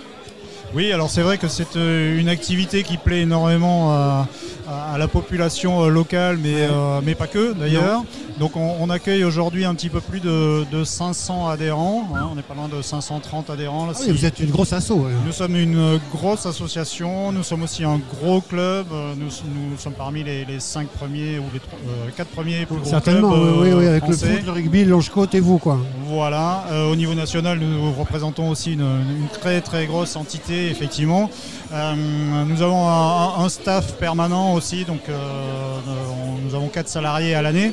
Speaker 46: Oui, alors c'est vrai que c'est euh, une activité qui plaît énormément à, à- à la population euh, locale, mais, euh, mais pas que d'ailleurs.
Speaker 2: Non.
Speaker 46: Donc on, on accueille aujourd'hui un petit peu plus de, de 500 adhérents. hein, on est pas loin de 530 adhérents. là,
Speaker 2: Ah oui,
Speaker 46: si-
Speaker 2: Vous êtes une grosse assaut. euh.
Speaker 46: nous sommes une euh, grosse association, nous sommes aussi un gros club, euh, nous, nous sommes parmi les, les cinq premiers ou les trois- euh, quatre premiers plus gros
Speaker 2: Certainement,
Speaker 46: clubs,
Speaker 2: oui,
Speaker 46: euh,
Speaker 2: oui, avec
Speaker 46: français.
Speaker 2: le foot, le rugby, le longe-côte et vous quoi.
Speaker 46: Voilà, euh, au niveau national, nous représentons aussi une, une très très grosse entité, effectivement. Euh, nous avons un, un staff permanent aussi, donc euh, on- nous avons quatre salariés à l'année,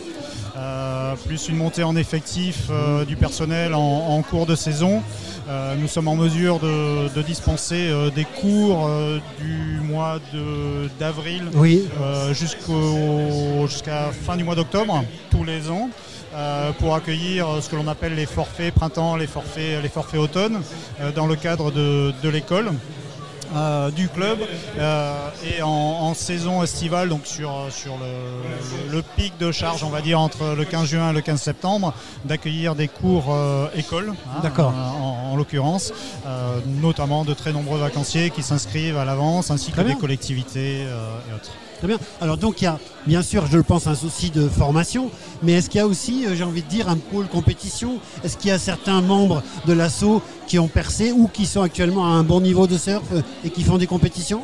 Speaker 46: euh, plus une montée en effectif euh, du personnel en, en cours de saison. Euh, nous sommes en mesure de, de dispenser euh, des cours euh, du mois de- d'avril
Speaker 2: Oui.
Speaker 46: euh, jusqu'au- jusqu'à fin du mois d'octobre, tous les ans, euh, pour accueillir euh, ce que l'on appelle les forfaits printemps, les forfaits, les forfaits automne, euh, dans le cadre de, de l'école. euh, du club euh, et en, en saison estivale donc sur, euh, sur le, le- le pic de charge on va dire entre le 15 juin et le 15 septembre d'accueillir des cours euh, école hein,
Speaker 2: D'accord.
Speaker 46: euh, en, en l'occurrence euh, notamment de très nombreux vacanciers qui s'inscrivent à l'avance ainsi que
Speaker 2: Très bien.
Speaker 46: des collectivités euh, et autres
Speaker 2: Très bien. Alors donc il y a bien sûr, je le pense, un souci de formation, mais est-ce qu'il y a aussi, euh, j'ai envie de dire, un pôle compétition Est-ce qu'il y a certains membres de l'assaut qui ont percé ou qui sont actuellement à un bon niveau de surf euh, et qui font des compétitions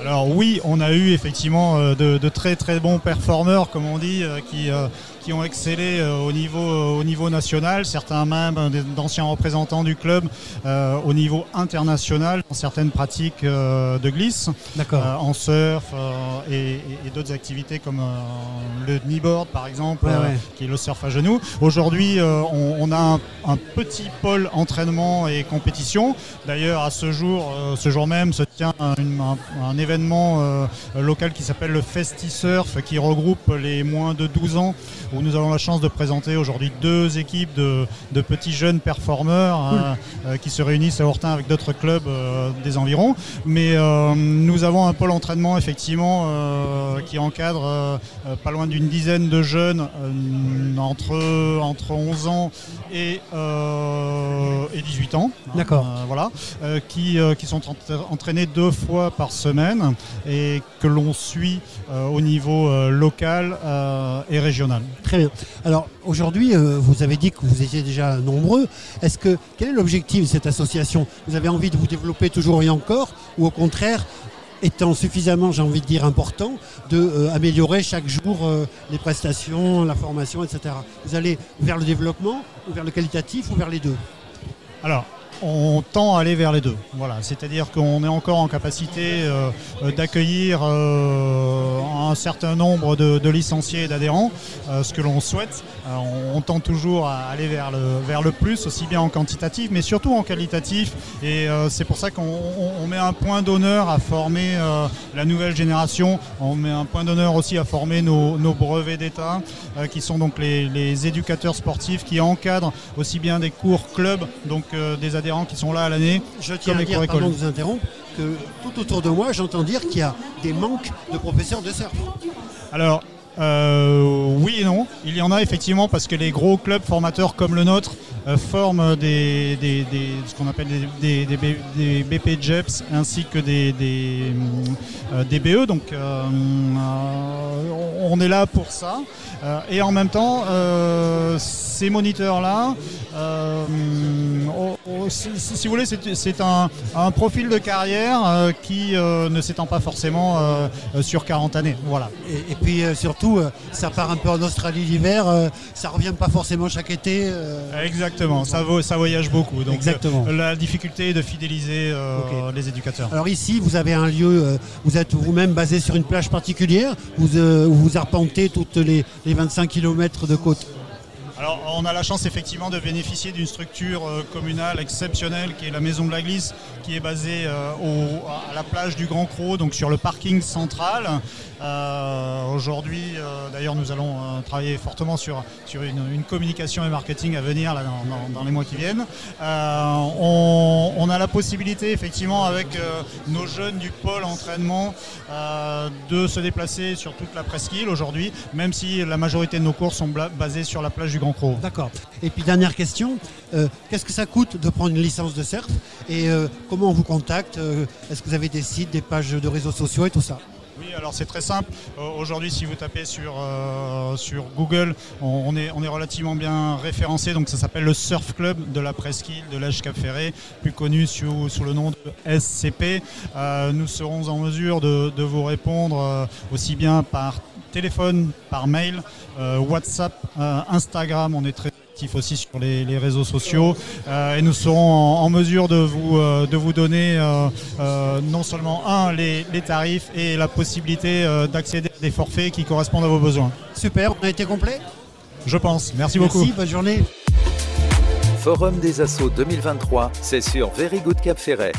Speaker 46: Alors oui, on a eu effectivement euh, de, de très très bons performeurs, comme on dit, euh, qui, euh, qui ont excellé euh, au niveau, euh, au niveau national, certains même euh, des- d'anciens représentants du club euh, au niveau international dans certaines pratiques euh, de glisse, euh, en surf euh, et, et- et d'autres activités comme euh, le kneeboard par exemple,
Speaker 2: Ouais,
Speaker 46: euh,
Speaker 2: ouais.
Speaker 46: qui est le surf à genoux. Aujourd'hui, euh, on, on a un, un petit pôle entraînement et compétition. D'ailleurs, à ce jour, euh, ce jour même, se tient un, une- un- un événement euh, local qui s'appelle le FestiSurf, qui regroupe les moins de 12 ans, où nous avons la chance de présenter aujourd'hui deux équipes de, de petits jeunes performeurs euh, euh, qui se réunissent à Hortin avec d'autres clubs euh, des environs. Mais euh, nous avons un pôle entraînement, effectivement, euh, qui encadre euh, euh, pas loin d'une dizaine de jeunes euh, entre, entre 11 ans et, euh, et 18 ans. hein,
Speaker 2: D'accord.
Speaker 46: euh, voilà, euh, qui, euh, qui sont entra- entraînés deux fois par semaine et que l'on suit euh, au niveau euh, local euh, et régional.
Speaker 2: Très bien. Alors aujourd'hui, euh, vous avez dit que vous étiez déjà nombreux. Est-ce que quel est l'objectif de cette association Vous avez envie de vous développer toujours et encore, ou au contraire étant suffisamment, j'ai envie de dire, important, de euh, améliorer chaque jour euh, les prestations, la formation, etc. Vous allez vers le développement, ou vers le qualitatif, ou vers les deux
Speaker 46: Alors, on tend à aller vers les deux. Voilà, c'est-à-dire qu'on est encore en capacité euh, euh, d'accueillir euh, un certain nombre de, de licenciés et d'adhérents, euh, ce que l'on souhaite. Euh, on, on tend toujours à aller vers le, vers le plus, aussi bien en quantitatif, mais surtout en qualitatif. Et euh, c'est pour ça qu'on on- on met un point d'honneur à former euh, la nouvelle génération. On met un point d'honneur aussi à former nos, nos brevets d'État, euh, qui sont donc les, les éducateurs sportifs qui encadrent aussi bien des cours clubs, donc euh, des adhérents qui sont là à l'année,
Speaker 2: Je tiens
Speaker 46: comme
Speaker 2: à
Speaker 46: les cours
Speaker 2: dire,
Speaker 46: écoles.
Speaker 2: pardon de vous interrompre, que tout autour de moi, j'entends dire qu'il y a des manques de professeurs de surf.
Speaker 46: Alors, euh, oui et non. Il y en a effectivement parce que les gros clubs formateurs comme le nôtre euh, forment des, des- des- ce qu'on appelle des, des, des, B- des BP JEPS ainsi que des, des, hum, euh, des BE. Donc, euh, hum, euh, on est là pour ça. Euh, et en même temps, euh, ces moniteurs-là, euh, hum, oh, oh, si, si- si vous voulez, c'est c'est un, un profil de carrière euh, qui euh, ne s'étend pas forcément euh, euh, sur 40 années. Voilà.
Speaker 2: Et, et puis euh, surtout, euh, ça part un peu en Australie l'hiver, euh, ça revient pas forcément chaque été. euh,
Speaker 46: Exactement, ça, vo- ça voyage beaucoup. Donc
Speaker 2: Exactement.
Speaker 46: euh, la difficulté est de fidéliser euh, les éducateurs.
Speaker 2: Alors ici, vous avez un lieu, euh, vous êtes vous-même basé sur une plage particulière, vous, euh, vous arpentez toutes les, les 25 km de côte.
Speaker 46: Alors, on a la chance effectivement de bénéficier d'une structure euh, communale exceptionnelle qui est la Maison de la Glisse, qui est basée euh, au- à la plage du Grand Croc, donc sur le parking central. Euh, Aujourd'hui, euh, d'ailleurs, nous allons euh, travailler fortement sur, sur une, une communication et marketing à venir là, dans, dans- dans les mois qui viennent. Euh, on, on a la possibilité effectivement avec euh, nos jeunes du pôle entraînement euh, de se déplacer sur toute la presqu'île aujourd'hui, même si la majorité de nos cours sont bla- basés sur la plage du Grand Croc.
Speaker 2: D'accord. Et puis dernière question, euh, qu'est-ce que ça coûte de prendre une licence de surf et euh, comment on vous contacte euh, Est-ce que vous avez des sites, des pages de réseaux sociaux et tout ça
Speaker 46: Oui, alors c'est très simple. Euh, Aujourd'hui, si vous tapez sur, euh, sur Google, on, on est, on est relativement bien référencé. Donc ça s'appelle le Surf Club de la Presqu'île de l'Age Cap Ferré, plus connu sous, sous le nom de SCP. Euh, nous serons en mesure de, de vous répondre euh, aussi bien par téléphone, par mail, euh, WhatsApp, euh, Instagram. On est très actif aussi sur les, les réseaux sociaux Euh, et nous serons en, en mesure de vous, euh, de vous donner euh, euh, non seulement un les, les tarifs et la possibilité euh, d'accéder à des forfaits qui correspondent à vos besoins.
Speaker 2: Super, on a été complet
Speaker 46: Je pense. Merci beaucoup.
Speaker 1: Merci,
Speaker 2: bonne journée.
Speaker 1: Forum des Assauts 2023, c'est sur Very Good Cap Ferret.